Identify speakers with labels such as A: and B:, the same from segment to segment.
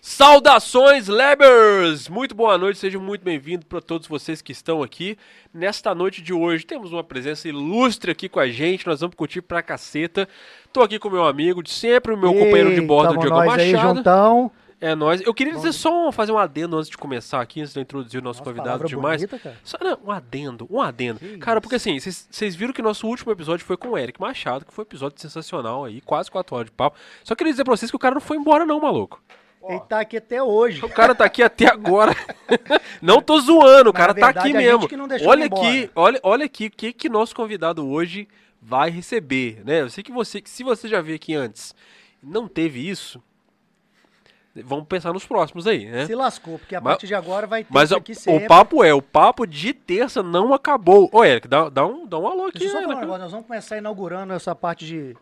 A: Saudações, Lebers! Muito boa noite, sejam muito bem-vindos para todos vocês que estão aqui. Nesta noite de hoje, temos uma presença ilustre aqui com a gente, nós vamos curtir pra caceta. Tô aqui com o meu amigo de sempre, o meu companheiro de bordo, o
B: tamo
A: Diego
B: nós aí
A: Machado.
B: juntão.
A: é nóis. Eu queria dizer só um- fazer um adendo antes de começar aqui, antes de eu introduzir o nosso
B: Nossa,
A: convidado
B: palavra
A: demais.
B: bonita, cara.
A: Só, não, um adendo, um adendo. cara, porque assim, vocês vocês viram que nosso último episódio foi com o Eric Machado, que foi um episódio sensacional aí, quase 4 horas de papo. Só queria dizer pra vocês que o cara não foi embora não, maluco.
B: Ele tá aqui até hoje.
A: O cara tá aqui até agora. Não tô zoando, o
B: Mas,
A: cara
B: na
A: tá
B: verdade,
A: aqui
B: a gente
A: mesmo.
B: que não deixou
A: Olha
B: ele
A: aqui,
B: embora.
A: olha, olha aqui o que que nosso convidado hoje vai receber, né? Eu sei que você, que se você já veio aqui antes, e não teve isso. Vamos pensar nos próximos aí, né?
B: Se lascou, porque a
A: Mas-
B: partir de agora vai ter
A: Mas
B: isso
A: a-
B: aqui sempre.
A: o papo é, o papo de terça não acabou. Ô, Eric, dá, dá um, dá um alô aqui.
B: Deixa eu só
A: né,
B: falar um
A: na-
B: negócio, nós vamos começar inaugurando essa parte de...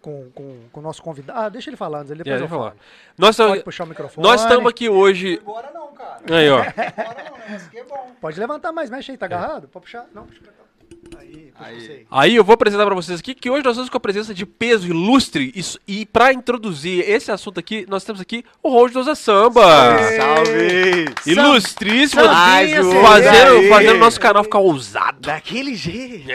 B: Com, com, com o nosso convidado. Ah, deixa ele falar antes, ele
A: É,
B: depois
A: deixa
B: eu
A: eu falar.
B: falo.
A: Nós
B: Pode né? puxar o microfone.
A: estamos aqui hoje.
C: Agora não, cara.
A: Aí, ó.
C: Agora não, mas que é bom.
B: Pode levantar mais, mexe
A: É.
B: aí, tá agarrado? Pode puxar? Não, puxa pra cá. Aí, puxa
C: Aí.
B: você aí.
A: Aí eu vou apresentar pra vocês aqui que hoje nós estamos com a presença de peso ilustre Isso- e pra introduzir esse assunto aqui, nós temos aqui o Rojo Doza Samba.
C: Salve!
A: Ilustríssimo,
C: Sambinha,
A: fazendo-
C: aí.
A: fazendo, fazendo nosso canal ficar ousado. É.
C: Daquele jeito.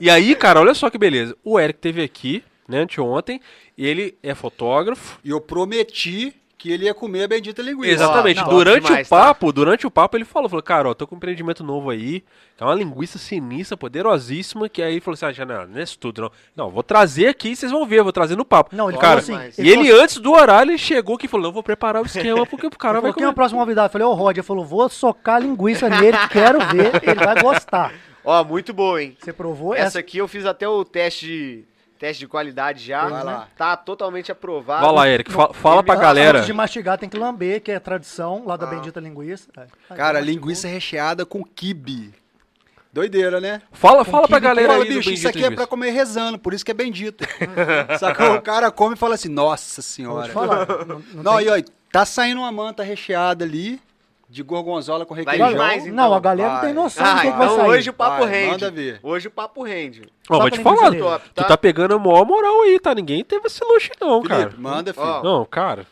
A: E aí, cara, olha só que beleza. O Eric teve aqui, né, anteontem, e ele é fotógrafo.
C: E eu prometi que ele ia comer a bendita linguiça.
D: Ah,
A: Exatamente,
C: Ó,
A: durante
C: top demais,
A: o
C: tá?
A: papo, durante o papo ele falou, falou, cara, ó, tô com um empreendimento novo aí, que é uma linguiça sinistra, poderosíssima, que aí ele falou assim, ah, já não, não é isso tudo não, não, vou trazer aqui, vocês vão ver, vou trazer no papo.
B: Não, ele
A: cara,
B: falou assim,
A: e
B: ele falou
A: ele antes do horário, ele chegou aqui e falou, não, eu vou preparar o esquema, porque o cara
B: Ele
A: vai
B: falou, quem é o
A: comer.
B: próximo convidado? Eu falei, ô Rod, ele falou, vou socar linguiça nele, quero ver, ele vai gostar.
D: Ó, muito boa, hein?
B: Você provou?
D: Essa aqui eu fiz até o teste de, teste de qualidade já.
C: Vai lá.
D: Tá totalmente aprovado.
A: Vai lá, Eric, fa- fala pra
B: Ah,
A: galera.
B: Antes de mastigar, tem que lamber, que é tradição lá da bendita linguiça. É. Aí,
C: Cara,
B: mastigou.
C: linguiça recheada com kibe. Doideira, né?
A: Fala, fala pra
B: que-
A: galera
C: Fala,
A: aí do
C: bicho, isso
A: Bendito
C: aqui é
A: Linguiça.
C: pra comer rezando, por isso que é bendito. Sacou? O cara come e fala assim, nossa
B: Vou te
C: senhora.
B: falar. Não,
C: Não,
B: não tem-
C: e olha, tá saindo uma manta recheada ali, de gorgonzola com
D: Vai
C: requeijão.
B: Galera,
D: demais, então.
B: não, a galera não tem
C: Vai.
B: noção do
D: Ah,
B: que, que um vai
D: então
B: sair.
D: hoje o papo
C: Vai,
D: rende.
C: manda ver.
D: Hoje o papo rende.
A: Ó,
B: Só
A: vou
B: pra
A: te
B: linguiça
A: falar,
B: dele.
D: Top,
A: tu
D: tá?
A: tá pegando a maior moral aí, tá? Ninguém teve esse luxo não,
C: Felipe,
A: cara.
C: manda, filho.
D: Ó,
A: Não, cara.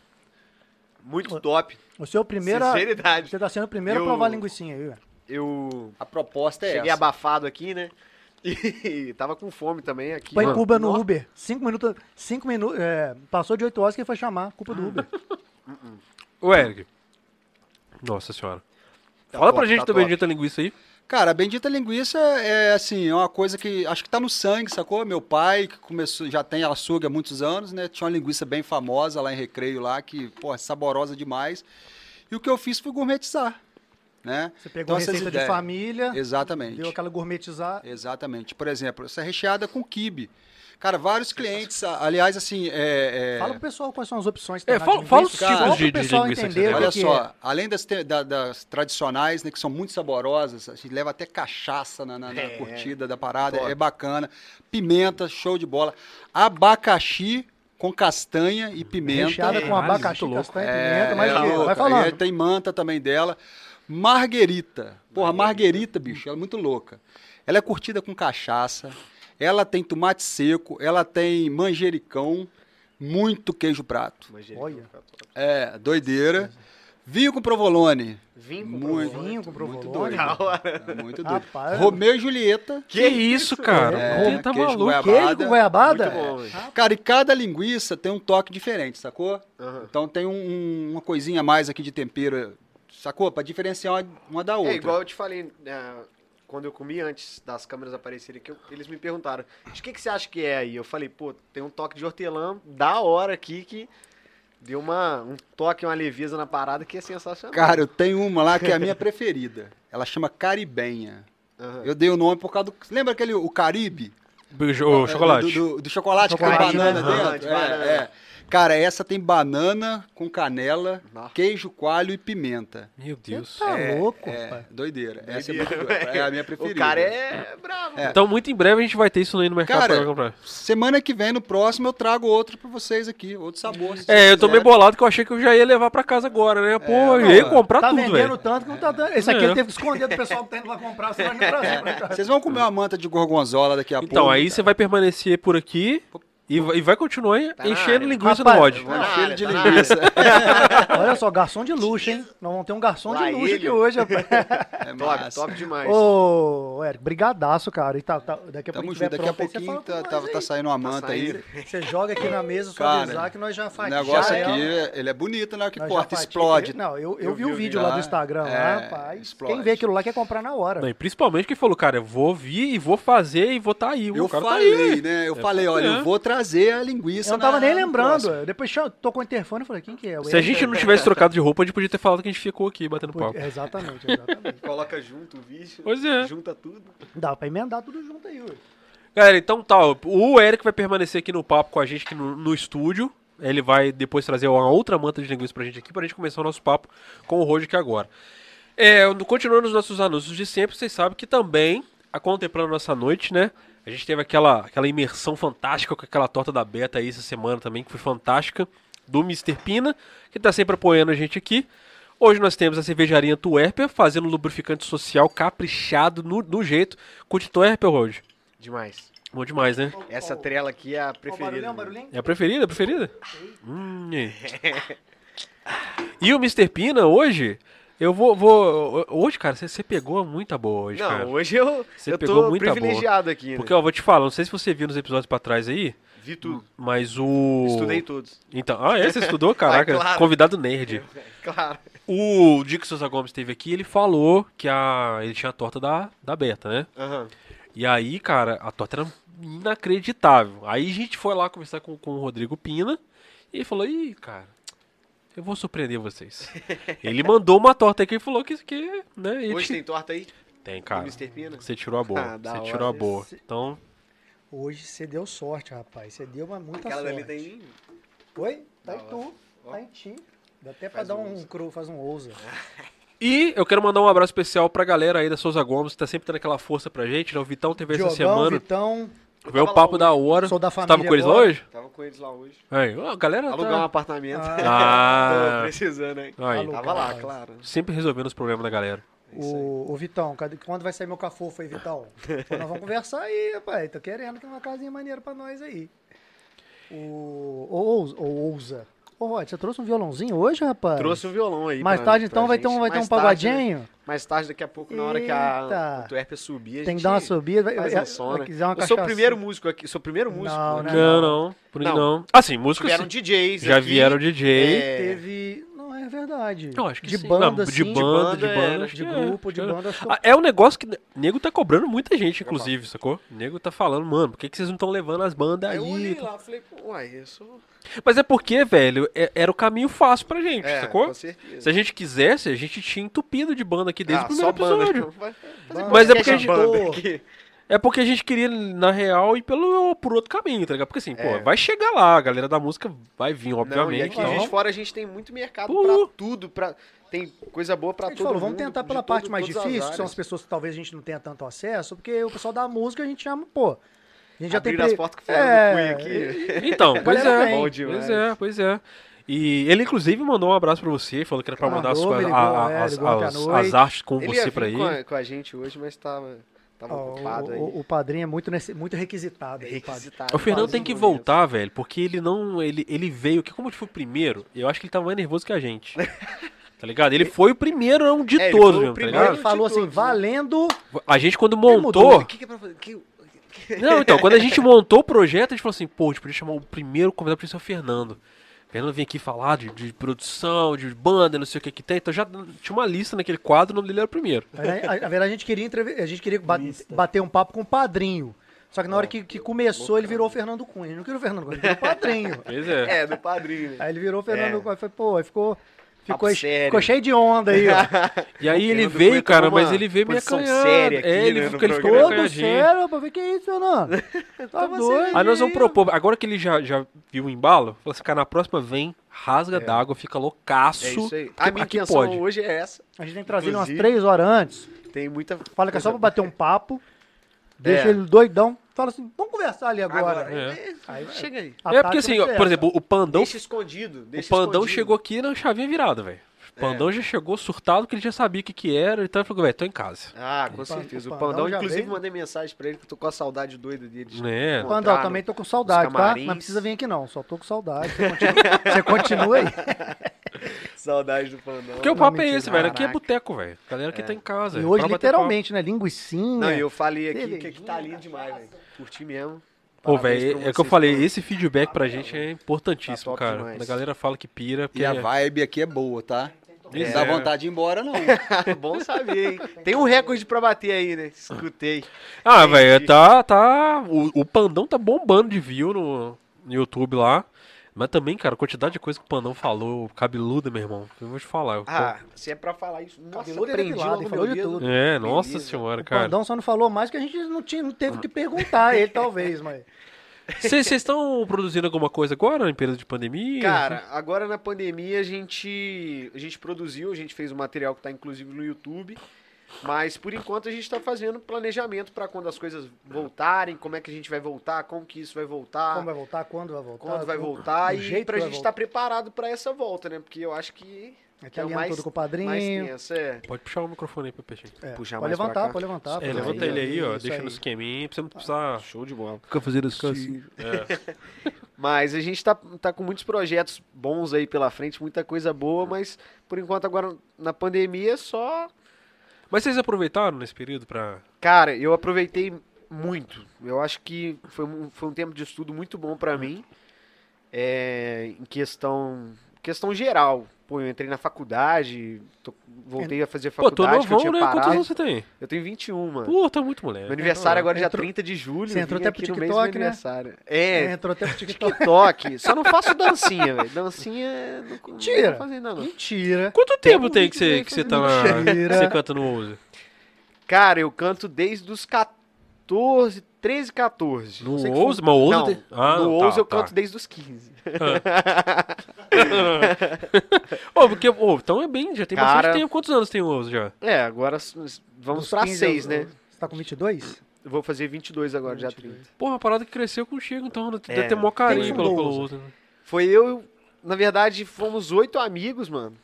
D: muito top.
B: O seu primeiro.
D: Sinceridade.
B: Você tá sendo o primeiro a
D: Eu-
B: provar a linguicinha aí, velho.
D: Eu
C: A proposta é
D: cheguei
C: essa.
D: abafado aqui, né? E tava com fome também aqui.
B: Põe
D: Mano,
B: Cuba no
D: nossa,
B: Uber. Cinco minutos. Cinco minutos. é, passou de oito horas que ele foi chamar. Culpa do Uber.
A: Ô, Eric. Nossa senhora.
D: Tá
A: Fala
D: top,
A: pra gente
D: tá
A: do
D: top.
A: Bendita Linguiça aí.
C: Cara, a bendita linguiça é assim, é uma coisa que acho que tá no sangue, sacou? Meu pai, que começou, já tem açougue há muitos anos, né? Tinha uma linguiça bem famosa lá em Recreio lá, que, pô, é saborosa demais. E o que eu fiz foi gourmetizar, né?
B: Você pegou
C: Então,
B: a
C: essas
B: receita de
C: ideias.
B: família,
C: Exatamente.
B: deu aquela gourmetizar.
C: Exatamente. Por exemplo, essa recheada com quibe. Cara, vários clientes, a- aliás, assim, é, é-
B: Fala pro pessoal quais são as opções que
A: É,
B: tem lá
A: fala-
B: de
A: fala
B: linguiça.
A: os
C: tipos
B: Só
A: de-
B: pro
A: de
B: pessoal
A: linguiça que você
B: entender
A: tem.
B: o
C: Olha
B: que
C: só,
B: é.
C: além das, te- da- das tradicionais, né, que são muito saborosas, a gente leva até cachaça na, na- na
D: É.
C: curtida da parada,
D: Top.
C: é bacana. Pimenta, show de bola. Abacaxi com castanha e pimenta.
B: Recheada com
A: Caralho,
B: abacaxi,
A: muito louco.
B: castanha, pimenta, mas
C: é
B: o quê?
C: louca.
B: vai
C: E aí
B: falando.
C: tem manta também dela. Marguerita. Porra, Marguerita, bicho, ela é muito louca. Ela é curtida com cachaça, ela tem tomate seco, ela tem manjericão, muito queijo prato.
D: imagina. Tá
B: Olha.
C: É, doideira. Vinho com provolone.
D: Vim com
C: Muito,
D: provolone.
B: Vinho com
C: muito
B: provolone.
C: doido.
D: Da
C: É, Muito doido.
B: Rapaz.
C: Romeu e Julieta.
A: Que, isso, cara?
C: É,
A: Ele tá
C: queijo
A: maluco.
C: goiabada.
B: Queijo com goiabada?
D: Muito bom, velho.
C: Cara, e cada linguiça tem um toque diferente, sacou?
D: Aham.
C: Então tem um- um- uma coisinha a mais aqui de tempero, sacou? Pra diferenciar uma, uma da outra.
D: É igual eu te falei né, quando eu comi antes das câmeras aparecerem, que eu- eles me perguntaram de que, que você acha que é aí? Eu falei, pô, tem um toque de hortelã da hora aqui que deu uma, um toque, uma leveza na parada que é sensacional.
C: Cara, eu tenho uma lá que é a minha preferida. Ela chama Caribenha.
D: Aham.
C: Eu dei o nome por causa do. Lembra aquele o Caribe?
A: Beijo- ô,
C: É,
A: chocolate.
C: Do, do- do chocolate,
B: Chocolate,
C: com banana
B: né?
D: Aham, de
C: dentro.
D: banana.
C: É, é. Cara, essa tem banana com canela,
D: Nossa.
C: queijo coalho e pimenta.
A: Meu Deus.
B: Tá louco,
C: É,
B: rapaz.
C: doideira. Essa é, muito doida. é a minha preferida.
D: O cara é bravo. mano.
A: Então, muito em breve a gente vai ter isso aí no mercado
C: Cara,
A: pra comprar.
C: Semana que vem, no próximo, eu trago outro pra vocês aqui. Outro sabor. se
A: É,
C: vocês
A: eu tô meio
C: quiserem.
A: bolado que eu achei que eu já ia levar pra casa agora, né? Pô, eu ia
C: não,
A: comprar
B: tá
A: tudo,
B: vendendo
A: velho.
B: tanto que não tá dando. Esse aqui
A: É.
B: ele teve que esconder do pessoal que tá indo lá comprar, você vai me trazer. pra cá.
A: é
C: Vocês vão comer uma manta de gorgonzola daqui a pouco.
A: Então, aí você vai permanecer por aqui E, vai- e vai continuar
D: Tá na
A: enchendo
D: área.
A: linguiça
B: Rapaz,
A: no ódio.
D: Tá na
C: Cheiro
D: área,
C: de
D: tá na área.
C: linguiça.
B: Olha só, garçom de luxo, hein? Nós vamos ter um garçom
D: Lá
B: de luxo
D: ele.
B: aqui hoje, rapaz.
C: É
D: Top,
C: massa.
D: top demais.
B: Ô, Eric, brigadaço, cara. E tá, tá- daqui a pouco
C: Tamo
B: tiver
C: junto. Daqui a
B: pronto aí, você
C: pouquinho
B: fala
C: tá,
B: com
C: tá,
B: nós
C: tá
B: aí.
C: saindo uma manta aí.
B: Você joga aqui na mesa, só
C: Cara,
B: avisar que nós já
C: O
B: fatiamos.
C: negócio aqui, ele é bonito, né? O que
B: Nós já
C: corta,
B: fatia-
C: explode.
B: Não, eu, eu,
C: Eu
B: vi,
C: vi
B: o
C: o
B: vídeo
C: vídeo
B: lá
C: lá.
B: do Instagram,
C: É,
B: lá, rapaz.
C: explode.
B: Quem vê aquilo lá quer comprar na hora.
A: Não, e principalmente que falou, cara, eu vou vir e vou fazer e vou tá aí. O
C: Eu
A: cara tá
C: falei,
A: aí.
C: né? Eu
A: É,
C: falei, olha,
A: é.
C: eu vou trazer a linguiça.
B: eu não tava
C: na-
B: nem
C: no
B: lembrando.
C: próximo.
B: eu Depois cham- tocou o interfone e falei, quem que é? O
A: Se a
B: Eric?
A: gente não tivesse trocado de roupa, a gente podia ter falado que a gente ficou aqui batendo
B: Pô,
A: papo.
B: Exatamente, exatamente.
D: Coloca junto o vídeo.
A: Pois é.
D: Junta tudo.
B: Dá pra emendar tudo junto aí, ué.
A: Galera, então tá. ó, O Eric vai permanecer aqui no papo com a gente aqui no, no estúdio. Ele vai depois trazer uma outra manta de linguiça pra gente aqui, pra gente começar o nosso papo com o Rojo aqui agora. É, no- continuando os nossos anúncios de sempre, vocês sabem que também, a contemplando nossa noite, né? A gente teve aquela, aquela imersão fantástica com aquela torta da Beta aí essa semana também, que foi fantástica, do Mr. Pina, que tá sempre apoiando a gente aqui. Hoje nós temos a cervejaria Tuerper fazendo lubrificante social caprichado no, no jeito. Curte Tuerper, Rojo?
D: Demais.
A: Bom demais, né?
D: Essa trela aqui é a preferida.
B: Ó,
D: né?
B: barulhinho,
A: É a preferida, a preferida? Hum, é. e o Mr. Pina hoje, eu vou. vou hoje, cara, você, você pegou muita boa hoje,
D: Não,
A: cara.
D: hoje eu,
A: Você
D: eu
A: pegou
D: tô
A: muita boa.
D: privilegiado aqui, né?
A: Porque ó, eu vou te falar, não sei se você viu nos episórios pra trás aí,
D: Vi tudo.
A: mas o.
D: Estudei todos.
A: Então, ah, é? Você estudou? Caraca,
D: Ah, claro.
A: convidado nerd.
D: Claro.
A: O Dick Souza Gomes esteve aqui ele falou que a, ele tinha a torta da, da Beta, né?
D: Aham.
A: E aí, cara, a torta era inacreditável. Aí a gente foi lá conversar com, com o Rodrigo Pina e ele falou: ih, cara, eu vou surpreender vocês. ele mandou uma torta aí que ele falou que, que né? ele
B: tipo
D: Hoje
A: ti-
D: tem torta aí?
A: tem, cara.
D: Do Mr. Pina?
B: Tá
A: Você tirou a boa.
D: Ah, da
A: você
D: hora.
A: tirou a boa. Então,
B: Hoje você deu sorte, rapaz. Você deu uma muita
D: Aquela
B: sorte.
D: dali tem.
B: Oi? Tá
D: Da
B: em tu.
D: Ó.
B: Tá em ti. Dá até pra
D: Faz
B: dar
D: um
B: um
D: ousa.
B: cru, faz um ousa.
A: e eu quero mandar um abraço especial pra galera aí da Souza Gomes, que tá sempre dando aquela força pra gente, né? O Vitão teve essa
B: Diogão,
A: semana.
B: Vitão,
A: Veio
D: tava
A: o
D: lá
A: papo
D: hoje.
A: da hora.
B: Sou da
A: Você tava
B: família
A: com eles lá
B: agora.
A: hoje?
D: Tava com eles lá hoje.
A: Aí, ó, a galera
D: Alugar um
A: tá...
D: apartamento.
A: Ah.
D: Tô precisando, hein?
A: Aí,
B: Alô.
D: Tava lá,
B: Rapaz.
D: claro.
A: sempre resolvendo os problemas da galera.
D: É isso aí.
B: o, o Vitão, cadê- quando vai sair meu cafofo aí, Vitão? Pô, nós vamos conversar aí, rapaz. Tô querendo que uma casinha maneira pra nós aí. O, o, Ousa- o Ousa. Ô, Rod, você trouxe um violãozinho hoje, rapaz?
D: Trouxe um violão aí.
B: Mais
D: pra-
B: tarde, então,
D: pra
B: vai ter
D: gente.
B: um, vai ter
D: Mais
B: um
D: tarde,
B: pagodinho?
D: né? Mais tarde, daqui a pouco, na hora que a,
B: Eita.
D: o Tuerpe subir, a
B: Tem
D: gente
B: que dar uma subida. vai-
D: faz
B: vai-
D: um som,
B: vai-
D: né?
B: quiser uma
D: Eu sou o
B: cachaça.
D: primeiro músico aqui. Sou o primeiro
B: Não,
D: músico.
B: né?
D: aqui.
A: Não, não. Por isso
D: Não.
A: não. Assim, música
D: Vieram
A: sim.
D: DJs
A: Já
D: aqui.
A: vieram DJ.
D: É.
B: Teve. Não, é verdade.
A: Eu acho que
B: de
A: sim.
B: banda,
A: Não, de
B: sim,
A: banda, de banda,
D: banda, é,
A: acho
B: de
A: que
B: grupo,
A: é,
B: de
A: acho que é.
B: banda. acho que-
A: Ah, É um negócio que nego tá cobrando muita gente, inclusive, sacou? Nego tá falando, mano, por que, que vocês não estão levando as bandas
D: Aí eu olhei
A: aí?
D: lá, falei, pô, uai, eu sou...
A: Mas é porque, velho, é- era o caminho fácil pra gente,
D: É,
A: sacou?
D: com certeza.
A: Se a gente quisesse, a gente tinha entupido de banda aqui é desde o
D: Ah,
A: primeiro
D: só
A: episódio.
D: Banda. Vai fazer
B: Banda.
A: Mas é
D: podcast
A: porque a
D: de
A: gente-
D: banda aqui.
A: É porque a gente queria, na real, ir pelo, por outro caminho, tá ligado? Porque assim,
D: É.
A: pô, vai chegar lá, a galera da música vai vir,
D: Não, e
A: obviamente.
D: aqui
A: então.
D: de fora a gente tem muito mercado
A: Pô.
D: pra tudo, pra... tem coisa boa pra
B: A gente
D: tá todo
B: falou,
D: mundo.
B: vamos tentar
D: de
B: pela
D: todo-
B: parte mais
D: todas as
B: difícil, que são as
D: áreas.
B: pessoas que talvez a gente não tenha tanto acesso, porque o pessoal da música a gente chama, um pô. A gente já tem. pre-
D: Abriram
B: É.
D: as portas que falaram do Queen aqui.
A: Então, pois
B: galera
A: é,
B: vem.
D: Bom demais.
A: pois é, pois é. E ele, inclusive, mandou um abraço pra você, falou que era pra mandar as,
B: Ah, Mandou,
A: suas-
B: me
A: a-
B: ligou,
A: a-
B: é,
A: as,
B: ligou ontem à
A: as- as
B: noite.
A: artes com
D: Ele
A: você
D: ia vir
A: pra ele.
D: com a, com a gente hoje, mas tava, tava
B: Ó,
D: ocupado é aí.
B: o, o, o padrinho é muito, nesse- muito requisitado. aí, padrinho.
D: Requisitado.
A: O Fernando
D: Quase
A: tem que
D: envolvido.
A: voltar, velho, porque ele não. Ele, ele veio, que como ele foi o primeiro, eu acho que ele tá mais nervoso que a gente. Tá ligado? Ele foi o primeiro um de
D: É, ele foi
A: todos
D: o
A: mesmo, tá
D: primeiro.
B: Aí ele
A: ligado?
B: falou assim,
D: todos, né?
B: valendo.
A: A gente quando
B: mudou,
A: montou.
D: O que que é pra fazer? Que-
A: Não, então, quando a gente montou o projeto, a gente falou assim, pô, a gente podia chamar o primeiro convidado pra ser o Fernando. O Fernando vinha aqui falar de, de produção, de banda, não sei o que que tem. Então já tinha uma lista naquele quadro, o nome dele era o primeiro.
B: Na verdade, a- na verdade, a gente queria, entrevi- a gente queria ba- bater um papo com o padrinho. Só que na hora que, que começou, ele virou o Fernando Cunha. Ele não queria o Fernando Cunha, ele virou o padrinho.
A: Pois é.
D: É, do padrinho, né?
B: Aí ele virou o Fernando
D: É.
B: Cunha. Foi, pô, aí ficou. Ficou,
D: Papo
B: che-
D: sério.
B: ficou cheio de onda aí, ó.
A: E aí ele
D: Fernando
A: veio,
D: Cunha
A: cara,
D: tomou
A: mas
D: uma
A: ele veio meio
D: posição
A: acanhado.
D: séria aqui,
A: é, ele,
D: né, no
A: ficou, ele ficou meio
D: programa.
B: Todo
A: acanhadinho.
B: sério, rapaz. Que isso, Fernando? Tá
D: você
B: doido.
A: Aí nós vamos propor, agora que ele já, já viu o embalo, falou assim, cara, na próxima vem, rasga d'água, fica loucaço.
D: É isso aí. A
A: porque
D: minha
A: aqui
D: intenção
A: pode.
D: hoje é essa.
B: A gente tem que trazer ele umas
D: Inclusive-
B: três horas antes.
D: Tem muita.
B: Fala que é só pra
D: coisa-
B: bater um papo. Deixa
D: É.
B: ele doidão. Fala assim, vamos conversar ali agora.
D: Agora.
A: É.
D: é, Chega aí.
B: A
A: É
B: tática
A: porque assim, ó,
B: vai ser
A: por
B: essa.
A: exemplo, o Pandão,
D: Deixa escondido. É.
A: o
D: Deixa
A: Pandão
D: escondido.
A: chegou aqui na chavinha virada, velho. Pandão já chegou surtado que ele já sabia o que, que era, então ele falou, velho, tô em casa.
D: Ah, com
B: O Pan-
D: certeza.
B: o
D: O
B: Pandão
D: Pandão,
B: já
D: inclusive,
B: veio-
D: mandei mensagem pra ele que eu tô com a saudade doida dele. de
A: Né?
D: encontrar
B: Pandal,
D: no-
B: também tô com saudade,
D: os
B: tá?
D: camarins.
B: Não precisa vir aqui não, só tô com saudade. Você continua, você continua aí?
D: Saudade do Pandão.
A: Porque o
B: Não,
A: papo é
B: mentira.
A: esse, velho. Aqui é
D: Caraca.
A: boteco, velho. A galera aqui tá em casa.
B: E
A: é
B: hoje,
A: pra bater papo.
B: literalmente, né? Linguicinha.
D: Não, e eu falei aqui que,
B: Cervejinha,
D: que tá lindo demais, velho. Curti mesmo.
A: Pô,
D: Parabéns
A: velho,
D: pra
A: é que eu
D: vocês
A: falei,
D: todos.
A: esse feedback pra gente é
D: Tá
A: importantíssimo,
D: top
A: cara.
D: demais.
A: Quando A galera fala que pira, porque
C: E a vibe aqui é boa, tá? Não
A: É.
C: dá vontade de ir embora, não.
D: Bom saber, hein? Tem um recorde pra bater aí, né? Escutei.
A: Ah,
D: Entendi.
A: velho, tá, tá. O, o Pandão tá bombando de view no, no YouTube lá. Mas também, cara, a quantidade de coisa que o Pandão falou, cabeluda, meu irmão. Eu vou te falar. eu-
D: Ah, se é pra falar isso. Nossa,
B: Cabeludo
D: aprendi
B: depilado,
D: logo
B: ele
D: meu
B: falou de
D: dedo.
B: tudo.
A: é, nossa
D: beleza.
A: senhora,
B: O
A: cara.
B: Pandão só não falou mais que a gente não, tinha, não teve o que perguntar a ele, talvez, mas...
A: Vocês estão produzindo alguma coisa agora, em período de pandemia?
D: Cara, agora na pandemia a gente, a gente produziu, a gente fez o material que tá inclusive no YouTube. Mas por enquanto a gente tá fazendo planejamento pra quando as coisas voltarem, como é que a gente vai voltar, como que isso vai voltar,
B: Como vai voltar, quando vai voltar.
D: Ah. quando vai
B: tudo.
D: voltar
B: Do
D: e
B: jeito
D: pra
B: que
D: gente
B: vai
D: estar preparado pra essa volta, né? Porque eu acho que
B: voltar.
D: que é o
B: Alinhando
D: mais-
B: tudo com o padrinho.
D: mais tenso é.
A: Pode puxar o microfone aí pra peixinho.
B: É,
D: Puxar
B: pode
D: mais pra
B: levantar,
D: cá.
B: pode levantar,
A: É,
B: pode
A: levanta
B: levantar.
A: ele aí, ó.
B: Isso
A: Deixa
B: aí.
A: no esqueminha, pra você não
D: Tá.
A: precisar
D: Ah, Show de bola.
A: ficar fazendo assim.
D: Mas a gente tá, tá com muitos projetos bons aí pela frente, muita coisa boa, mas por enquanto agora na pandemia é só.
A: Mas vocês aproveitaram nesse período pra.
D: Cara, eu aproveitei muito. Eu acho que foi um, foi um tempo de estudo muito bom pra mim. É, em questão. Questão geral. Pô, eu entrei na faculdade, tô- voltei a fazer
A: Pô, tô
D: faculdade, que
A: novão,
D: eu tinha
A: né? Quantos
D: parado.
A: anos você tem?
D: Eu tenho 21, mano.
A: Pô, tá muito moleque.
D: Meu aniversário agora é dia
B: Entrou-
D: 30 de julho.
B: Você entrou
D: vim
B: até pro
D: aqui no mês do
B: TikTok,
D: meu
B: né?
D: aniversário. É,
B: Entrou até pro TikTok.
D: TikTok. Só não faço dancinha, velho. Dancinha é, não, não
B: Mentira.
D: tô fazendo, não.
B: Mentira.
A: Quanto tempo tem que
D: Tem
A: você,
D: um vídeo
A: que você
D: que
A: tá na.
B: Mentira.
A: que você canta no Ouse?
D: Cara, eu canto desde os 14, 13, 14.
A: No
D: Não sei que
A: Ouse?
D: foi-
A: Mas o Ouse
D: Não,
A: tem- Ah,
D: no
A: tá,
D: Ouse eu
A: tá. Ah.
D: canto desde os 15.
A: Ô, porque, ô, então é bem, já tem
D: Cara-
A: bastante tempo. Quantos anos tem o Ouse já?
D: É, agora s- s- vamos
B: Dos
D: pra
B: 15
D: 6,
B: aos-
D: né?
B: Você tá com 22?
D: Eu vou fazer 22 agora, já
B: 22.
D: 30.
A: Porra, a parada que cresceu contigo, então deve
D: É,
A: ter mó
B: tem
A: carinho
B: um
A: pelo, pelo
B: Ouse.
A: Ouse, né?
D: Foi eu, na verdade, fomos oito amigos, mano.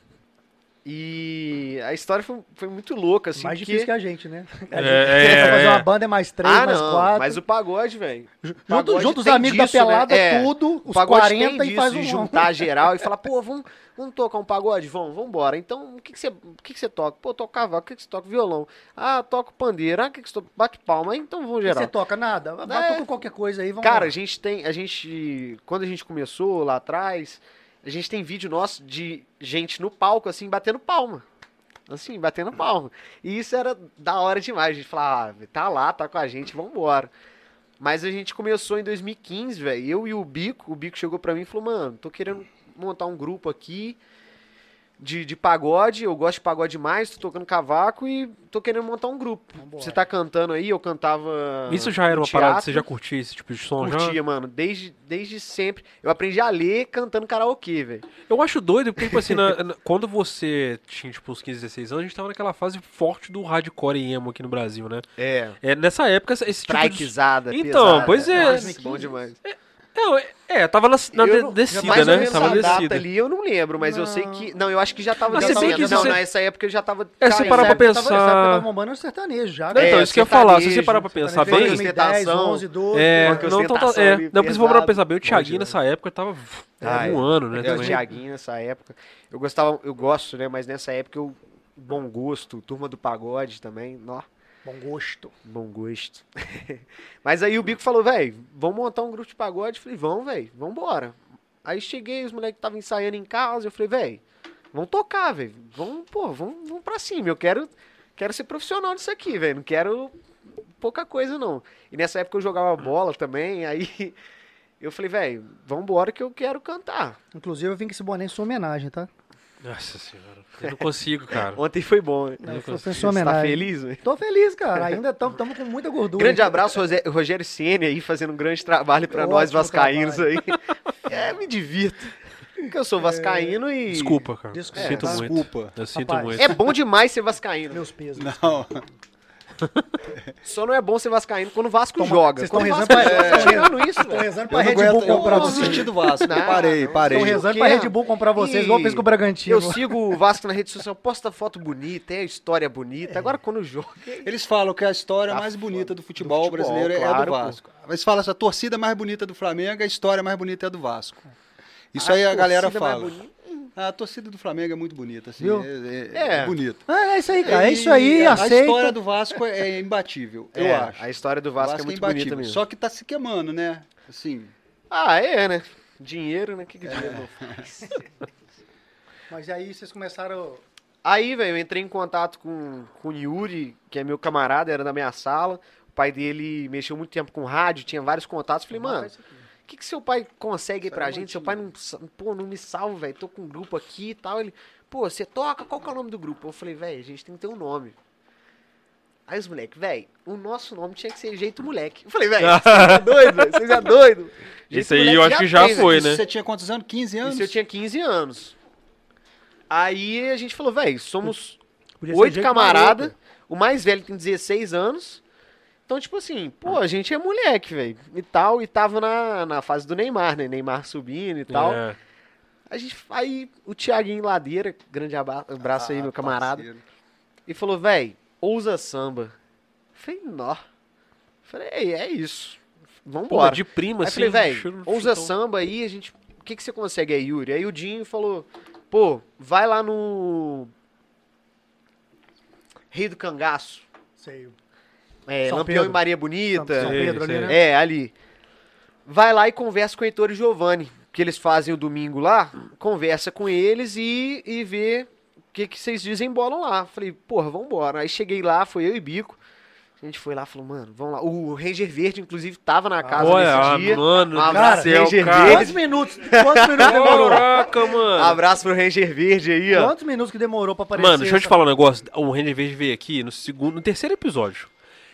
D: E a história foi, foi muito louca, assim,
B: mais
D: porque...
B: difícil que a gente, né? A gente
A: é,
B: pra fazer
A: é.
B: uma banda é mais três,
D: ah,
B: mais
D: não,
B: quatro. Tá
D: mas o pagode, velho.
B: Junto,
D: pagode
B: junto os
D: tem
B: amigos
D: disso,
B: da
D: né?
B: pelada,
D: É.
B: tudo,
D: O
B: os
D: pagode
B: 40
D: tem
B: e
D: disso,
B: faz
D: de
B: um
D: juntar geral e falar, pô, vamos, vamos tocar um pagode? Vamos, vamos embora. Então, o que, que, você, o que, que você toca? Pô, eu toco cavaco, o que, que você toca? Violão. Ah, toco pandeiro, ah, o que, que você toca? Bate palma, então vamos
B: Você
D: geral.
B: toca nada? Vai
D: É.
B: tocar qualquer coisa aí, vamos
D: Cara,
B: lá.
D: a gente tem, a gente, quando a gente começou lá atrás, a gente tem vídeo nosso de gente no palco, assim, batendo palma. Assim, batendo palma. E isso era da hora demais. A gente falava, ah, tá lá, tá com a gente, vambora. Mas a gente começou em 2015, velho. Eu e o Bico, o Bico chegou pra mim e falou, mano, tô querendo montar um grupo aqui de, de pagode, eu gosto de pagode demais, tô tocando cavaco e tô querendo montar um grupo.
B: Vambora.
D: Você tá cantando aí, eu cantava.
A: Isso já era
D: no
A: uma parada que
D: teatro.
A: você já curtia esse tipo de som já?
D: Curtia, mano, desde, desde sempre. Eu aprendi a ler cantando karaokê, velho.
A: Eu acho doido, porque, tipo assim, na- na- quando você tinha, tipo, uns 15, 16 anos, a gente tava naquela fase forte do hardcore e emo aqui no Brasil, né?
D: É.
A: É, nessa época, esse tipo de...
D: Strikeizada,
A: Então,
D: pesada.
A: pois é.
D: Nossa, bom demais.
A: Não, é- é, tava na, na
D: Eu
A: de-
D: não-
A: descida,
D: mais ou
A: né?
D: menos
A: Tava
D: a data
A: descida.
D: ali eu não lembro, mas eu sei
B: Não.
D: que... Não, eu acho que já tava...
A: Mas se bem
D: descendo.
A: que se
D: não,
A: você-
D: nessa época eu já tava...
A: É, se
D: caindo.
A: parar pra
B: Essa
A: pensar-
B: época tava- Essa época tava bombando no sertanejo já,
A: Não,
B: né?
A: então,
D: É,
A: isso que eu ia falar, se você
D: sertanejo,
A: parar pra pensar
B: Sertanejo
A: bem...
D: bem-
B: 2010,
D: ostentação.
B: 11, 12.
A: É,
D: Funk,
A: não, então, tá,
D: ostentação
A: é,
D: ali,
A: não, porque se for parar pra pensar
D: pesado.
A: bem, o Thiaguinho
D: demais.
A: nessa época tava uf,
D: Ah,
A: era um
D: é.
A: ano, né?
D: É, o
A: também.
D: Thiaguinho nessa época. Eu gostava... Eu gosto, né? Mas nessa época eu... Bom gosto, Turma do Pagode também. Nó,
B: Bom gosto.
D: bom gosto. mas aí o Bico falou, velho, vamos montar um grupo de pagode? Eu falei, vamos, velho, vambora. Aí cheguei, os moleques estavam ensaiando em casa, eu falei, velho, vamos tocar, velho. Vamos, pô, vamos, vamos pra cima. Eu quero, quero ser profissional disso aqui, velho. Não quero pouca coisa, não. E nessa época eu jogava bola também, aí eu falei, velho, vambora que eu quero cantar.
B: Inclusive, eu vim com esse boné em sua homenagem, tá?
A: Nossa senhora, eu não consigo, cara.
D: Ontem foi bom, né?
A: Eu não
B: Foi em
A: consigo.
B: sua
D: Você tá
B: homenagem.
D: feliz, velho?
B: Tô feliz, cara. Ainda estamos com muita gordura.
D: Grande abraço, Rosé- Rogério Ceni aí, fazendo um grande trabalho pra
B: Ótimo
D: nós vascaínos aí. É, me divirto. Porque eu sou vascaíno e...
A: Desculpa, cara.
B: Desculpa.
A: Sinto
B: É,
A: muito.
C: Desculpa.
A: Eu sinto
B: Rapaz.
A: muito.
D: É bom demais ser vascaíno.
B: Meus pesos.
C: Não.
D: Só não é bom ser vascaíno quando o Vasco joga.
B: vocês
D: Quando o
B: estão
D: Vasco
B: rezando pra-
D: joga,
B: é.
D: tá tirando isso,
B: Estão
D: velho.
B: rezando
C: Eu
B: pra
C: não
B: Red Bull
C: aguento, eu,
B: comprar
C: eu
B: vocês.
C: desisti do Vasco.
D: Não,
C: parei,
D: não,
C: parei.
B: Estão
D: eu
B: rezando pra
A: é?
D: quero.
B: Red Bull comprar vocês, igual fez com o Bragantino.
D: Eu sigo o Vasco na rede social, posta foto bonita, é história bonita. Agora quando joga.
C: Eles falam que a história
D: Tá
C: mais
D: foda.
C: bonita do
D: Do
C: futebol,
D: futebol,
C: brasileiro é a
D: claro,
C: do
D: pô.
C: Vasco. Eles falam assim, a torcida mais bonita do Flamengo, a história mais bonita é a do Vasco. Isso aí a galera
D: torcida mais
C: fala.
D: bonita.
C: A torcida do Flamengo é muito bonita, assim,
B: Viu?
C: é, é,
D: É.
C: é bonita.
B: É, é isso aí, cara. É isso aí,
C: E a
B: aceita.
C: história do Vasco é imbatível,
D: É,
C: eu acho.
D: A história do
C: O
D: Vasco, é muito bonita
C: imbatível,
D: mesmo.
C: Só que tá se queimando, né? Assim,
D: Ah, é, né? Dinheiro, né? O que, que dinheiro não faz?
B: Mas aí vocês começaram.
D: Aí, velho, eu entrei em contato com, com o Yuri, que é meu camarada, era da minha sala. O pai dele mexeu muito tempo com rádio, tinha vários contatos. Falei,
A: Ah,
D: mano, o que, que seu pai consegue aí
C: Isso
D: pra
C: aí eu
D: gente? Seu
C: mantive.
D: pai não, sa- pô, não me salva, velho. Tô com um grupo aqui e tal. Ele, pô, você toca? Qual que é o nome do grupo? Eu falei, velho, a gente tem que ter um nome. Aí os moleque, velho, o nosso nome tinha que ser Jeito Moleque. Eu falei, velho, vocês é doido, velho, vocês é doido.
A: Isso
D: Jeito
A: aí eu
D: Moleque
A: acho que já
D: tem, velho.
A: foi,
C: isso
A: né?
C: você tinha quantos anos? 15 anos?
D: Isso eu tinha 15 anos. Aí a gente falou, velho, somos
B: Podia ser
D: oito
B: jeito
D: camaradas.
B: maroto.
D: O mais velho tem 16 anos. Então, tipo assim, pô,
B: Ah.
D: a gente é moleque, velho. E tal, e tava na, na fase do Neymar, né? Neymar subindo e tal.
A: É.
D: A gente, aí o Thiaguinho Ladeira, grande aba- abraço aí,
C: Ah,
D: meu camarada.
C: parceiro.
D: E falou, velho, ousa samba. Eu Falei, nó. Eu Falei, "Ei, é isso.
A: Porra,
D: Vambora.
A: de prima,
D: Aí
A: assim.
D: falei,
A: chutão.
D: velho, ousa samba aí, a gente. O que, que você consegue aí, Yuri? Aí o Dinho falou, pô, vai lá no. Rei do Cangaço.
B: Sei.
D: É,
B: São
D: Lampião
B: Pedro.
D: e Maria
B: São
D: Bonita.
B: Pedro ali,
A: Sei,
B: né?
D: É, ali. Vai lá e conversa com o Heitor e Giovanni, que eles fazem o domingo lá, conversa com eles e, e vê o que, que vocês desembolam lá. Falei, porra, vambora. Aí cheguei lá, foi eu e Bico. A gente foi lá, falou, mano, vamos lá. O Ranger Verde, inclusive, tava na casa
A: Olha, ah,
D: nesse dia.
A: mano,
D: Um
A: do
D: abraço,
A: céu,
D: Ranger
A: cara.
B: Quantos minutos? Quantos minutos demorou?
A: Caraca, mano.
D: Abraço pro Ranger Verde aí, ó.
B: Quantos minutos que demorou pra aparecer?
A: Mano, deixa eu te
B: essa-
A: falar um negócio. O Render Verde veio aqui no segundo, no terceiro episódio.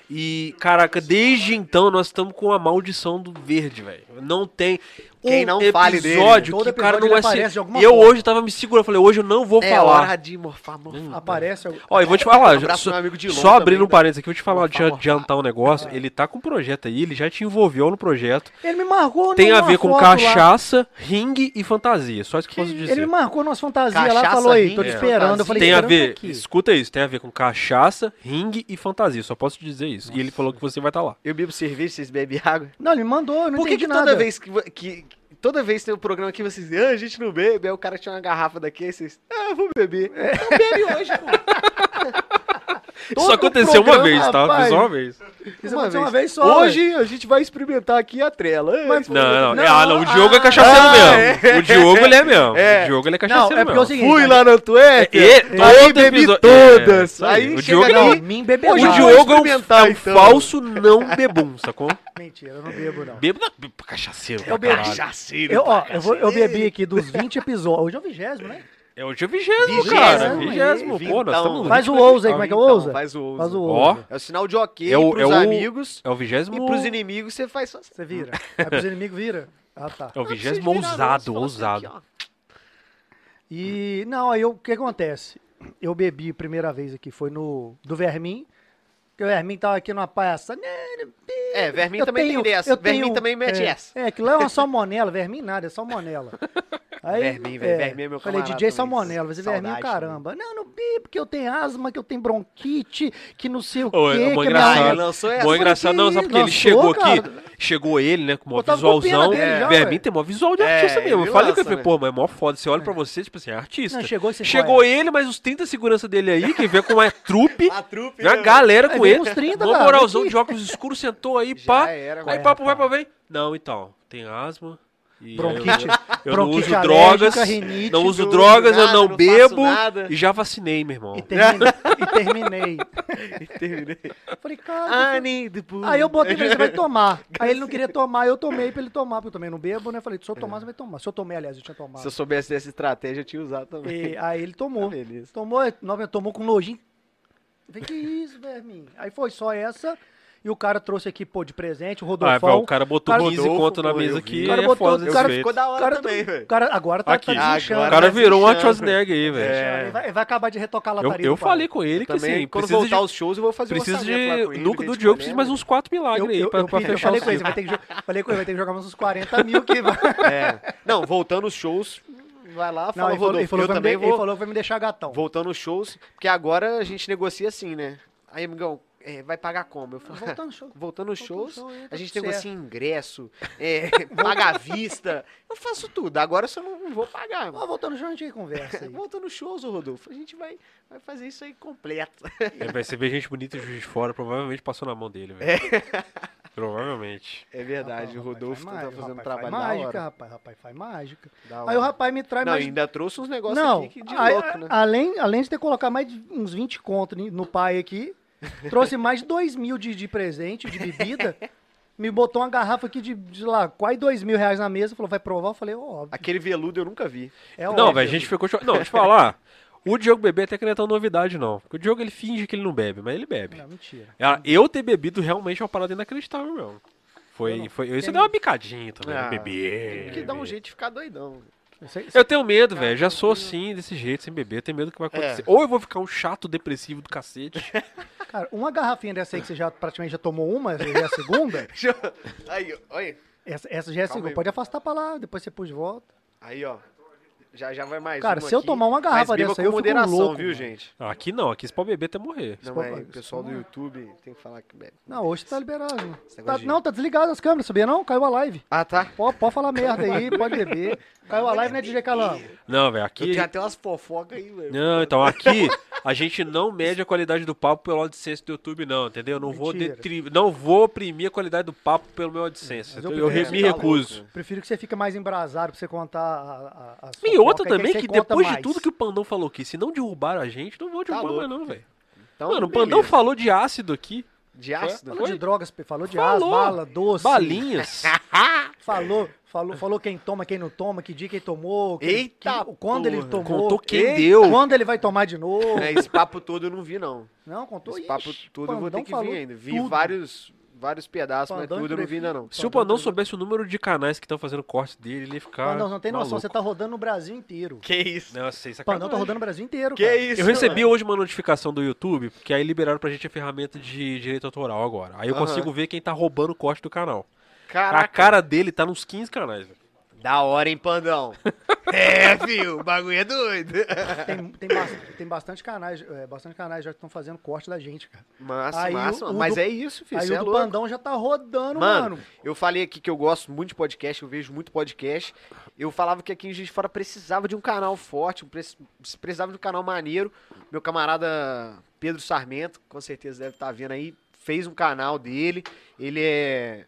A: E, caraca, desde então nós estamos com a maldição do verde, velho. Não tem um
D: Quem não
A: episódio
D: fale dele. né?
A: que
B: Todo
A: o cara
B: episódio
A: não
B: ele
A: é
B: aparece
A: se...
B: de alguma
A: Eu
B: forma.
A: hoje tava me segurando, falei, hoje eu não vou
D: É
A: falar.
D: hora de morfar, morfar.
B: Aparece. algum-
A: Ó, e vou te falar,
D: Um abraço
A: só,
D: pro meu amigo Dilon
A: só abrindo
D: também, né?
A: um parênteses aqui, vou te falar,
D: Morfar,
A: de
D: morfar.
A: adiantar um negócio. Ele tá com um projeto aí, ele já te envolveu no projeto.
B: Ele me marcou.
A: Tem a
B: numa
A: ver com
B: é foto lá.
A: cachaça, ringue e fantasia. Só isso que, eu posso dizer.
B: Ele me marcou nas fantasias lá,
D: Cachaça,
B: falou aí,
D: ringue,
B: tô te
A: é.
B: esperando. Eu falei,
A: tem a
B: esperando
A: ver,
B: aqui.
A: escuta isso, tem a ver com cachaça, ringue e fantasia. Só posso te dizer isso. E ele falou que você vai estar lá.
D: Eu bebo cerveja, vocês bebem água.
B: Não, ele me mandou, eu não
D: Por que,
B: entendi
D: que
B: nada.
D: toda vez que, vo- que- que toda vez que tem um programa que vocês dizem, ah, a gente não bebe, aí o cara tinha uma garrafa daqui, aí vocês, ah, eu vou beber. Então bebe hoje, pô.
A: Isso
B: Todo
A: aconteceu uma
B: programa,
A: vez, tá?
B: rapaz.
A: Só uma vez.
B: Isso aconteceu uma vez só. velho.
D: Hoje a gente vai experimentar aqui a trela.
B: Mas-
A: Não, não,
B: Não,
A: não. Ah, não, o Diogo é
B: ah,
A: cachaceiro
D: é.
A: mesmo. O Diogo, ele é mesmo.
D: É.
A: O Diogo, ele é cachaceiro
B: Não,
A: mesmo.
B: é porque é o seguinte.
D: Fui lá na
A: É,
D: Antuérpia,
A: e-
D: aí
A: todo
D: bebi
A: episódio- é,
D: todas.
A: isso aí.
D: aí
A: O
D: chega
A: Diogo
D: aqui,
A: não.
B: Não, me embebedou.
A: Hoje o
D: Vamos
A: Diogo é um,
D: experimentar,
A: é um
D: então.
A: falso não bebum, sacou?
B: Mentira, eu não bebo, não.
A: Bebo não, bebo pra cachaceiro.
B: Eu
A: Eu
B: bebo.
D: Cachaceiro.
B: Eu, ó, eu, vou-
D: assim.
B: eu bebi aqui dos 20 episódios. Hoje é o vigésimo, né?
A: É o dia vigésimo,
D: Vigésimo,
A: cara. é
B: aí,
A: Vigésimo, pô, nós
D: vintão.
A: estamos no
B: Faz o
A: ritmo
B: ouso aí, como é que é o
D: Então,
B: ouso?
D: Faz o ouso.
B: Faz o
A: Ó.
B: ouso.
D: É o sinal de ok
A: É o-
D: pros
A: é o-
D: amigos
A: É o vigésimo.
D: e pros inimigos você faz só assim.
B: Você vira. Aí pros inimigos vira. Ah, tá.
A: É o
D: Ah, vocês
A: vigésimo
D: viraram,
A: ousado,
D: vocês falam assim,
A: ousado.
D: aqui, ó.
B: E, não, aí eu- o que acontece? Eu bebi a primeira vez aqui, foi no do Vermin. Que o Vermin tava aqui numa palhaça. né?
D: É, Vermin
B: Eu
D: também
B: tenho-
D: tem
B: eu
D: dessa. Vermin
B: tenho-
D: também mete
B: é,
D: essa.
B: É, aquilo é uma salmonela, vermin nada, é salmonela. Aí,
D: Vermin, velho, vermin é meu
B: Falei,
D: camarada
B: DJ
D: também,
B: salmonela, mas é
D: saudade
B: vermin o
D: também.
B: caramba. Não, não bebo, que eu tenho asma, que eu tenho bronquite, que não sei o
A: Ô, é
B: quê.
A: uma
B: que
A: engraçada.
B: minha-
D: Ah, ele lançou essa.
A: Mó é engraçado, não, sabe porque ele
B: Lançou,
A: chegou aqui,
B: cara.
A: chegou ele, né, com o maior
B: Eu tava com pena
A: visualzão.
B: dele já,
A: Vermin
B: ué.
A: tem mó visual de
D: É,
A: artista mesmo.
D: ele
A: Eu falei com
D: lança,
A: ele,
D: né?
A: pô, mas é mó foda. Você olha pra você, tipo assim, é artista.
B: Não, chegou esse
A: Chegou ele, mas os 30 segurança dele aí, que vê com a trupe,
D: A trupe.
A: vem a
D: né?
A: galera
B: Ah, Aí
A: com
B: vem
A: ele.
B: uns 30,
A: mó
B: cara,
A: moralzão
B: aqui.
A: de óculos escuros, sentou aí,
D: Já
A: pá.
D: era,
A: Aí
D: qual
A: papo
B: é,
A: vai pra vem. Não, então, tem asma. e
B: Bronquite-
A: Eu, eu não
B: bronquite
A: uso
B: alérgica,
A: drogas,
B: rinite,
A: não uso
D: não
A: drogas,
D: uso
A: eu
D: nada,
A: não,
D: não faço
A: bebo
D: nada.
A: e já vacinei, meu irmão.
B: E terminei. e terminei.
D: Terminei.
B: Falei, cara.
D: I need the
B: Aí eu botei pra ele, você vai tomar. Aí ele não queria tomar, eu tomei pra ele tomar, porque eu também não bebo, né? Falei, se eu tomar, você vai tomar. Se eu tomei, aliás, eu tinha tomado.
D: É. Se eu soubesse dessa estratégia, eu tinha usado também.
B: E aí ele tomou. é,
D: Tá, beleza.
B: tomou, novamente tomou com nojinho. Eu Falei, que isso, vermin? Aí foi só essa. E o cara trouxe aqui, pô, de presente, o
A: Ah,
B: Rodolfão.
A: velho, o cara botou
B: Cara,
A: 15
D: Rodolfo,
A: conto na
D: pô,
A: mesa
D: eu
A: aqui.
D: vi.
B: O cara
A: é
B: botou-
A: foda
B: o
A: desse
B: cara
A: jeito.
D: Ficou da hora
B: cara
D: também,
B: do-
D: velho.
B: cara agora tá,
A: Aqui.
B: tá desinchando.
A: O
D: Agora
A: cara
D: tá
A: virou um
D: desinchando.
A: Schwarzenegger aí, velho.
D: É.
B: Ele vai, ele vai acabar de retocar a
A: Eu,
B: lataria.
A: eu
B: do Paulo.
A: falei com ele que
D: Também,
A: assim,
D: quando
A: precisa de,
D: voltar os shows, eu vou fazer
A: precisa
D: uma sarjeta lá com
A: de
D: ele,
A: no,
D: ver
A: do
D: se
A: Diogo precisa
D: lembra.
A: mais uns 4
B: Eu,
A: milagres aí
B: eu-
A: pra,
B: eu
A: pra
B: pedi- eu
A: fechar
B: falei
A: o
B: com ele, vai ter que, jo- falei com ele, vai ter que jogar mais uns 40 mil que vai.
A: um.
D: É. Não, voltando os shows, vai lá,
B: Não,
D: fala,
B: ele falou, ele
D: Rodolfo,
B: falou que vai me
D: eu também
B: de- ele
D: vou.
B: falou que vai me deixar gatão.
D: Voltando os shows, porque agora a gente negocia assim, né? Aí, amigão, é, vai pagar como? Eu falo,
B: Tá Voltando, show.
D: voltando os shows,
B: show, é, tá
D: a gente
B: tudo
D: negocia ingresso, é, paga à vista, eu faço tudo, agora eu só não, não vou pagar.
B: Ó, Tá voltando show, a gente conversa aí.
D: Voltando os shows, ô Rodolfo, a gente vai, vai fazer isso aí completo.
A: É, vai, você vê gente bonita de Juiz de Fora, provavelmente passou na mão dele, velho. Provavelmente.
D: É
B: Rapaz,
D: verdade, o Rodolfo
B: rapaz,
D: tá
B: faz
D: fazendo um
B: mágica,
D: trabalho
B: faz
D: da
B: mágica,
D: hora.
B: rapaz, rapaz, faz mágica.
D: da
B: Aí o
D: hora.
B: rapaz me traz
D: Não,
B: mais...
D: ainda trouxe uns negócios
B: Não,
D: aqui que de
B: a-
D: louco, né?
B: além, além de ter colocado mais de uns 20 conto ni- no pai aqui, trouxe mais de 2 mil de, de presente, de bebida, me botou uma garrafa aqui de, de lá, quase 2 mil reais na mesa, falou, vai provar? Eu falei, óbvio.
D: Aquele veludo eu nunca vi.
B: É
A: não,
B: óbvio.
A: velho, a gente ficou. cho- Não, deixa eu falar. O Diogo beber até que não é tão novidade, não. Porque o Diogo ele finge que ele não bebe, mas ele bebe.
B: Não, mentira.
A: Ah, Eu ter bebido realmente é uma parada inacreditável, meu. Foi, foi, isso deu uma bicadinha também,
D: Ah,
A: beber.
D: Tem que dar um jeito de ficar doidão.
B: Isso aí-
A: Eu tenho medo, velho. Já sou assim, desse jeito, sem beber. Eu tenho medo do que vai acontecer. Ou eu vou ficar um chato depressivo do cacete.
B: tá Cara, uma garrafinha dessa aí que você já praticamente já tomou uma, essa já é a segunda,
D: Deixa eu- Aí, ó, olha.
B: essa, essa já é a
D: Calma
B: segunda.
D: aí.
B: Pode afastar pra lá, depois você puxa de volta.
D: Aí, ó. Já, já vai mais
B: Cara,
D: uma
B: se eu
D: aqui.
B: tomar uma garrafa
D: Mas beba
B: dessa aí,
D: com
B: eu fico
D: moderação,
B: louco,
D: viu,
B: mano.
D: gente?
A: Não, aqui não, aqui se pode beber até morrer.
D: Não,
B: pode-
D: é, o
B: isso
D: pessoal do
B: não é.
D: YouTube tem que falar que bebe.
B: Não, hoje tá liberado. mano.
D: negócio
B: Tá-
D: de-
B: não, tá desligado as câmeras, sabia não? Caiu a live.
D: Ah, tá.
B: Pode, pode falar merda aí, pode beber. Caiu a live, né, DJ Calango?
A: Não, velho,
D: Eu
A: aqui.
D: tenho até umas fofocas aí, velho.
A: Não, então aqui a gente não mede a qualidade do papo pelo AdSense do YouTube, não, entendeu? Não vou,
B: Mentira.
A: detri- não vou oprimir a qualidade do papo pelo meu AdSense.
B: Mas
A: Eu,
B: eu
A: eu re-
D: prefiro
A: me
D: ficar
A: recuso.
D: louco.
B: Prefiro que você fique mais embrasado pra você contar a, a, a sua
A: E outra
B: fofoca, aí
A: também,
B: aí
A: que
B: você conta
A: depois de
B: mais.
A: tudo que o Pandão falou aqui, se não derrubaram a gente, não vão derrubar
D: louco.
A: mais não, velho.
D: Então,
A: Mano, o
D: beleza.
A: Pandão falou de ácido aqui,
D: De ácido?
B: Falou de drogas, falou de
A: Falou.
B: as, bala, doce.
A: balinhas.
B: Falou, falou, falou quem toma, quem não toma, que dia que ele tomou. que-
D: Eita
B: que- quando ele
D: porra.
B: tomou.
A: Contou quem
B: que-
A: deu.
B: Quando ele vai tomar de novo.
D: É, esse papo todo eu não vi, não.
B: Não, contou
D: Esse
B: isso.
D: papo todo eu vou ter que vir ainda. Vi
B: tudo.
D: vários, vários pedaços,
B: Pandão
D: mas tudo eu não vi ainda, não.
A: Se o Pandão soubesse o número de canais que estão fazendo corte dele, ele ia ficar.
B: Pandão, Ah, não tem noção,
A: maluco.
B: você tá rodando no Brasil inteiro.
D: Que isso? né?
A: Não, eu sei, sacanagem.
B: Pandão tá rodando no Brasil inteiro,
D: Que
B: cara.
D: isso?
A: Eu recebi hoje uma notificação do YouTube, que aí liberaram pra gente a ferramenta de direito autoral agora. Aí eu
D: Aham.
A: consigo ver quem tá roubando o corte do canal. A
D: Caraca.
A: cara dele tá nos 15 canais, velho.
D: Da hora, hein, Pandão? é, filho, o bagulho é doido.
B: Tem, tem, bas- tem bastante canais, é, bastante canais já que estão fazendo corte da gente, cara.
D: Massa,
B: Aí o-
D: massa.
B: o
D: mas
B: do-
D: é isso, filho.
B: Aí
D: Você
B: o
D: é
B: do
D: louco.
B: Pandão já tá rodando,
D: Mano,
B: mano.
D: eu falei aqui que eu gosto muito de podcast, eu vejo muito podcast. Eu falava que aqui em Juiz de Fora precisava de um canal forte, um preci- precisava de um canal maneiro. Meu camarada Pedro Sarmento, com certeza deve estar vendo aí, fez um canal dele. Ele é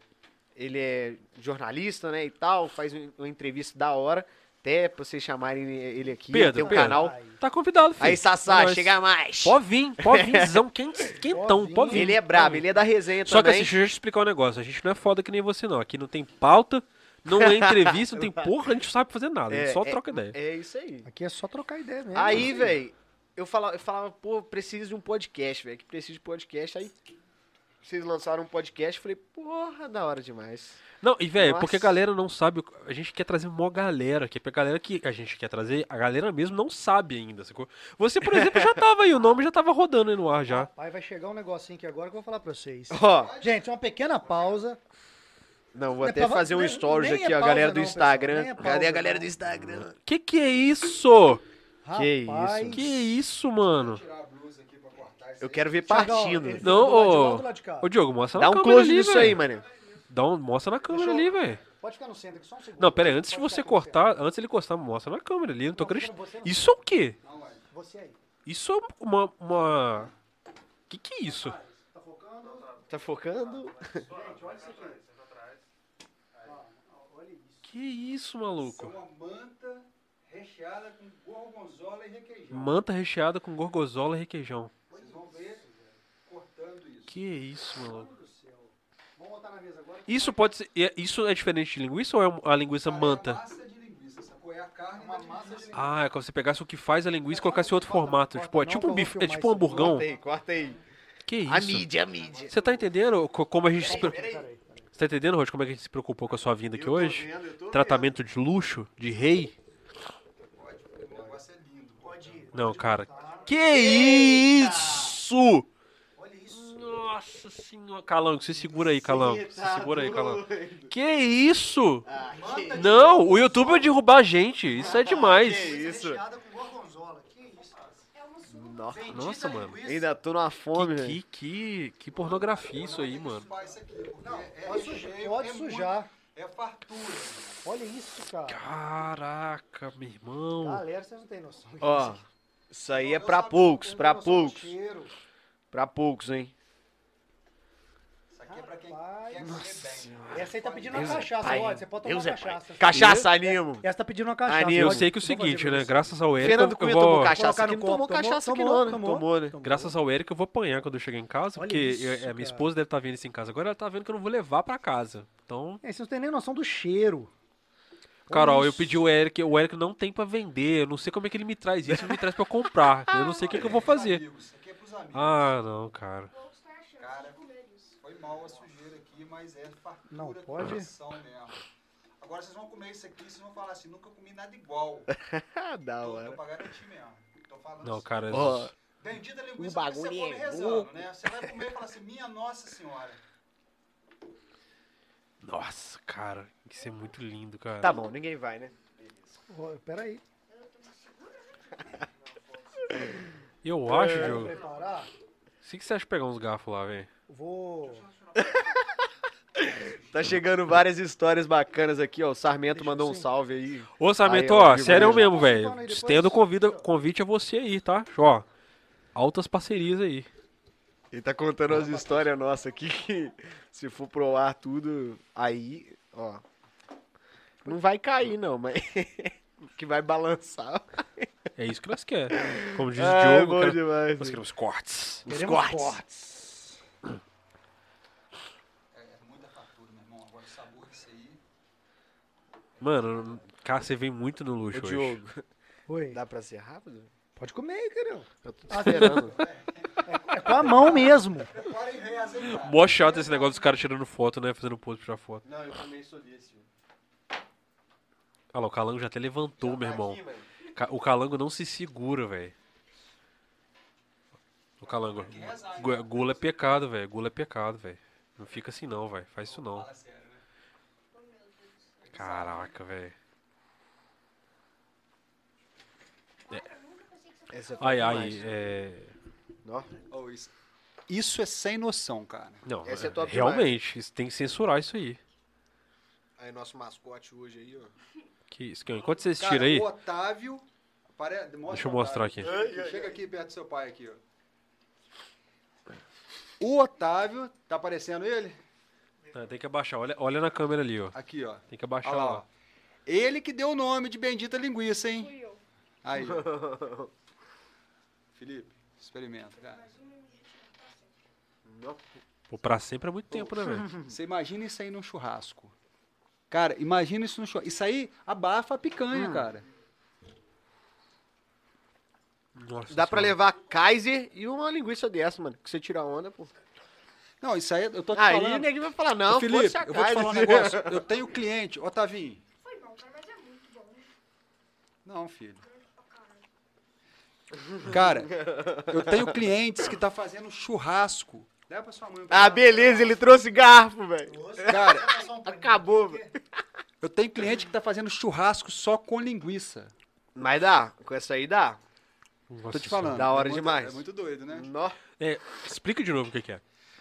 D: ele é jornalista, né, e tal, faz um- uma entrevista da hora. Até pra vocês chamarem ele aqui,
A: Pedro,
D: tem um
A: Pedro.
D: canal.
B: Ai,
A: Tá convidado, filho.
D: Aí,
B: É
D: Sassá,
A: Nós.
D: chega mais.
A: Pode vir, pode virzão, quem, quentão,
B: vir.
A: pode vir.
D: Ele é brabo, ele é da resenha
A: Só que
D: também.
A: assim, deixa eu te explicar um negócio. A gente não é foda que nem você, não. Aqui não tem pauta, não é entrevista, não tem porra, a gente não sabe fazer nada. a gente
D: É,
A: só troca ideia.
D: É isso aí.
B: Aqui é só trocar ideia mesmo.
D: Aí, velho, eu falava, eu falava, pô, preciso de um podcast, velho, que preciso de podcast. Aí vocês lançaram um podcast, eu falei, porra, da hora demais.
A: Não, e velho, porque a
D: Nossa.
A: galera não sabe. A gente quer trazer mó galera aqui. Porque a galera que a gente quer trazer, a galera mesmo não sabe ainda. sacou? Você, por exemplo, já tava aí, o nome já tava rodando aí no ar já.
B: Pai, vai chegar um negocinho aqui agora que eu vou falar pra vocês.
D: Ó,
B: Gente, uma pequena pausa.
D: não, vou
B: Não é
D: até
B: pausa-
D: fazer um
B: nem-
D: stories
B: nem é
D: aqui, ó, a
B: pausa
D: galera
B: não,
D: do
B: pessoal,
D: Instagram.
B: nem é pausa
D: Cadê a galera
B: não.
D: do Instagram?
A: Que que é isso?
D: Que
B: Rapaz,
D: isso?
A: Que isso, mano?
D: Eu quero ver
B: Thiago,
D: partindo.
B: ele fica
A: Não,
B: do lado de lá,
A: ô-
B: do lado de cá.
A: Ô, Diogo, mostra
D: Dá
A: na
D: um
A: câmera
D: close
A: ali,
D: nisso aí,
A: velho.
D: mano.
A: Dá um, mostra na câmera
B: Deixa
A: ali,
B: eu-
A: velho.
B: Pode ficar no centro aqui só um segundo.
A: Não, pera aí, antes de
B: Pode
A: você
B: ficar aqui no centro.
A: cortar, antes ele cortar, mostra na câmera ali, eu não tô
B: Não, fica no-
A: acreditando.
B: você não-
A: Isso é o quê?
B: Você aí.
A: Isso é uma. uma... Que que é isso?
D: Tá focando?
A: Que isso, maluco?
C: uma manta recheada com gorgonzola e requeijão.
A: Manta recheada com gorgonzola e requeijão.
C: Vocês vão ver cortando isso.
A: Que isso, maluco?
B: Vamos botar na mesa agora.
A: Isso pode ser. é- Isso é diferente de linguiça ou é a linguiça manta?
C: massa de linguiça, sacou? É a carne uma massa de linguiça.
A: Ah, é como se pegasse o que faz a linguiça e colocasse em outro formato. Tipo, é
B: não,
A: tipo
B: que eu
A: um
B: vou
A: bife, é
B: filmar
A: tipo um
B: isso.
A: hamburgão.
D: Corta aí, corta aí.
A: Que isso?
D: A mídia, a mídia.
A: Você tá entendendo co- como a gente se pre-
D: Peraí,
A: Você tá entendendo, Rod, como é que a gente se preocupou com a sua vinda
D: Eu
A: aqui
D: tô
A: hoje?
D: vendo, eu tô vendo.
A: Tratamento de luxo, de rei?
D: é
A: Não, cara. Que isso? Nossa senhora. Calango, se segura aí, Calango.
D: tá
A: Se segura aí, Calango. Que isso? Não, o YouTube vai derrubar a gente. Isso é
D: Que
A: demais.
D: isso? Nossa,
A: Nossa, mano.
D: ainda tô numa fome,
B: é
D: velho.
A: Que, que, que pornografia isso aí, mano.
B: Pode sujar. Pode sujar.
C: É fartura.
B: Olha isso, cara.
A: Caraca, meu irmão.
B: Galera, vocês não têm noção.
D: Ó, isso aí é pra poucos, pra poucos. Pra poucos, hein?
C: Isso aqui é pra quem
B: Rapaz.
C: quer comer bem.
B: Essa aí tá pedindo uma
D: Deus é
B: cachaça,
D: pai,
B: Rod. Você pode tomar
D: Deus
B: uma
D: é pai.
B: cachaça.
D: Cachaça, animo.
B: Essa tá pedindo uma cachaça.
D: Anil.
A: Eu
D: Pode-
A: sei que é o seguinte, né? Graças ao Eric,
D: Fernando
A: eu
D: Cunha
A: vou-
D: tomou cachaça
B: Colocar no
D: aqui, não tomou
B: copo, tomou,
D: cachaça aqui
B: tomou,
D: não, né?
B: tomou.
D: Tomou, né?
A: Graças ao Eric, eu vou apanhar quando eu chegar em casa,
B: Olha
A: porque
B: isso,
A: eu- é, minha
B: cara.
A: esposa deve estar vendo isso em casa. Agora ela tá vendo que eu não vou levar pra casa. Então,
B: É, vocês não têm nem noção do cheiro.
A: Carol,
B: Olha
A: eu
B: isso.
A: pedi o Eric, o Eric não tem pra vender, eu não sei como é que ele me traz isso, ele me traz pra eu comprar. Eu não sei o que, que eu vou fazer.
C: Amigos, Isso aqui é pros amigos.
A: Ah, não, cara.
C: Cara, foi mal a sujeira aqui, mas é fartura
B: Não,
C: do
B: pode.
C: coração mesmo. Agora vocês vão comer isso aqui e vocês vão falar assim, nunca comi nada igual.
D: Ah, da
C: Tô, tô
D: hora.
C: pra garantir mesmo. Tô falando
A: Não,
C: assim.
A: cara.
D: Ó,
C: Bendita linguiça
D: O
C: o
D: Um bagulho
C: você come
D: é
C: rezando,
D: bom.
C: né? Você vai comer e fala assim, minha nossa senhora.
A: Nossa, cara. Isso é muito lindo, cara.
D: tá bom, ninguém vai, né?
B: Ó, Peraí.
A: Eu acho,
B: Quero
A: Diogo. O
B: preparar.
A: que que você acha de pegar uns garfos lá, velho?
B: Vou.
D: Tá chegando várias histórias bacanas aqui, ó. O Sarmento
B: Deixa eu
D: mandou um
B: sim.
D: salve aí.
A: Ô, Sarmento,
D: Aí, ó,
A: ó,
D: de
A: sério
D: beleza.
A: mesmo, velho. Estendo convida, convite a você aí, tá? Ó, altas parcerias aí.
D: Ele tá contando as histórias nossas aqui que se for pro ar tudo, aí, ó. Não vai cair, não, mas. que vai balançar.
A: É isso que nós queremos. Como diz o
D: É,
A: Diogo,
D: bom
A: cara,
D: demais.
A: nós queremos cortes.
D: Os
B: Queremos
D: cortes.
B: cortes.
C: É, é muita fartura, meu irmão. Agora o sabor disso aí.
A: Mano, cara, você vem muito no luxo
D: Ô,
A: hoje.
D: Diogo,
B: Oi.
D: dá pra ser rápido?
B: Pode comer, querido.
D: Eu tô te esperando.
B: É com a mão mesmo.
C: Agora em reais, hein, cara?
A: Mó chato esse negócio dos caras tirando foto, né? Fazendo pose pra tirar foto.
E: Não, eu também sou desse. tio.
A: Olha lá, o Calango já até levantou,
E: Já
A: meu
E: tá
A: irmão.
E: aqui, mano.
A: Ca- O Calango não se segura, velho. O Calango.
C: né?
A: gu- Gula é pecado, velho. Gula é pecado, velho. Não fica assim não, velho. Faz isso não.
C: Fala sério, né?
A: Caraca, velho.
D: Essa foi
A: Ai, ai,
D: demais.
A: é.
D: Ó,
C: Ô, isso, isso é sem noção, cara.
A: Não,
E: Essa é
A: é-
E: top
A: realmente, isso tem que censurar isso aí.
E: Aí, nosso mascote hoje aí, ó.
A: Que isso, que- enquanto vocês
C: Cara,
A: tiram aí,
C: o Otávio... apare- mostra
A: Deixa eu
C: o Otávio.
A: mostrar aqui.
C: Chega aqui, chega aqui perto do seu pai aqui, ó. O Otávio, tá aparecendo ele?
A: tá, tem que abaixar. Olha, olha na câmera ali, ó.
C: Aqui, ó.
A: Tem que abaixar
C: Olha lá, ó.
A: lá.
C: Ele que deu o nome de Bendita Linguiça, hein?
F: Fui eu.
C: Aí. ó. Felipe, experimenta, cara.
E: Não.
A: Pô, pra sempre é muito tempo, né, velho?
C: Você imagina isso aí num churrasco. Cara, imagina isso num churrasco. Isso aí abafa a picanha,
A: Hum.
C: cara.
A: Nossa
D: Dá
A: senhora.
D: pra levar Kaiser e uma linguiça dessa, mano. Que você tira onda, pô.
C: Não, isso aí eu tô te
D: Aí o
C: falando.
D: neguinho vai falar,
C: Ô,
D: não,
C: Felipe,
D: fosse a
C: eu vou te falar um
D: Kaiser.
C: negócio. Eu tenho cliente, Otavinho.
F: Foi mal, cara, mas é muito bom.
C: Não, filho. Cara, eu tenho clientes que tá fazendo churrasco. Leva pra sua mãe. pra
D: Ah,
C: lá.
D: beleza, ele trouxe garfo, velho.
C: Cara,
D: Acabou, velho.
C: eu tenho cliente que tá fazendo churrasco só com linguiça.
D: Mas dá, com essa aí dá.
A: Nossa
C: Tô te
A: senhora.
C: falando.
D: da hora
C: é muito-
D: demais.
C: É muito doido, né?
D: Nó.
A: É, explica de novo o que, que é.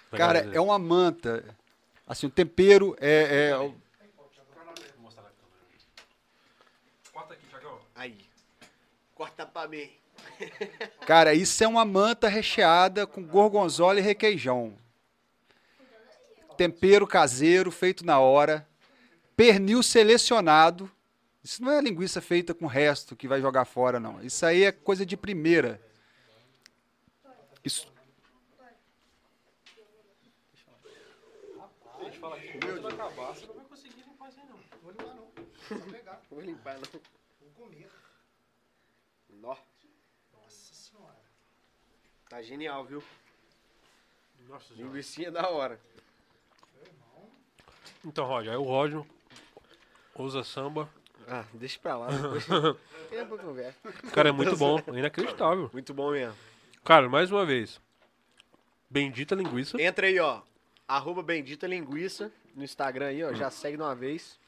A: Pra
C: Cara,
A: galera
C: é uma manta. Assim, o tempero é. é o-
D: Aí. Corta pra mim.
C: cara, isso é uma manta recheada com gorgonzola e requeijão. Tempero caseiro, feito na hora. Pernil selecionado. Isso não é linguiça feita com resto que vai jogar fora, não. Isso aí é coisa de primeira. Isso.
D: Vou limpar, não. Vou comer. Nó. Nossa senhora. Tá genial, viu?
A: Nossa
D: Linguicinha da hora.
A: Então, Roger, aí o Roger usa samba.
D: Ah, deixa pra lá. Depois... Tem pra conversa.
A: O cara é muito bom, é inacreditável.
D: Muito bom mesmo.
A: Cara, mais uma vez. Bendita linguiça.
C: É-
D: Entra aí, ó. Arroba Bendita Linguiça no Instagram aí, ó. Já segue de uma vez.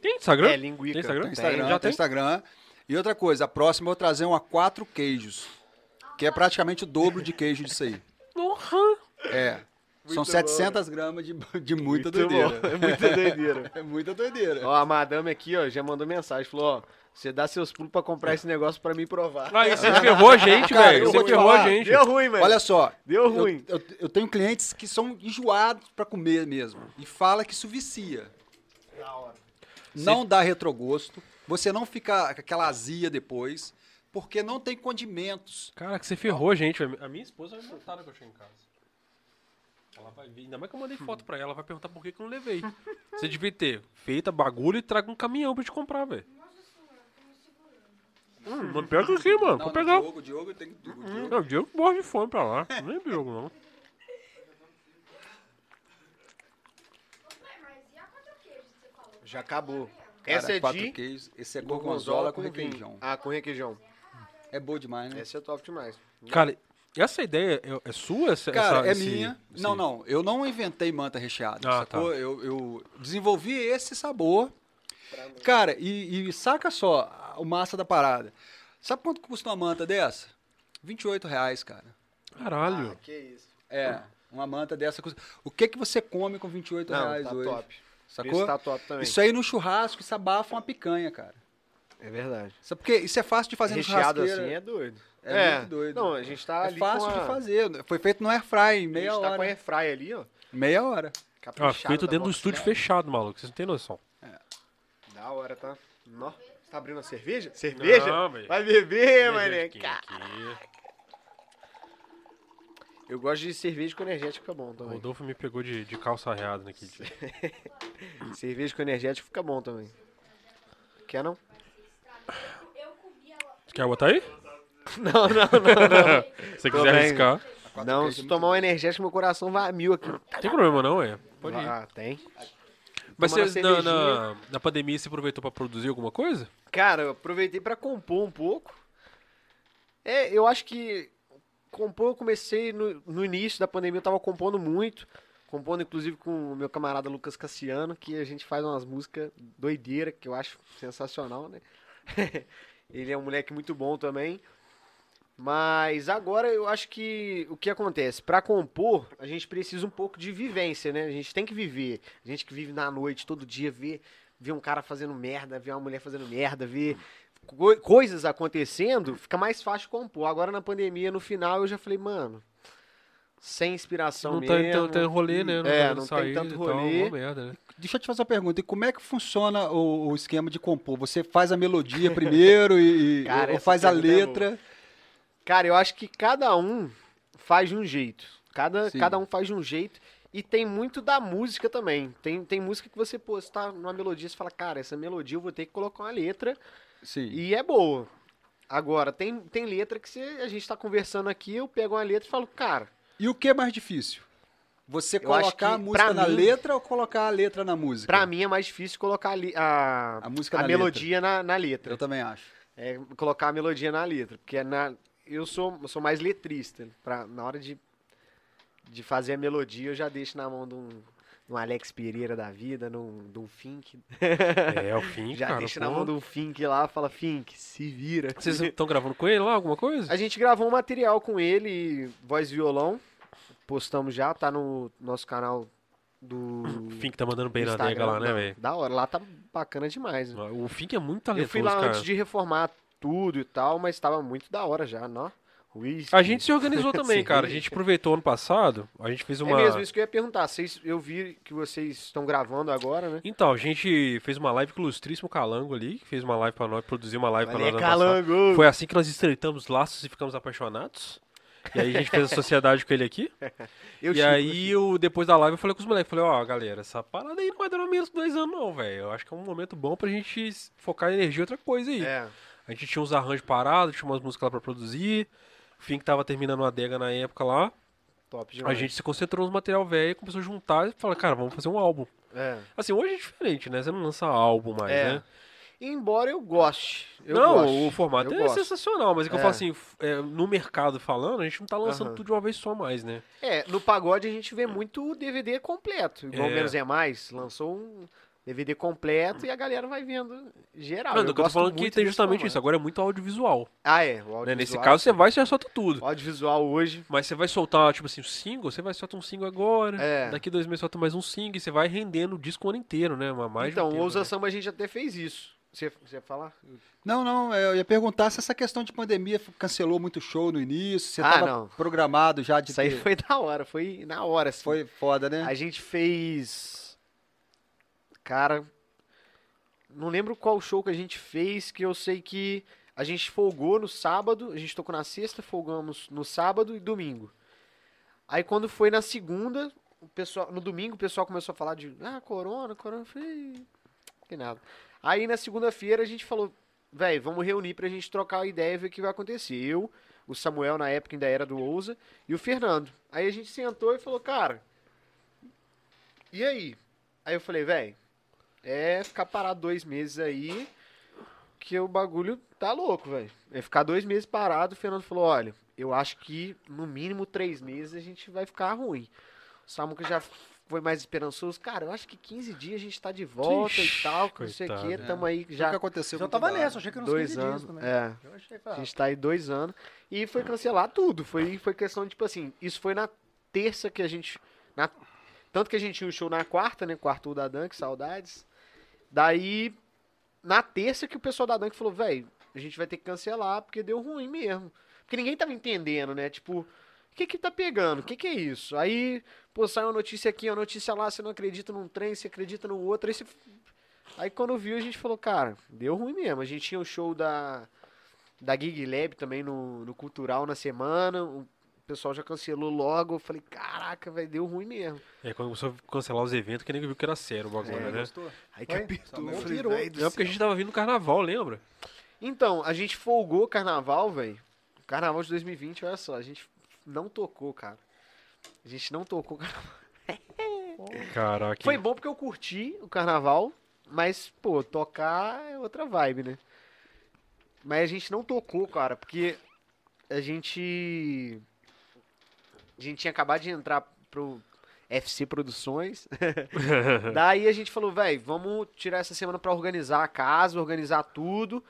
A: Tem Instagram?
D: É, linguica.
A: Tem Instagram?
D: Tem
A: Instagram.
C: Instagram,
A: Já
C: tem
A: tem?
C: Instagram. E outra coisa, a próxima eu vou trazer uma quatro queijos, que é praticamente o dobro de queijo disso aí.
A: Porra!
C: É. São
D: Muito
C: 700 gramas de, de muita
D: Muito bom.
C: doideira.
D: É muita doideira.
C: É muita doideira.
D: Ó, a madame aqui, ó, já mandou mensagem. Falou, ó, você dá seus pulos pra comprar esse negócio pra mim provar.
A: Aí você ferrou a gente,
C: Cara,
A: velho.
C: eu
D: é
A: Você
C: vou te
A: ferrou a
C: falar,
A: gente.
D: Deu ruim, velho.
C: Olha só.
D: Deu
C: eu-
D: ruim.
C: Eu, eu tenho clientes que são enjoados pra comer mesmo. E fala que isso vicia. Não dá retrogosto. Você não fica com aquela azia depois. Porque não tem condimentos.
A: Cara, que você ferrou a gente, velho. A minha esposa vai me matar na hora que eu chegar em casa. Ela vai vir. Ainda mais que eu mandei foto pra ela. Ela vai perguntar por que, que eu não levei. Você devia ter feito a bagulho e traga um caminhão pra te comprar, velho. Hum, mas pior que aqui, mano. Vou pegar.
C: Diogo, Diogo tem tudo.
A: Hum, é o Diego que morre de fome pra lá. Nem Diogo, não.
F: Ué, mas e a quatro queijos que você falou?
D: Já acabou.
C: Cara,
D: Essa é
C: quatro
D: de
C: queijos. Esse é
D: gorgonzola
C: gorgonzola com
D: vinho.
C: requeijão.
D: Ah, com requeijão.
C: É bom demais, né?
D: Essa é top demais.
A: Cara, essa ideia é, é sua? Essa,
C: Cara,
A: essa-
C: é
A: esse-
C: minha.
A: esse-
C: Não, não. Eu não inventei manta recheada.
A: Ah,
C: sacou?
D: tá.
C: Eu, eu desenvolvi esse sabor. Cara, e, e saca só a- o massa da parada. Sabe quanto custa uma manta dessa? R$ 28 reais, cara.
A: Caralho.
D: Ah, que isso.
C: É, uma manta dessa custa. O que que você come com 28
D: Não,
C: reais
D: tá
C: hoje?
D: top.
C: Sacou?
D: Isso tá top também.
C: Isso aí no churrasco, isso abafa uma picanha, cara.
D: É verdade.
C: Sabe porque isso é fácil de fazer
D: Recheado
C: no
D: assim
C: churrasqueiro.
D: é doido.
C: É muito doido.
D: Não, a gente tá ali
C: é fácil
D: com a...
C: de fazer. Foi feito no airfry, em meia
D: a gente tá
C: hora.
D: com a airfry ali, ó.
C: Meia hora.
A: Ah,
D: caprichada
A: feito
D: da
A: dentro do
D: moto.
A: estúdio fechado, maluco. Vocês não têm noção.
D: Da hora, tá? Nó. Você tá abrindo a cerveja? Cerveja? Vai beber, mané. Ca- Eu gosto de cerveja com energético, fica bom
A: O
D: também.
A: Rodolfo me pegou de, de calça arreada naquele dia.
D: Cerveja com energético fica bom também. Quer não?
F: Eu comi ela.
A: Você Quer botar aí?
D: Não, não, não.
A: Se você
D: Tô
A: quiser
D: bem.
A: arriscar.
D: Não, se tomar um energético, meu coração vai a mil aqui.
A: Não tem problema não, é. Pode ir.
D: Ah, tem.
A: Mas
D: tomar
A: você, na,
D: uma
A: na, na pandemia, você aproveitou pra produzir alguma coisa?
D: Cara, eu aproveitei pra compor um pouco. É, eu acho que compor eu comecei no, no início da pandemia, eu tava compondo muito. Compondo, inclusive, com o meu camarada Lucas Cassiano, que a gente faz umas músicas doideira, que eu acho sensacional, né? Ele é um moleque muito bom também. Mas agora eu acho que o que acontece? Pra compor, a gente precisa um pouco de vivência, né? A gente tem que viver. A gente que vive na noite, todo dia, vê, vê um cara fazendo merda, vê uma mulher fazendo merda, vê co- coisas acontecendo, fica mais fácil compor. Agora na pandemia, no final, eu já falei, mano, sem inspiração
A: Não então,
D: mesmo.
A: tem tanto rolê, né? Não,
D: é,
A: tá
D: não
A: sair
D: tem
A: e
D: tanto
A: tal,
D: rolê.
A: uma merda, né?
C: Deixa eu te fazer uma pergunta. E como é que funciona o, o esquema de compor? Você faz a melodia primeiro e e-
D: Cara,
C: ou
D: essa
C: faz a
D: pergunta é
C: letra?
D: Cara, eu acho que cada um faz de um jeito. Cada,
C: Sim.
D: cada um faz de um jeito. E tem muito da música também. Tem, tem música que você postar numa melodia e fala, cara, essa melodia eu vou ter que colocar uma letra
C: Sim.
D: e é boa. Agora, tem, tem letra que você- a gente tá conversando aqui, eu pego uma letra e falo, cara,
C: E o que é mais difícil? Você
D: Eu acho
C: colocar a
D: que,
C: música
D: pra
C: na
D: mim-
C: letra ou colocar a letra na música?
D: pra mim é mais difícil colocar a, li- a,
C: A música
D: a
C: na
D: melodia na, na letra.
C: Eu também acho.
D: É colocar a melodia na letra, porque é na eu sou, eu sou mais letrista, pra, na hora de, de fazer a melodia eu já deixo na mão de um, de um Alex Pereira da vida, num, de um Fink,
A: É, o fim,
D: já
A: cara.
D: deixo
A: pô.
D: na mão do Fink lá, fala Fink, se vira.
A: Vocês estão gravando com ele lá, alguma coisa?
D: A gente gravou um material com ele, voz e violão, postamos já, tá no nosso canal do
A: O Fink tá mandando bem na
D: Instagram,
A: nega lá, né,
D: não,
A: velho?
D: Da hora, lá tá bacana demais. né?
A: O Fink é muito
D: Eu
A: talentoso,
D: fui lá
A: cara.
D: antes de reformar tudo e tal, mas tava muito da hora já, não?
A: A gente se organizou também,
D: Sim.
A: cara. A gente aproveitou ano passado, a gente fez uma...
D: É mesmo, isso que eu ia perguntar. Vocês, eu vi que vocês estão gravando agora, né?
A: Então, a gente fez uma live com o Ilustríssimo Calango ali, que fez uma live pra nós, produziu uma live pra nós. ano passado. Foi assim que nós estreitamos laços e ficamos apaixonados. E aí a gente fez a sociedade com ele aqui.
D: Eu
A: e
D: chico,
A: aí, eu, depois da live, eu falei com os moleques, falei, ó, galera, essa parada aí não vai durar menos de dois anos não, velho. Eu acho que é um momento bom pra gente focar energia em outra coisa aí.
D: É,
A: A gente tinha uns arranjos parados, tinha umas músicas lá pra produzir. O Fink tava terminando uma adega na época lá.
D: Top
A: A
D: demais.
A: gente se concentrou nos material velho e começou a juntar e falar, cara, vamos fazer um álbum.
D: É.
A: Assim, hoje é diferente, né? Você não lança álbum mais,
D: É.
A: né?
D: Embora eu goste. Eu
A: não,
D: gosto,
A: o formato
D: eu
A: é
D: gosto.
A: sensacional, mas é que eu
D: É.
A: falo assim, f- é, no mercado falando, a gente não tá lançando
D: Aham.
A: tudo de uma vez só mais, né?
D: É, no pagode a gente vê muito o DVD completo. Igual
A: É.
D: Menos é Mais lançou um DVD completo e a galera vai vendo geral.
A: Não,
D: Ah, eu
A: do que eu tô
D: gosto
A: falando que
D: muito
A: tem
D: desse
A: justamente
D: formato.
A: isso, agora é muito audiovisual.
D: Ah, é. O
A: né?
D: audiovisual,
A: Nesse caso, você vai e você já solta tudo.
D: o Audiovisual hoje.
A: Mas você vai soltar, tipo assim, o single, você vai soltar um single agora.
D: É.
A: Daqui dois meses solta mais um single e você vai rendendo o disco o ano inteiro, né? Uma mais de um
D: então, o
A: tempo,
D: Ousa
A: né?
D: Samba a gente até fez isso. Você, você ia falar?
C: Não, não, é, eu ia perguntar se essa questão de pandemia cancelou muito show no início, se
D: Ah,
C: estava
D: não.
C: programado já de
D: Isso aí
C: ter-
D: foi da hora, foi na hora, assim.
C: foi foda, né?
D: A gente fez. Cara. Não lembro qual show que a gente fez, que eu sei que a gente folgou no sábado, a gente tocou na sexta, folgamos no sábado e domingo. Aí quando foi na segunda, o pessoal, no domingo o pessoal começou a falar de ah, corona, corona, eu falei, "Ih, que nada. Aí na segunda-feira a gente falou, velho, vamos reunir pra gente trocar a ideia e ver o que vai acontecer. Eu, o Samuel na época ainda era do Ousa e o Fernando. Aí a gente sentou e falou, cara, e aí? Aí eu falei, velho, é ficar parado dois meses aí, que o bagulho tá louco, velho. É ficar dois meses parado, o Fernando falou, olha, eu acho que no mínimo três meses a gente vai ficar ruim. O Samuca já foi mais esperançoso, cara, eu acho que 15 dias a gente tá de volta
A: Ixi,
D: e tal, que não sei o
A: coitado.
D: que, tamo aí
C: O que
D: já
C: aconteceu
B: Eu
C: com o
B: já tava
C: Tubarão?
B: nessa, achei que nos
D: dois
B: 15 dias
D: anos.
B: também.
D: É.
B: Eu achei, falei,
D: A
B: ah, É.
D: gente tá aí dois anos. E foi cancelar tudo. Foi, foi questão, tipo assim, isso foi na terça que a gente. na- tanto que a gente tinha o show na quarta, né? Com o Arthur da Dunk, saudades. Daí, na terça que o pessoal da Dunk falou, velho, a gente vai ter que cancelar porque deu ruim mesmo. Porque ninguém tava entendendo, né? Tipo, o que que tá pegando? O que que é isso? Aí, pô, sai uma notícia aqui, uma notícia lá, você não acredita num trem, você acredita no outro. Aí, você- aí quando viu, a gente falou, cara, deu ruim mesmo. A gente tinha o show da, da Gig Lab também no, no Cultural na semana, o pessoal já cancelou logo. Eu falei, caraca, velho, deu ruim mesmo.
A: É, quando começou a cancelar os eventos, que nem viu que era sério o bagulho,
D: É,
A: né?
C: Gostou?
D: Aí
B: Foi?
D: capítulo.
B: Samuel
D: Eu falei,
B: virou.
D: "Véi do
A: É porque a
D: céu."
A: gente tava vindo no carnaval, lembra?
D: Então, a gente folgou o carnaval, velho. Carnaval de 2020, olha só, a gente não tocou, cara. A gente não tocou
A: Caraca.
D: Foi bom porque eu curti o carnaval, mas, pô, tocar é outra vibe, né? Mas a gente não tocou, cara, porque a gente. A gente tinha acabado de entrar pro FC Produções. Daí a gente falou, velho, vamos tirar essa semana pra organizar a casa, organizar tudo.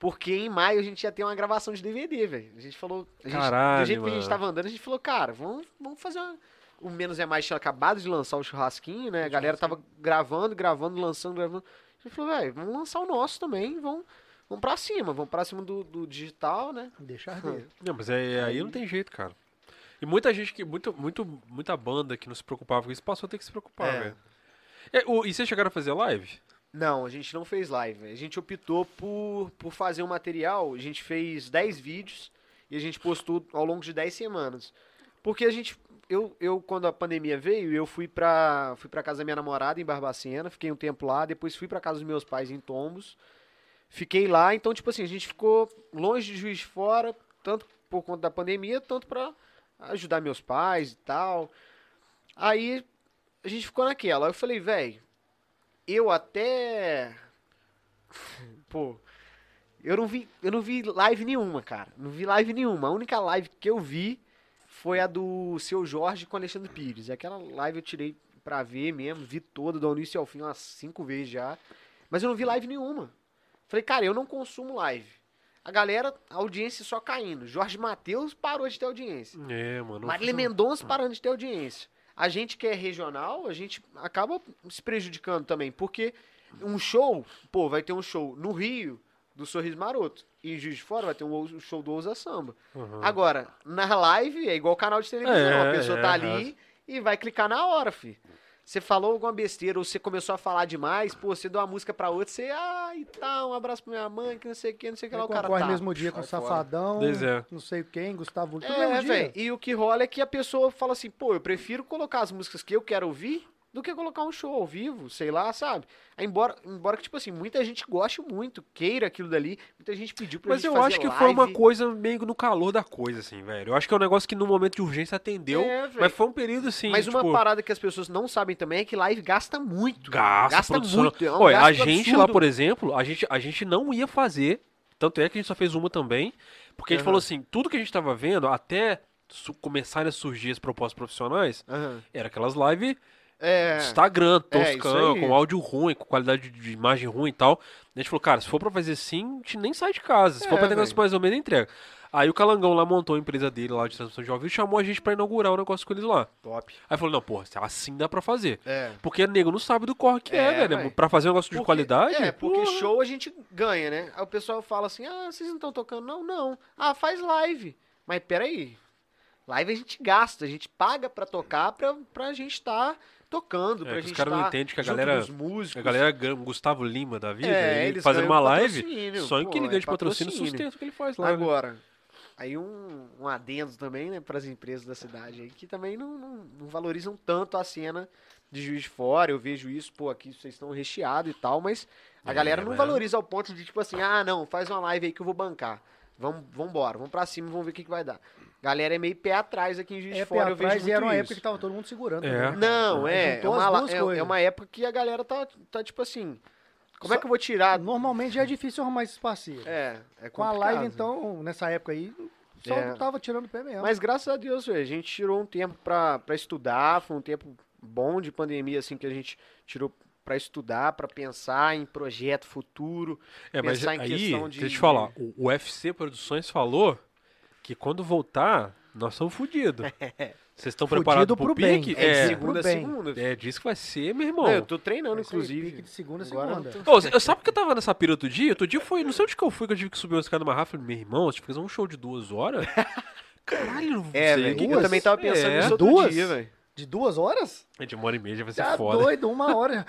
D: Porque em maio a gente ia ter uma gravação de DVD, velho. A gente falou. A gente,
A: Caralho,
D: do jeito que a
A: mano.
D: gente tava andando, a gente falou, cara, vamos, vamos fazer uma. O Menos é Mais tinha acabado de lançar o churrasquinho, né? A galera tava gravando, gravando, lançando, gravando. A gente falou, velho, vamos lançar o nosso também, vamos, vamos pra cima, vamos pra cima do, do digital, né?
B: Deixa arder.
A: Não, mas é, aí não tem jeito, cara. E muita gente que. Muito, muito, muita banda que não se preocupava com isso passou a ter que se preocupar,
D: É.
A: velho. É, o- e vocês chegaram a fazer live?
D: Não, a gente não fez live. velho. A gente optou por, por fazer um material. A gente fez 10 vídeos e a gente postou ao longo de 10 semanas. Porque a gente. Eu, eu quando a pandemia veio, eu fui pra, fui pra casa da minha namorada em Barbacena, fiquei um tempo lá, depois fui pra casa dos meus pais em Tombos. Fiquei lá, então, tipo assim, a gente ficou longe de Juiz de Fora, tanto por conta da pandemia, tanto pra ajudar meus pais e tal. Aí a gente ficou naquela. Aí Eu falei, velho, eu até. Pô. Eu não vi, eu não vi live nenhuma, cara. Não vi live nenhuma. A única live que eu vi foi a do seu Jorge com Alexandre Pires. Aquela live eu tirei pra ver mesmo, vi toda, do início ao fim, umas cinco vezes já. Mas eu não vi live nenhuma. Falei, cara, eu não consumo live. A galera, a audiência só caindo. Jorge Matheus parou de ter audiência.
A: É, mano.
D: Marília Mendonça
A: Ah.
D: parando de ter audiência. A gente que é regional, a gente acaba se prejudicando também, porque um show, pô, vai ter um show no Rio do Sorriso Maroto. E em Juiz de Fora vai ter um ou- show do Ousa Samba.
A: Uhum.
D: Agora, na live é igual canal de televisão.
A: É,
D: a pessoa
A: é,
D: tá
A: arrasa.
D: ali e vai clicar na hora, fi. Você falou alguma besteira ou você começou a falar demais, pô, você deu uma música pra outra, você, ah, e tal, um abraço pra minha mãe, que não sei o que, não sei o que lá, o cara
B: Concorre
D: tá.
B: mesmo dia com
E: Sai fora.
B: Safadão,
A: Pois é.
B: não sei quem, Gustavo, tudo um
D: É,
B: mesmo dia.
D: velho. E o que rola é que a pessoa fala assim, pô, eu prefiro colocar as músicas que eu quero ouvir do do que colocar um show ao vivo, sei lá, sabe? Aí, Embora, embora que, tipo assim, muita gente goste muito, queira aquilo dali, muita gente pediu pra
A: Mas
D: gente
A: eu
D: fazer
A: acho que foi uma
D: live.
A: coisa meio no calor da coisa, assim, velho. Eu acho que é um negócio que no momento de urgência atendeu.
D: É, velho.
A: mas foi um período assim.
D: Mas uma
A: tipo,
D: parada que as pessoas não sabem também é que live gasta muito.
A: Gasta, produção.
D: muito. É um
A: Olha, a
D: gasto
A: gente
D: absurdo.
A: lá, por exemplo, a gente, a gente não ia fazer. Tanto é que a gente só fez uma também. Porque a gente
D: Aham.
A: falou assim: tudo que a gente tava vendo, até su- começarem a surgir as propostas profissionais,
D: Aham.
A: era aquelas lives
D: É.
A: Instagram,
D: É, isso
A: toscão,
D: aí.
A: com áudio ruim, com qualidade de imagem ruim e tal. A gente falou, cara, se for pra fazer assim, a gente nem sai de casa. Se for
D: É,
A: pra ter negócio
D: velho.
A: mais ou menos, entrega. Aí o Calangão lá montou a empresa dele lá de transmissão de áudio e chamou a gente pra inaugurar o negócio com eles lá.
D: Top.
A: Aí falou, não, porra, assim dá pra fazer.
D: É.
A: Porque o nego não sabe do corre que é,
D: É,
A: velho.
D: véi.
A: Pra fazer um negócio de
D: Porque-
A: qualidade.
D: É, porque
A: porra.
D: show a gente ganha, né? Aí o pessoal fala assim: ah, vocês não estão tocando? Não, não. Ah, faz live. Mas peraí. Live a gente gasta, a gente paga pra tocar pra, pra gente estar tocando.
A: É,
D: pra
A: que os
D: gente
A: caras
D: tá
A: não entendem que a
D: junto
A: galera-
D: dos músicos.
A: A galera, gan- o Gustavo Lima da vida,
D: É,
A: ele
D: eles
A: fazendo
D: ganham
A: uma live,
D: patrocínio,
A: só em
D: pô,
A: que ele
D: é
A: ganha de patrocínio, sustenta o que ele faz lá. né?
D: Agora, aí um, um adendo também, né, para as empresas da cidade aí, que também não, não, não valorizam tanto a cena de Juiz de Fora. Eu vejo isso, pô, aqui vocês estão recheados e tal, mas a
A: É,
D: galera não
B: né?
A: mas-
D: valoriza ao ponto de, tipo assim, ah, não, faz uma live aí que eu vou bancar. Vamos, vambora, vamos pra cima, vamos ver o que, que vai dar. Galera é meio pé atrás aqui em Juiz
B: É, pé
D: de Fora, eu vejo
B: atrás
D: muito
B: e era uma
D: isso.
B: época que tava todo mundo segurando.
A: É.
B: também, né?
D: Não, é, é
B: Juntou as
D: uma,
B: duas
D: é,
B: coisas.
D: é uma época que a galera tá, tá tipo assim, como é
B: Só-
D: que eu vou tirar?
B: Normalmente já é difícil arrumar esses parceiros.
D: É, é complicado.
B: Com a live, então, nessa época aí, só
D: É.
B: tava tirando o pé mesmo.
D: Mas graças a Deus, velho, a gente tirou um tempo pra, pra estudar, foi um tempo bom de pandemia, assim, que a gente tirou pra estudar, pra pensar em projeto futuro.
A: É, mas
D: pensar em
A: aí,
D: questão
A: deixa eu te
D: de-
A: falar, o o UFC Produções falou que quando voltar, nós somos fodidos. Vocês estão
B: Fudido
A: preparados pro
B: pro bem.
A: pique?
D: É, de
A: É,
D: segunda
B: pro
D: a
B: bem.
D: segunda.
A: é, diz que vai ser, meu irmão.
D: Não, eu tô treinando,
B: Vai ser pique
D: inclusive.
B: de segunda a
D: Agora
B: segunda.
D: eu
A: Ô, você- eu sabe que eu tava nessa pira outro dia? Outro dia foi, não sei onde que eu fui, que eu tive que subir uma escada amarrar. Falei, meu irmão, você fez um show de duas horas? Caralho, não
D: É,
A: sei,
D: velho,
A: o que que
D: eu também tava pensando
A: É,
D: nisso outro
B: duas?
D: dia, velho.
B: De duas horas?
A: é, de uma hora e meia já vai ser
B: Tá
A: foda.
B: doido, uma hora.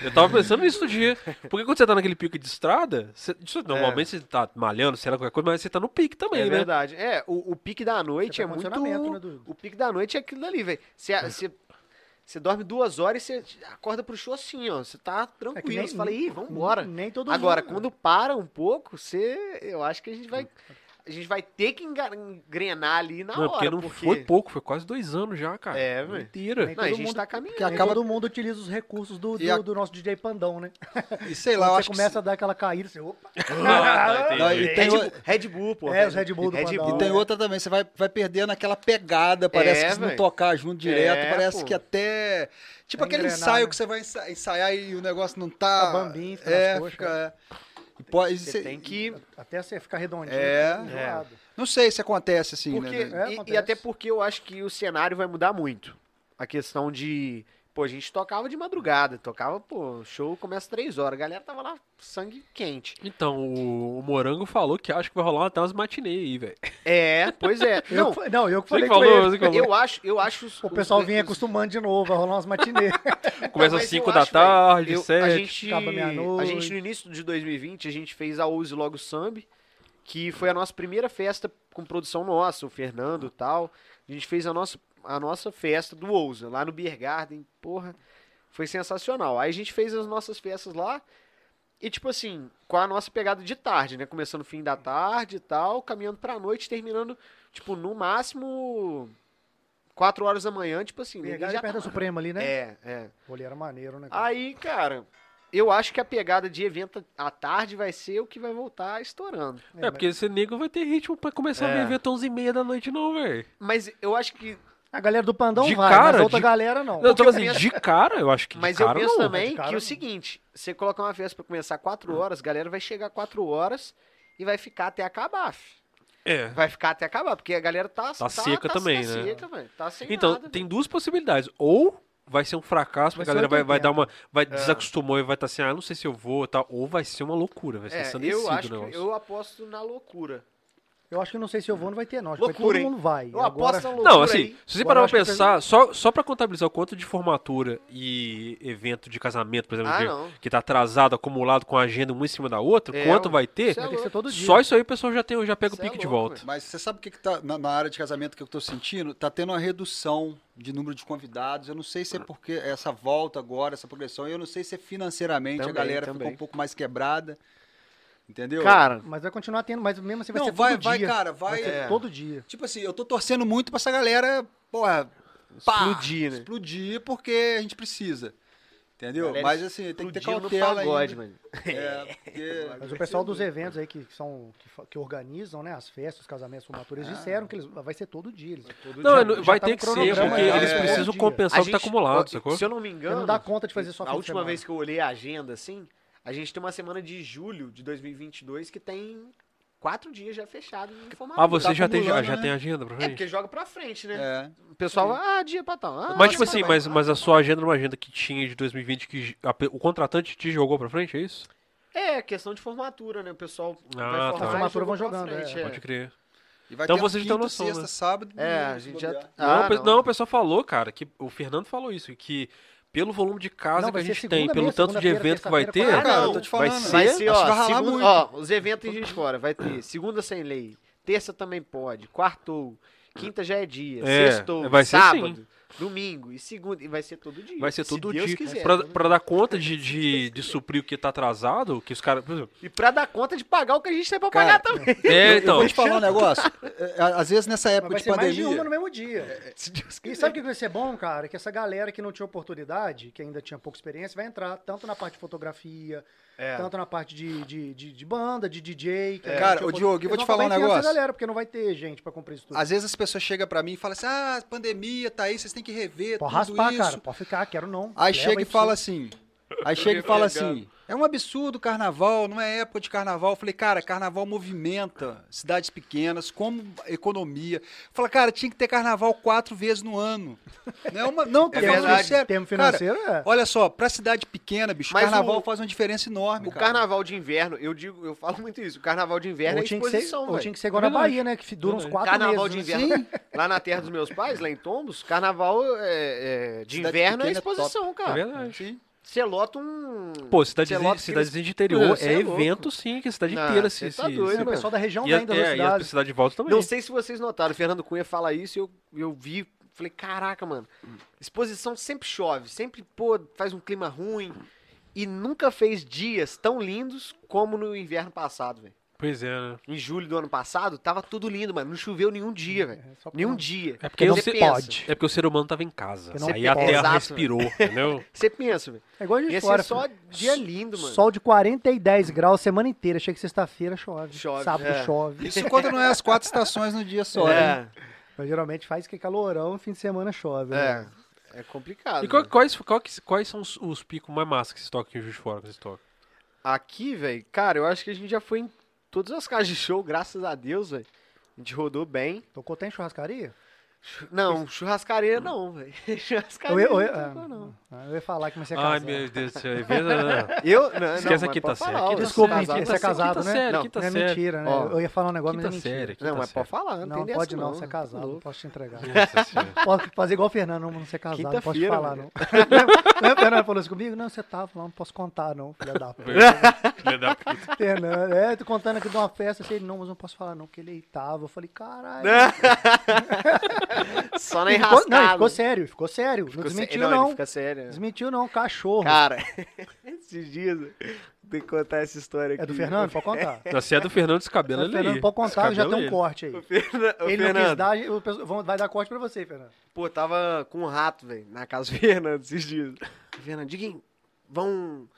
A: Eu tava pensando nisso outro dia. Porque quando você tá naquele pique de estrada, você- isso- normalmente você tá malhando, sei lá, qualquer coisa, mas você tá no pique também,
D: É
A: né?
D: verdade. É, o, o pique da noite
B: Você
D: é
B: tá
D: muito...
B: condicionamento, né, do-
D: O pique da noite é aquilo dali, velho. Você- Você... Você dorme duas horas e você acorda pro show assim, ó. Você tá tranquilo.
B: É nem-
D: você fala, ih, vambora.
B: Nem todo
D: Agora,
B: mundo-
D: quando para um pouco, você, eu acho que a gente vai, a gente vai ter que enga- engrenar ali na
A: Não, é porque
D: hora,
A: não foi pouco, foi quase dois anos já, cara.
D: É, velho.
A: Mentira.
B: Nem
D: Não, a
B: todo
D: gente
B: mundo-
D: tá caminhando.
C: Que
B: Nem
C: acaba-
B: todo mundo utiliza os recursos do,
C: E
B: do-
C: a-
B: do nosso DJ Pandão, né?
C: E sei lá, eu
B: Quando
C: acho
B: você começa a dar aquela caída, você, opa,
A: tá,
C: que... Não, e tem
D: Red,
C: o-
D: Bull, Red Bull, pô.
B: É, os Red Bull do Padal.
C: E tem outra também, você vai, vai perdendo aquela pegada, parece
D: É,
C: que se não
D: véi.
C: tocar junto direto,
D: É,
C: parece
D: pô.
C: que até. Tipo
B: É
C: aquele
B: engrenar,
C: ensaio
B: né?
C: que você vai ensa- ensaiar e o negócio não tá.
D: Ah,
B: Tá bambinho, fica nas
C: é,
B: coxas. né?
C: fica. é. E pode-
D: Você
C: cê-
D: tem que...
B: até você ficar redondinho.
C: É.
B: fica enjoado.
C: Não sei se acontece assim,
B: né?
C: né?
D: Porque,
B: É,
D: e- e,
B: acontece.
D: até porque eu acho que o cenário vai mudar muito. A questão de... Pô, a gente tocava de madrugada, tocava, pô, o show começa três horas, a galera tava lá sangue quente.
A: Então, o, o Morango falou que acha que vai rolar até umas matinês aí, velho.
D: É, pois é.
B: Eu
D: Não,
B: que fa- não, eu que
A: Você
B: falei
A: que
B: com
A: falou,
B: ele.
A: você que falou.
D: eu acho, eu acho... os-
B: O pessoal
D: os-
B: vinha
D: os-
B: acostumando de novo, vai rolar umas matinês.
A: Começa
D: Não,
A: às
D: mas eu
A: 5 da
D: acho, velho,
A: tarde,
D: eu-
A: 7.
D: a gente,
B: acaba meia-noite.
D: a gente, no início de 2020, a gente fez a Ouse Logo Sambi, que foi a nossa primeira festa com produção nossa, o Fernando e tal. A gente fez a nossa, a nossa festa do Ouse, lá no Beer Garden, porra, foi sensacional. Aí a gente fez as nossas festas lá, e tipo assim, com a nossa pegada de tarde, né? Começando fim da tarde e tal, caminhando pra noite, terminando, tipo, no máximo... 4 horas da manhã, tipo assim, ninguém
B: Pegaram
D: já
B: perto da
D: tava-
B: Suprema ali, né?
D: É, é.
B: O Ele era maneiro, né?
A: Ah,
B: cara?
D: Aí, cara, eu acho que a pegada de evento à tarde vai ser o que vai voltar estourando.
A: É, porque esse nego vai ter ritmo pra começar
D: É.
A: a viver até 11 e meia da noite, não, velho.
D: Mas eu acho que.
B: A galera do Pandão
A: De
B: vai, mas
A: cara,
B: a outra
A: de-
B: galera não.
A: Eu tô
D: eu
A: assim,
D: penso-
A: de cara, eu acho que.
D: Mas
A: de
D: eu
A: cara,
D: penso
A: não.
D: também
B: de cara
D: que é
B: não.
D: o seguinte: você colocar uma festa pra começar 4 horas, a galera vai chegar 4 horas e vai ficar até acabar. fi.
A: É.
D: Vai ficar até acabar, porque a galera tá.
A: Tá seca também,
D: tá
A: né?
D: Seca, velho, tá sem
A: Então,
D: nada,
A: tem duas possibilidades. Ou vai ser um fracasso,
B: Vai
A: porque a galera vai,
B: ser
A: vai
B: 80.
A: dar uma.
D: É.
A: Vai desacostumou e vai estar assim, ah, não sei se eu vou e tal. Ou vai ser uma loucura, vai ser
D: velho. é,
A: ensandecido
D: eu
A: o
D: acho que
A: negócio.
D: eu aposto na loucura.
B: Eu acho que não sei se eu vou, não vai ter, não. Acho que vai-
D: Loucura,
B: todo
D: hein?
B: mundo vai.
D: Eu
B: Agora-
D: aposto na loucura.
A: Não, assim,
D: aí.
A: se você parar
B: Agora eu
A: pra
B: acho que eu
A: pensar, só, só pra contabilizar o quanto de formatura e evento de casamento, por exemplo,
D: Ah,
A: de-
D: não.
A: que tá atrasado, acumulado com a agenda uma em cima da outra,
D: É,
A: quanto
D: ué.
A: vai ter,
D: Isso é
B: Vai ter que ser todo dia.
A: só isso aí o pessoal já, tem, já pega
D: Isso
A: o
D: é
A: pique de
D: louco,
A: volta.
C: Mas você sabe o que, que tá na, na área de casamento que eu tô sentindo? Tá tendo uma redução de número de convidados. Eu não sei se é porque essa volta agora, essa progressão, eu não sei se é financeiramente a
D: Também,
C: galera
D: também.
C: ficou um pouco mais quebrada. Entendeu?
D: Cara,
B: Mas vai continuar tendo, mas mesmo assim vai
C: não,
B: ser
C: vai,
B: todo
C: vai,
B: dia.
C: cara, vai.
B: Vai ser
D: É.
B: todo dia.
C: Tipo assim, eu tô torcendo muito pra essa galera, porra, pá,
D: explodir, né?
C: explodir porque a gente precisa. Entendeu?
D: Galera
C: Mas assim, tem que ter
D: Explodiu no
C: cautela
D: pagode,
C: ainda.
D: mano.
C: É, porque-
B: Mas o pessoal dos eventos aí que são que, fa- que organizam, né, as festas, os casamentos, formaturas,
C: Ah.
B: disseram que eles vai ser todo dia. Eles,
A: Não, é,
B: dia.
A: vai
B: Já
A: ter
B: tá
A: que
B: no
A: ser,
B: cronograma,
A: porque
C: é,
A: eles
C: é.
A: precisam
B: Todo dia.
A: compensar
D: A
A: o que tá
D: gente-
A: acumulado,
D: ó,
A: sacou?
D: Se eu não me engano,
B: Você não dá conta de fazer só
D: a
B: fim de
D: última
B: semana.
D: vez que eu olhei a agenda, assim, a gente tem uma semana de julho de 2022 que tem quatro dias já fechado em formatura.
A: Ah, você
C: tá
A: já, tem, já,
C: acumulando,
A: já
C: né?
A: tem agenda pra
D: É
A: frente?
D: porque joga pra frente, né?
C: É.
D: O pessoal, vai, ah, dia pra tal. Ah,
A: mas, tipo
B: tá
D: semana
A: assim,
D: vai.
A: mas, mas a sua agenda era uma agenda que tinha de 2020 que a pe- o contratante te jogou pra frente, é isso?
D: É, questão de formatura, né? O pessoal
A: Ah, tá.
D: vai formar e
B: Formatura
D: jogou
B: vão
D: pra
B: jogando,
D: frente,
B: é.
A: Pode crer.
C: E vai
A: Então
C: ter a
A: você já tem
C: quinta,
A: noção,
C: sexta,
A: né?
C: sábado.
D: É,
C: domingo,
D: a
C: se
D: gente já...
C: bobear.
A: não,
D: Ah,
A: o pe- não. o pessoal falou, cara, que o Fernando falou isso, que pelo volume de casa
B: Não,
A: que
B: vai
A: a
B: ser
A: gente tem,
B: segunda
A: pelo
B: mesmo,
A: tanto de
B: segunda-feira,
A: evento que vai ter,
B: terça-feira,
D: quarta. Ah,
C: Cara,
D: não.
C: eu tô te falando. né?
A: Vai
D: Vai
A: Sim,
D: ser,
C: acho que
D: ó,
C: vai ralar
D: segunda-
C: muito.
D: ó, os eventos em Juiz de Fora, vai ter segunda sem lei, terça também pode, quartou, quinta já é dia,
A: É,
D: sextou,
A: vai ser
D: sábado, domingo e segunda, e vai ser todo dia.
A: vai ser
D: se
A: todo
D: Deus
A: dia.
D: quiser. né?
A: pra, pra dar conta de, de, de suprir o que tá atrasado, que os caras. por exemplo,
D: E pra dar conta de pagar o que a gente tem pra
C: Cara,
D: pagar também.
A: É,
C: Eu
A: então.
C: vou te falar um negócio. É, Às vezes, nessa
B: Mas
C: época
B: vai
C: de
B: ser mais de uma
C: pandemia. É,
B: no mesmo dia.
D: Se Deus
B: E
D: quiser.
B: sabe o que vai ser bom, cara? Que essa galera que não tinha oportunidade, que ainda tinha pouca experiência, vai entrar tanto na parte de fotografia,
D: É.
B: tanto na parte de, de, de, de banda, de DJ. que ainda
C: Cara,
B: tinha
C: ô,
B: opor-
C: Diogo, eu
B: Eles
C: vou te
B: vão
C: falar um
B: acabar enfiando
C: negócio.
B: Essa galera, porque não vai ter gente pra cumprir isso tudo.
C: Às vezes as pessoas chegam pra mim e falam assim: ah, pandemia tá aí, vocês têm que rever
B: Pode
C: tudo
B: raspar,
C: isso.
B: cara. Pode ficar, quero não.
C: Aí
B: Leva
C: chega e
B: pra
C: fala
B: você.
C: assim. Aí chega e fala assim: é um absurdo o carnaval, não é época de carnaval. Eu falei, cara, carnaval movimenta cidades pequenas, como economia. Fala, cara, tinha que ter carnaval quatro vezes no ano. Não, é uma, não tô
B: É
C: falando
B: verdade.
C: sério.
B: Termo
C: Cara,
B: financeiro é.
C: Olha só, pra cidade pequena, bicho,
D: Mas
C: carnaval
D: o-
C: faz uma diferença enorme,
D: O
C: cara.
D: carnaval de inverno, eu digo, eu falo muito isso, o carnaval de inverno
B: Ou
D: é
B: tinha, que ser,
D: exposição,
B: ou
D: velho.
B: tinha que ser igual na
A: Verdade.
B: Bahia, né? Que fi- dura uns
A: Verdade.
B: quatro
D: Carnaval de
B: meses. né?
D: inverno. é Lá na terra dos meus pais, lá em Tombos, carnaval é, é, de
C: Cidade
D: inverno é
C: pequena é
D: exposição,
A: É
D: cara.
A: verdade.
C: Sim.
D: Você lota um.
A: Pô, cidade,
D: Você lota
A: cidades de
D: Pô,
A: interior
D: você
A: é,
D: é louco.
A: evento sim, que a cidade
D: Não,
A: inteira
D: você
A: se.
D: tá
A: se-
D: doido,
A: se-
B: Sim, é, o pessoal da região
A: E a,
B: vem da
A: é, e a
B: um cidade.
A: cidade de volta também.
D: Não sei se vocês notaram, o Fernando Cunha fala isso e eu, eu vi, falei, caraca, mano, exposição sempre chove, sempre, pô, faz um clima ruim. E nunca fez dias tão lindos como no inverno passado, velho.
A: Pois é, né?
D: Em julho do ano passado, tava tudo lindo, mano. Não choveu nenhum dia, velho.
B: É, só pra
D: Nenhum
B: não-
D: dia.
A: É porque,
B: não
A: você-
B: se
D: pensa.
B: pode.
A: é porque o ser humano tava em casa.
B: Porque não
A: Aí a
B: pode.
A: terra
D: Exato,
A: respirou, entendeu?
D: Você pensa, velho.
B: É igual a gente
D: Ia
B: fora,
D: ser só dia lindo, mano.
B: Sol de 40 e 10 graus semana inteira. Chega sexta-feira, chove.
D: Chove,
B: Sábado
D: é.
B: chove.
C: Isso quando não é as quatro estações no dia só, né?
D: é,
B: Mas geralmente faz que é calorão, fim de semana chove. né?
D: é. É complicado.
A: E qual-
D: né?
A: quais, qual que- quais são os, os picos mais massa que se toca aqui em Juiz de Fora? Que se toca?
D: Aqui, velho, cara, eu acho que a gente já foi em todas as casas de show, graças a Deus, velho. A gente rodou bem.
B: Tocou até em churrascaria?
D: Não, churrascaria não, velho.
B: Eu
D: Churrascaria
B: ia, eu,
D: não,
B: ia,
D: tocou, não.
B: ah, eu ia falar que comecei a casar.
A: Ai, meu Deus do céu. é né? evento- não, não.
D: Eu, não,
A: Esquece tá
D: não,
A: a
D: mas
A: quinta
D: pode
A: série.
D: falar,
A: Quinta
D: ó,
B: Desculpa,
D: casado,
B: mentira, você é
A: tá
D: mas-
B: casado,
A: quinta
B: né?
A: série,
D: Não,
A: quinta
B: Não é
A: série.
B: mentira, né?
D: Ó.
B: eu ia falar um negócio,
A: Quinta
B: mas é mentira.
A: série, quinta
D: Não, mas
A: série.
D: pode falar, não,
B: Não,
D: tem
B: pode
D: dessa
B: não,
D: não. tá
B: você é casado, não posso te entregar.
A: Nossa senhora.
B: Pode fazer igual o Fernando, não, não ser casado, não pode
D: Quinta-feira,
B: falar, não. Lembra o Fernando falou isso comigo? Não, você tava lá, não posso contar, não, filha da puta.
A: Filha da puta.
B: Fernando, é, tô contando aqui de uma festa, assim, ele, não, mas não posso falar não, porque ele tava. Eu falei, caralho.
D: Só na
B: E ficou, não, e
D: é enrascada.
B: ficou sério, ficou sério. não
D: Ficou sé-
B: desmentiu,
D: não, ele
B: não.
D: fica sério. né?
B: Desmentiu, não, cachorro.
D: Cara, esses dias, tem que contar essa história aqui.
B: é do Fernando? Pode contar.
A: Não, Se é do Fernando, esse cabelo
B: É
A: ele.
B: do Fernando, pode contar, já tem um corte aí.
D: O Fernan- o
B: Ele não quis
D: Fernando,
B: dar, eu- eu- vão- vai dar corte pra você, Fernando.
D: pô, tava com um rato, velho, na casa do Fernando esses dias. Fernando, Diguinho, vão,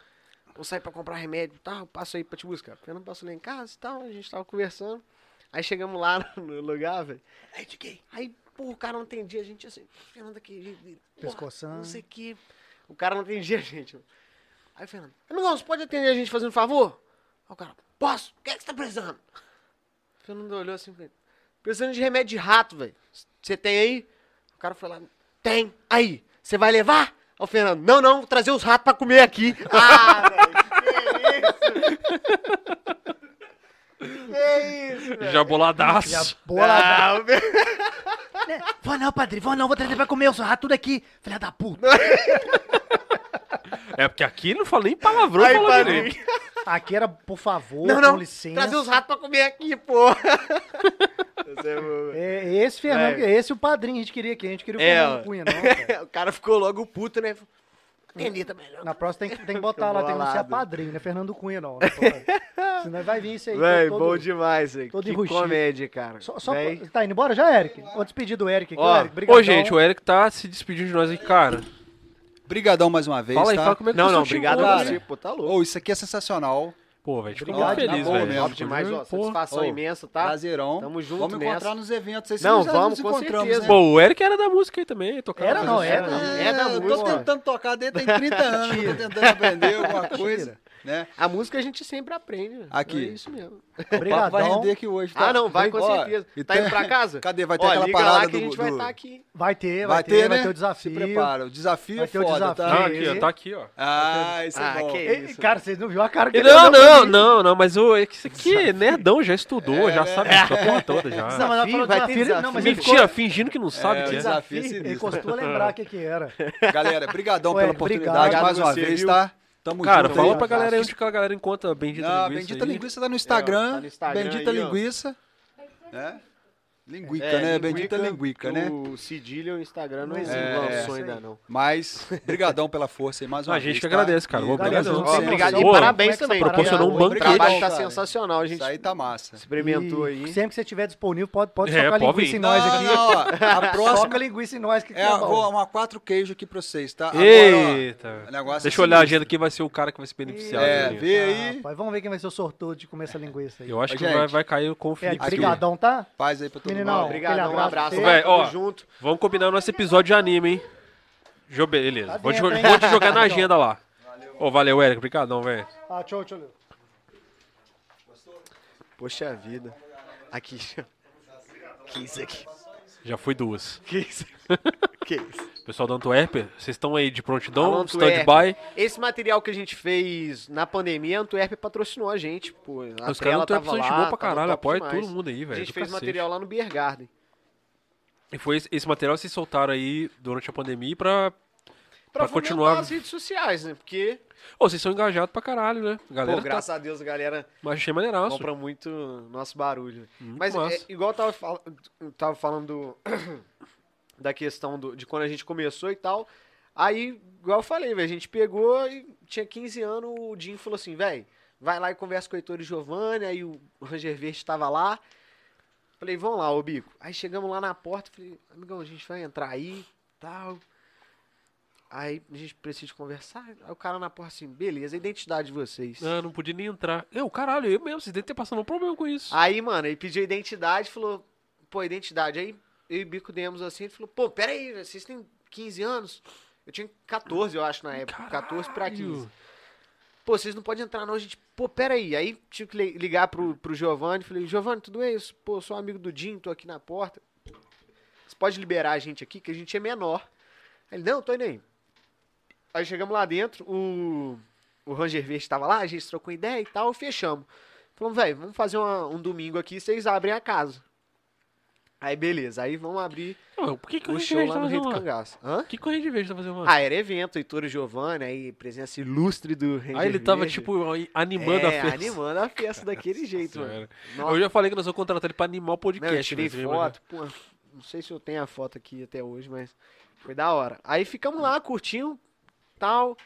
D: vão sair pra comprar remédio e tal, passo aí pra te buscar. O Fernando passou lá em casa e tal, a gente tava conversando. Aí chegamos lá no lugar, velho. Aí, Diguinho, aí, pô, o cara não entendia a gente assim. Fernando aqui, porra,
B: Pescoçando.
D: Não sei o que. O cara não atendia a gente. mano. Aí, Fernando, amigão, você pode atender a gente fazendo um favor? Aí o cara, posso? O que é que você tá precisando? O Fernando olhou assim pra ele. Precisando de remédio de rato, velho. Você tem aí? O cara foi lá, tem. Aí, você vai levar? Aí o Fernando, não, não, vou trazer os ratos pra comer aqui. Ah, velho, que isso? É isso, velho.
A: Jaboladaço.
B: Já bolada.
D: Ah, o meu-
B: Né? Vou não, padre, vou não, vou trazer pra comer, eu sou tudo aqui. Filha da puta.
A: É porque aqui ele não fala nem palavrão,
D: Ai,
A: fala
D: padre.
A: direito.
B: Aqui era, por favor,
D: Não, não.
B: com licença.
D: Trazer os ratos pra comer aqui, porra. Esse é o-
B: É, esse Fernando,
D: Vai.
B: esse o padrinho que a gente queria aqui, a gente queria o
D: É,
B: Fernando
D: ó.
B: Cunha, não, cara.
D: o cara ficou logo puto, né? Entendi tá também.
B: Na próxima tem que, tem que botar lá, tem que anunciar
D: Bolado.
B: padrinho, não é Fernando Cunha, não. né, porra. Senão vai vir isso aí.
D: Véi,
B: todo-
D: bom demais, velho.
B: todo
D: Que
B: enrustido.
D: comédia, cara.
B: Só, só
D: Véi.
B: pra- Tá indo embora já, Eric? Vou despedir do Eric aqui,
D: Ó,
B: Eric. Brigadão.
A: Ô, gente, o Eric tá se despedindo de nós aqui, cara.
C: Brigadão mais uma vez,
A: Fala aí,
C: tá?
A: fala como é que
D: Não,
A: você
D: não,
A: te
D: obrigado
B: um
A: encontra,
D: a
C: cara.
A: né?
D: você, pô, tá louco.
C: Ô, isso aqui é sensacional.
A: Pô, velho, ficou muito
B: Obrigado,
A: feliz,
C: tá bom
A: velho. Ficou
C: mesmo,
D: né, demais,
A: muito-
D: ó,
A: Pô.
D: satisfação
C: Ô,
D: imensa, tá?
C: Prazerão.
D: Tamo junto
C: Vamos encontrar
D: nessa.
C: nos eventos aí. se
D: Não,
C: já
D: vamos,
C: nos
D: com
C: encontramos,
D: certeza.
C: né?
A: Pô, o Eric era da música aí também, tocava.
B: Era não, era.
D: É, da
C: eu tô
D: música.
C: tentando tocar desde tem 30 anos, tô tentando aprender alguma coisa, né?
D: A música a gente sempre aprende. né?
C: Aqui.
D: É isso mesmo.
C: O papo vai
B: Obrigadão.
C: render aqui hoje, tá?
D: Ah, não, vai com
C: Ó,
D: certeza.
C: e
D: Tá
C: tem-
D: indo pra casa?
C: Cadê? Vai ter
D: Ó,
C: aquela
D: liga
C: parada
D: lá que
C: do...
D: a gente vai
C: do-
D: estar aqui.
B: Vai ter, vai,
C: Vai
B: ter, vai
C: tá né?
B: ter o
C: Se
B: desafio.
C: prepara, o desafio
B: Vai
C: é
B: ter o
C: foda,
A: Não,
B: desafio.
C: tá?
A: aqui, ó, tá aqui, ó.
C: Ah, isso
D: Ah,
C: é bom.
D: que
B: Ei,
D: isso.
B: Cara, vocês não viram a cara que
A: E
B: ele
A: Não,
B: deu pra
A: não,
B: mim?
A: não, não, mas o, esse aqui é nerdão, já estudou, já sabe essa porra toda
B: Não,
A: já.
B: mas ela
D: Desafio,
B: falou
D: vai ter
B: desafio,
D: desafio.
B: Não, mas ele ficou-
A: Mentira, fingindo que não sabe
C: É,
D: um
A: o que é.
C: exato. Desafio
B: Ele
C: sinistro.
B: costumou lembrar o que que era.
C: Galera, brigadão
B: Ué,
C: pela oportunidade
B: obrigado
C: mais uma
D: você,
C: vez,
D: viu?
C: tá? Tamo
A: Cara,
C: junto.
A: fala
C: aí.
A: pra galera aí onde que a galera encontra a Bendita
C: Ah,
A: Linguiça.
C: Bendita
A: aí.
C: Linguiça tá no Instagram.
D: tá no Instagram
C: Bendita
D: aí, ó.
C: Linguiça. Né? Linguica,
D: É,
C: né?
D: linguica,
C: Bendita Linguica, né?
D: O Cedilho e o Instagram não
B: É,
D: lançou
B: é isso
D: ainda,
B: aí.
D: não.
C: Mas, brigadão pela força aí mais uma
A: A
C: vez.
A: gente que
C: tá?
A: agradece, cara.
C: E
A: Obrigado.
C: galera,
B: Não,
C: vocês
D: Ó,
B: tem
D: obrigado. E
A: noção.
D: parabéns
B: Como é que
D: também.
B: essa
A: Proporcionou um
D: O
A: banquete.
D: trabalho tá
C: Obrigado, cara.
D: sensacional. A gente
C: Isso aí tá massa.
D: experimentou
B: E
D: aí.
B: Sempre que você tiver disponível, pode, pode
A: É,
B: socar
A: pode
B: linguiça
A: vir.
B: em nós
C: Não,
B: aqui.
C: não, ó, a
B: Soca
C: próxima
B: linguiça em nós que
C: é
B: que
C: a-
B: bom.
C: vou- uma quatro queijo aqui pra vocês, tá? Agora, ó,
A: Eita.
C: o negócio é
A: Deixa eu olhar a
C: sinistro.
A: agenda que vai ser o cara que vai se beneficiar.
C: É,
A: né?
C: vê aí.
B: Rapaz, vamos ver quem vai ser o sortudo de comer essa linguiça aí.
A: Eu acho
C: Ô,
A: que
C: gente.
A: vai, vai cair com o
B: É,
A: Felipe. aqui.
B: brigadão, tá?
C: Paz aí pra todo
B: Meninão,
C: mundo.
D: Obrigado,
B: Aquele
D: um
B: abraço
D: abraço.
A: pra você.
D: Tamo
A: Ó.
D: junto.
A: Vamos combinar o nosso episódio de anime, hein? Jo- beleza.
B: Tá
A: vou, te,
B: dentro, hein?
A: vou te jogar na agenda lá. Ô, valeu, Eric. Obrigadão, velho.
B: Ah, tchau, tchau. tchau.
D: Poxa vida. Aqui. Que isso aqui?
A: Já foi duas.
D: Que isso? Que isso?
A: Pessoal da Antwerp, vocês estão aí de
D: Alô,
A: prontidão,
D: Antwerp.
A: Então, stand-by.
D: Esse material que a gente fez na pandemia, a Antwerp patrocinou a gente, pô. A
A: Os caras da
D: tela
A: Antwerp
D: tava
A: são
D: lá,
A: gente boa pra
D: tava
A: caralho.
D: top
A: Apoia
D: demais.
A: todo mundo aí,
D: A
A: velho.
D: gente
A: do
D: fez
A: cacete.
D: material lá no Beer Garden.
A: E foi esse, esse material vocês soltaram aí durante a pandemia pra.
D: Pra,
A: Pra continuar-
D: continuar as redes sociais, né? Porque,
A: Ô, vocês são engajados pra caralho, né? A Galera,
D: pô,
A: tá...
D: graças a Deus a galera
A: mas achei maneiraço.
D: compra muito nosso barulho.
A: Muito
D: Mas é,
A: massa.
D: igual eu tava, fal- eu tava falando da questão do- de quando a gente começou e tal. Aí, igual eu falei, velho, a gente pegou e tinha 15 anos, o Jim falou assim, velho, vai lá e conversa com o Heitor e Giovanni, aí o Ranger Verde tava lá. Falei, vamos lá, ô Bico. Aí chegamos lá na porta, falei, amigão, a gente vai entrar aí, tal. Aí a gente precisa conversar. Aí o cara na porta assim, beleza, a identidade de vocês.
A: Ah, não podia nem entrar. Eu, caralho, eu mesmo. Vocês devem ter passado um problema com isso.
D: Aí, mano, ele pediu identidade, falou, pô, identidade. Aí eu e Bico demos assim, ele falou, pô, peraí, velho, vocês têm 15 anos? Eu tinha 14, eu acho, na época. 14 pra 15. Pô, vocês não podem entrar não, gente. Pô, peraí. Aí tive que li- ligar pro, pro Giovanni, falei, Giovanni, tudo é isso? Pô, sou amigo do Jim, tô aqui na porta. Você pode liberar a gente aqui, que a gente é menor. Aí ele, não, tô indo aí. Aí chegamos lá dentro, o, o Ranger Verde tava lá, a gente trocou ideia e tal, fechamos. Falamos, velho, vamos fazer uma- um domingo aqui, vocês abrem a casa. Aí, beleza. Aí vamos abrir
A: Não, mas por que, que o
D: Ah, o
A: Rio de
D: show
A: Verde tá
D: lá no Rio
A: fazendo
D: do
A: uma?
D: Cangaço. Hã?
A: O que, que o Rio de Verde tá fazendo uma?
D: Ah, era evento, Heitor e Giovanni, aí presença ilustre do Ranger
A: Aí ele tava,
D: Verde.
A: tipo, animando a
D: É,
A: festa.
D: animando a festa daquele jeito,
A: Senhora.
D: mano.
A: Eu já falei que nós vamos contratar ele pra animar o
D: Não, eu
A: podcast. né?
D: tirei
A: velho, você lembra?
D: foto, pô, não sei se eu tenho a foto aqui até hoje, mas foi da hora. Aí ficamos lá, curtindo, tal,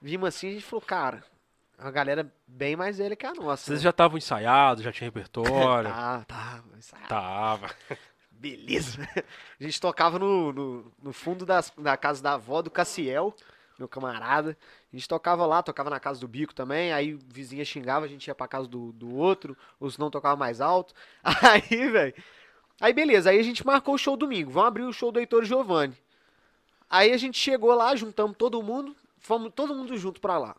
D: vimos assim, a gente falou, cara, uma galera bem mais velha que a nossa.
A: Vocês
D: né?
A: já estavam ensaiados, já tinha repertório.
D: Tá, tá, isso aí.
A: Tava.
D: Beleza. A gente tocava no, no, no fundo das, da casa da avó do Cassiel, meu camarada. A gente tocava lá, tocava na casa do Bico também. Aí vizinha xingava, a gente ia pra casa do, do outro. Os não tocava mais alto. Aí, velho. Aí, beleza. Aí a gente marcou o show domingo. Vamos abrir o show do Heitor Giovanni. Aí a gente chegou lá, juntamos todo mundo. Fomos todo mundo junto pra lá.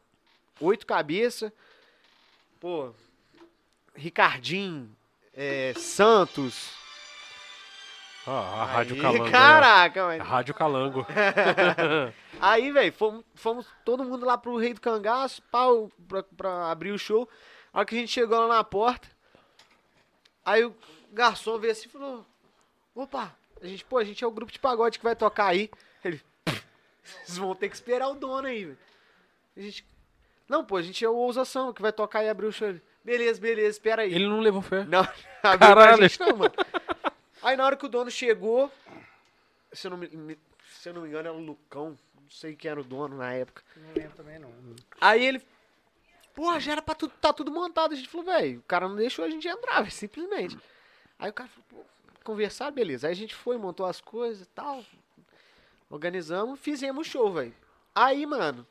D: Oito cabeça. Pô. Ricardinho. é, Santos.
A: Ó, a
D: Aí,
A: Rádio né? Calango. aí, ó.
D: Caraca,
A: A
D: velho.
A: Rádio Calango.
D: Aí, velho, fomos, fomos todo mundo lá pro Rei do Cangaço, pau, pra, pra abrir o show. A hora que a gente chegou lá na porta, Aí o garçom veio assim e falou: Opa, a gente, pô, a gente é o grupo de pagode que vai tocar aí. Ele. Vocês vão ter que esperar o dono aí, velho. A gente. Não, pô, a gente é o Ousação que vai tocar e abrir o show. Ele, Beleza, beleza, espera aí.
A: Ele não levou fé.
D: Não, não abriu pra
A: Caralho.
D: gente é não, mano. Aí na hora que o dono chegou, se eu não me, me- se eu não me engano, era o Lucão. Não sei quem era o dono na época.
B: Não lembro também, não.
D: Aí ele. Porra, já era pra tudo, tá tudo montado. A gente falou, velho, o cara não deixou a gente entrar, velho, simplesmente. Aí o cara falou, pô, conversar, beleza. Aí a gente foi, montou as coisas e tal. Organizamos, fizemos o show, velho. Aí, mano,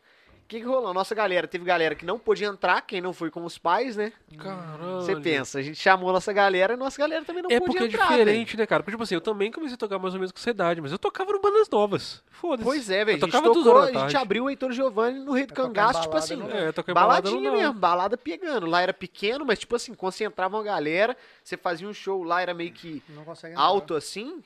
D: o que, que rolou? Nossa galera, teve galera que não pôde entrar, quem não foi com os pais, né?
A: Caralho.
D: Você pensa, a gente chamou nossa galera e nossa galera também não
A: É
D: pôde
A: porque é
D: entrar. velho.
A: diferente, né, cara? Porque, tipo assim, eu também comecei a tocar mais ou menos com essa idade, mas eu tocava no Bandas Novas. Foda-se.
D: Pois é, velho.
A: Eu
D: A gente
A: tocava duas
D: tocou,
A: horas
D: a
A: da
D: gente
A: tarde.
D: abriu o Heitor Giovanni no Rei
B: Vai
D: do
B: tocar em
D: Cangaço, tipo
B: balada,
D: assim.
B: não
A: É, eu toquei
D: Baladinha
A: balada, não
D: mesmo,
A: dava.
D: balada pegando. Lá era pequeno, mas tipo assim, concentrava uma galera. Você fazia um show lá, era meio que
B: Não consegue entrar.
D: alto assim.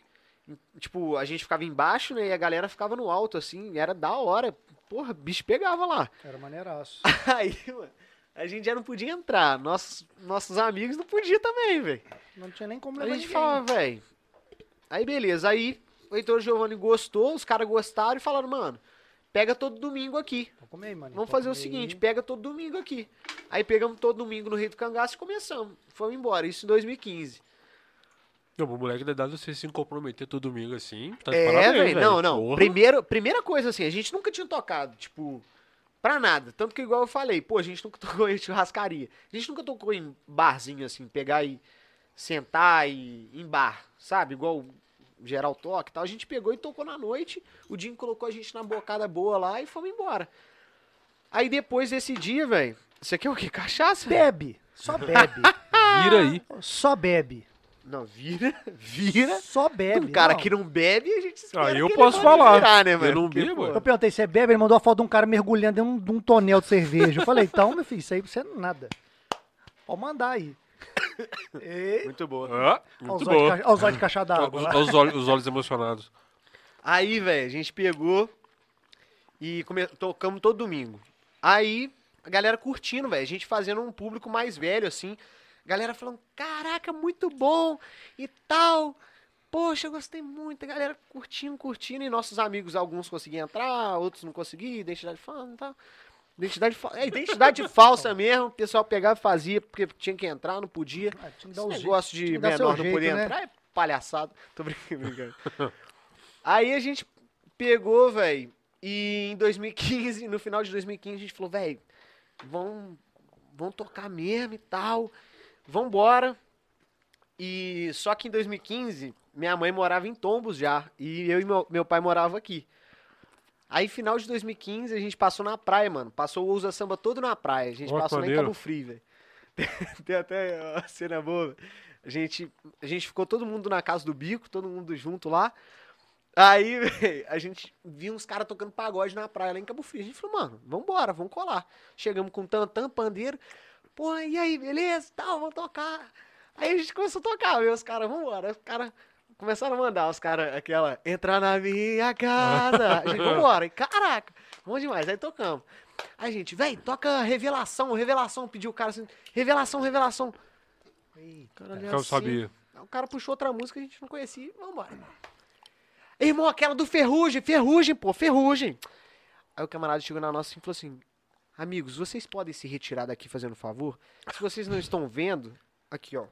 D: Tipo, a gente ficava embaixo, né? E a galera ficava no alto, assim. Era da hora. Porra, bicho pegava lá.
B: Era maneiraço.
D: Aí, mano, a gente já não podia entrar. Nossos, nossos amigos não podiam também, velho.
B: Não tinha nem como
D: Aí
B: levar
D: a gente
B: ninguém.
D: falava, velho. Aí beleza, aí o Heitor Giovanni gostou, os caras gostaram e falaram, mano, pega todo domingo aqui.
B: Vou comer, aí, mano.
D: Vamos
B: Vou
D: fazer o
B: comer
D: seguinte,
B: aí.
D: pega todo domingo aqui. Aí pegamos todo domingo no Rio do Cangaço e começamos. Fomos embora, isso em 2015.
A: Não, o moleque da idade, você se comprometer todo domingo assim. Tá de
D: É,
A: parabéns,
D: velho, não, não.
A: Porra.
D: Primeiro, primeira coisa assim, a gente nunca tinha tocado, tipo, pra nada. Tanto que igual eu falei, pô, a gente nunca tocou em churrascaria. A gente nunca tocou em barzinho, assim, pegar e sentar e em bar, sabe? Igual geral toque e tal. A gente pegou e tocou na noite, o Dinho colocou a gente na bocada boa lá e fomos embora. Aí depois desse dia, velho, isso aqui é o quê? Cachaça?
B: Bebe. Só bebe.
A: Vira aí.
B: Só bebe.
D: Não, vira, vira.
B: Só bebe.
D: Um cara
B: não.
D: que não bebe, a gente espera
A: Ah, eu
D: que ele
A: posso
D: pode
A: falar.
D: virar, né,
A: Eu
D: mano?
A: não
D: Porque,
A: bebo,
D: pô,
A: é.
B: Eu perguntei, você bebe? Ele mandou a foto de um cara mergulhando dentro de um- de um tonel de cerveja. Eu falei, então, meu filho, isso aí pra você é nada. Pode mandar aí. E...
D: Muito Tá boa.
A: Ah,
B: Olha os
A: muito
B: olhos
A: bom.
B: de cacha- olha os olhos de caixa d'água. lá.
A: Olha os olhos, os olhos emocionados.
D: Aí, velho, a gente pegou e come- tocamos todo domingo. Aí, a galera curtindo, velho. A gente fazendo um público mais velho, assim. A galera falando, caraca, muito bom e tal. Poxa, eu gostei muito. A galera curtindo, curtindo. E nossos amigos, alguns conseguiam entrar, outros não conseguiam. Identidade falando e tal. Identidade, fa- é, identidade falsa mesmo. O pessoal pegava e fazia, porque tinha que entrar, não podia.
B: Ah, tinha que dar
D: Esse
B: os jeitos.
D: negócio
B: tinha
D: de
B: que dar seu
D: menor não
B: jeito,
D: poder
B: né?
D: entrar é palhaçada. Tô brincando, brincando. Aí a gente pegou, velho, e em 2015, no final de 2015, a gente falou, velho, vão, vão tocar mesmo e tal, vambora. E só que em 2015, minha mãe morava em Tombos já, e eu e meu, meu pai morava aqui. Aí, final de 2015, a gente passou na praia, mano. Passou o Ousa Samba todo na praia. A gente
A: Ó, que
D: passou lá em
A: maneiro.
D: Cabo Frio, velho. Tem até uma cena boa. velho. A gente, a gente ficou todo mundo na casa do bico, todo mundo junto lá. Aí, velho, a gente viu uns caras tocando pagode na praia lá em Cabo Frio. A gente falou, mano, vambora, vamos colar. Chegamos com tantã, pandeiro. Pô, e aí, beleza? Tal, vamos tocar. Aí a gente começou a tocar, viu? Os caras, vambora. Os caras começaram a mandar, os caras, aquela, entrar na minha casa. A gente, vambora. E, caraca, bom demais. Aí tocamos. Aí, gente, velho, toca revelação, revelação. Pediu o cara assim, revelação, revelação. Caralho,
A: Que eu sabia.
D: o cara puxou outra música que a gente não conhecia. e Vambora. Irmão, aquela do Ferrugem, Ferrugem, pô, Ferrugem. Aí o camarada chegou na nossa e falou assim: Amigos, vocês podem se retirar daqui fazendo um favor? Se vocês não estão vendo, aqui ó,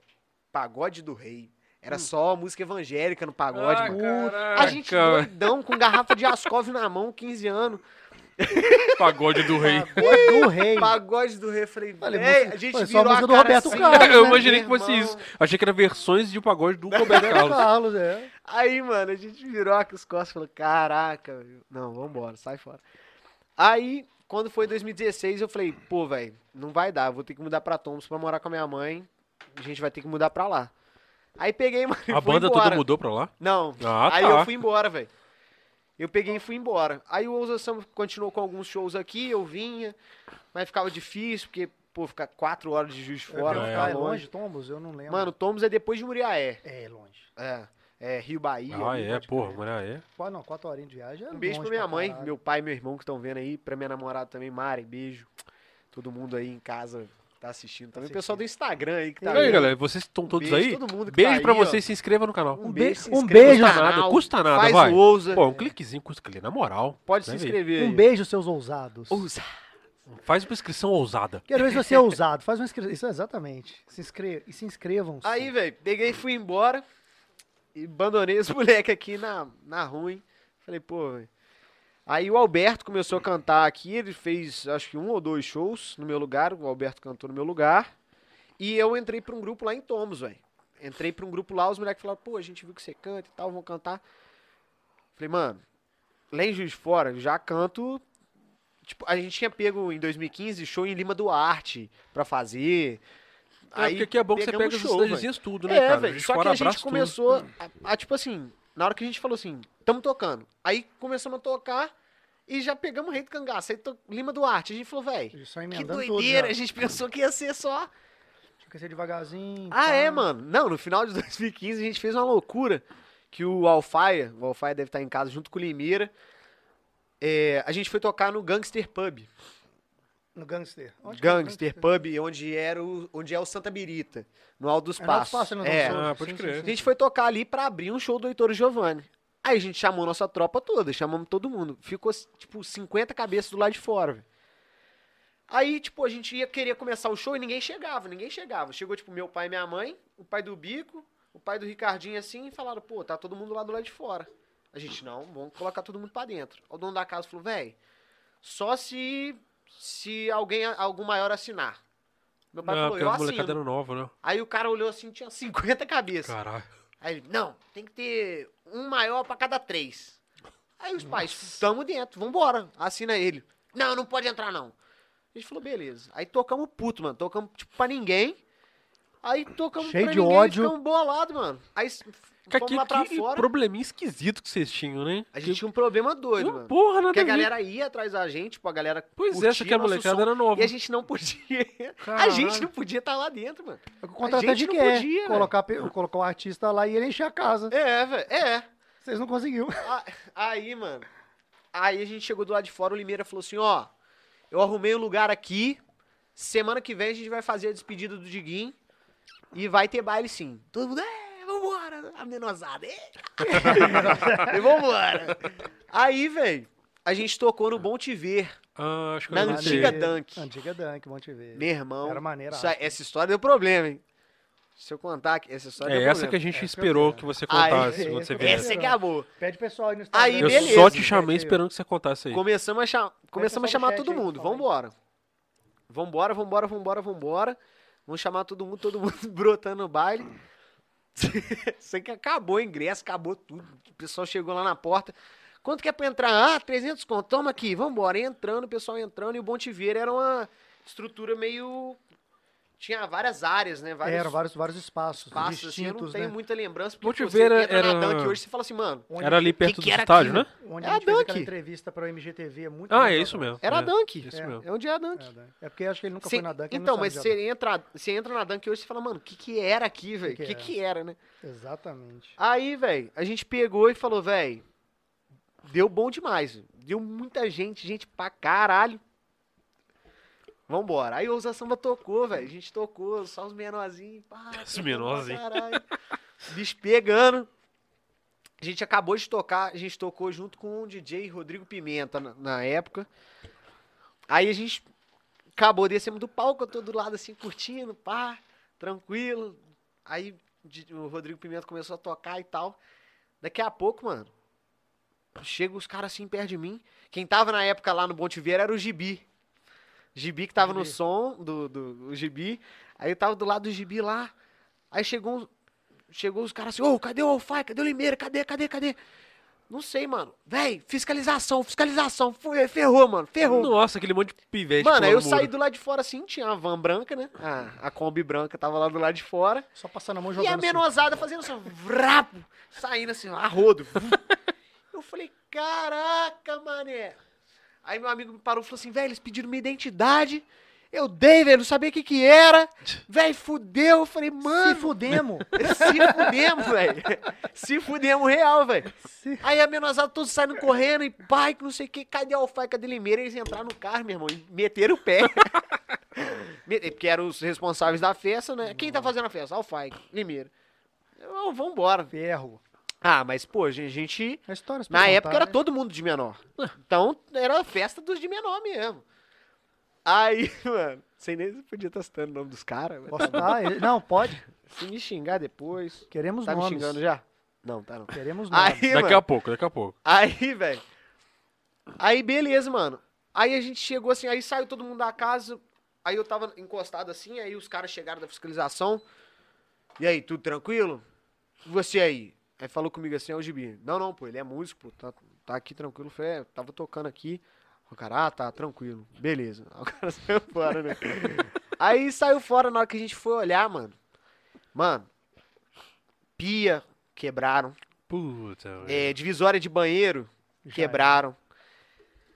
D: Pagode do Rei. Era só música evangélica no pagode,
A: Ah,
D: mano.
A: caraca,
D: A gente doidão com garrafa de Ascov na mão, 15 anos.
A: Pagode do rei.
B: Agora do rei.
D: Pagode do Rei, falei,
B: Olha,
D: "Véi,
B: música-
D: a gente
B: olha, só a
D: virou a
B: música do
D: cara
B: Roberto
D: assim,
B: Carlos,
D: meu
A: eu imaginei que fosse
D: irmão.
A: isso. Achei que era versões de pagode do Roberto Carlos.
B: Carlos, é.
D: Aí, mano, a gente virou aqui os costas e falou, caraca, velho. não, vambora, sai fora. Aí, quando foi 2016, eu falei, pô, velho, não vai dar, eu vou ter que mudar pra Tombos pra morar com a minha mãe, a gente vai ter que mudar pra lá. Aí peguei, mano, e
A: A
D: fui
A: banda
D: embora.
A: toda mudou pra lá?
D: Não,
A: Ah,
D: aí
A: tá.
D: eu fui embora, velho. Eu peguei e fui embora. Aí o Ousa Samba continuou com alguns shows aqui, eu vinha, mas ficava difícil, porque, pô, ficar quatro horas de Juiz de
B: Fora,
D: Fora,
A: é.
D: ficar
B: é
D: longe.
B: longe, Tombos? Eu não lembro.
D: Mano, Tombos é depois de Muriaé.
B: É longe.
D: É, é Rio Bahia.
A: Ah,
D: ali,
A: é,
D: pode
A: porra,
D: crer.
A: mano, ah, é.
B: Quatro, não, quatro horinhas de viagem é
D: Um beijo
B: longe
D: pra minha
B: pra
D: mãe,
B: caralho.
D: meu pai e meu irmão que estão vendo aí, pra minha namorada também, Mari, beijo. Todo mundo aí em casa Tá assistindo também.
B: Tá
D: O pessoal do Instagram aí que tá
A: E aí,
D: vendo.
A: galera, vocês estão todos
D: Beijo
A: aí?
D: a todo mundo que
A: Beijo
D: tá
A: pra
D: aí, ó.
A: vocês, se inscreva no canal.
D: Um beijo, se
B: Um
D: inscreva no
B: beijo.
A: Custa
D: canal,
A: nada, custa nada,
D: faz
A: vai.
D: o ousa.
A: Pô, um cliquezinho custa ali, na moral.
D: Pode se
A: Vai ver.
D: inscrever
B: Um
D: aí.
B: beijo, seus ousados.
D: Ousa.
A: Faz uma inscrição ousada.
B: Quero ver se você é ousado. Faz uma inscrição. Isso, exatamente. Se inscreva. E se inscrevam.
D: Aí, velho, peguei e fui embora. E abandonei os moleques aqui na, na ruim. Falei, pô, velho. Aí o Alberto começou a cantar aqui. Ele fez, acho que um ou dois shows no meu lugar. O Alberto cantou no meu lugar. E eu entrei pra um grupo lá em Tomos, velho. Entrei pra um grupo lá. Os moleques falaram, pô, a gente viu que você canta e tal, vão cantar. Falei, mano, lá em Juiz de Fora, eu já canto. Tipo, a gente tinha pego em 2015 show em Lima Duarte pra fazer.
A: É, porque aqui é bom que você pega
D: pegamos
A: as
D: show, véi.
A: cidadezinhas tudo, né, cara?
D: É, velho.
A: Juiz de
D: Só que
A: Fora
D: a gente
A: abraça tudo.
D: começou a, a, tipo assim, na hora que a gente falou assim, tamo tocando. Aí começamos a tocar e já pegamos o Rei do Cangaço. Aí to- Lima Duarte. A gente falou, velho,
B: Só
D: que
B: emendando tudo
D: doideira.
B: já.
D: A gente pensou que ia ser só.
B: Tinha que ser devagarzinho.
D: Ah,
B: pá.
D: é, mano. Não, no final de 2015 a gente fez uma loucura que o Alfaia, o Alfaia deve estar em casa junto com o Limeira. É, a gente foi tocar no Gangster Pub.
B: No Gangster. Onde que é o
D: Gangster Pub, onde, era o, onde é o Santa Birita, no Alto dos
B: É no Alto
D: Passos.
B: Passo, né, no
D: É.
B: Alto Passo.
A: Ah, pode
B: Sim,
A: crer.
B: sim,
D: A
B: sim.
D: gente foi tocar ali pra abrir um show do Heitor Giovanni. Aí a gente chamou nossa tropa toda, chamamos todo mundo. Ficou, tipo, 50 cabeças do lado de fora, velho. Aí, tipo, a gente ia queria começar o show e ninguém chegava, ninguém chegava. Chegou, tipo, meu pai e minha mãe, o pai do Bico, o pai do Ricardinho, assim, e falaram, pô, tá todo mundo lá do lado de fora. A gente, não, vamos colocar todo mundo pra dentro. O dono da casa falou, véi, só se, se alguém, algum maior assinar. Meu pai
A: Ah,
D: falou,
A: porque
D: tá eu
A: a
D: assino.
A: molecada era nova, né?
D: Aí o cara olhou assim, tinha 50 cabeças.
A: Caralho.
D: Aí ele, não, tem que ter um maior pra cada três. Aí os pais, tamo dentro, vambora, assina ele. Não, não pode entrar não. A gente falou, beleza. Aí tocamos puto, mano, tocamos tipo pra ninguém. Aí tocamos
B: Cheio
D: pra
B: de
D: ninguém,
B: ódio.
D: ficamos bolados, mano. Aí s-
A: Que,
D: fomos lá pra
A: que
D: fora.
A: probleminha esquisito que vocês tinham, né?
D: A gente tinha um problema doido,
A: Não,
D: mano.
A: Porra, nada
D: Porque a
A: a ver.
D: galera ia atrás da gente, tipo, a galera
A: Pois
D: curtia
A: é, só que a
D: nosso
A: molecada
D: som,
A: era nova.
D: E a gente não podia. A
A: Caralho.
D: gente não podia estar lá dentro, mano.
B: O contratante
D: gente não
B: quer
D: podia, velho.
B: colocar, pe- colocar o artista lá e ele encher a casa.
D: É, velho, é.
B: Vocês não conseguiram.
D: A- Aí, mano. Aí a gente chegou do lado de fora, o Limeira falou assim, ó, eu arrumei um lugar aqui. Semana que vem a gente vai fazer a despedida do Diguinho e vai ter baile sim. Todo mundo, é, vambora, a menosada. É. e vambora. Aí, velho, a gente tocou no Bom Te Ver,
A: Ah, acho que
D: Na
A: eu não sei.
D: antiga Dunk.
B: Antiga Dunk, vão te ver.
D: meu irmão.
B: Era maneira.
D: isso aí- essa história deu problema, hein? Se eu contar, aqui, essa história
A: É
D: deu
A: essa que a
D: problema.
A: gente
B: É,
A: esperou
B: problema.
A: que você
D: Aí,
A: contasse quando
B: esse
A: você
B: que
A: viesse.
D: Essa é que amor.
B: Pede pessoal aí no Instagram.
D: Aí,
A: Eu
D: beleza.
A: só te chamei
B: Pede aí, ó.
A: esperando que você contasse aí.
D: Começamos a, cha- Começamos
B: pessoal
D: a chamar
B: do chat
D: todo
B: aí,
D: mundo.
B: fala aí.
D: Vambora. Vambora, vambora, vambora, vambora. Vamos chamar todo mundo, todo mundo brotando no baile. Sei que acabou o ingresso, acabou tudo. O pessoal chegou lá na porta. Quanto que é pra entrar? Ah, 300 conto. Toma aqui, vambora. E entrando, o pessoal entrando. E o Bom Te Ver era uma estrutura meio... Tinha várias áreas, né? Vários
B: Era vários, vários espaços,
D: passos, assim. Eu não
B: distintos,
D: tenho
B: né?
D: muita lembrança.
A: Bom Te
D: pô,
A: Ver
D: você entra
A: era-
D: na Dunk hoje, você fala assim, mano...
B: Onde,
A: Era ali perto
D: que
A: do
D: era
A: estádio,
D: aquilo?
A: né?
B: onde
D: é
B: a
D: a
B: gente fez aquela
D: Dunk.
B: entrevista pra MGTV. é Muito
A: Ah, é
B: tempo
A: isso
B: atrás.
A: mesmo.
D: Era a
A: é.
D: Dunk.
A: Isso
B: É.
A: mesmo.
D: É onde é a Dunk.
B: É, a Dunk. É porque eu acho que ele nunca
D: Cê-
B: foi na Dunk. ele não
D: então,
B: sabe
D: mas
B: de
D: você entra, você entra na Dunk hoje e fala, mano, o que que era aqui, velho? O
B: que
D: que,
B: era?
D: que era, né?
B: Dunk. Exatamente.
D: Aí, velho, a gente pegou e falou, velho, deu bom demais. véi. Deu muita gente, gente pra caralho. Vambora. Aí o Ousa Samba tocou, velho. A gente tocou, só os menorzinhos. pá,
A: Os
D: tocando pra
A: menorzinhos.
D: caralho. Bicho pegando. A gente acabou de tocar, a gente tocou junto com o DJ Rodrigo Pimenta na, na época. Aí a gente acabou, descemos do palco, eu tô do lado assim, curtindo, pá, tranquilo. Aí de- o Rodrigo Pimenta começou a tocar e tal. Daqui a pouco, mano, chega os caras assim perto de mim. Quem tava na época lá no Bom Te Ver era o Gibi. Gibi que tava no
B: Gibi.
D: som do, do o Gibi. Aí eu tava do lado do Gibi lá. Aí chegou, uns- chegou os caras assim, ô, cadê o Alfai? Cadê o Limeira? Cadê, cadê, cadê? Não sei, mano. Véi, fiscalização, fiscalização. Foi, ferrou, mano, ferrou.
A: Nossa, aquele monte de pivete.
D: Mano, aí eu
A: pulando muro.
D: saí do lado de fora assim, tinha a van branca, né? A, a Kombi branca tava lá do lado de fora.
B: Só passando a mão e
D: E
B: jogando.
D: a
B: assim.
D: menosada fazendo assim, vrapo, saindo assim, a rodo. Eu falei, caraca, mané. Aí meu amigo me parou e falou assim, velho, eles pediram minha identidade. Eu dei, velho, não sabia o que que era. Velho, fudeu. Eu falei,
B: Se
D: mano,
B: fudemos.
D: se fudemos, velho. Se fudemos real, velho.
B: Se-
D: Aí a menosada todos saindo correndo e pai, que não sei o que, cadê a Alfai, cadê Limeira? Eles entraram no carro, meu irmão, e meteram o pé. Porque eram os responsáveis da festa, né? Quem tá fazendo a festa? Alfaig, Limeira. Não, vambora.
B: Ferro.
D: Ah, mas, pô, a gente.
B: É histórias pra
D: Na
B: contar,
D: época era
B: né?
D: todo mundo de menor. Então era a festa dos de menor mesmo. Aí, mano, sem nem se podia estar citando o nome dos caras. mas
B: Posso
D: tá bom.
B: dar? Ele- Não, pode.
D: Se me xingar depois.
B: Queremos
D: tá me
B: nomes.
D: xingando já? Não, tá não.
B: Queremos nomes.
D: Aí,
A: Daqui
D: mano,
A: a pouco, daqui a pouco.
D: aí, velho. Aí, beleza, mano. Aí a gente chegou assim, aí saiu todo mundo da casa. Aí eu tava encostado assim, aí os caras chegaram da fiscalização. E aí, tudo tranquilo? E Você aí? Aí falou comigo assim, ó, o Gibi. Não, não, pô, ele é músico, pô, tá, tá aqui tranquilo. Eu falei, é, eu tava tocando aqui. O cara, ah, tá, tranquilo. Beleza. Aí o cara saiu fora, né? aí saiu fora na hora que a gente foi olhar, mano. Mano, pia quebraram.
A: Puta, velho.
D: É, divisória de banheiro
B: Já
D: quebraram.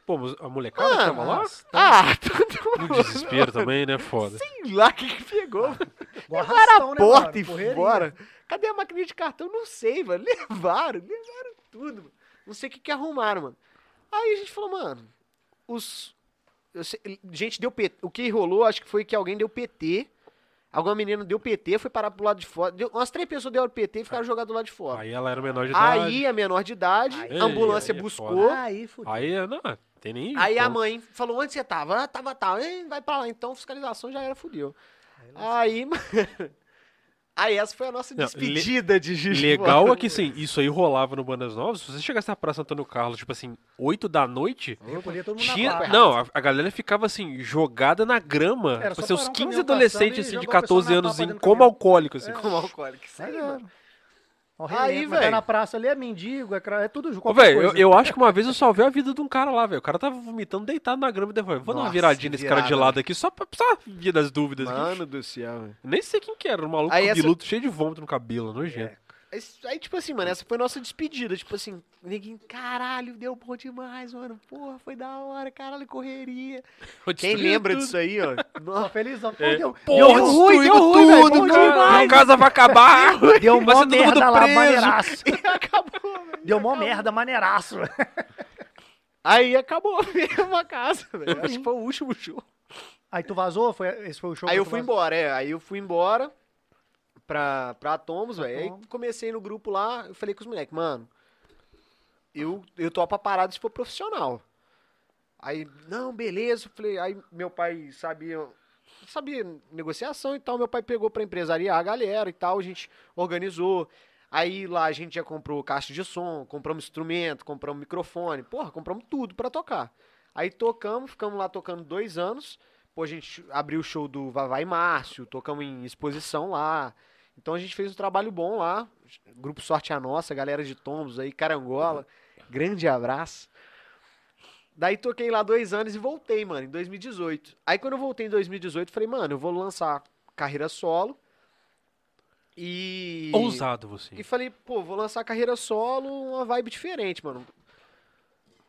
A: Pô, mas a molecada que
D: Ah,
A: tava lá?
D: Ah, tudo
A: No desespero também, né? Foda.
D: Sei lá o que, que pegou.
B: era. Igual arrastão, né,
D: Ah, Porta
B: mano?
D: e
B: Correria.
D: fora. Cadê a maquininha de cartão? Não sei, mano. Levaram, levaram tudo. Mano. Não sei o que, que arrumaram, mano. Aí a gente falou, mano, os. eu sei- gente, deu PT. O que rolou, acho que foi que alguém deu PT. Alguma menina deu PT, foi parar pro lado de fora. Deu, umas três pessoas deram PT e ficaram jogadas do lado de fora. Aí,
A: Aí ela era menor de idade.
D: a menor de idade,
A: Aí,
D: a ambulância
A: aí é
D: buscou.
A: foda.
B: Aí, fudeu.
A: Aí, não, tem nem.
D: Aí a
A: como.
D: mãe falou, onde você tava? Ah, tava, tava. "Eh, vai pra lá, então fiscalização já era, fudeu. Aí, mano... Aí essa foi a nossa
A: Não,
D: despedida de Juiz de
A: Legal
D: Fora.
A: é que, assim, isso aí rolava no Bandas Novas. Se você chegasse na Praça Antônio Carlos, tipo assim, 8 da noite,
B: Eu recolhia todo mundo na
A: tinha.
B: barra.
A: Não, a, a galera ficava assim, jogada na grama. Tipo
B: Era só
A: assim, uns
B: parar um
A: 15
B: caminhão passando e
A: adolescentes, assim, de
B: jogar o pessoal na
A: 14 anos,
B: tapa
A: em
B: dentro do
A: como
B: caminhão. É,
A: alcoólico, assim.
D: Como alcoólico, sim,
B: Mas
D: mano.
B: era. Ó,
D: Aí,
B: relento, mas tá
D: velho.
B: na praça ali é mendigo, é, cra- é tudo
A: Ô,
B: qualquer
A: velho, eu,
B: coisa.
A: eu acho que uma vez eu salvei a vida de um cara lá, velho. O cara tava vomitando deitado na grama e depois, vou dar uma
D: Nossa,
A: viradinha nesse cara de
D: virada,
B: né?"
A: lado aqui, só pra só via das dúvidas. aqui.
D: Mano do céu, velho.
A: Nem sei quem que era, um maluco
D: Aí essa-
A: biluto, cheio de vômito no cabelo,
B: É.
A: nojento.
D: Esse- Aí, tipo assim, mano, essa foi a nossa despedida. Tipo assim, ninguém, caralho, deu bom demais, mano. Porra, foi da hora, caralho, correria. Quem lembra disso aí, ó?
B: Tô
D: Nossa,
B: felizão. Pô,
A: É.
B: deu,
A: Porra,
B: deu ruim,
A: destruímos
B: deu ruim, velho, bom
A: tudo, cara.
B: demais.
A: Minha casa vai acabar.
B: Deu
A: Vai ser
B: mó
A: todo mundo
B: merda lá,
A: preso.
B: maneiraço.
D: acabou, velho.
B: Deu mó merda, maneiraço.
D: Aí acabou mesmo a casa, velho. Acho que foi o último show.
B: Aí tu vazou? Foi, esse foi o show?
D: Aí
B: que
D: eu
B: tu
D: fui
B: vazou?
D: embora, é. Aí eu fui embora pra, pra Tomos, velho. Aí
B: Atomos.
D: comecei no grupo lá, eu falei com os moleques, mano, eu, eu topo a parada se for profissional. Aí, não, beleza. eu Falei, aí meu pai sabia, sabia negociação e tal. Meu pai pegou pra empresariar a galera e tal. A gente organizou. Aí lá a gente já comprou caixa de som, compramos instrumento, compramos microfone. Porra, compramos tudo pra tocar. Aí tocamos, ficamos lá tocando dois anos. Pô, a gente abriu o show do Vavá e Márcio, tocamos em exposição lá. Então a gente fez um trabalho bom lá. Grupo Sorte é a Nossa, galera de Tombos aí, Carangola. Grande abraço. Daí toquei lá dois anos e voltei, mano, em 2018. Aí quando eu voltei em 2018, falei, mano, eu vou lançar carreira solo. E.
A: Ousado
D: E
A: você.
D: falei, pô, vou lançar carreira solo, uma vibe diferente, mano.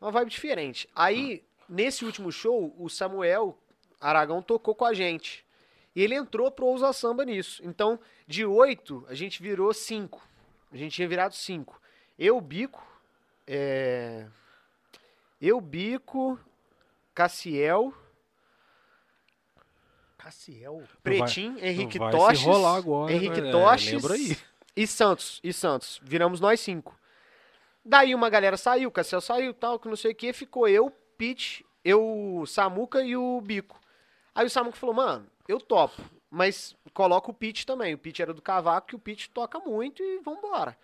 D: Uma vibe diferente. Aí, nesse último show, o Samuel Aragão tocou com a gente. E ele entrou pro Ousa Samba nisso. Então, de oito, a gente virou cinco. A gente tinha virado cinco. Eu, Bico, é... Eu, Bico, Cassiel,
B: Cassiel.
D: Pretinho, Henrique
A: vai se
D: Toches,
A: rolar agora,
D: Henrique
A: né? É,
D: Toches
A: lembra aí.
D: e Santos, e Santos. Viramos nós cinco. Daí uma galera saiu, o Cassiel saiu, tal, que não sei o que, ficou eu, Pete, eu, o Samuca e o Bico. Aí o Samuca falou, mano, eu topo, mas coloca o Pete também. O Pete era do cavaco e o Pete toca muito e vambora.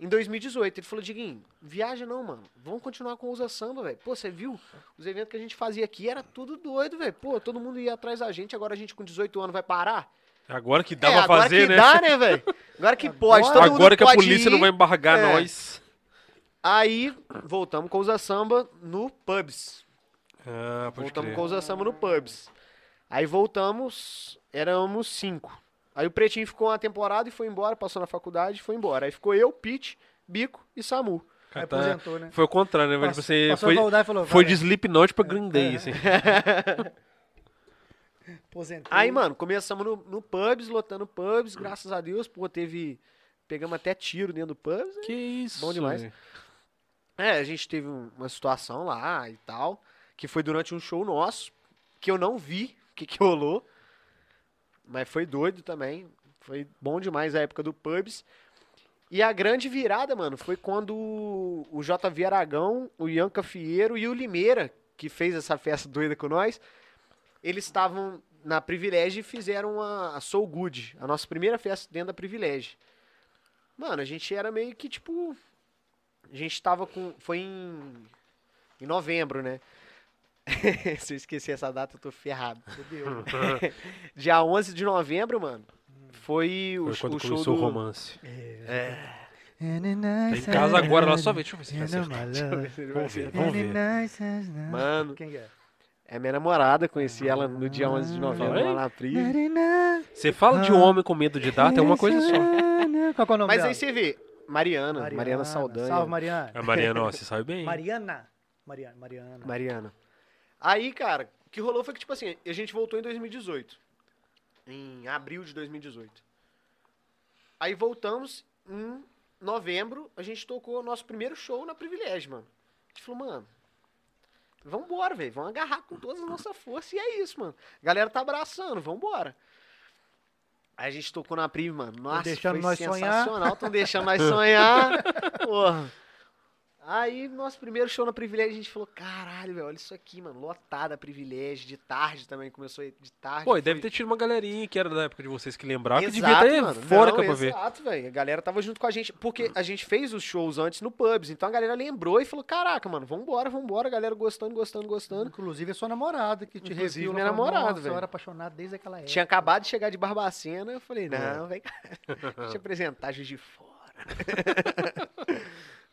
D: Em 2018, ele falou, Diguinho, viaja não, mano. Vamos continuar com o Usa Samba, velho. Pô, você viu? Os eventos que a gente fazia aqui era tudo doido, velho. Pô, todo mundo ia atrás da gente, agora a gente com 18 anos vai parar?
A: Agora que dá
D: é,
A: pra
D: agora
A: fazer,
D: que
A: né?
D: dá, né, velho? Agora que pode, todo mundo
A: Agora que a
D: pode
A: polícia não
D: ir.
A: vai embargar
D: é.
A: nós.
D: Aí, voltamos com o Usa Samba no Pubs.
A: Ah, pode
D: Voltamos
A: crer.
D: com o Usa Samba no Pubs. Aí voltamos, éramos cinco. Aí o Pretinho ficou uma temporada e foi embora, passou na faculdade e foi embora. Aí ficou eu, Pete, Bico e Samu.
A: Cara, tá-
B: Aposentou, né?
A: Foi o contrário, né? velho? Tipo
B: Passou-
A: assim,
B: passou
A: foi,
B: a faculdade e falou,
A: foi
B: "Valeu".
A: de Slipknot
D: É,
A: pra Green Day, assim.
B: Aposentou.
D: Aí, mano, começamos no, no Pubs, lotando Pubs, graças a Deus, pô, teve... Pegamos até tiro dentro do Pubs,
A: Que isso.
D: Bom demais.
A: velho.
D: É, a gente teve um- uma situação lá e tal, que foi durante um show nosso, que eu não vi, que, que rolou. Mas foi doido também. Foi bom demais a época do Pubs. E a grande virada, mano, foi quando o JV Aragão, o Ian Fieiro e o Limeira, que fez essa festa doida com nós, eles estavam na Privilege e fizeram a, a Soul Good, a nossa primeira festa dentro da Privilege. Mano, a gente era meio que tipo. A gente tava com. Foi em. Em novembro, né? Se eu esquecer essa data, eu tô ferrado.
B: Fudeu.
D: Dia 11 de novembro, mano, foi o,
A: Foi
D: sh-
A: quando
D: o show
A: começou
D: do...
A: o romance.
B: Tá
A: Tá em casa agora, lá só ver. Deixa eu ver se vai acertar. Vamos
D: Vamos
A: ver, vamos ver.
D: Mano,
B: Quem é?
D: é minha namorada, conheci ela no dia 11 de novembro lá
A: Ai.
D: na Pri.
A: Você fala de homem com medo de data, é uma coisa só.
B: Qual que é o nome
D: Mas
B: dela?
D: aí você vê, Mariana, Mariana, Saldanha.
B: Salve, Mariana.
A: A Mariana, ó, você sabe bem. hein?
B: É Mariana. Mariana. Mariana.
D: Mariana. Aí, cara, o que rolou foi que, tipo assim, a gente voltou em 2018. Em abril de 2018. Aí voltamos em novembro, a gente tocou o nosso primeiro show na Privilégio, mano. A gente falou, mano, vambora, velho, vamos agarrar com toda a nossa força e é isso, mano. A galera tá abraçando, vambora. Aí a gente tocou na Priv, mano. Nossa,
B: deixando
D: foi
B: nós sonhar.
D: sensacional. Estão deixando nós sonhar. Porra. Aí, nosso primeiro show na Privilégio, a gente falou, caralho, velho, olha isso aqui, mano, lotada Privilégio, de tarde também, começou de tarde.
A: Pô, e deve
D: foi-
A: ter tido uma galerinha que era da época de vocês que lembrava, que devia
D: Exato,
A: estar
D: mano.
A: fora
D: Não,
A: pra ver. Hum.
D: Exato, velho, a galera tava junto com a gente, porque a gente fez os shows antes no Pubs, então a galera lembrou e falou, caraca, mano, vambora, vambora, a galera gostando, gostando, gostando.
B: Inclusive, é sua namorada que te
D: Inclusive,
B: reviu.
D: minha namorada, velho.
B: Eu era apaixonado desde aquela
A: É.
B: época.
D: Tinha acabado de chegar de Barbacena, eu falei, não, vem cá, deixa eu apresentar Juiz de Fora.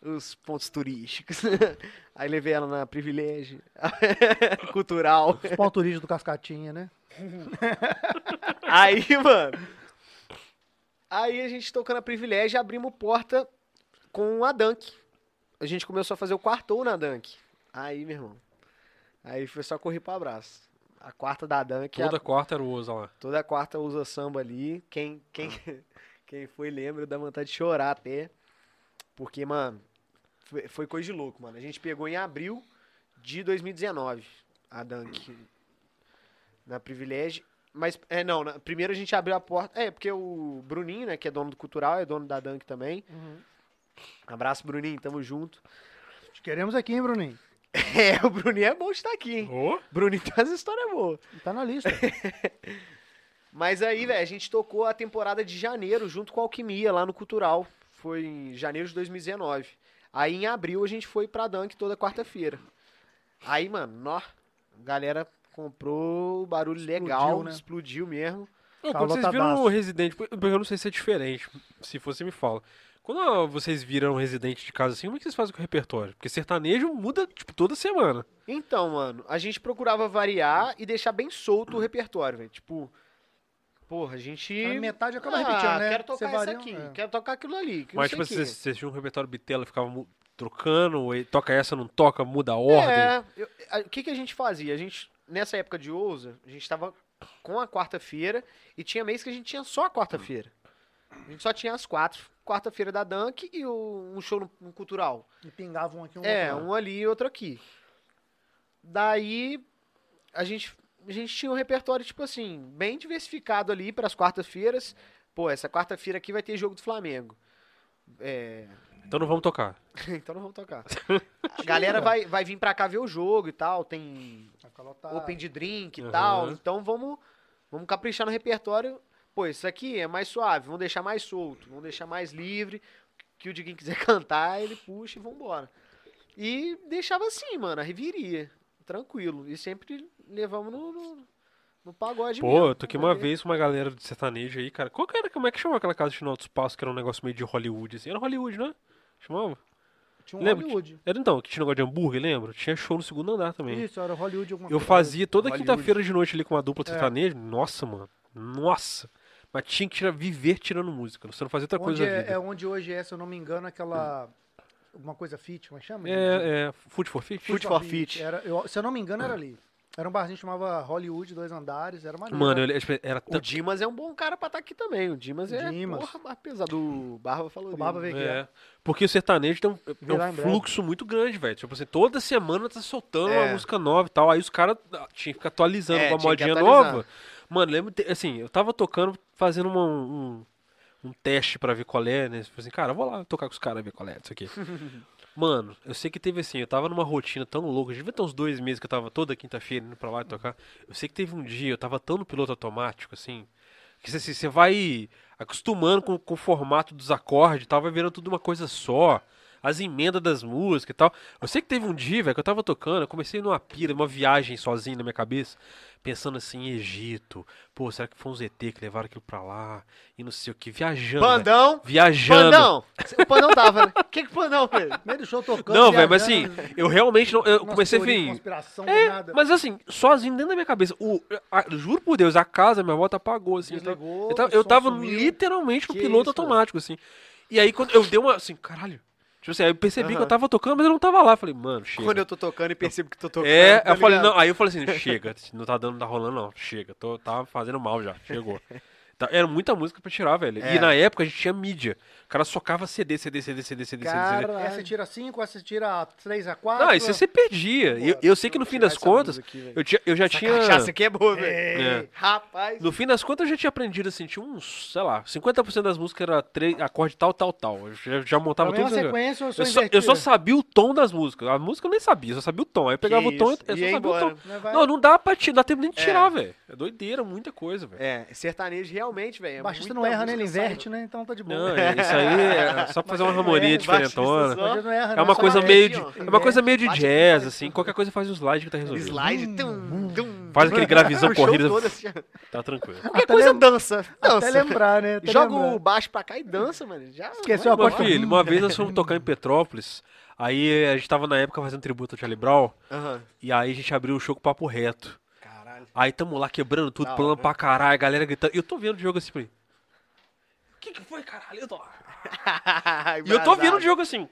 D: Os pontos turísticos. Aí levei ela na Privilégio Cultural.
B: Os pontos turísticos do Cascatinha, né?
D: Aí, mano. Aí a gente tocando a privilégio e abrimos porta com a Dunk. A gente começou a fazer o quartou na Dunk. Aí, meu irmão. Aí foi só correr pro abraço. A quarta da Dunk.
A: Toda
D: A,
A: quarta era o Oza lá.
D: toda quarta usa samba ali. Quem, quem, quem foi lembra dá vontade de chorar até. Porque, mano, foi, foi coisa de louco, mano. A gente pegou em abril de 2019 a Dunk na Privilege. Mas, é, não, na- primeiro a gente abriu a porta. É, porque o Bruninho, né, que é dono do Cultural, é dono da Dunk também. Abraço, Bruninho, tamo junto.
B: Te queremos aqui, hein, Bruninho?
D: É, o Bruninho é bom de estar aqui, hein?
A: Ô,
D: Bruninho tem umas histórias boas.
B: Tá na lista.
D: Mas aí, velho, a gente tocou a temporada de janeiro junto com a Alquimia lá no Cultural. Foi em janeiro de 2019. Aí em abril a gente foi pra Dunk toda quarta-feira. Aí, mano, nó, a galera comprou o barulho legal,
B: Explodiu, né?
D: explodiu mesmo.
A: Não,
B: Tá
A: quando vocês viram
B: lotadaço.
A: o Residente, porque eu não sei se é diferente, se você me fala. Quando vocês viram o Residente de casa assim, como é que vocês fazem com o repertório? Porque sertanejo muda, tipo, toda semana.
D: Então, mano, a gente procurava variar e deixar bem solto o repertório, velho. Tipo, porra, a gente.
B: Aí metade acaba
D: ah,
B: repetindo, né?
D: quero tocar isso
B: varia-
D: aqui,
B: é.
D: quero tocar aquilo ali. Que
A: Mas,
D: não
A: tipo,
D: sei o quê.
A: vocês, vocês tinham um repertório bitela, ficava mu- trocando, ou ele toca essa, não toca, muda a ordem.
D: É, eu- a- o que, que a gente fazia? A gente, nessa época de Ousa, a gente tava com a quarta-feira e tinha mês que a gente tinha só a quarta-feira. A gente só tinha as quatro. Quarta-feira da Dunk e o- um show no, no cultural.
B: E pingava um aqui, um
D: é,
B: outro. lá.
D: um ali e outro aqui. Daí, a gente, a gente tinha um repertório, tipo assim, bem diversificado ali para as quartas-feiras. Pô, essa quarta-feira aqui vai ter jogo do Flamengo.
A: Então não vamos tocar.
D: então não vamos tocar. A galera vai, vai vir pra cá ver o jogo e tal. Tem
B: Vai ficar lotado.
D: open de drink e
A: Aham.
D: tal. Então vamos, vamos caprichar no repertório. Pô, isso aqui é mais suave, vamos deixar mais solto, vamos deixar mais livre. Que o de quem quiser cantar, ele puxa e vambora. E deixava assim, mano, a reviria. Tranquilo. E sempre levamos no, no, no pagode
A: Pô,
D: mesmo. né?
A: eu toquei uma vez com uma galera de sertanejo aí, cara. Qual que era, como é que chamava aquela casa de final do espaço, que era um negócio meio de Hollywood, assim? Era Hollywood, né? Chamava?
B: Tinha um
A: Lembra que-
B: Hollywood.
A: Era então, que tinha negócio de hambúrguer, lembra? Tinha show no segundo andar também.
B: Isso, era Hollywood alguma
A: Eu
B: coisa.
A: fazia toda
C: Hollywood.
A: quinta-feira de noite ali com uma dupla
B: É.
A: sertaneja. Nossa, mano. Nossa. Mas tinha que tirar, viver tirando música. Você não fazia outra
B: Onde
A: coisa na
B: é,
A: vida.
B: é onde hoje é, se eu não me engano, aquela. Alguma coisa fit, como é que chama?
A: É, é, Food for Fit?
D: Food for Fit.
B: Era, eu- se eu não me engano, era ali. Era um barzinho que chamava Hollywood, dois andares, era maneiro.
A: Mano, ele ele era
D: O
A: tão.
D: Dimas é um bom cara pra estar aqui também. O Dimas é,
B: Dimas.
D: porra, mas apesar do Barba falou
B: O Barba
D: dele.
B: veio aqui.
A: É. Porque o sertanejo tem um, tem um
B: Virar em breve.
A: fluxo muito grande, velho. Tipo assim, toda semana tá soltando
D: É.
A: uma música nova e tal. Aí os caras ah, tinham que ficar atualizando
D: É,
A: com a
D: tinha que
A: modinha
D: atualizar.
A: nova. Mano, lembro, te- assim, eu tava tocando, fazendo uma- um, um teste pra ver qual é, né? Tipo assim, cara, eu vou lá tocar com os caras ver qual é, isso aqui. Mano, eu sei que teve assim, eu tava numa rotina tão louca, devia ter uns dois meses que eu tava toda quinta-feira indo pra lá e tocar. Eu sei que teve um dia, eu tava tão no piloto automático, assim, que você, assim, você vai acostumando com, com o formato dos acordes e tal, vai virando tudo uma coisa só. As emendas das músicas e tal. Eu sei que teve um dia, velho, que eu tava tocando, eu comecei numa pira, uma viagem sozinho na minha cabeça, pensando assim, em Egito. Pô, será que foi um ZT que levaram aquilo pra lá? E não sei o que, viajando. velho.
D: Pandão!
A: Viajando.
D: Pandão! O Pandão tava, né? O que que o Pandão fez?
B: Meio do show tocando.
A: Não, velho, mas assim,
B: viajando,
A: eu realmente não. Eu
B: umas
A: comecei,
B: teorias de
A: enfim.
B: Conspiração,
A: É,
B: nada.
A: mas assim, sozinho dentro da minha cabeça. O, a- juro por Deus, a casa, minha volta apagou, assim. eu tava-
B: Desligou,
A: eu tava,
B: o
A: eu
B: som
A: tava
B: sumiu.
A: literalmente no
D: Que
A: piloto
D: isso, cara?
A: automático, assim. E aí quando eu dei uma. assim, caralho. Tipo assim, aí eu percebi que eu
D: Aham.
A: tava tocando, mas eu não tava lá. Falei, mano, chega.
D: Quando eu tô tocando e percebo que tô tocando.
A: É,
D: tá
A: eu falei,
D: ligado?
A: não, aí eu falei assim, chega, não tá dando, não tá rolando, não. Chega, tô, tá fazendo mal já, chegou. Tá- Era muita música pra tirar, velho. E
D: É.
A: na época a gente tinha mídia. O cara socava CD, CD, CD, CD, CD, CD.
D: Cara,
B: Essa tira 5, essa tira 3 a 4.
A: né? Não, é isso aí você perdia. E Eu, eu sei que no fim
D: Tirar
A: das
D: essa
A: contas,
D: blusa aqui, velho.
A: eu, tinha, eu já
D: Essa
A: tinha.
D: cachaça aqui é boa, velho.
A: É.
D: Rapaz.
A: No fim das contas, eu já tinha aprendido assim, tinha uns, sei lá, 50% das músicas era três, acorde tal, tal, tal. Eu já, já montava
B: Tava
D: é
A: tudo.
B: é uma
A: isso aí.
B: sequência ou eu sou
A: Eu só, eu só sabia o tom das músicas. A música eu nem sabia, eu só sabia o tom. Aí eu pegava o tom
D: isso.
A: e eu
D: E
A: só
D: ia
A: sabia o
D: embora.
A: tom.
B: Não, é, vai...
A: Não, não dá pra tirar, dá tempo nem de tirar, velho. É doideira, muita coisa, velho.
D: É, sertanejo realmente, velho.
B: o
D: É
B: baixista
D: muita
B: não erra, né?
D: música
B: Ele
D: saindo.
B: inverte, né? Então tá de boa.
A: Não, é, isso aí é só pra fazer uma harmonia
D: erra, o baixista
A: diferentona.
D: só-
B: Mas ele não erra,
A: É
B: não,
A: uma
B: só
A: coisa
B: na-
A: meio de,
D: aqui, ó.
A: é uma coisa meio de
D: Bate aqui,
A: jazz,
D: faz
A: assim. Qualquer coisa faz um slide que tá
B: né?
A: resolvido.
D: Slide.
B: Hum,
D: Tum, tum,
A: Faz aquele gravizão
D: O show
A: corrido.
D: todo assim, ó.
A: Tá tranquilo.
D: Qualquer
B: Até
D: coisa
B: lem-
D: dança.
B: Até
D: Dança.
B: lembrar, né? Até
A: um
D: Joga
B: lembrar.
D: o baixo pra cá e dança, mano. Já
B: Esqueceu
D: vai
B: a
A: Meu
B: Pode
D: embora.
A: filho, uma vez nós fomos tocar em Petrópolis, aí a gente tava na época fazendo tributo ao Charlie Brown,
D: Aham.
A: e aí a gente abriu o show com o papo reto.
D: Caralho.
A: Aí tamo lá quebrando tudo,
D: Da
A: pulando
D: hora.
A: pra caralho, a galera gritando. E eu tô vendo o jogo assim, falei. O que, que foi, caralho? Eu tô... E eu tô vendo o jogo assim.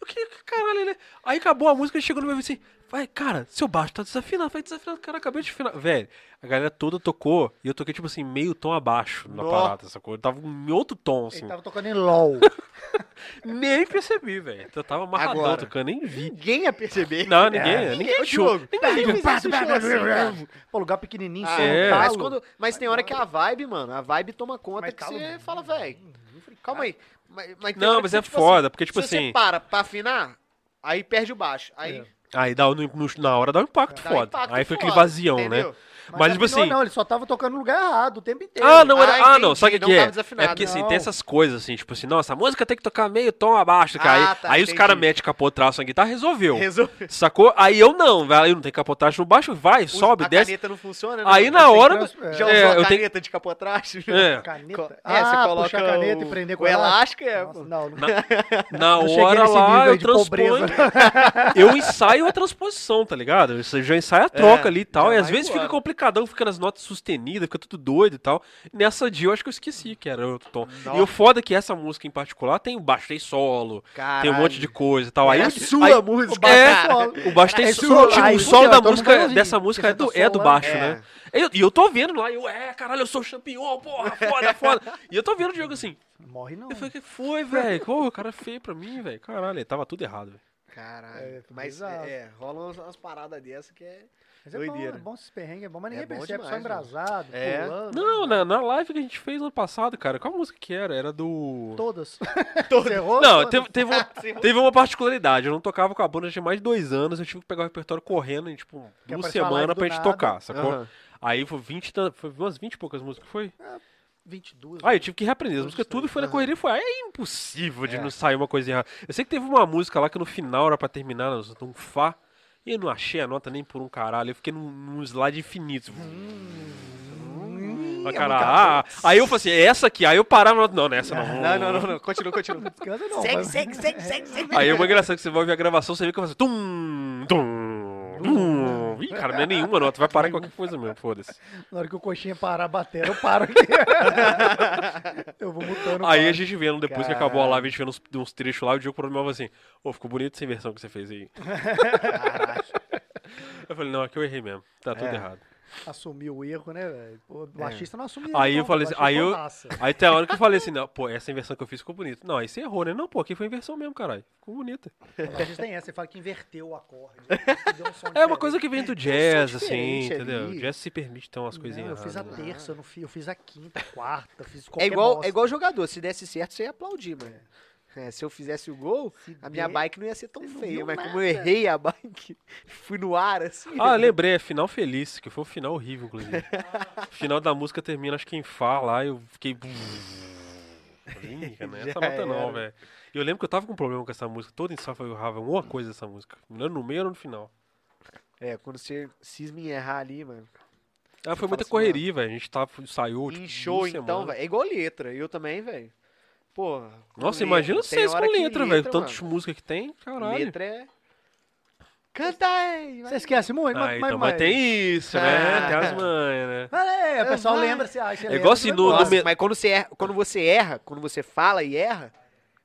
A: O que que caralho, né? Aí acabou a música, ele chegou no meu ouvido assim. Vai, cara, seu baixo tá desafinado, vai desafinado, cara, acabei de afinar. Velho, a galera toda tocou e eu toquei, tipo assim, meio tom abaixo na
D: Nó. Então,
A: parada, sacou? Eu tava em outro tom, assim.
B: Ele tava tocando em LOL.
A: Nem percebi, velho. Eu tava amarradão
D: é. Agora.
A: tocando, nem vi.
D: Ninguém ia perceber.
A: Não, ninguém, ninguém
D: Ô,
A: achou.
D: Diogo, ninguém fez isso, chegou assim, cara.
B: Pô, lugar pequenininho,
D: Ah,
B: sem
A: é.
B: talo.
D: mas, quando- mas tem hora que a vibe, mano, a vibe toma conta
B: Mas
D: que
B: talo
D: você
B: não. Ah.
D: fala, velho, calma aí. Mas, mas tem hora
A: Não,
D: que
A: mas
D: você,
A: é
D: tipo assim,
A: foda, porque, tipo
D: se
A: assim,
D: você para pra afinar, aí perde o baixo. Aí
B: É.
A: aí dá, no- no- na hora dá um impacto
D: dá um
A: foda.
D: impacto
A: aí foi aquele
D: foda,
A: vazião, né?
D: entendeu?
A: Mas, tipo
B: afinou
A: assim.
B: Não, ele só tava tocando no lugar errado o tempo inteiro.
A: Ah, não, era,
D: Ah,
A: ah, não, sabe o que, que
D: entendi, não
A: é?
D: tava desafinado.
A: É porque assim,
B: Não.
A: tem essas coisas assim, tipo assim, nossa, a música tem que tocar meio tom abaixo, cara.
D: Ah,
A: aí
D: tá,
A: aí os
D: entendi.
A: caras metem capotraço na guitarra, resolveu.
D: Resolve.
A: Sacou? Aí eu não, velho, eu não tenho capotraço no baixo, vai, sobe,
D: a
A: desce.
D: caneta não funciona, né?
A: Aí na hora.
B: trans- é.
D: Já
A: é,
D: usou a
A: eu tenho.
D: caneta de capô atrás?
A: É,
B: Caneta.
D: Co- é,
B: ah,
D: você coloca
B: puxar a caneta
D: o-
B: e prender
D: o
B: com ela.
D: elástico, é, pô.
B: Não, não,
A: na
B: não cheguei
A: hora
B: nesse
A: lá
B: nível aí
A: eu
B: de pobreza.
A: transponho. Eu ensaio a transposição, tá ligado? Você já ensaia a troca
D: É,
A: ali e tal.
D: já
A: E às
D: vai
A: vezes fica
D: voando.
A: complicadão, fica nas notas sustenidas, fica tudo doido e tal. Nessa dia eu acho que eu esqueci que era outro tom.
D: Nossa.
A: E o foda é que essa música em particular tem baixo, tem solo, tem um monte de coisa e tal. Aí,
D: É
A: eu-
D: a sua
A: aí-
D: música.
A: o baixo é
D: cara.
A: solo. O baixo tem
B: Aí
A: solo.
B: solo,
A: Tipo,
B: aí
A: o solo
B: fudeu,
A: da
B: aí todo mundo
A: música,
B: sozinho,
A: dessa música é
B: porque
A: do,
B: você tá
A: é do
B: solando.
A: baixo,
D: É.
A: né? E eu, e eu tô vendo lá, eu, é, caralho, eu sou campeão, porra, foda, foda. E eu tô vendo o jogo assim.
B: Morre não.
A: Eu falei, que foi, velho? Pô, o cara é feio pra mim, velho. Caralho, tava tudo errado, velho.
D: Caralho.
B: É, tá
D: mas
B: bizarro.
D: é, é, rolam umas, umas paradas dessas que é.
B: Mas é bom, é
D: Doideira.
B: bom esses perrengues, é bom, mas
D: É
B: ninguém
D: bom
B: percebe, só
D: demais, mano.
B: embrasado,
D: É.
B: pulando.
A: Não, na, na live que a gente fez ano passado, cara, qual música que era? Era do.
B: Todas.
D: Todas.
B: Você errou?
A: Não,
B: todas.
A: teve, teve, uma, teve uma particularidade. Eu não tocava com a banda tinha mais de dois anos. Eu tive que pegar o repertório correndo em, tipo, duas
B: apareceu a live
A: semanas
B: do
A: pra gente
B: nada.
A: tocar, sacou?
D: Aham.
A: Aí foi 20, e tan- foi umas 20 e poucas músicas, foi?
B: 22.
A: Ah,
B: né?
A: eu tive que reaprender as músicas, tudo e foi na
D: Aham.
A: correria, e foi. Aí é impossível de não sair uma coisa errada. Eu sei que teve uma música lá que no final era pra terminar nós- um Fá, e eu não achei a nota nem por um caralho, eu fiquei num, num slide infinito.
B: Hum, é
A: Ah, cara, ah, ah. aí eu falei assim, essa aqui, aí eu parava, no- não, não é essa não.
D: Não, não, não, não. Continua, continua.
B: Descansa não.
F: Segue,
B: mas-
F: segue, segue, segue, segue.
A: Aí é uma engraçado que você vai ouvir a gravação, você vê que eu faço tum, tum, tum. Ih, cara, não é nenhuma nota, vai parar em qualquer coisa mesmo, foda-se.
B: Na hora que o coxinha parar bater, eu paro aqui. eu vou mutando.
A: Aí a
B: cara.
A: gente vendo, depois que acabou a live, a gente vendo uns, uns trechos lá, o Diogo programava assim, ô, ficou bonito essa inversão que você fez aí. Eu falei, não, aqui eu errei mesmo. Tá tudo
D: É.
A: errado.
B: Assumiu o erro, né, velho? Pô, O baixista não assumiu
A: Aí eu falei assim, aí eu-
B: Massa.
A: Aí tem a hora que eu falei assim, não, pô, essa inversão que eu fiz ficou bonita. Não, aí você errou, né? Não, pô, aqui foi inversão mesmo, caralho. Ficou bonita.
B: O baixista tem essa, ele fala que inverteu o acorde. que deu um som
A: É uma
B: diferente.
A: coisa que vem do jazz, assim,
D: diferente
A: entendeu?
D: ali.
A: O jazz se permite ter umas
B: Não,
A: coisinhas
B: Eu fiz a
A: erradas. né?
B: terça, eu, não fiz, eu fiz a quinta, a quarta, eu fiz
D: É
B: qualquer
D: igual,
B: bosta.
D: é igual jogador, se desse certo, você ia aplaudir, mano. É, se eu fizesse o gol,
B: Se
D: a minha
B: der-
D: bike não ia ser tão
B: É, Você não
D: feia,
B: viu
D: mas como eu
B: nada.
D: errei a bike, fui no ar assim.
A: Ah, eu lembrei, é final feliz, que foi um final horrível, inclusive. O final da música termina, acho que em Fá lá, eu fiquei. Brinca, né? Essa
D: Já
A: nota não,
D: era.
A: velho. E eu lembro que eu tava com um problema com essa música. Todo ensaio eu errava uma coisa essa música. Não no meio ou no final.
D: É, quando você cisma em errar ali, mano.
A: Ah, foi
D: Fala
A: muita
D: assim, mano.
A: correria, velho. A gente tava, saiu, tipo,
D: em show,
A: duas
D: então,
A: semanas.
D: velho. É igual letra. Eu também, velho. Pô. com
A: Nossa,
D: letra,
A: imagina
D: tem
A: vocês com
D: hora que
A: letra, velho.
D: mano,
A: Tantas músicas que tem, caralho.
D: Letra é. Canta aí!
B: Você
D: vai.
B: esquece muito,
A: Ah,
B: mas,
A: então,
B: mas,
A: mas tem isso, né?
D: Ah.
A: Tem as manhas, né?
B: Mas é, o pessoal
D: Vai.
B: lembra, você acha.
A: É igual assim, no-
D: Nossa,
A: no me-
D: mas quando você, erra, quando você erra, quando você fala e erra.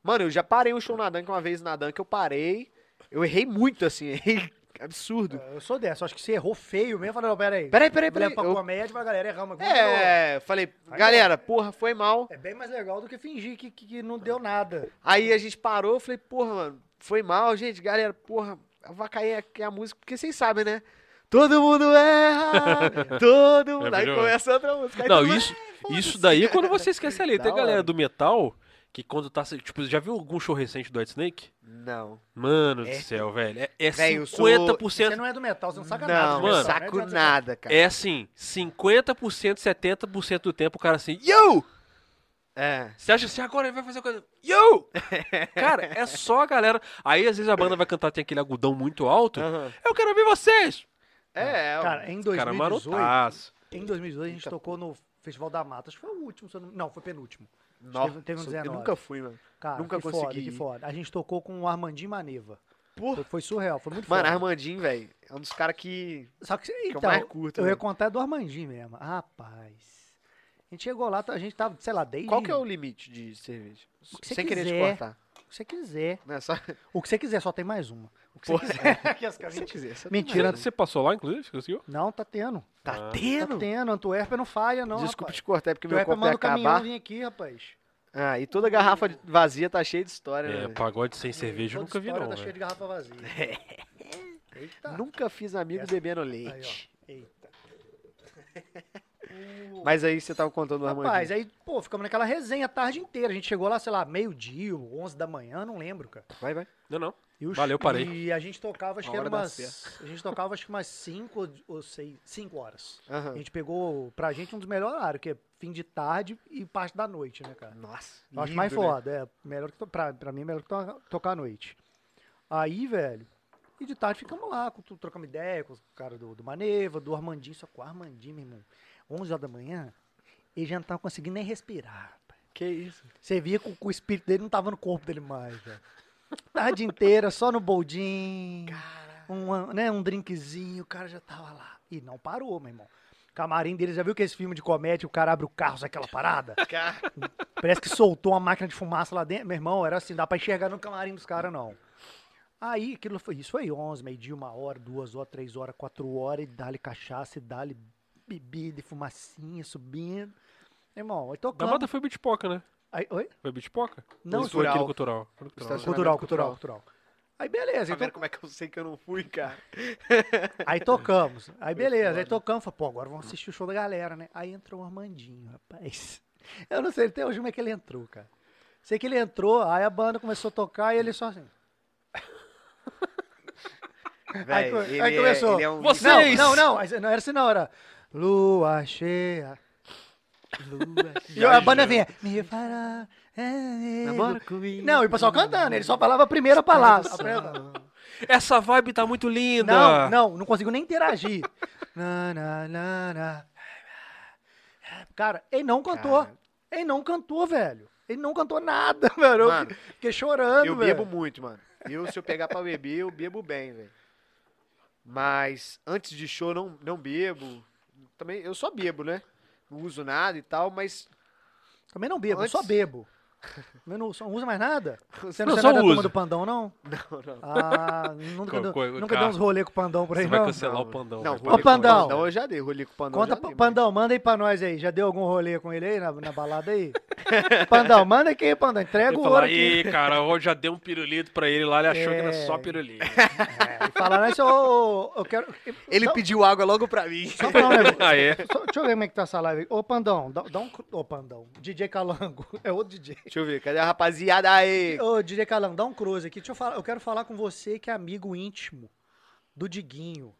D: Mano, eu já parei um show na Dunk uma vez na Dunk, eu parei. Eu errei muito, assim. Errei absurdo.
B: Eu sou dessa, acho que você errou feio mesmo. Falei, não, pera aí.
D: Peraí, peraí, peraí.
B: Leva pra
D: eu-
B: comédia, mas galera erramos. vamos de novo.
D: É, falei, galera, porra, foi mal.
B: É bem mais legal do que fingir que, que- que não deu nada.
D: Aí a gente parou, eu falei, porra, mano, foi mal, gente, galera, porra, avacaiei aqui a música, porque vocês sabem, né? Todo mundo erra, todo mundo.
A: É,
D: Aí
A: melhor.
D: começa outra música. aí
A: Não,
D: todo mundo-
A: isso, isso daí é quando você esquece a letra. Tem
D: Da
A: a galera
D: hora.
A: do metal que quando tá. Tipo, já viu algum show recente do White Snake?
D: Não.
A: Mano
D: É.
A: do céu, velho. É, é
D: Véi, eu sou-
A: 50%.
B: Você não é do metal, você não saca nada.
D: Não,
B: do
A: mano.
D: eu
B: metal, né?
D: saco
B: não adianta você-
D: nada, cara.
A: É assim, 50%, 70% do tempo o cara assim, yo!
D: É.
A: Você acha assim, agora ele vai fazer coisa. Yo! cara, é só a galera. Aí às vezes a banda vai cantar, tem aquele agudão muito alto.
D: Aham.
A: Eu quero ver vocês!
D: É, é.
B: Cara, em
A: cara
B: 2018,
A: marotaço.
B: em 2018 a gente
D: Eita,
B: tocou no Festival da Mata. Acho que foi o último, se eu não... não, foi penúltimo.
D: nó,
B: teve- teve um
D: eu
B: 19.
D: nunca fui, mano.
B: Cara,
D: Nunca
B: que Foda,
D: consegui.
B: que foda. A gente tocou com o Armandinho Maneva.
D: Porra.
B: Foi, foi surreal, foi muito
D: Mano,
B: foda.
D: Armandinho, velho, é um dos caras que.
B: Só que,
D: eu
B: então,
D: mais
B: eu,
D: curto,
B: ia
D: né? velho.
B: contar do Armandinho mesmo. Rapaz. A gente chegou lá, a gente tava, sei lá, desde...
D: Qual que é o limite de cerveja?
B: que você
D: Sem querer te
B: quiser.
D: cortar.
B: O que você quiser.
D: Não é só.
B: O que você quiser, só tem mais uma. O que você
D: Porra.
B: quiser. Que as caras-
D: Se quiser. só-
B: Mentira.
A: Você passou lá, inclusive? Você conseguiu?
B: Não, tá tendo.
A: Ah.
D: Tá
B: Tá
D: tendo?
B: tendo. Antuérpia não falha, não,
D: Desculpa
B: rapaz.
D: te cortar, é porque meu
B: Antuérpia
D: copo ia
B: manda o caminhão
D: acabar.
B: vir aqui, rapaz.
D: Ah, e toda garrafa de- vazia tá cheia de história, né?
A: É,
D: velho?
A: pagode sem cerveja eu
B: Toda
A: nunca vi,
B: história
A: não.
B: Tá
A: velho.
B: cheio de garrafa vazia. Eita.
D: Nunca fiz amigo
B: tá. Essa-
D: bebendo
B: Aí,
D: leite.
B: ó. Eita.
D: Mas aí você tava contando o
B: Rapaz,
D: Armandinho.
B: aí, pô, ficamos naquela resenha a tarde inteira. A gente chegou lá, sei lá, meio-dia, 11 da manhã, não lembro, cara.
D: Vai, vai.
A: Não, não.
B: E o
A: Valeu,
B: sh-
A: parei.
B: E a gente tocava, acho
D: Uma
B: que era
D: hora dá
B: umas. A gente tocava, acho que umas 5 ou 6. 5 horas.
D: Aham.
B: A gente pegou, pra gente, um dos melhores horários, que é fim de tarde e parte da noite, né, cara?
D: Nossa.
B: Eu acho
D: lindo,
B: mais
D: né?
B: foda, é. Melhor que to- pra, pra mim é melhor que to- tocar à noite. Aí, velho, e de tarde ficamos lá, com- trocamos ideia com o cara do, do Maneva, do Armandinho, só com o Armandinho, meu irmão. 11 horas da manhã, ele já não tava conseguindo nem respirar. rapaz.
D: Que isso.
B: Você via que o, que o espírito dele não tava no corpo dele mais, velho. Tarde inteira, só no boldinho, um, né, um drinkzinho, o cara já tava lá. E não parou, meu irmão. Camarim dele, já viu que esse filme de comédia, o cara abre o carro, sai aquela parada?
D: Cara,
B: Parece que soltou uma máquina de fumaça lá dentro. Meu irmão, era assim, dá pra enxergar no camarim dos caras, não. Aí, aquilo foi, isso foi 11, meio-dia, uma hora, duas horas, três horas, quatro horas, e dá-lhe cachaça, e dá-lhe bebida, e fumacinha subindo. Meu irmão, aí
A: Da
B: tocando.
A: mata foi bitpoca, né?
B: Aí, oi?
A: Foi bitpoca?
B: Não,
A: Ou foi aquilo
D: cultural.
A: cultural. Foi cultural. né?
B: Cultural, cultural, cultural. Aí, beleza,
D: tá
B: aí, to-
D: vendo como é que eu sei que eu não fui, cara?
B: aí tocamos. Aí, beleza, aí tocamos. Falei, pô, agora vamos assistir o show da galera, né? Aí entrou o Armandinho, rapaz. Eu não sei até hoje como é que ele entrou, cara. Sei que ele entrou, aí a banda começou a tocar e ele só assim. Aí
D: Véi,
B: co-
D: ele
B: aí
D: é-
B: começou.
D: ele é um-
A: Você-
B: Não,
A: Seis.
B: não, não, aí não era assim, não, era lua cheia. Lua cheia. E a
A: Viajando.
B: banda vinha, me fará. é,
D: Namora comigo.
B: Não, e o pessoal cantando, ele só falava a primeira
D: tá
B: palavra. A primeira-
A: Essa vibe tá muito linda.
B: Não, não, não consigo nem interagir. Na, na, na, na. Cara, ele não cantou.
D: Cara.
B: Ele não cantou, velho. Ele não cantou nada, velho. Eu
D: Mano,
B: fiquei chorando,
D: Eu
B: velho.
D: bebo muito, mano. Eu, se eu pegar pra beber, eu bebo bem, velho. Mas antes de show, não, não bebo. Também, eu só bebo, né? Não uso nada e tal, mas
B: Também não bebo, eu
D: Antes-
B: só bebo. Mas não, só não usa mais nada? Você
A: Não,
B: não, você
A: só
B: não é da turma
A: usa.
B: do Pandão, não?
D: Não, não.
B: Ah, nunca, deu,
A: Co- co-
B: nunca
A: cara,
B: deu uns rolê com o Pandão por aí,
A: Você vai
B: não?
A: cancelar
D: Não,
A: o Pandão.
D: Não,
A: Então, vai,
D: rolê com o
B: Pandão.
D: Pandão eu já dei, rolê com o Pandão. eu
B: Conta,
D: já dei,
B: pa-
D: mas-
B: Pandão, manda aí pra nós aí. Já deu algum rolê com ele aí na, na balada aí? Pandão, manda aqui, Pandão. Entrega
A: Ele
B: o
A: fala,
B: um ouro aqui.
A: Ih, cara, eu já dei um pirulito pra ele lá, ele achou que era
B: É.
A: só pirulito.
B: É, e falar nisso, eu, eu quero...
D: Ele
B: Não,
D: pediu água logo pra mim.
B: Só pra um negócio.
A: ah, é?
B: Só- deixa eu ver como é que tá essa live. Ô, Pandão, dá, dá um... cru- Ô, Pandão. DJ Calango. É outro DJ.
D: Deixa eu ver, cadê a rapaziada aí?
B: Ô, DJ Calango, dá um cruze aqui. Deixa eu falar. Eu quero falar com você que é amigo íntimo do Diguinho.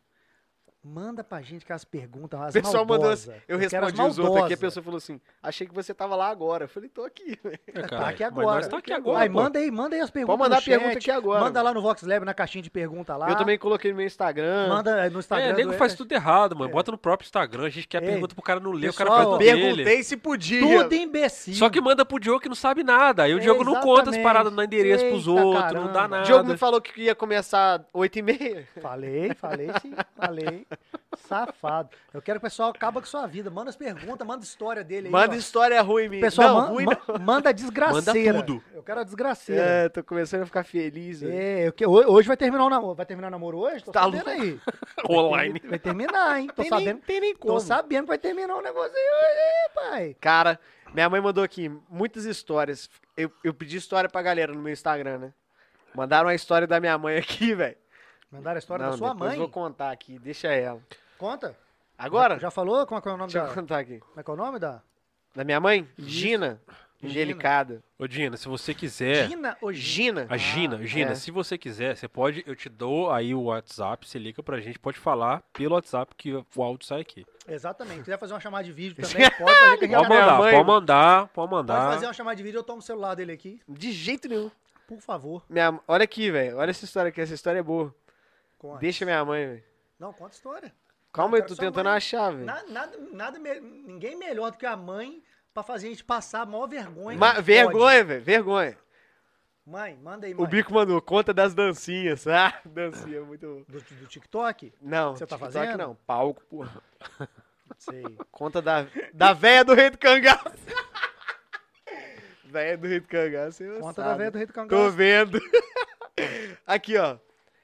B: Manda pra gente aquelas perguntas,
D: O
B: as
D: pessoal mandou assim,
B: maldosa.
D: eu
B: quero as
D: respondi os outros aqui, a
B: maldosa.
D: pessoa falou assim, achei que você tava lá agora. Eu falei, tô aqui. velho.
B: Tá aqui
A: É, Mas
B: agora.
A: nós tá aqui agora,
B: Aí,
A: pô.
B: manda aí, manda aí as perguntas
D: Pode mandar
B: no chat,
D: pergunta aqui agora.
B: Manda lá no Vox Lab, na caixinha de pergunta lá.
D: Eu também coloquei no meu Instagram.
B: Manda aí no Instagram.
A: É, nego
B: do- É.
A: faz tudo errado, mano. Bota no próprio Instagram, a gente quer
B: Ei,
A: pergunta pro cara não ler, o cara faz
B: pessoal,
A: no
D: Perguntei
A: dele.
D: se podia.
B: Tudo imbecil.
A: Só que manda pro Diogo que não sabe nada. Aí o Diogo não conta as
B: Exatamente.
A: paradas, não dá endereço pros
B: Eita,
A: outros, não
B: caramba.
A: dá nada.
D: O Diogo me falou que ia começar 8h30.
B: Falei, falei sim, falei. Safado. Eu quero que o pessoal acabe com sua vida. Manda as perguntas, manda a história dele aí.
D: Manda
B: ó.
D: história ruim minha.
B: Pessoal,
D: não,
B: man-
D: ruim
B: man- manda a desgraceira.
A: Manda tudo.
B: Eu quero a
D: não.
B: desgraceira.
D: É, tô começando a ficar feliz. velho.
B: É, eu que- ho- hoje vai terminar o namoro. Vai terminar o namoro hoje? Tô
D: Tá
B: sabendo
D: louco.
B: aí.
A: Online.
B: Vai terminar, hein? Tô
D: Tem nem-
B: sabendo.
D: tem nem como.
B: Tô sabendo que vai terminar o negócio aí hoje, hein, pai.
D: Cara, minha mãe mandou aqui muitas histórias. Eu, eu pedi história pra galera no meu Instagram, né? Mandaram a história da minha mãe aqui, velho.
B: Mandaram a história
D: Não,
B: da sua
D: depois
B: mãe.
D: eu vou contar aqui, deixa ela.
B: Conta.
D: Agora?
B: Já, já falou? Como é que é o nome
D: deixa
B: da.
D: eu contar aqui.
B: Como é que é o nome da?
D: Da minha mãe? Gina.
B: Gina.
D: Angelicada.
A: Ô, Dina, se você
D: É.
A: quiser.
B: Gina ou Gina?
D: Gina.
A: A Gina, Gina,
D: é.
A: se você quiser, você pode. Eu te dou aí o WhatsApp, você liga pra gente, pode falar pelo WhatsApp que o áudio sai aqui.
B: Exatamente. Quiser fazer uma chamada de vídeo também, pode fazer com a gente
A: Pode
D: minha
A: mandar,
D: mãe,
A: pode mandar, pode
B: Pode
A: mandar.
B: fazer uma chamada de vídeo, eu tomo o celular dele aqui.
D: De jeito nenhum.
B: Por favor.
D: Minha, olha aqui, velho. Olha essa história aqui. Essa história é boa.
B: Conta.
D: Deixa minha mãe, velho.
B: Não, conta a história.
D: Calma, eu
B: quero
D: tô
B: sua
D: tentando
B: mãe.
D: achar, velho.
B: Na- nada, nada me- ninguém melhor do que a mãe pra fazer a gente passar a maior vergonha.
D: Ma-
B: que pode.
D: vergonha, velho. Vergonha.
B: Mãe, manda aí, mãe.
D: O Bico mandou conta das dancinhas. Ah, dancinha, muito bom.
B: Do, do TikTok?
D: Não,
B: Você tá
D: TikTok
B: fazendo?
D: não. Palco, porra.
B: Sei.
D: Conta da, da véia do rei do cangaço. véia do rei do cangaço, eu
B: Conta da velha do Rei do
D: Tô
B: Cangaço.
D: vendo. Aqui, ó.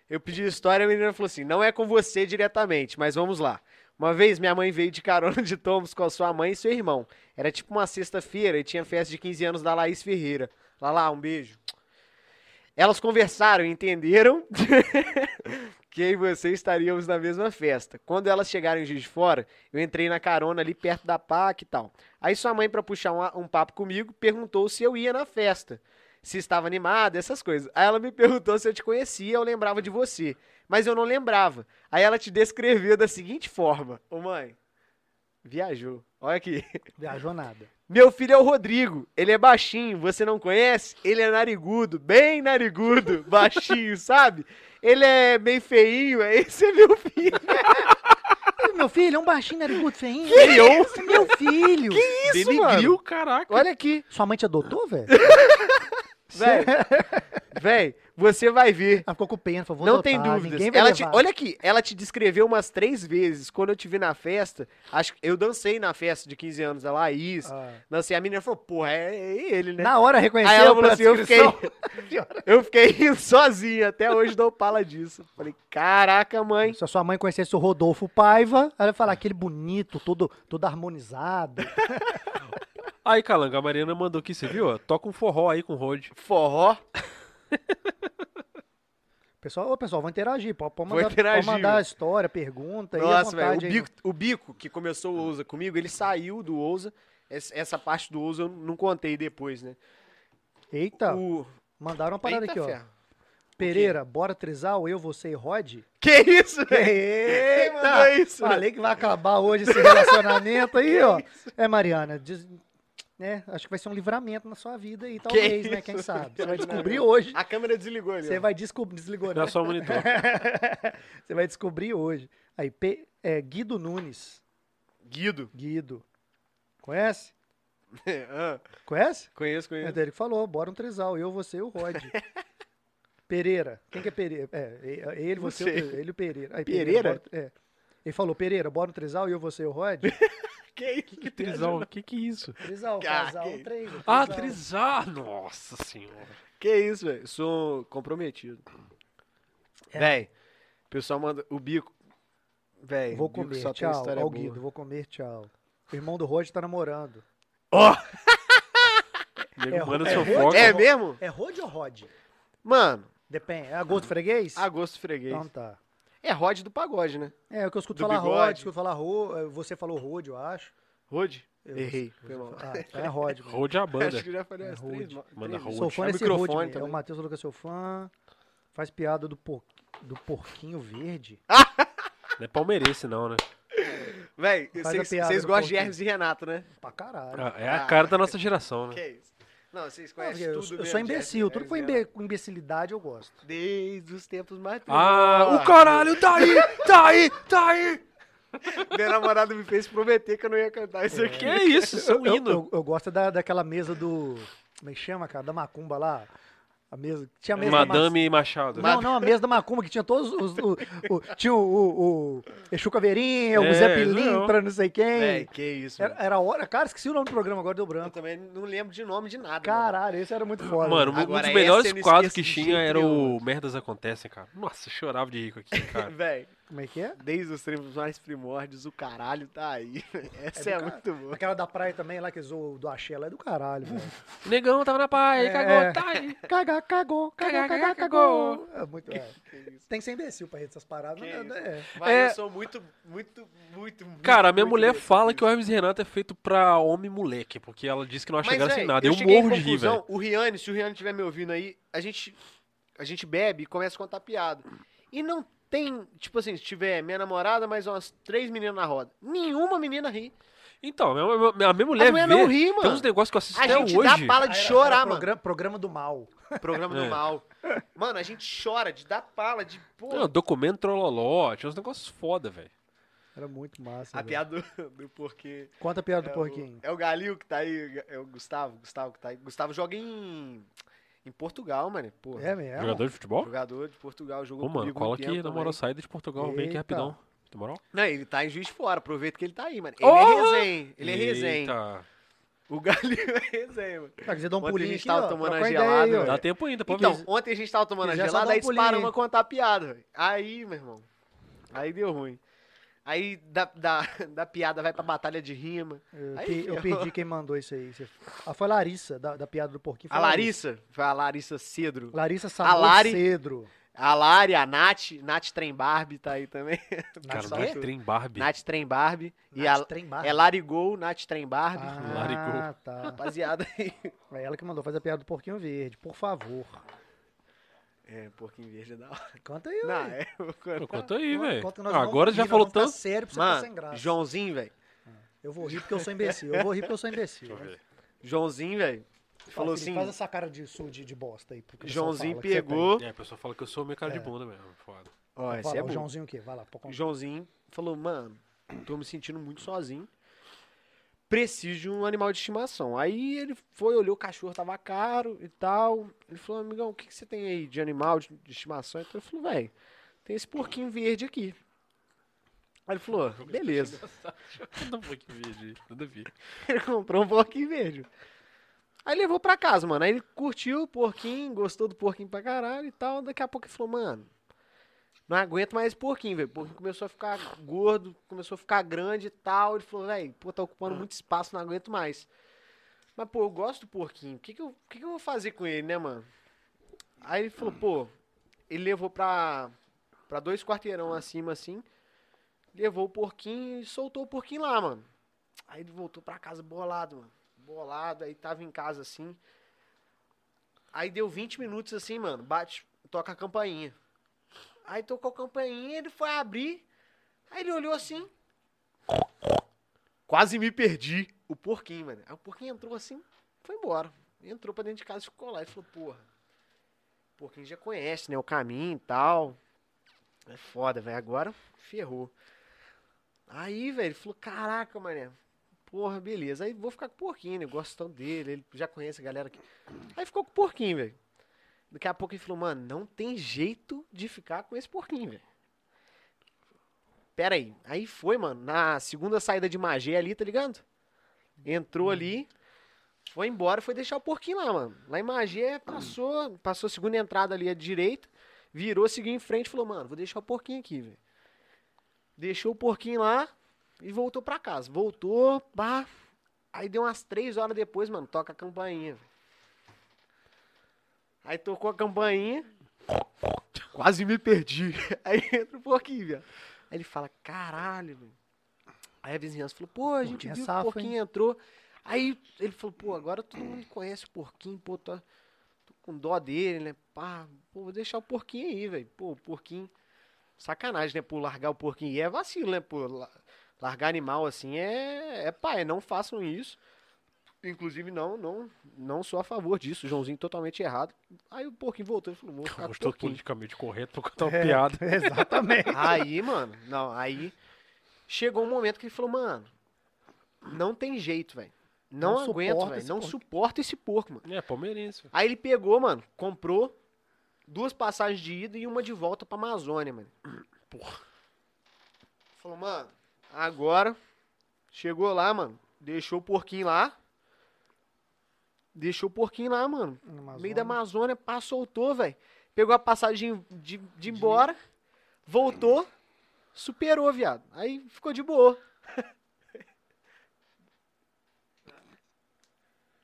D: Eu pedi a história e a menina falou assim: não é com você diretamente, mas vamos lá. Uma vez minha mãe veio de carona de Tombos com a sua mãe e seu irmão. Era tipo uma sexta-feira e tinha festa de 15 anos da Laís Ferreira. Lá lá, um beijo. Elas conversaram e entenderam que eu e você estaríamos na mesma festa. Quando elas chegaram em Juiz de Fora, eu entrei na carona ali perto da PAC e tal. Aí sua mãe, pra puxar um, um papo comigo, perguntou se eu ia na festa se estava animada, essas coisas. Aí ela me perguntou se eu te conhecia, eu lembrava de você. Mas eu não lembrava. Aí ela te descreveu da seguinte forma: Ô mãe, viajou. Olha aqui.
B: Viajou nada.
D: Meu filho é o Rodrigo. Ele é baixinho, você não conhece? Ele é narigudo, bem narigudo, baixinho, sabe? Ele é meio feinho, é esse é meu filho.
B: Ih, Meu filho, é um baixinho narigudo feinho.
D: isso?
B: Meu filho.
D: Isso,
A: Denigriu,
D: mano.
A: caraca.
D: Olha aqui.
B: Sua mãe te adotou, velho?
D: Véi, véi, você vai ver.
B: Ela ficou com pena, falou, vou
D: Não
B: adotar,
D: tem dúvidas.
B: Ninguém vai
D: Ela te-
B: levar.
D: olha aqui, ela te descreveu umas três vezes quando eu te vi na festa. Acho que eu dancei na festa de 15 anos da Laís.
B: Ah.
D: Dancei, a menina falou, porra, é, é ele, né?
B: Na hora reconheceu
D: Aí ela falou
B: pela
D: assim, eu fiquei,
B: descrição.
D: eu fiquei rindo sozinha, até hoje dou pala disso. Falei, caraca, mãe.
B: Se a sua mãe conhecesse o Rodolfo Paiva, ela ia falar aquele bonito, todo, todo harmonizado.
A: Aí, Calanga, a Mariana mandou aqui, você viu? ó? Toca um forró aí com o Rod.
D: Forró.
B: Pessoal, ô, pessoal, vão interagir. Pode, pode
D: Vou
B: mandar,
D: interagir,
B: pode mandar
D: velho.
B: história, pergunta. Tá aí à
D: Nossa, velho, o
B: vontade aí.
D: bico, o bico que começou o Ousa comigo, ele saiu do Ousa. Essa essa parte do Ousa eu não contei depois, né?
B: Eita,
D: O...
B: mandaram uma parada
D: Eita,
B: aqui, ó.
D: ferro.
B: Pereira, bora trisal, eu, você e Rod?
D: Que isso, velho?
B: Eita,
D: mandou isso?
B: Falei que vai acabar hoje esse relacionamento aí, ó. É, Mariana, diz- né, acho que vai ser um livramento na sua vida aí, talvez, né? Quem sabe? Você vai descobrir hoje.
D: A câmera desligou ali,
B: Você
D: ó.
B: vai descobrir. Desligou, né?
A: Não é só o monitor.
B: Você vai descobrir hoje. Aí, P- é, Guido Nunes.
D: Guido.
B: Guido. Conhece?
D: Ah,
B: Conhece?
D: conheço,
B: É
D: conheço.
B: dele que falou, bora um trisal, eu, você e o Rod. Pereira. Quem que é Pereira? É, e- ele,
D: Não
B: você, o
D: sei.
B: Pe- ele e o Pereira. Aí,
D: Pereira?
B: bora- é. Ele falou, Pereira, bora um trisal, eu, você e o Rod.
D: Que isso?
A: Que trisal, que que é isso?
B: Trisal,
D: Cara,
B: casal,
D: que-
B: três.
A: Ah, trisal, nossa senhora.
D: Que isso, velho? Sou comprometido.
B: É.
D: Véi, o pessoal manda o bico. Véi,
B: Vou
D: o bico
B: comer,
D: só tem
B: tchau.
D: história
B: Ó o
D: boa.
B: Guido, vou comer, tchau. O irmão do Rod tá namorando.
A: Nego
B: É,
A: manda
B: é
A: seu
B: ruim.
A: foco.
D: É mesmo?
B: É Rod ou Rod?
D: Mano,
B: Depende. É agosto freguês?
D: agosto freguês.
B: Então tá.
D: É Rod do pagode, né?
B: É, o que eu escuto
D: Do
B: falar
D: bigode.
B: Rod, escuto falar Rod. Você falou Rod, eu acho.
D: Rod?
B: Eu-
D: Errei. Foi mal.
B: Ah, então é Rod. mano.
A: Rode a banda.
D: Acho que já falei
B: É
D: as três.
B: Rod.
D: ma-
A: Manda
D: três.
A: Rod.
B: Sou fã
D: É
B: desse Rod
D: microfone
B: mesmo. É o
D: também.
B: Matheus falou que é seu fã. Faz piada do, por... do porquinho verde.
A: Não é palmeirense, não, né?
D: Véi,
B: Faz a
D: vocês
B: piada
D: vocês
B: do
D: gostam de
B: porquinho.
D: Hermes e Renato, né?
B: Pra caralho.
A: Ah, É a cara da nossa geração, né?
D: Que isso? Não, vocês
B: Não, porque
D: conhecem
B: eu,
D: tudo
B: eu
D: mesmo
B: sou
D: de
B: imbecil.
D: Hermes e
B: Tudo que foi
D: Renato.
B: imbe- com imbecilidade eu gosto.
D: Desde os tempos mais
A: Ah, o
D: primórdios.
A: caralho, tá aí, tá aí, tá aí.
D: Meu namorado me fez prometer que eu não ia cantar isso aqui.
A: Que isso, isso é um
B: Eu,
A: hino.
B: eu- eu gosto da, daquela mesa do. Como é que chama, cara? Da macumba lá. A mesa. Tinha é a mesa da ma-
A: Madame Machado.
B: Não, não, a mesa da macumba que tinha todos os. o- o- tinha o, o, o Exu Caveirinha, o
A: É,
B: Zé
A: não.
B: Pilintra, não sei quem.
D: Véi, que É, isso,
B: Era,
D: mano.
B: era a hora. Cara, esqueci o nome do programa, agora deu
D: Eu
B: branco.
D: também não lembro de nome de nada. mano.
B: Caralho, esse era muito foda.
A: Mano, um
D: Agora,
A: dos
D: essa
A: melhores
D: eu não
A: quadros que
D: esqueço de
A: tinha
D: jeito
A: era o
D: nenhum.
A: Merdas Acontecem, cara. Nossa, eu chorava de rico aqui, cara.
D: Véi,
B: Como é que é?
D: desde os tempos mais primórdios, o caralho tá aí. Essa é,
B: do
D: muito boa.
B: Aquela da praia também, lá que zoou do Axé, lá é do caralho, velho.
A: Negão tava na praia,
B: É.
A: cagou, tá aí.
B: Cagar, cagou, cagar, cagar, cagou. É muito. é. Tem que ser imbecil pra rede essas paradas,
D: Que
B: né?
D: isso.
B: É.
D: Vai,
A: É.
D: eu sou muito, muito, muito, muito.
A: Cara, minha
D: muito
A: mulher
D: imbecil
A: fala
D: nisso.
A: que o Hermes e Renato é feito pra homem e moleque, porque ela disse que não acha
D: Mas,
A: graça
D: véi,
A: em nada. Eu,
D: cheguei em
A: morro de rir,
D: conclusão,
A: velho.
D: O Riane, se o Riane estiver me ouvindo aí, a gente, a gente bebe e começa a contar piada. E não tem, tipo assim, se tiver minha namorada, mais umas três meninas na roda. Nenhuma menina ri.
A: Então, minha- minha- minha- a minha
D: A
A: mulher
D: mulher
A: vê,
D: não ri,
A: tem
D: mano.
A: uns negócios que eu assisto
D: A
A: até
D: gente
A: hoje.
D: dá bala de
B: Era-
D: chorar,
B: era
D: mano.
B: programa, programa do mal.
D: Programa
A: É.
D: do mal. Mano, a gente chora de dar pala, de pô.
A: Não, documento trololó, tinha uns negócios foda, velho.
B: Era muito massa.
D: a
B: velho.
D: piada do, do porquê.
B: Conta a piada
D: É
B: do
D: o-
B: porquinho.
D: É o Galil que tá aí, é o Gustavo, Gustavo que tá aí. Gustavo joga em, em Portugal, mano. Porra.
B: É mesmo?
A: Jogador de futebol?
D: Jogador de Portugal, jogou
A: Ô, mano,
D: comigo
A: cola
D: muito
A: aqui,
D: tempo
A: na moral,
D: também.
A: saída de Portugal, vem aqui
B: Eita.
A: rapidão. Na moral?
D: Não, ele tá em Juiz de Fora, aproveita que ele tá aí, mano. Ele
A: Oh!
D: é resenha, ele é resenha.
A: Eita.
D: O Galil é resenha, mano.
B: Tá, quer dizer, dá um
D: Ontem a
B: pulinho
D: gente
B: aqui,
D: tava
B: ó,
D: tomando
B: troca
D: uma
B: uma ideia
D: gelada,
B: aí, ó.
D: velho.
A: Dá tempo ainda, pode
D: Então,
A: ver.
D: ontem a gente tava tomando a
B: Quiser só
D: gelada,
B: dá um
D: aí
B: pulinho
D: disparamos
B: aí.
D: a contar piada. velho. Aí, meu irmão, aí deu ruim. Aí da, da, da piada vai pra batalha de rima.
B: Eu,
D: Aí,
B: pe- eu
D: ferrou.
B: perdi quem mandou isso aí. Você- Ah, foi a Larissa, da, da piada do porquinho. foi
D: A Larissa, foi a Larissa Cedro.
B: Larissa
D: A
B: Sabor
D: Lari-
B: Cedro.
D: A Lari, a Nath, Nath Trembarbie tá aí também.
A: Cara,
B: Nath
A: não
B: Sabe
A: é
B: tudo.
A: trem Barbie.
D: Nath Trembarbie. E a,
B: Nath Trembar.
D: é Larigol, Nath Trembarbie.
B: Ah,
A: Larigou.
B: tá.
D: Rapaziada aí.
B: É ela que mandou fazer a piada do porquinho verde, por favor. um
D: É, Porquinho Verde é da hora.
B: Canta aí,
D: Não,
B: ué.
D: é, eu vou contar.
A: Pô, Conta aí,
B: Conta-
A: velho. Ah,
B: conta que nós vamos
A: Agora
B: rir,
A: já
B: nós
A: falou
B: vamos ficar
A: tanto.
B: sério pra você ficar sem
D: Mano,
B: graça.
D: Joãozinho, velho.
B: Eu vou rir porque eu sou imbecil. Eu vou rir porque eu sou imbecil.
A: Deixa eu ver.
D: Joãozinho, velho. Falou
B: Fala, Felipe,
D: assim,
B: Faz essa cara de sul de, de bosta aí. pro que o pessoal
D: Joãozinho
B: fala que você
D: pegou.
A: É, a pessoa fala que eu sou meio cara de
B: É.
A: bunda mesmo. Foda.
D: Ó,
B: tem.
D: esse
B: Fala,
D: é
B: o
D: bom.
B: Joãozinho o quê? Vai lá, pô, conta.
D: Joãozinho falou, mano, tô me sentindo muito sozinho. Preciso de um animal de estimação. Aí ele foi, olhou, o cachorro tava caro e tal. Ele falou, amigão, o que, que você tem aí de animal de, de estimação? Então ele falou, velho, tem esse porquinho verde aqui. Aí ele falou, beleza.
A: Não foi que vídeo, nada a ver.
D: Ele comprou um porquinho verde. Aí levou pra casa, mano. Aí ele curtiu o porquinho, gostou do porquinho pra caralho e tal. Daqui a pouco ele falou, mano, não aguento mais esse porquinho, velho. O porquinho começou a ficar gordo, começou a ficar grande e tal. Ele falou, velho, pô, tá ocupando muito espaço, não aguento mais. Mas, pô, eu gosto do porquinho. O que que eu, o que que eu vou fazer com ele, né, mano? Aí ele falou, pô, ele levou pra, pra dois quarteirão acima, assim. Levou o porquinho e soltou o porquinho lá, mano. Aí ele voltou pra casa bolado, mano. Bolado, aí tava em casa assim. Aí deu 20 minutos assim, mano. Bate, toca a campainha. Aí tocou a campainha, ele foi abrir. Aí ele olhou assim. Quase me perdi. O porquinho, mano. Aí o porquinho entrou assim, foi embora. Entrou pra dentro de casa e ficou lá. E falou, porra. O porquinho já conhece, né? O caminho e tal. É foda, velho. Agora ferrou. Aí, velho, ele falou, caraca, mané. Porra, beleza. Aí vou ficar com o porquinho, né? Eu gosto tanto dele, ele já conhece a galera aqui. Aí ficou com o porquinho, velho. Daqui a pouco ele falou, mano, não tem jeito de ficar com esse porquinho, velho. Pera aí. Aí foi, mano. Na segunda saída de Magé ali, tá ligado? Entrou ali, foi embora, foi deixar o porquinho lá, mano. Lá em Magé, passou, passou a segunda entrada ali à direita, virou, seguiu em frente e falou, mano, vou deixar o porquinho aqui, velho. Deixou o porquinho lá e voltou pra casa. Voltou, pá. Aí deu umas três horas depois, mano, toca a campainha, velho. Aí tocou a campainha. Quase me perdi. Aí entra o porquinho, velho. Aí ele fala, caralho, velho. Aí a vizinhança falou, pô, a gente
B: Porquinho é
D: viu que
B: safo,
D: o porquinho entrou. Aí ele falou, pô, agora todo mundo conhece o porquinho, pô, tô, tô com dó dele, né? Pá, pô, vou deixar o porquinho aí, velho. Pô, o porquinho. Sacanagem, né? Pô, largar o porquinho. E é vacilo, né? Pô, la- largar animal assim é, é pai, não façam isso. Inclusive, não, não, não sou a favor disso. Joãozinho totalmente errado. Aí o porquinho voltou e falou, vou ficar com o
A: Gostou
D: porquinho.
A: politicamente correto pra contar
B: É.
A: uma piada.
B: Exatamente.
D: Aí, mano, não, aí chegou um momento que ele falou, mano, não tem jeito, velho. Não,
B: Não
D: aguento,
B: suporto
D: velho.
B: esse
D: Não
B: porco."
D: suporto esse porco, mano.
A: É, palmeirense. velho.
D: Aí ele pegou, mano, comprou duas passagens de ida e uma de volta pra Amazônia, mano. Porra. Falou, mano, agora chegou lá, mano, deixou o porquinho lá. Deixou o porquinho lá, mano. No meio da Amazônia, pá, soltou, velho. Pegou a passagem de, de, de embora, voltou, superou, viado. Aí ficou de boa.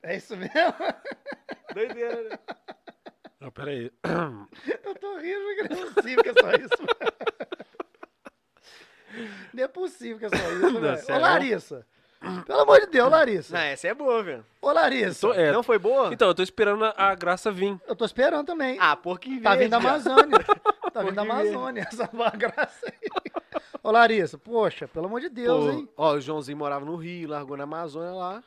B: É isso mesmo?
D: Doideira, né?
A: Não, pera aí.
B: Eu tô rindo, porque não é possível que é só isso. Não é possível que é só isso, velho. Ô,
A: sério?
B: Larissa. Pelo amor de Deus,
D: Não,
B: Larissa.
D: essa é boa, velho.
B: Ô, Larissa.
A: Tô- é,
D: Não foi boa?
A: Então, eu tô esperando a, a graça vir.
B: Eu tô esperando também.
D: Ah, porquinho
B: Tá
D: verde,
B: vindo da
D: viado.
B: Amazônia. Tá vindo da
D: Porque mesmo.
B: Amazônia, essa bagaça aí. Ô, Larissa, poxa, pelo amor de Deus,
D: Pô,
B: hein?
D: Ó, o Joãozinho morava no Rio, largou na Amazônia lá.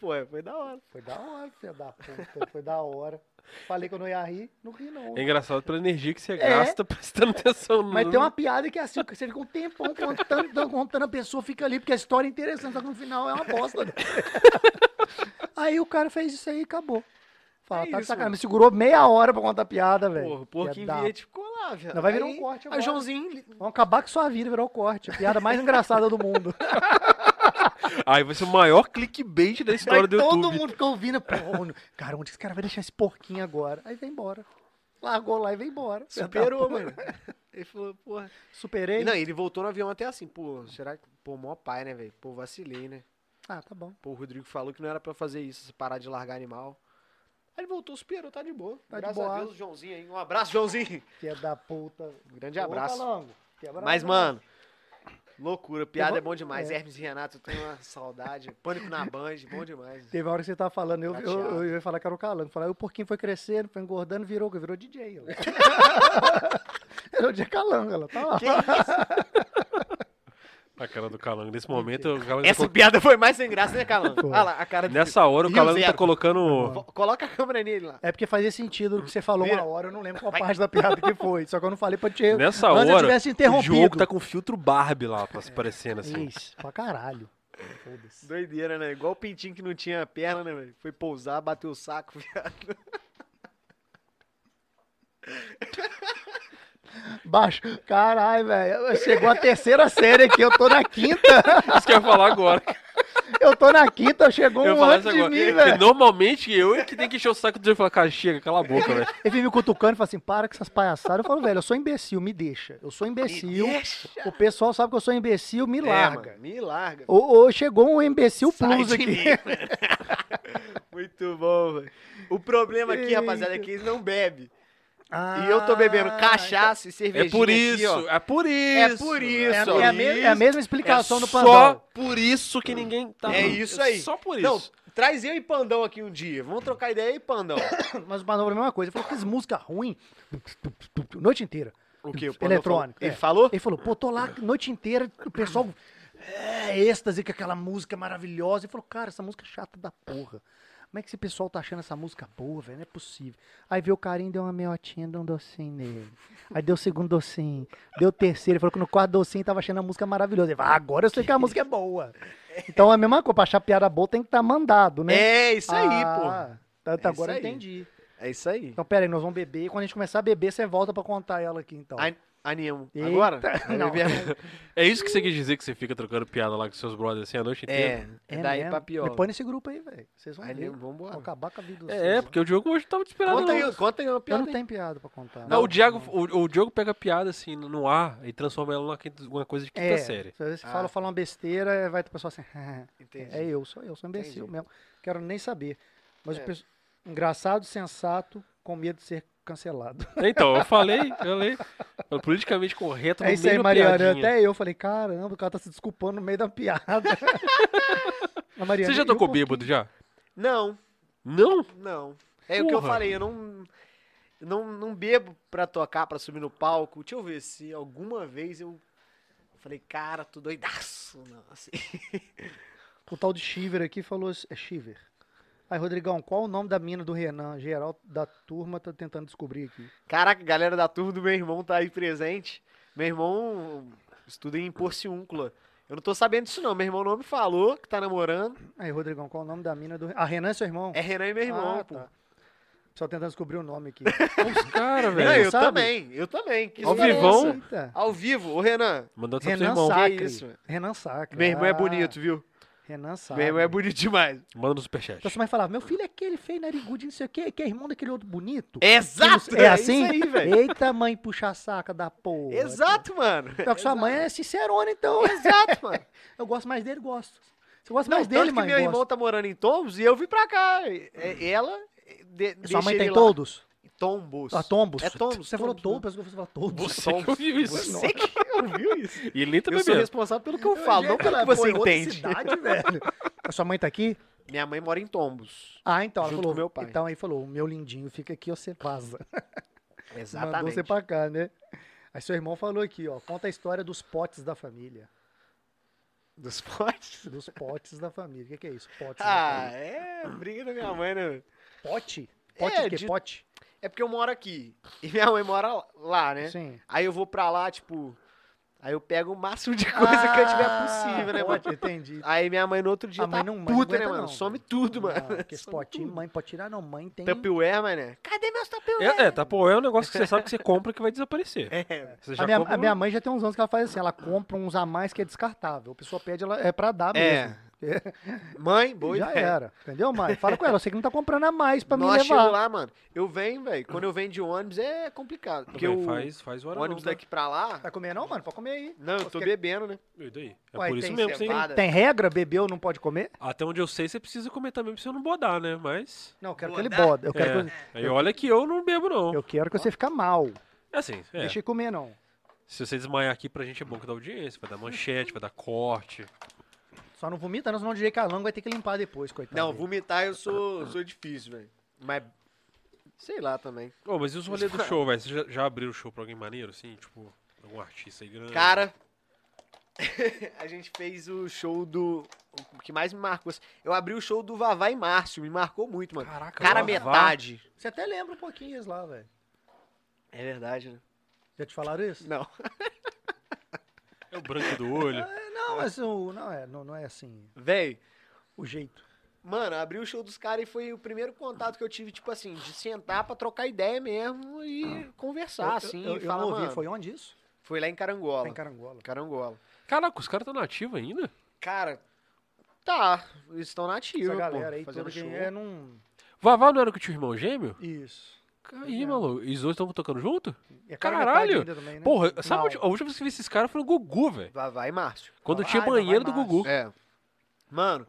D: Foi, foi da hora.
B: Foi da hora, filha da puta. Foi da hora. Falei que eu não ia rir, não ri não.
A: É engraçado pela energia que você gasta prestando atenção no.
B: Mas
D: Uhum.
B: tem uma piada que é assim, que você fica um tempão contando, tão contando, a pessoa fica ali, porque a história é interessante, só que no final é uma bosta. né? aí o cara fez isso aí e acabou. Fala,
D: É
B: tá de
D: isso,
B: sacanagem.
D: mano.
B: Me segurou meia hora pra contar a piada, velho.
D: Porra, o porquinho
B: Filha da-
D: verde ficou lá, velho.
B: Não, vai virar um
D: Aí,
B: corte
D: Aí
B: agora.
D: o Joãozinho.
B: Vamos acabar com sua vida, virou corte. A piada mais engraçada do mundo.
A: Aí vai ser o maior clickbait da história
B: Aí
A: do
B: todo
A: YouTube.
B: mundo fica ouvindo. Pô, onde- cara, onde esse cara vai deixar esse porquinho agora? Aí vem embora. Largou lá e veio embora.
D: Superou, mano. Ele falou, porra.
B: Superei.
D: Não, ele voltou no avião até assim, pô, será que. Pô, mó pai, né, velho? Pô, vacilei, né?
B: Ah, tá bom.
D: Pô, o Rodrigo falou que não era pra fazer isso, se parar de largar animal. Aí ele voltou, superou, tá de boa.
B: Tá de
D: Graças
B: boa.
D: a Deus, Joãozinho aí. Um abraço, Joãozinho.
B: Filha da puta.
D: Um grande abraço.
B: Ô, Calango, quebra
D: Mas,
B: a-
D: mano, loucura. Piada
B: bom-
D: é bom demais.
B: é.
D: Hermes e Renato, eu tenho uma saudade. Pânico na Band, bom demais.
B: Teve uma hora que você tava falando, eu, eu,
D: Chateado.
B: eu ia falar que era o Calango. Falar, "Aí o porquinho foi crescendo, foi engordando, virou, virou DJ. Ela. era o dia Calango, ela tá lá.
A: A cara do Calango. Nesse momento, o Calango tá
D: Essa
A: colo-
D: piada foi mais sem graça, né, Calan?
B: Foi.
D: Olha lá, a
B: é
D: cara dele.
A: Nessa hora, o
D: Rio
A: Calango tá
D: zero.
A: colocando.
D: Coloca a câmera nele lá.
B: É porque fazia sentido o que você falou
D: Vira.
B: uma hora, eu não lembro qual parte da piada que foi. Só que eu não falei pra te.
A: Nessa
B: Antes eu
A: hora,
B: tivesse
A: o jogo
B: interrompido.
A: tá com filtro Barbie lá, pra- parecendo assim.
B: Isso, pra caralho. Foda-se.
D: Doideira, né? Igual o pintinho que não tinha perna, né, velho? Foi pousar, bateu o saco, viado.
B: Baixo. Caralho, velho. Chegou a terceira série aqui. Eu tô na quinta.
A: Isso que eu ia falar agora.
B: Eu tô na quinta. Chegou
A: eu ia
B: um
A: falar
B: antes
A: isso
B: de
A: agora.
B: mim,
A: Porque
B: velho.
A: normalmente eu é que tenho que encher o saco do Diego e falar, cara, chega, cala a boca, velho.
B: Ele vem me cutucando e fala assim: para com essas palhaçadas. Eu falo, velho, eu sou imbecil, me deixa. Eu sou imbecil. O pessoal sabe que eu sou imbecil,
D: É,
B: me larga.
D: me larga.
B: Ou, ou chegou um imbecil plus
D: de
B: aqui.
D: Muito bom, velho. O problema aqui, rapaziada, é que eles não bebem.
B: Ah,
D: E eu tô bebendo cachaça e cervejinha
A: É por
D: aqui, ó.
A: isso, é por
D: É
A: isso.
D: por
B: É,
D: isso.
B: é, a, me- é a mesma explicação
A: é
B: do
A: Só
B: Pandão.
A: por isso que ninguém tá.
D: É isso aí.
A: Só por
D: Não,
A: isso.
D: traz eu e Pandão aqui um dia. Vamos trocar ideia aí, Pandão.
B: Mas o Pandão falou a mesma coisa. Ele falou que música ruim noite inteira.
D: O quê? O Pandão
B: Eletrônica.
D: falou? Ele
B: é.
D: falou?
B: Ele falou, pô, tô lá a noite inteira, o pessoal é êxtase com aquela música maravilhosa. Ele falou, cara, essa música é chata da porra. Como é que esse pessoal tá achando essa música boa, velho? Não é possível. Aí veio o carinho, deu uma meiotinha, deu um docinho nele. Aí deu o segundo docinho, deu o terceiro. Ele falou que no quarto docinho tava achando a música maravilhosa. Ele falou, ah, agora eu sei que a música é boa. Então é a mesma coisa, pra achar piada boa tem que estar mandado, né?
D: É isso aí, pô.
B: Ah, Tanto
D: É
B: agora eu
D: isso aí.
B: entendi.
D: É isso aí.
B: Então, pera aí, nós vamos beber. Quando a gente começar a beber, você volta pra contar ela aqui, então.
D: Aí- Animo.
B: Eita,
D: Agora?
B: não.
D: Aí vem-
A: É isso que você quer dizer que você fica trocando piada lá com seus brothers assim a noite inteira?
D: É, é daí
B: mesmo.
D: pra pior.
B: Me põe nesse grupo aí, velho. Vocês vão ver.
D: Animo,
B: Vou
D: vambora.
B: acabar com a vida dos
A: É,
B: vocês,
A: porque o Diogo hoje tava te esperando.
D: Conta
A: não.
D: aí, conta aí uma
B: Eu
D: piada.
B: não tenho piada pra contar.
A: Não, o Diago, o, o Diogo pega piada assim no ar e transforma ela numa quinta- uma coisa de quinta
B: é,
A: série.
B: Às vezes
D: Ah.
B: fala, fala uma besteira, vai ter pessoa assim.
D: Entendi.
B: é eu, sou eu, sou um imbecil
D: Entendi.
B: mesmo. Quero nem saber. Mas o
D: É.
B: pessoal- engraçado, sensato, com medo de ser cancelado.
A: Então, eu falei, eu falei. falei politicamente correto
B: é
A: no
B: isso aí,
A: meio da
B: Mariana.
A: piadinha.
B: Até eu falei, caramba, o cara tá se desculpando no meio da piada. A Mariana,
A: Você já
B: e o
A: tocou
B: porquê?
A: bêbado já?
D: Não,
A: Não?
D: não. É o que eu
A: Porra.
D: falei, eu não, não, não bebo pra tocar, pra subir no palco. Deixa eu ver se alguma vez eu falei, cara, tô doidaço. Não, assim.
B: O tal de Shiver aqui falou. assim- É Shiver. Aí, Rodrigão, qual o nome da mina do Renan? Geral da turma tá tentando descobrir aqui.
D: Caraca, a galera da turma do meu irmão tá aí presente. Meu irmão estuda em Porciúncula. Eu não tô sabendo disso não, meu irmão não me falou que tá namorando.
B: Aí, Rodrigão, qual o nome da mina do. A Renan é seu irmão?
D: É Renan e meu irmão,
B: Ah,
D: pô.
B: tá. Só tentando descobrir o nome aqui.
A: Os caras,
D: Não,
A: velho.
D: eu
B: sabe?
D: também, eu também. Que
A: Ao
D: história é
A: vivão.
D: essa?
B: Eita.
D: Ao vivo, ô Renan.
A: Mandou até pro seu
B: Renan
A: irmão.
D: sabe.
B: Sacre.
D: isso, velho?
B: Renan Sacre.
D: Meu irmão é
B: Ah, tá
D: bonito, viu?
B: Renan Sacre.
D: Meu irmão é bonito demais.
A: Manda no superchat.
B: Então sua mãe falava, meu filho é aquele feio narigudo, não sei o quê, que é irmão daquele outro bonito.
D: Exato!
B: É assim?
D: isso aí, velho.
B: Eita, mãe, puxa a saca da porra.
D: Exato, mano.
B: Pior que sua mãe é sincerona, então.
D: Exato, mano.
B: Eu gosto mais dele, gosto. Você gosta
D: Não,
B: mais
D: tanto
B: dele,
D: que
B: mãe?
D: meu
B: gosto.
D: irmão tá morando em Tombos e eu vim pra cá. E- e- Ela. De,
B: Sua
D: deixa
B: mãe
D: ele
B: tem
D: lá.
B: todos?
D: Tombos.
B: Ah, tombos.
D: É tombos,
B: Você falou
D: tombos, né?
B: tombos, mas você falou todos.
A: Você que ouviu isso. é
D: Você que ouviu isso?
A: E ele entra
D: Eu sou
A: bebendo.
D: responsável pelo que eu falo, não pelo
B: Ela
D: que você
B: foi em outra
D: entende.
B: cidade, velho. A sua mãe tá aqui?
D: Minha mãe mora em Tombos.
B: Ah, então. Ela
D: Junto
B: falou,
D: com meu pai.
B: Então aí falou, meu lindinho, fica aqui ou você vaza. Mandou
D: Exatamente.
B: você pra cá, né? Aí seu irmão falou aqui, ó. Conta a história dos potes da família.
D: Dos potes?
B: Dos potes da família. O que, que é isso? Potes da
D: Ah,
B: família.
D: é briga da minha mãe, né? velho?
B: Pote? Pote
D: É,
B: de quê?
D: de-
B: Pote?
D: É porque eu moro aqui. E minha mãe mora lá, né?
B: Sim.
D: Aí eu vou pra lá, tipo. Aí eu pego o máximo de coisa que eu tiver possível, né, mano?
B: pote, Entendi.
D: Aí minha mãe no outro dia
B: Ah, A
D: tá
B: mãe não- mãe não
D: puta, né,
B: aguenta
D: mano?
B: não,
D: Some
B: velho.
D: tudo, mano.
B: Não, que esse potinho, mãe, pode tirar não. Mãe tem...
D: Tupperware, mané. Cadê meus Tupperware?
A: É, é, Tupperware é um negócio que você sabe que você compra que vai desaparecer.
D: É,
A: Você já
B: A minha,
A: compra um?
B: a minha mãe já tem uns anos que ela faz assim, ela compra uns a mais que é descartável. A pessoa pede, ela é pra dar
D: É,
B: mesmo.
D: Mãe, boa
B: Já
D: ideia.
B: era. Entendeu, mãe? Fala com ela, você que não tá comprando a mais pra
D: Nós
B: me levar.
D: chegamos lá, mano. Eu venho, velho. Quando eu venho de ônibus é complicado. Porque
A: Bem,
D: o
A: faz, faz hora
D: ônibus
A: não, tá?
D: daqui pra lá.
B: Vai comer não, mano? Pode comer aí.
D: Não, eu tô
B: Fica-
D: bebendo, né?
A: E daí? É
B: Ué,
A: por isso
B: tem
A: mesmo, sim.
D: cevada.
B: Tem regra? Bebeu, não pode comer?
A: Até onde eu sei, você precisa comer também pra você não bodar, né? Mas.
B: Não, eu quero que ele
D: Bodar?
B: boda. Eu quero,
A: É.
B: que,
A: Aí olha que eu não bebo, não.
B: eu quero que você fique mal.
A: É assim, é.
B: Deixa ele comer, não.
A: Se você desmaiar aqui pra gente é bom que dá audiência, vai dar manchete, vai dar corte.
B: Só não vomita, não, senão o DJ Calango vai ter que limpar depois, coitado.
D: Não,
B: dele.
D: vomitar eu sou, sou difícil, velho. Mas. Sei lá também.
A: Ô, mas e os rolês do show, velho? Você já, já abriu o show pra alguém maneiro, assim? Tipo, algum artista aí grande?
D: Cara,
B: Ah.
D: a gente fez o show do. O que mais me marcou. assim, Eu abri o show do Vavá e Márcio, me marcou muito, mano.
B: Caraca,
D: Cara,
A: Vavá.
D: metade.
B: Você até lembra um pouquinho eles lá, velho.
D: É verdade, né?
B: Já te falaram isso?
D: Não.
A: É o branco do olho.
B: Não, mas o, não, é, não, não é assim
D: Véi,
B: o jeito.
D: mano, abri o show dos caras e foi o primeiro contato que eu tive, tipo assim, de sentar pra trocar ideia mesmo e conversar,
B: Ah. eu,
D: assim.
B: eu, eu
D: e falar,
B: não ouvi,
D: mano, foi...
B: foi onde isso?
D: lá em Carangola.
B: Foi em Carangola.
D: Carangola.
A: Caraca, os caras estão na ativa ainda?
D: Cara, tá. Eles estão na ativa,
B: Essa galera
D: pô,
B: aí,
D: fazendo
B: toda
D: show.
B: quem é num...
A: Vavá não era que tinha o irmão gêmeo?
B: Isso.
A: Aí,
B: É.
A: maluco. E os dois estão tocando junto?
B: E é
A: Caralho!
B: metade ainda também, né?
A: Porra, sabe
B: Não.
A: onde, a última vez que eu vi esses caras foi no Gugu, velho.
D: Vavá e Márcio.
A: Quando
B: Ah,
A: tinha
B: não,
A: banheiro do
B: vai mais.
A: Gugu.
D: É. Mano,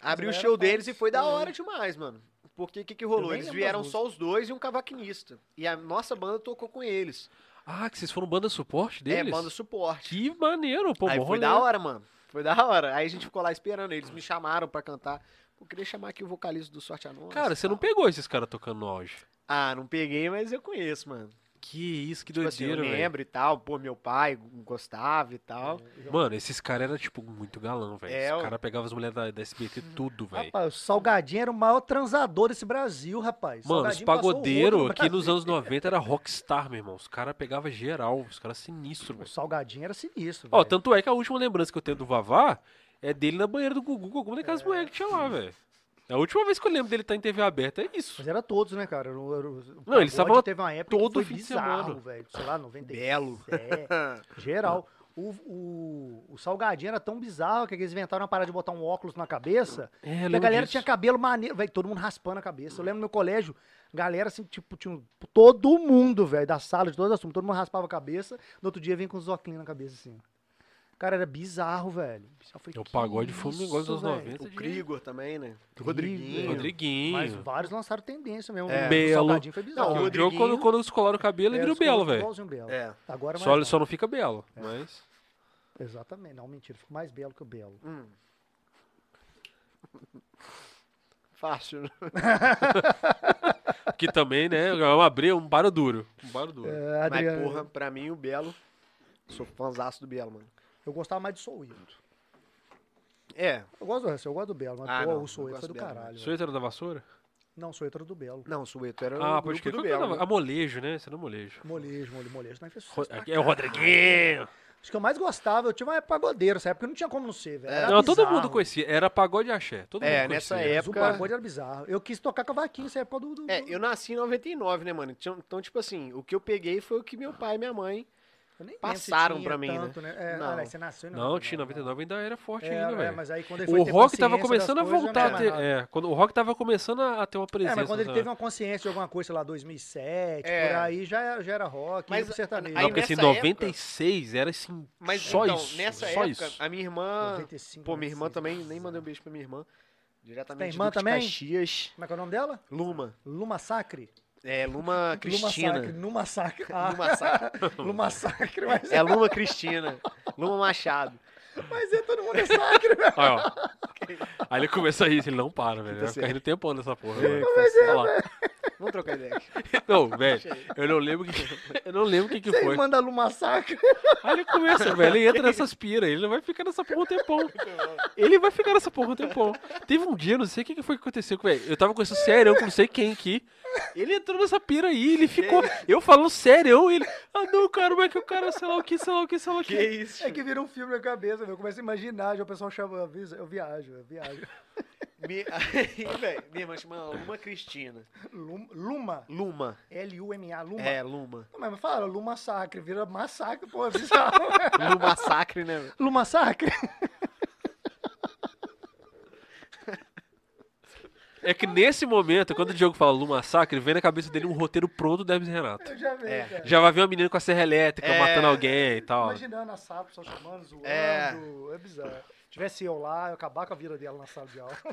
D: abri o
B: galera
D: show
B: faz
D: deles e foi da
B: também.
D: hora demais, mano. Porque o que, que
B: Eu
D: rolou?
B: nem
D: Eles
B: lembro das
D: vieram
B: músicas.
D: só os dois e um cavaquinista. E a nossa banda tocou com eles.
A: Ah, que vocês foram banda suporte deles?
D: É, banda suporte.
A: Que maneiro, pô.
D: Aí
A: bom
D: foi
A: rolê.
D: da hora, mano. Foi da hora. Aí a gente ficou lá esperando. Eles me chamaram pra cantar. Eu queria chamar aqui o vocalista do Sorte Anônima.
A: Cara, você não pegou esses caras tocando no auge.
D: Ah, não peguei, mas eu conheço, mano.
A: Que isso, que
D: Tipo assim, eu
A: doideira, velho. É,
D: lembro e tal. Pô, meu pai gostava e tal.
A: Mano, esses caras eram, tipo, muito galão, velho.
D: É, Ah,
A: Esse
D: ué.
A: cara pegava as mulheres da, da SBT tudo, velho.
B: Rapaz, o Salgadinho era o maior transador desse Brasil, rapaz.
A: Mano, os
B: Salgadinho passou o
A: pagodeiros
B: rodo no
A: aqui nos
B: Brasil.
A: anos 90 era rockstar, meu irmão. Os caras pegavam geral, os caras sinistros,
B: O
A: velho.
B: Salgadinho era sinistro,
A: Ó,
B: velho.
A: tanto
B: É.
A: é que a última lembrança que eu tenho do Vavá é dele na banheira do Gugu com alguma daquelas mulheres que tinha lá, velho. A última vez que eu lembro dele estar em TV aberta é isso.
B: Mas era todos, né, cara? Não, era, o
A: Não, eles
B: pagode
A: estavam
B: Teve uma época que
A: todo
B: foi
A: fim de
B: bizarro,
A: semana.
B: velho. Sei lá, 97.
D: Belo.
B: Geral. O, o, o Salgadinho era tão bizarro que eles inventaram uma parada de botar um óculos na cabeça.
A: É, eu
B: que a
A: lembro
B: galera
A: disso.
B: tinha cabelo maneiro, velho. Todo mundo raspando a cabeça. Eu lembro no meu colégio, galera assim, tipo, tinha um- todo mundo, velho, da sala, de todas as turmas, todo mundo raspava a cabeça. No outro dia vem com os óculos na cabeça, assim. Cara, era bizarro, velho. Eu falei,
A: É o
B: "Que
A: pagode foi um
B: isso,
A: negócio dos
B: velho?"
A: 90.
D: O
A: de-
D: Krigor também, né? O
B: Krigor.
D: Rodriguinho.
A: Rodriguinho.
B: Mas vários lançaram tendência mesmo. né?
D: É.
B: O
A: Belo.
B: Salgadinho foi bizarro.
A: Porque
D: Não,
A: o Diogo,
D: Rodriguinho-
A: quando, quando descolaram o cabelo, ele
B: É,
A: virou
B: os caras
A: belo,
B: ficam
A: velho.
B: igualzinho Belo.
D: É.
B: Agora
A: Só,
B: mais.
A: ele só não fica belo.
B: É.
A: Mas.
B: não. Exatamente. Não, mentira. Fico mais belo que o Belo.
D: Hum. Fácil, né?
A: Que também, né? É uma briga, um paro duro. Um paro duro.
B: É,
D: Mas,
B: Adriano,
D: porra, pra mim, o Belo... Sou fãzaço do Belo, mano.
B: eu gostava mais do Souito.
D: É.
B: Eu gosto do resto, eu gosto do Belo, mas
D: Ah,
B: pô,
D: não,
B: o
D: eu
B: Souito
D: gosto
B: foi do
D: do Belo,
B: caralho.
A: O
B: velho.
A: Suéter era da vassoura?
B: Não, o Souito era do Belo.
D: Não, o Sueto era
A: Ah,
D: o
A: pode
D: grupo
A: crer.
D: do
A: Qual que era
D: Belo.
A: da- A molejo, né? Esse era o molejo.
B: Molejo, molejo, molejo. Não é fez
A: Ro-
B: sucesso pra
A: É o
B: caralho.
A: Rodriguinho!
B: Acho que eu mais gostava, eu tinha uma época pagodeiro, essa época não tinha como não ser, velho. Era
A: Não, todo
B: Tá bizarro.
A: mundo conhecia. Era pagode e axé. Todo mundo
D: É,
A: conhecia.
D: nessa
B: Mas
D: época-
B: O pagode era bizarro. Eu quis tocar cavaquinho essa época do. do-
D: É,
B: do-
D: eu nasci em 99, né, mano? Tinha- Então, tipo assim, o que eu peguei foi o que meu pai e minha mãe...
B: eu nem lembro se
D: passaram
B: tinha
D: pra mim, né?
B: tanto, né? É,
D: Não.
B: olha aí, você nasceu em
A: Não, tinha 99 ainda era forte
B: É,
A: ainda,
B: é,
A: velho.
B: mas aí quando ele foi
A: O
B: ter
A: rock tava
B: consciência das
A: começando a
B: coisas, já não
A: voltar
B: era
A: a
B: mais
A: ter.
B: nada.
A: É, quando o rock tava começando a a ter uma presença.
B: É, mas quando ele
A: né?
B: teve uma consciência de alguma coisa, sei lá, 2007,
D: É.
B: por aí, já, era- já era rock,
D: Mas
B: mas, sertanejo.
D: aí
A: Não, porque assim,
D: nessa época-
A: 96 era assim.
D: Mas,
A: só
D: então,
A: isso.
D: nessa
A: só
D: época,
A: isso.
D: a minha irmã...
B: 95,
D: Pô, minha irmã
B: 96,
D: também,
B: bizarro.
D: nem mandei um beijo pra minha irmã. Diretamente
B: irmã
D: Duque de
B: também?
D: Caxias.
B: Como é que é o nome dela?
D: Luma.
B: Luma Sacre?
D: É, Luma
B: Luma
D: Cristina.
B: Sacre, Luma Sacre. Ah,
D: Luma Sacre.
B: Luma Sacre, mas,
D: É Luma Cristina. Luma Machado.
B: mas é todo mundo é Sacre, velho.
A: Aí, ó. Aí ele começa a rir, ele não para,
B: Tá
A: velho. Vai ficar
D: série.
A: rindo tempão nessa porra. velho.
B: é,
D: Olha lá.
A: Olha lá.
D: Vamos trocar ideia. aqui.
A: Não, velho, eu não lembro o que, eu não lembro o que, que
B: Você
A: É, foi.
B: manda Luma Sacre.
A: Aí ele começa, velho, ele entra nessas piras, ele não vai ficar nessa porra um tempão. Ele vai ficar nessa porra um tempão. Teve um dia, não sei o que, que foi que aconteceu, velho, eu tava com esse sério, com não sei quem aqui, ele entrou nessa pira aí, ele ficou, eu falando sério, ele, ah não, cara, como é que o cara, sei lá o que, sei lá o que, sei lá o que.
D: isso?
B: É que vira um filme na cabeça, velho. Eu começo a imaginar, já o pessoal chama, avisa, eu viajo, eu viajo.
D: Mi... Aí, velho, minha irmã chama Luma Cristina.
B: Lum- Luma,
D: Luma.
B: L-U-M-A, Luma.
D: É, Luma.
B: Mas mas fala, Luma Sacre, vira massacre, pô, é bizarro.
D: Luma Sacre, né? velho?
B: Luma Sacre?
A: É que nesse momento, quando o Diogo fala Luma Sacre, vem na cabeça dele um roteiro pronto do Hermes e Renato.
B: Eu já vi,
D: É.
B: cara.
A: Já vai ver uma menina com a serra elétrica,
D: É.
A: matando alguém e tal.
B: Imaginando a Sapo só chamando, zoando.
D: É.
B: É. bizarro. Tivesse eu lá, eu acabar com a vida dela na sala de aula.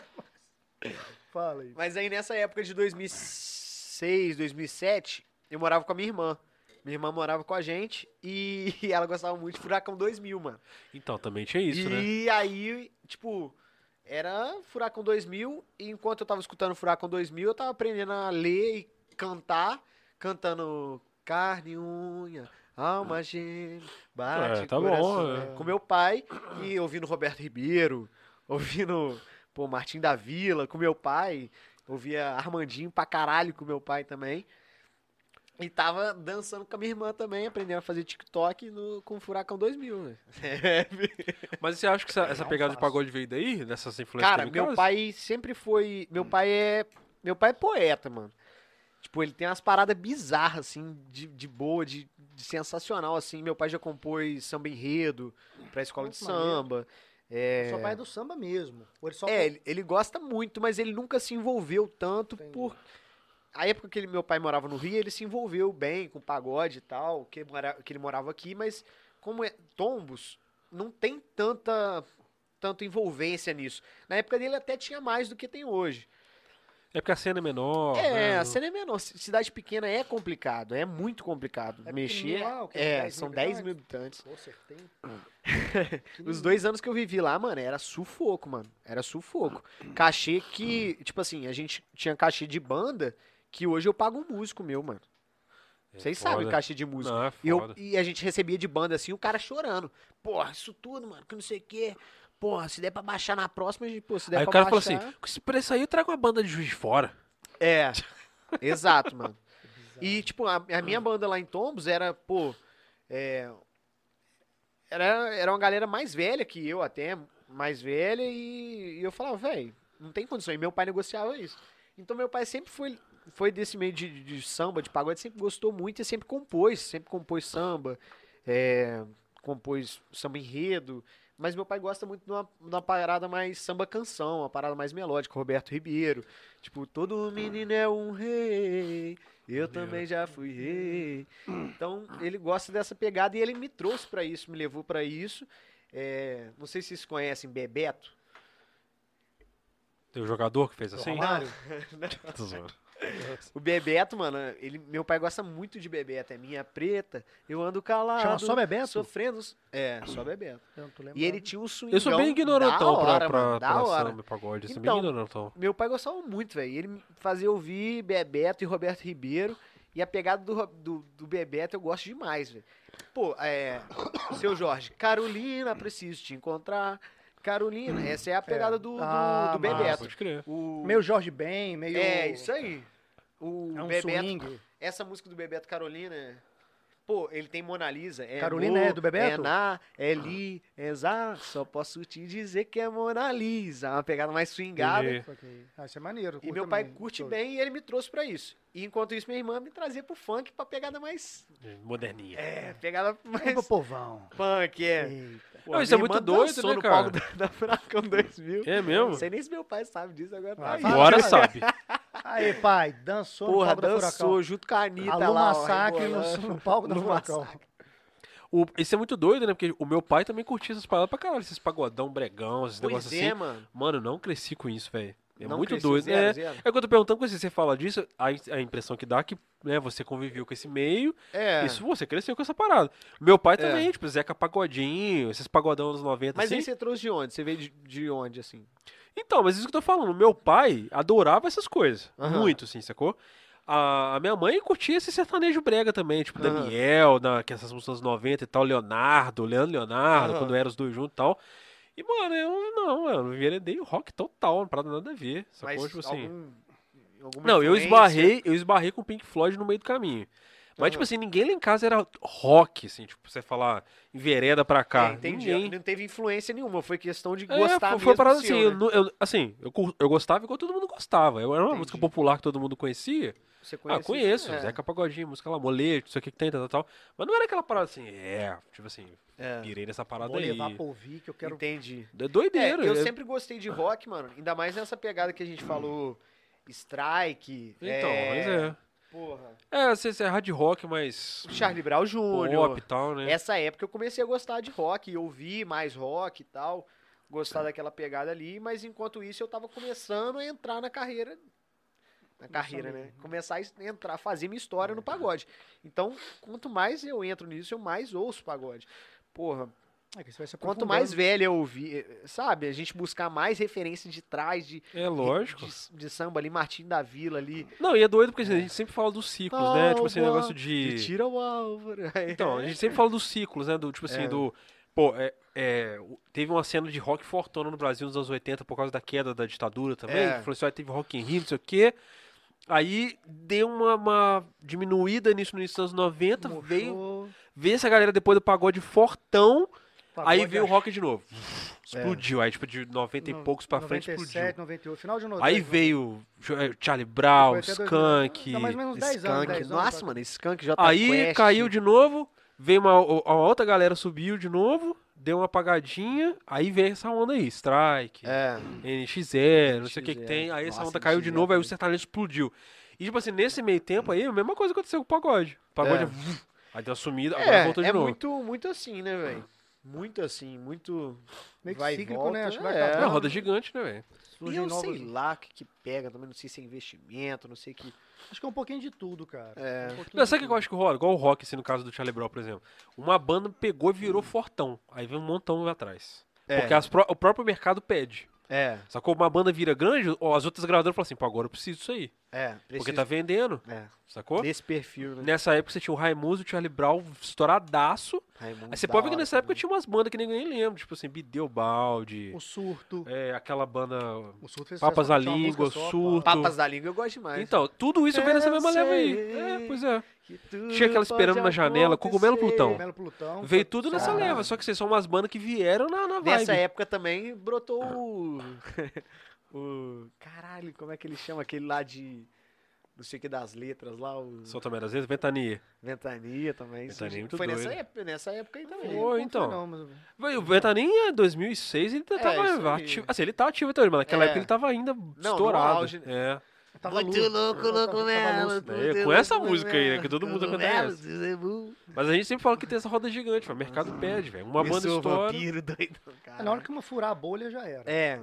B: Fala aí.
D: Mas aí nessa época de 2006, 2007, eu morava com a minha irmã. Minha irmã morava com a gente e ela gostava muito de Furacão 2000, mano.
A: Então, também tinha isso, né?
D: e aí, tipo, era Furacão 2000, e enquanto eu tava escutando Furacão 2000, eu tava aprendendo a ler e cantar, cantando carne e unha, alma gêmea, bate
A: É, tá
D: coração,
A: bom,
D: né?
A: é.
D: com meu pai e ouvindo Roberto Ribeiro, ouvindo, pô, Martim da Vila, com meu pai, ouvia Armandinho pra caralho com meu pai também. E tava dançando com a minha irmã também, aprendendo a fazer TikTok no, com Furacão 2000, né?
A: Mas você acha que essa, essa
B: Não
A: pegada de
B: faço.
A: pagode veio daí? Nessas influências
D: É, Cara, meu
A: químicas?
D: pai sempre foi. Meu pai é. Meu pai é poeta, mano. Tipo, ele tem umas paradas bizarras, assim, de, de boa, de, de sensacional, assim. Meu pai já compôs samba enredo pra escola de
B: Muito maneiro.
D: samba. É,
B: Sua pai é do samba mesmo. Ou ele só
D: é, ele, ele gosta muito, mas ele nunca se envolveu tanto
B: Entendi.
D: por. A época que ele- meu pai morava no Rio, ele se envolveu bem com pagode e tal, que, mora- que ele morava aqui, mas como é Tombos, não tem tanta, tanta envolvência nisso. Na época dele até tinha mais do que tem hoje.
A: É porque a cena é menor.
D: é,
A: né?
D: a cena é menor. Ci- Cidade pequena é complicado, é muito complicado.
B: É
D: Mexer.
B: pequenininho lá, o quê?
D: é,
B: 10 mil
D: são 10 mil
B: habitantes?
D: habitantes.
B: Pô, acertei.
D: Os dois anos que eu vivi lá, mano, era sufoco, mano. Era sufoco. Cachê que, tipo assim, a gente tinha cachê de banda que hoje eu pago um músico meu, mano.
A: É
D: Vocês
A: foda.
D: sabem cachê de música.
A: Não, é
D: E eu-
A: foda.
D: e a gente recebia de banda assim, o cara chorando. Porra, isso tudo, mano, que não sei o quê. Porra, se der pra baixar na próxima, a gente, pô, se der
A: Aí o
D: pra
A: cara fala
D: baixar...
A: assim: com esse preço aí eu trago uma banda de juiz de fora.
D: É, exato, mano. E, tipo, a, a minha banda lá em Tombos era, pô. é, era, era uma galera mais velha que eu, até. Mais velha, e, e eu falava, velho, não tem condições. Meu pai negociava isso. Então meu pai sempre foi, foi desse meio de, de- de samba, de pagode, sempre gostou muito e sempre compôs, sempre compôs samba, é, compôs samba enredo. Mas meu pai gosta muito de uma, de uma parada mais samba canção, uma parada mais melódica, Roberto Ribeiro. Tipo, todo menino é um rei, eu também já fui rei. Então ele gosta dessa pegada e ele me trouxe pra isso, me levou pra isso. É, não sei se vocês conhecem Bebeto.
A: Tem o jogador que fez assim?
D: Romário.
A: Tô zoando.
D: O Bebeto, mano, ele, meu pai gosta muito de Bebeto. É minha preta, eu ando calado.
B: Chama só Bebeto?
D: Sofrendo. É, só Bebeto.
B: Eu não tô lembrando.
D: E ele tinha um swingão
A: É Eu sou bem
D: da
A: ignorantão pra,
D: hora,
A: pra,
D: mano, da
A: pra
D: hora.
A: samba e pagode. eu sou
D: Então,
A: bem ignorantão.
D: Meu pai gostava muito, velho. Ele fazia ouvir Bebeto e Roberto Ribeiro. E a pegada do, Ro- do, do Bebeto eu gosto demais, velho. Pô, é. Seu Jorge, Carolina, preciso te encontrar. Carolina, essa é a pegada do, do,
B: Ah,
D: do
B: massa.
A: Ah,
D: Bebeto.
A: pode crer.
D: O-
B: Meio Jorge Ben, meio.
D: É, isso aí. O
B: É um
D: Bebeto.
B: swing.
D: Essa música do Bebeto Carolina. Pô, ele tem Mona Lisa. É
B: Carolina
D: Mo,
B: é do Bebeto?
D: É Na, é Li, é Zá. Só posso te dizer que é Mona Lisa. Uma pegada mais swingada.
A: Entendi.
B: Ok. Ah, isso é maneiro.
D: E
B: curto
D: meu pai
B: também.
D: curte
B: Tô-
D: bem e ele me trouxe pra isso. E enquanto isso, minha irmã me trazia pro funk pra pegada mais.
A: Moderninha.
D: É, pegada
B: Vem
D: mais.
B: pro povão.
D: Funk, é.
B: Eita.
D: Pô,
A: Não,
D: a
A: isso é
D: minha
A: muito
D: irmã
A: doido,
D: dançou
A: né,
D: no
A: cara?
D: palco da, da Furacão 2000.
A: É
D: Não
A: mesmo?
D: sei nem se meu pai sabe disso agora.
B: Ah,
D: Tá aí.
B: vai.
A: Agora
B: cara.
A: sabe.
B: Aí, pai, dançou
D: Porra,
B: no palco
D: dançou junto com a Anitta
B: da Furacão. Alô,
D: lá. ó,
B: massacre
D: rebolando.
B: no, no palco da
D: No
B: Furacão.
D: massacre.
A: O- isso é muito doido, né? Porque o meu pai também curtia essas paradas pra caralho, esses pagodão, bregão, esses
D: Pois
A: negócios
D: é,
A: assim.
D: mano.
A: Mano, não cresci com isso, velho. É
D: Não
A: muito
D: cresceu,
A: doido.
D: zero,
A: é,
D: zero.
A: é que eu tô perguntando com você, você fala disso, a, im- a impressão que dá é que né, você conviveu com esse meio,
D: É.
A: isso você cresceu com essa parada. Meu pai também, tipo, Zeca Pagodinho, esses pagodão dos 90,
D: Mas
A: assim.
D: aí você trouxe de onde? Você veio de, de onde, assim?
A: Então, mas isso que eu tô falando, meu pai adorava essas coisas.
D: Aham.
A: Muito, assim, sacou? A, a minha mãe curtia esse sertanejo brega também, tipo
D: Aham.
A: Daniel, na, que essas músicas dos 90 e tal, Leonardo, Leandro Leonardo,
D: Aham.
A: quando eram os dois juntos e tal. E, mano, eu não, mano, eu enveredei o rock total, não parada nada a ver. Sacou?
D: Mas
A: tipo assim.
D: algum- alguma
A: Não, eu
D: influência?
A: esbarrei, eu esbarrei com o Pink Floyd no meio do caminho. Mas,
D: é. Aham.
A: tipo assim, ninguém lá em casa era rock, assim, tipo, você falar, envereda pra cá.
D: É, entendi.
A: Ninguém.
D: Não teve influência nenhuma, foi questão de
A: É,
D: gostar
A: foi,
D: mesmo.
A: foi uma parada assim,
D: seu,
A: eu,
D: né?
A: nu- eu- assim eu, cur- eu gostava igual todo mundo gostava. Eu, era uma
D: Entendi.
A: música popular que todo mundo conhecia.
D: Você
A: ah, conheço,
D: É,
A: Zeca Pagodinho, música lá, molejo, não sei o que que tem, tal, tal, tal. Mas não era aquela parada assim, é, tipo assim,
D: é.
A: pirei nessa parada
B: Vou
A: aí.
B: levar pra ouvir que eu quero.
D: Entendi.
A: É
D: É,
A: doideira.
D: eu
A: é-
D: sempre gostei de rock, mano. Ainda mais nessa pegada que a gente falou. Strike.
A: Então, mas
D: é...
A: é.
D: Porra.
A: É, você, você é hard rock, mas
D: Charlie Brown
A: pop
D: Jr.
A: e tal, né?
D: Essa época eu comecei a gostar de rock, e ouvir mais rock e tal,
A: É.
D: gostar daquela pegada ali, mas enquanto isso eu tava começando a entrar na carreira. Na carreira, né? Começar a es- entrar, fazer minha história no pagode. Então, quanto mais eu entro nisso, eu mais ouço pagode. Porra,
A: Tá
B: É que você vai se
D: quanto
B: aprofundando.
D: mais velho eu ouvir, eh, sabe? A gente buscar mais referência de trás, de,
A: É lógico.
D: de, de samba ali, Martim da Vila ali.
A: Não, e é doido porque assim, a gente sempre fala dos ciclos, né? Tipo assim,
D: Alva,
A: negócio
D: de tira o alvo.
A: Então, a gente sempre fala dos ciclos, né? Do, tipo assim, do. Pô, é, é, o- teve uma cena de rock fortuna no Brasil nos anos 80 por causa da queda da ditadura também.
D: É.
A: que Falou assim, ah, teve rock em Rio, não sei o quê. Aí deu uma, uma diminuída nisso no início dos anos 90.
B: Murchou,
A: Veio, veio essa galera depois do pagode fortão.
B: pagode
A: aí veio o
B: ach-
A: rock de novo. Explodiu. Aí, tipo, de 90 e
B: no-
A: poucos pra frente
B: 97,
A: explodiu.
B: 98, final de 90.
A: Aí veio jo- eh, Charlie Brown,
B: Foi até 2000.
A: Skunk.
B: Dá mais ou menos 10 anos,
D: Skunk.
B: 10 anos.
D: Nossa, mano, Skunk já tá
A: Aí caiu de novo, veio uma, uma outra galera, subiu de novo, deu uma apagadinha, aí veio essa onda aí, Strike,
D: É.
A: NX0, não sei o que que
D: NX0.
A: tem, aí essa
D: Nossa,
A: onda caiu de
D: NX0
A: novo, aí o
D: também.
A: sertanejo explodiu. E tipo assim, nesse meio tempo aí, a mesma coisa aconteceu com o pagode. O pagode,
D: É.
A: vum, aí deu uma sumida, agora
D: É,
A: voltou de
D: é
A: novo.
D: muito, muito assim, né, velho? Muito assim, muito.
B: Meio que
D: vai e
B: cíclico,
D: volta,
B: né? Acho que vai
D: é.
A: É
B: acabar.
A: uma roda gigante, né, velho?
D: E
B: Surgem
D: eu
B: novos-
D: sei lá o que, que pega também, não sei se é investimento, não sei que.
B: Acho que é um pouquinho de tudo, cara.
D: É.
B: Um pouquinho
A: Não,
B: de
A: sabe o que eu
B: tudo.
A: acho que rola? Igual o rock, assim, no caso do Charlie Brown, por exemplo. Uma banda pegou e virou fortão, aí vem um montão atrás.
D: É.
A: Porque as pró- o próprio mercado pede.
D: É,
A: Sacou? Uma banda vira grande, ó, as outras gravadoras falam assim, pô, agora eu preciso disso aí.
D: é. Preciso,
A: Porque tá vendendo,
D: é,
A: sacou?
D: nesse perfil, né?
A: Nessa época você tinha o Raimundo e o Charlie Brown estouradaço.
D: Raimundo,
A: Aí você
D: da
A: pode ver que
D: hora
A: nessa época
D: também.
A: tinha umas bandas que ninguém lembra, tipo assim, Bideu Balde,
B: O surto.
A: é, aquela banda
B: O surto fez
A: Papas
B: sucesso,
A: à
B: tinha uma
A: Língua,
B: música só,
A: Surto.
D: Papas da língua eu gosto demais.
A: Então, tudo isso vem nessa
D: Eu
A: mesma leva aí.
D: sei.
A: É, pois é.
D: Que tudo
A: Tinha aquela Esperando
D: pode
A: na Janela, Cogumelo
D: acontecer.
A: Plutão.
B: pá. Melo
D: é
B: Plutão.
A: Veio tudo nessa
D: Caralho.
A: leva, só que vocês são umas bandas que vieram na, na vibe.
D: Nessa época também brotou o. O. Caralho, como é que ele chama aquele lá de. Não sei o que das letras lá, o.
A: São Tomé das Letras, Ventania.
D: Ventania também. isso
A: Ventania é muito
D: foi nessa
A: doido.
D: época, nessa época aí também.
A: Foi. Ô, então.
B: Não, mas...
A: Vai, O Ventania, em 2006, ele ainda
D: É,
A: tava
D: isso aí.
A: ativo. Assim, ele tá ativo até hoje, mas naquela
D: É.
A: época ele tava ainda
D: no
A: estourado.
D: auge, né?
A: É.
B: Eu tava
D: Muito
B: louco,
D: louco,
B: eu tava-
D: louco
B: eu tava
D: mesmo.
B: louco.
A: É, com essa música aí, né, que todo mundo canta essa.
D: canta
A: Mas a gente sempre fala que tem essa roda gigante, o mercado pede, velho. Uma banda estoura.
D: vampiro doido,
B: Ah, Na hora
D: cara.
B: que uma furar a bolha já era.
D: É,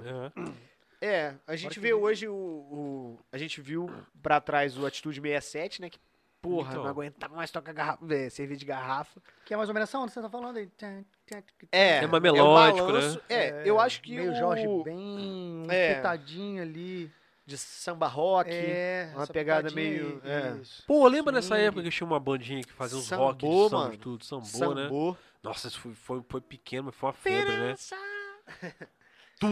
A: É.
D: é, a gente
B: que
D: vê
B: vem.
D: hoje o, o- A gente viu pra trás o Atitude 67, né? Que, porra,
A: Então.
D: não aguentava mais tocar garrafa, é, cerveja de garrafa.
B: Que é mais ou menos essa onda que você tá falando aí.
D: É,
A: É mais melódico,
D: o balanço- É, eu acho que
B: Meio
D: o
B: Jorge bem
D: É.
B: pitadinho ali.
D: de samba rock,
B: é,
D: uma
B: essa
D: pegada
B: pitadinha aí,
D: meio- é.
B: Isso.
A: Pô, lembra
B: Sim.
A: nessa época que tinha uma bandinha que fazia uns
D: Sambô,
A: rock de samba
D: mano.
A: de tudo, sambô, né?
D: sambô.
A: Nossa, isso foi, foi, foi pequeno, mas foi uma febre, né?
B: Cara,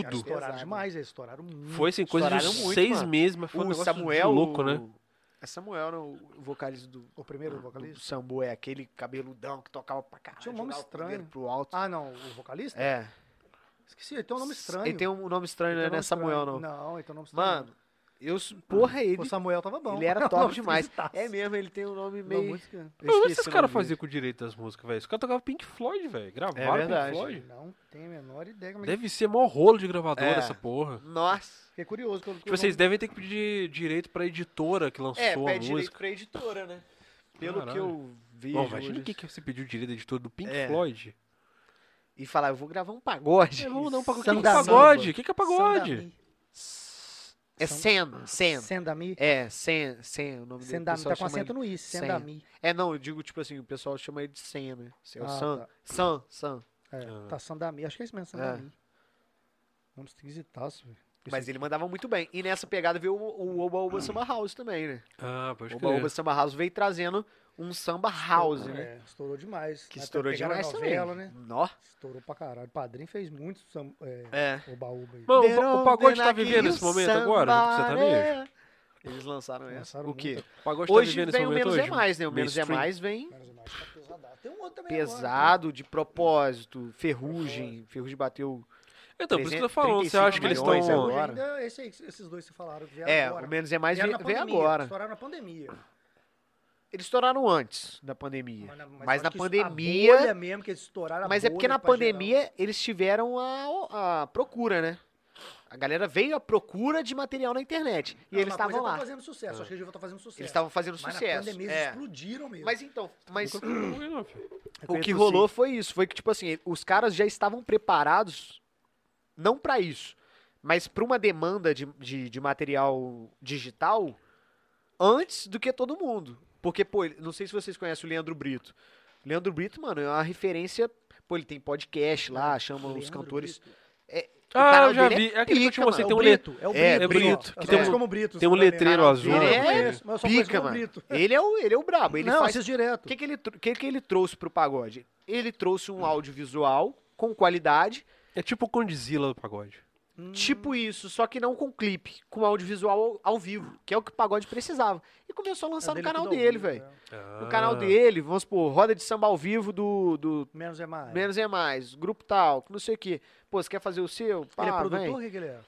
A: Tudo.
B: estouraram
D: Pesado.
B: demais, eles estouraram muito.
A: Foi assim, coisa de
D: é Estouraram muito,
A: seis
D: mano.
A: meses, mas foi um
D: O
A: negócio
D: Samuel,
A: de louco, né?
D: o- É Samuel, né, o vocalista do,
B: O primeiro
D: do
B: vocalista?
D: Sambo é aquele cabeludão que tocava pra caralho.
B: Tinha um nome
D: jogava o
B: estranho.
D: pandeiro Pro alto.
B: Ah, não, o vocalista?
D: é.
B: Esqueci, ele tem um nome estranho.
D: Ele tem um nome estranho,
B: Ele tem
D: né?
B: um
D: Não é
B: nome
D: Samuel,
B: estranho.
D: não.
B: Não, ele tem um nome estranho. Ah,
D: Mano, eu. Porra, ele.
B: o Samuel tava bom.
D: ele era
B: Não,
D: top
B: não,
D: demais.
B: tá.
D: É mesmo, ele tem um nome
B: Não,
D: meio.
B: música-
D: Eu
A: Mas o que
D: esqueci
A: esses
D: o
A: caras
D: nome É
A: faziam com o direito das músicas, velho? Os caras tocavam Pink Floyd, velho. Gravaram
D: verdade.
A: Pink Floyd.
B: Não tenho a menor ideia como é que...
A: Deve ser maior rolo de gravadora
D: É.
A: essa porra.
D: dele. Nossa.
B: Fiquei curioso. Quando,
A: Tipo,
D: assim,
A: vocês devem ter que pedir direito pra editora que lançou
D: É,
A: a
D: pede direito
A: música.
D: pra editora, né? Pelo
A: Caralho.
D: que eu vi.
A: Bom, imagina o que, que você pediu direito da editora do Pink
D: É.
A: Floyd.
D: E falar, eu vou gravar um pagode.
A: É, vamos dar um pagode. O que que é
B: Sandamia.
A: pagode? O que que é pagode?
D: É Sam, Sam.
B: Sendami.
D: É, Sam, Sam, o nome dele. O
B: Sendami, tá com
D: pessoal chama
B: acento
D: ele-
B: no i,
D: Sam.
B: Sendami.
D: É, não, eu digo, tipo assim, o pessoal chama ele de Sam, né? Assim, é o
B: Ah,
D: Sam,
B: tá.
D: Sam, Sam.
B: É,
D: Ah.
B: tá Sandami, acho que é isso mesmo, Sandami.
D: É.
B: Vamos esquisitaço, velho.
D: Mas ele mandava muito bem. E nessa pegada veio o, o Oba Oba Samba House também, né?
A: Ah, Hum. pode
D: O Oba Oba
A: crer.
D: Samba House veio trazendo um samba house, né?
B: É, estourou demais.
D: Que
B: Até
D: estourou
B: pegaram a
D: demais também.
B: novela, né?
D: Nó.
B: Estourou pra caralho. O padrinho fez muito sam- é,
D: É.
B: oba-oba aí.
A: Mano, o pa- o pagode tá vivendo esse momento agora? Você tá mesmo?
D: Eles lançaram essa.
B: Lançaram
D: O quê?
A: O pagode tá
D: Hoje
A: vivendo esse
D: vem o
A: momento
D: Menos
A: hoje?
D: é Mais, né? O Menos é
A: mainstream.
D: Mais vem
B: Menos é mais, tá pesadão. Tem um outro também agora,
D: pesado, de propósito, ferrugem. Ferrugem bateu.
A: Então, por isso que eu tô
D: 335
A: falando. Você acha que eles
D: milhões
B: né?
A: estão...
D: agora.
B: Hoje ainda é esse aí que- esses dois que falaram que vieram
D: É,
B: agora.
D: o Menos é Mais
B: Vieram
D: vem,
B: na
D: vem
B: pandemia,
D: agora.
B: Estouraram na pandemia.
D: Eles estouraram antes da pandemia.
B: Mas na, mas
D: Mas
B: eu acho
D: na
B: que isso-
D: pandemia-
B: A bolha mesmo, que eles estouraram a
D: Mas é porque
B: bolha
D: na
B: pra geral.
D: pandemia eles tiveram a, a procura, né? A galera veio à procura de material na internet. E
B: Não,
D: eles
B: uma
D: estavam
B: coisa é
D: lá.
B: tá fazendo sucesso. Acho que eles já estão fazendo sucesso.
D: Eles estavam fazendo
B: Mas
D: sucesso.
B: na pandemia eles
D: é.
B: explodiram mesmo.
D: Mas então, mas
A: Não, filho.
D: o que rolou foi isso. Foi que, tipo assim, os caras já estavam preparados, não pra isso, mas pra uma demanda de, de, de material digital antes do que todo mundo. Porque, pô, ele- não sei se vocês conhecem o Leandro Brito. Leandro Brito, mano, é uma referência. Pô, ele tem podcast lá, chama os
B: Leandro
D: cantores.
B: Brito.
D: O
A: Ah,
D: canal
A: eu já
D: dele
A: vi. É aquele que eu te
D: pica,
A: mostrei.
D: mano.
A: Tem um le-
B: Brito. É o
D: É,
B: Brito.
A: Brito,
B: só.
A: que
B: Eu
A: tem
B: só
A: um-
B: como Brito.
A: tem um
B: sobrenome.
A: letreiro azul,
B: Ele
D: né?
B: é, conheço, mas eu só conheço
D: Pica,
B: como
D: mano.
B: Brito.
D: Ele é o, ele é o brabo. Ele
B: Não,
D: faz
B: assisto
D: O
B: direto.
D: que, que, ele, tro- que, que ele trouxe pro pagode? Ele trouxe
B: Hum.
D: um audiovisual com qualidade,
A: É tipo o Condizila do pagode.
B: Hum.
D: tipo isso, só que não com clipe, com audiovisual ao, ao vivo, que é o que o pagode precisava. E começou a
B: É
D: lançar no canal dele,
B: né?
D: velho.
A: Ah.
D: No
B: Ah.
D: canal dele, vamos supor, roda de samba ao vivo do, do
B: Menos é mais.
D: Menos é Mais, grupo tal, não sei o quê. Pô, você quer fazer o seu? Pá,
B: Ele é
D: vem.
B: produtor? O que que ele é?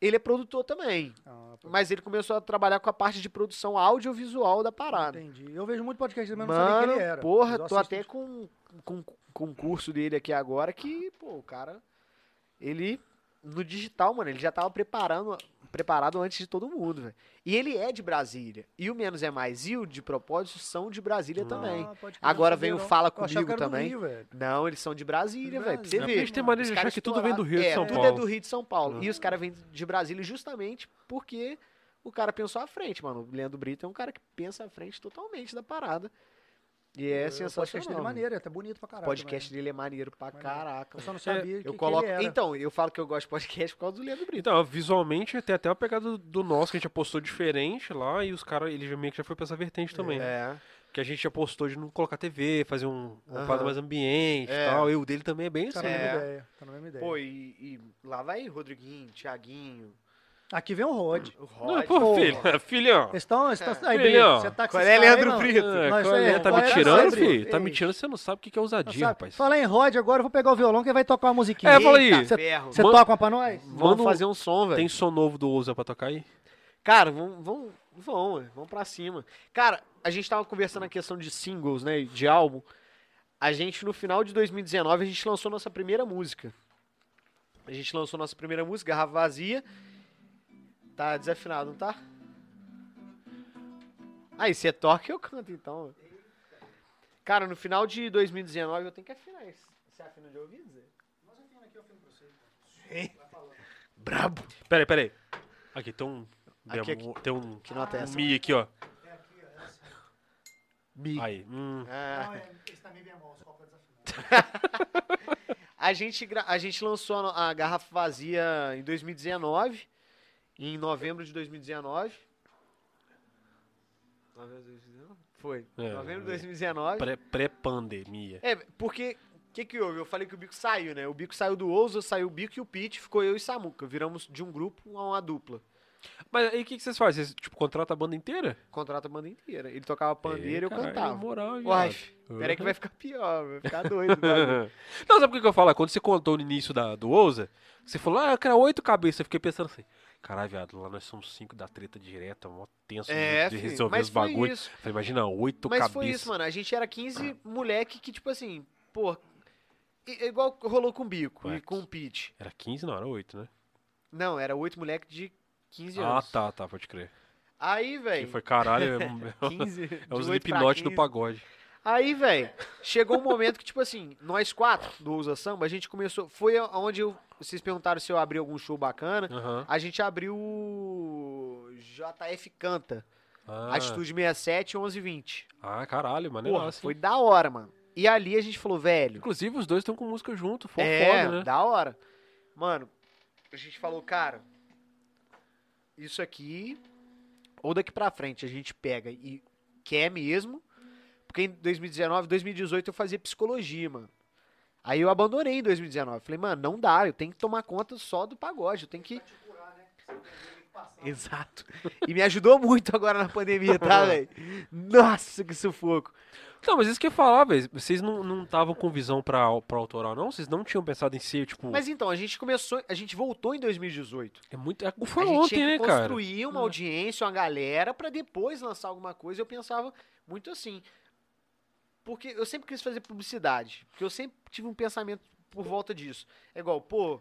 D: Ele é produtor também,
B: Ah, pô,
D: mas ele começou a trabalhar com a parte de produção audiovisual da parada.
B: entendi. Eu vejo muito podcast também, não sabia
D: Mano,
B: quem ele era.
D: porra,
B: Mas eu
D: tô
B: assisto
D: até com, com, com o curso dele aqui agora que, pô, o cara, ele, no digital, mano, ele já tava preparando, preparado antes de todo mundo, velho. E ele é de Brasília. E o Menos é Mais e o De Propósito são de Brasília também.
B: Ah, pode crer,
D: Agora
B: não sabia
D: vem o
B: não.
D: Fala
B: Eu achava que
D: Comigo
B: era do
D: também.
B: Rio, velho.
D: Não, eles são de
B: De
D: Brasília, velho, pra você
B: Brasília.
A: Porque a
D: ver.
A: gente tem maneira
D: Os
A: de achar
D: caras
A: que tudo vem do Rio
D: estouraram-
A: de
D: é,
A: São
D: tudo é do
A: Paulo.
D: Rio de São Paulo.
A: Uhum.
D: E os caras vêm de Brasília justamente porque o cara pensou à frente, mano. O Leandro Brito é um cara que pensa à frente totalmente da parada. E é
B: O podcast dele
D: sensacional.
B: é
D: mano.
B: maneiro, é até bonito pra
D: O
B: caralho.
D: podcast dele é maneiro pra
B: Maneiro. Eu
D: caraca. mano.
B: só não sabia que,
D: Eu
B: que
D: coloco.
B: ele era.
D: Então, eu falo que eu gosto de podcast por causa do Leandro Brito.
A: Então, visualmente tem até uma pegada do- do nosso que a gente apostou diferente lá e os caras, ele já meio que já foi pra essa vertente também. né?
D: É.
A: Que a gente apostou de não colocar TV, fazer um, um
D: Aham.
A: quadro mais ambiente e
D: É.
A: tal. E o dele também é bem
B: Tá
A: assim.
B: na mesma
D: É.
B: ideia. Tá na mesma ideia.
D: Pô, e, e lá vai Rodriguinho, Thiaguinho,
B: Aqui vem o Rod.
D: O Rod.
A: Não, pô,
B: Pô.
A: filho, filhão.
B: Estão, estão, aí,
A: Filhão.
B: beleza, você é taxista
D: Qual é, Leandro
B: aí, não?
D: Brito?
B: Não,
A: É,
B: isso
A: qual
B: aí
A: é?
B: é-
A: Tá
B: qual
A: me
B: é?
A: tirando,
B: Isso aí,
A: filho? Tá
B: Brito.
A: me tirando, você não sabe o que que é ousadia,
B: Sabe?
A: rapaz.
B: Fala em Rod agora, eu vou pegar o violão que vai tocar uma musiquinha.
A: É, fala aí.
D: Eita,
B: Você-
D: ferro.
B: Você
A: Manda-
B: toca uma pra nós?
A: manda
D: Vamos
A: um-
D: fazer um som, velho.
A: Tem som novo do Ousa pra tocar aí?
D: Cara, vamos, vamos, vamos, ué, vamos pra cima. Cara, a gente tava conversando a questão de singles, né, e de álbum. A gente, no final de 2019, a gente lançou nossa primeira música. A gente lançou nossa primeira música, Garrafa Vazia. Tá desafinado, não tá? Aí, você toca e eu canto, então. ué. Cara, no final de 2019, eu tenho que afinar isso. Você afina de ouvido, Zé? Brabo.
A: Peraí, peraí. Aqui tem um. Tem
D: Aqui,
A: um, tem um
D: Que nota é essa?
A: Mi aqui, ó.
D: Mi.
A: Aí. Hum.
D: Ah.
B: é, Esse também vem mal, os copos desafinam.
D: A gente, gra- a gente lançou a no- a garrafa vazia em 2019, em novembro de 2019. Novembro de 2019? Foi.
A: É,
D: novembro de
A: é.
D: 2019.
A: Pré- Pré-pandemia.
D: É, porque o que, que houve? Eu falei que o Bico saiu, né? O Bico saiu do Ousa, saiu o Bico e o Pete, ficou eu e Samuca. Viramos de um grupo a uma dupla.
A: Mas aí o que, que vocês fazem? Vocês, tipo, contratam a banda inteira?
D: Contrata a banda inteira. Ele tocava pandeiro e eu
A: Ei, caralho,
D: cantava.
A: moral, hein,
D: Uai,
A: viado?
D: peraí que
A: Uhum.
D: vai ficar pior, vai ficar doido. vai.
A: Não, sabe por que que eu falo? Quando você contou no início da, do Ousa, você falou, ah, eu quero oito cabeças. Eu fiquei pensando assim, caralho, viado, lá nós somos cinco da treta direta, mó tenso
D: É,
A: de, de
D: filho,
A: resolver
D: mas
A: os
D: foi
A: bagulhos.
D: isso.
A: Falei, imagina, oito
D: Mas
A: cabeças.
D: foi isso, mano. A gente era 15 moleque que, tipo assim, pô. i- é Igual rolou com o Bico
A: Ué,
D: e com o Pete.
A: Era 15, não, era oito, né?
D: Não, era oito moleque de 15
A: Ah,
D: anos.
A: tá, tá, pode crer.
D: Aí,
A: Que
D: velho.
A: foi caralho, é, um-
D: 15.
A: é os
D: hipnote
A: hipnote do pagode.
D: Aí, velho, chegou um momento que, tipo assim, nós quatro do Usa Samba, a gente começou. Foi onde eu, vocês perguntaram se eu abri algum show bacana.
A: Aham.
D: A gente abriu o JF Canta,
A: Ah,
D: Atitude 67, 1120.
A: ah, caralho, mano.
D: Porra, foi da hora, mano. E ali a gente falou, velho.
A: Inclusive, os dois estão com música junto, foi
D: é,
A: foda, né?
D: da hora. Mano, a gente falou, cara, isso aqui, ou daqui pra frente a gente pega e quer mesmo, porque em 2019, 2018 eu fazia psicologia, mano. Aí eu abandonei em 2019. Falei, mano, não dá, eu tenho que tomar conta só do pagode, eu tenho que. Exato. E me ajudou muito agora na pandemia, tá, velho? Nossa, que sufoco.
A: Não, mas isso que eu ia falar, velho. Vocês não não estavam com visão pra, pra autoral, não? Vocês não tinham pensado em ser, tipo.
D: Mas então, a gente começou, a gente voltou em 2018.
A: É muito. é- Foi
D: a gente
A: ontem,
D: tinha
A: né,
D: que
A: cara?
D: construir uma audiência, uma galera, pra depois lançar alguma coisa. Eu pensava muito assim. Porque eu sempre quis fazer publicidade. Porque eu sempre tive um pensamento por volta disso. É igual, pô,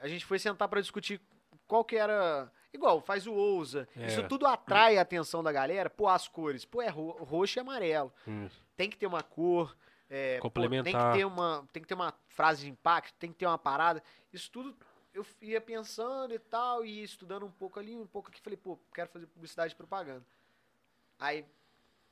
D: a gente foi sentar pra discutir qual que era. Igual, faz o Ousa.
A: É.
D: Isso tudo atrai a atenção da galera. Pô, as cores. Pô, é ro- roxo e amarelo.
A: Isso.
D: Tem que ter uma cor. é, pô, tem,
A: Complementar.
D: que ter uma, tem que ter uma frase de impacto, tem que ter uma parada. Isso tudo eu ia pensando e tal, e estudando um pouco ali, um pouco aqui. Falei, pô, quero fazer publicidade e propaganda. Aí,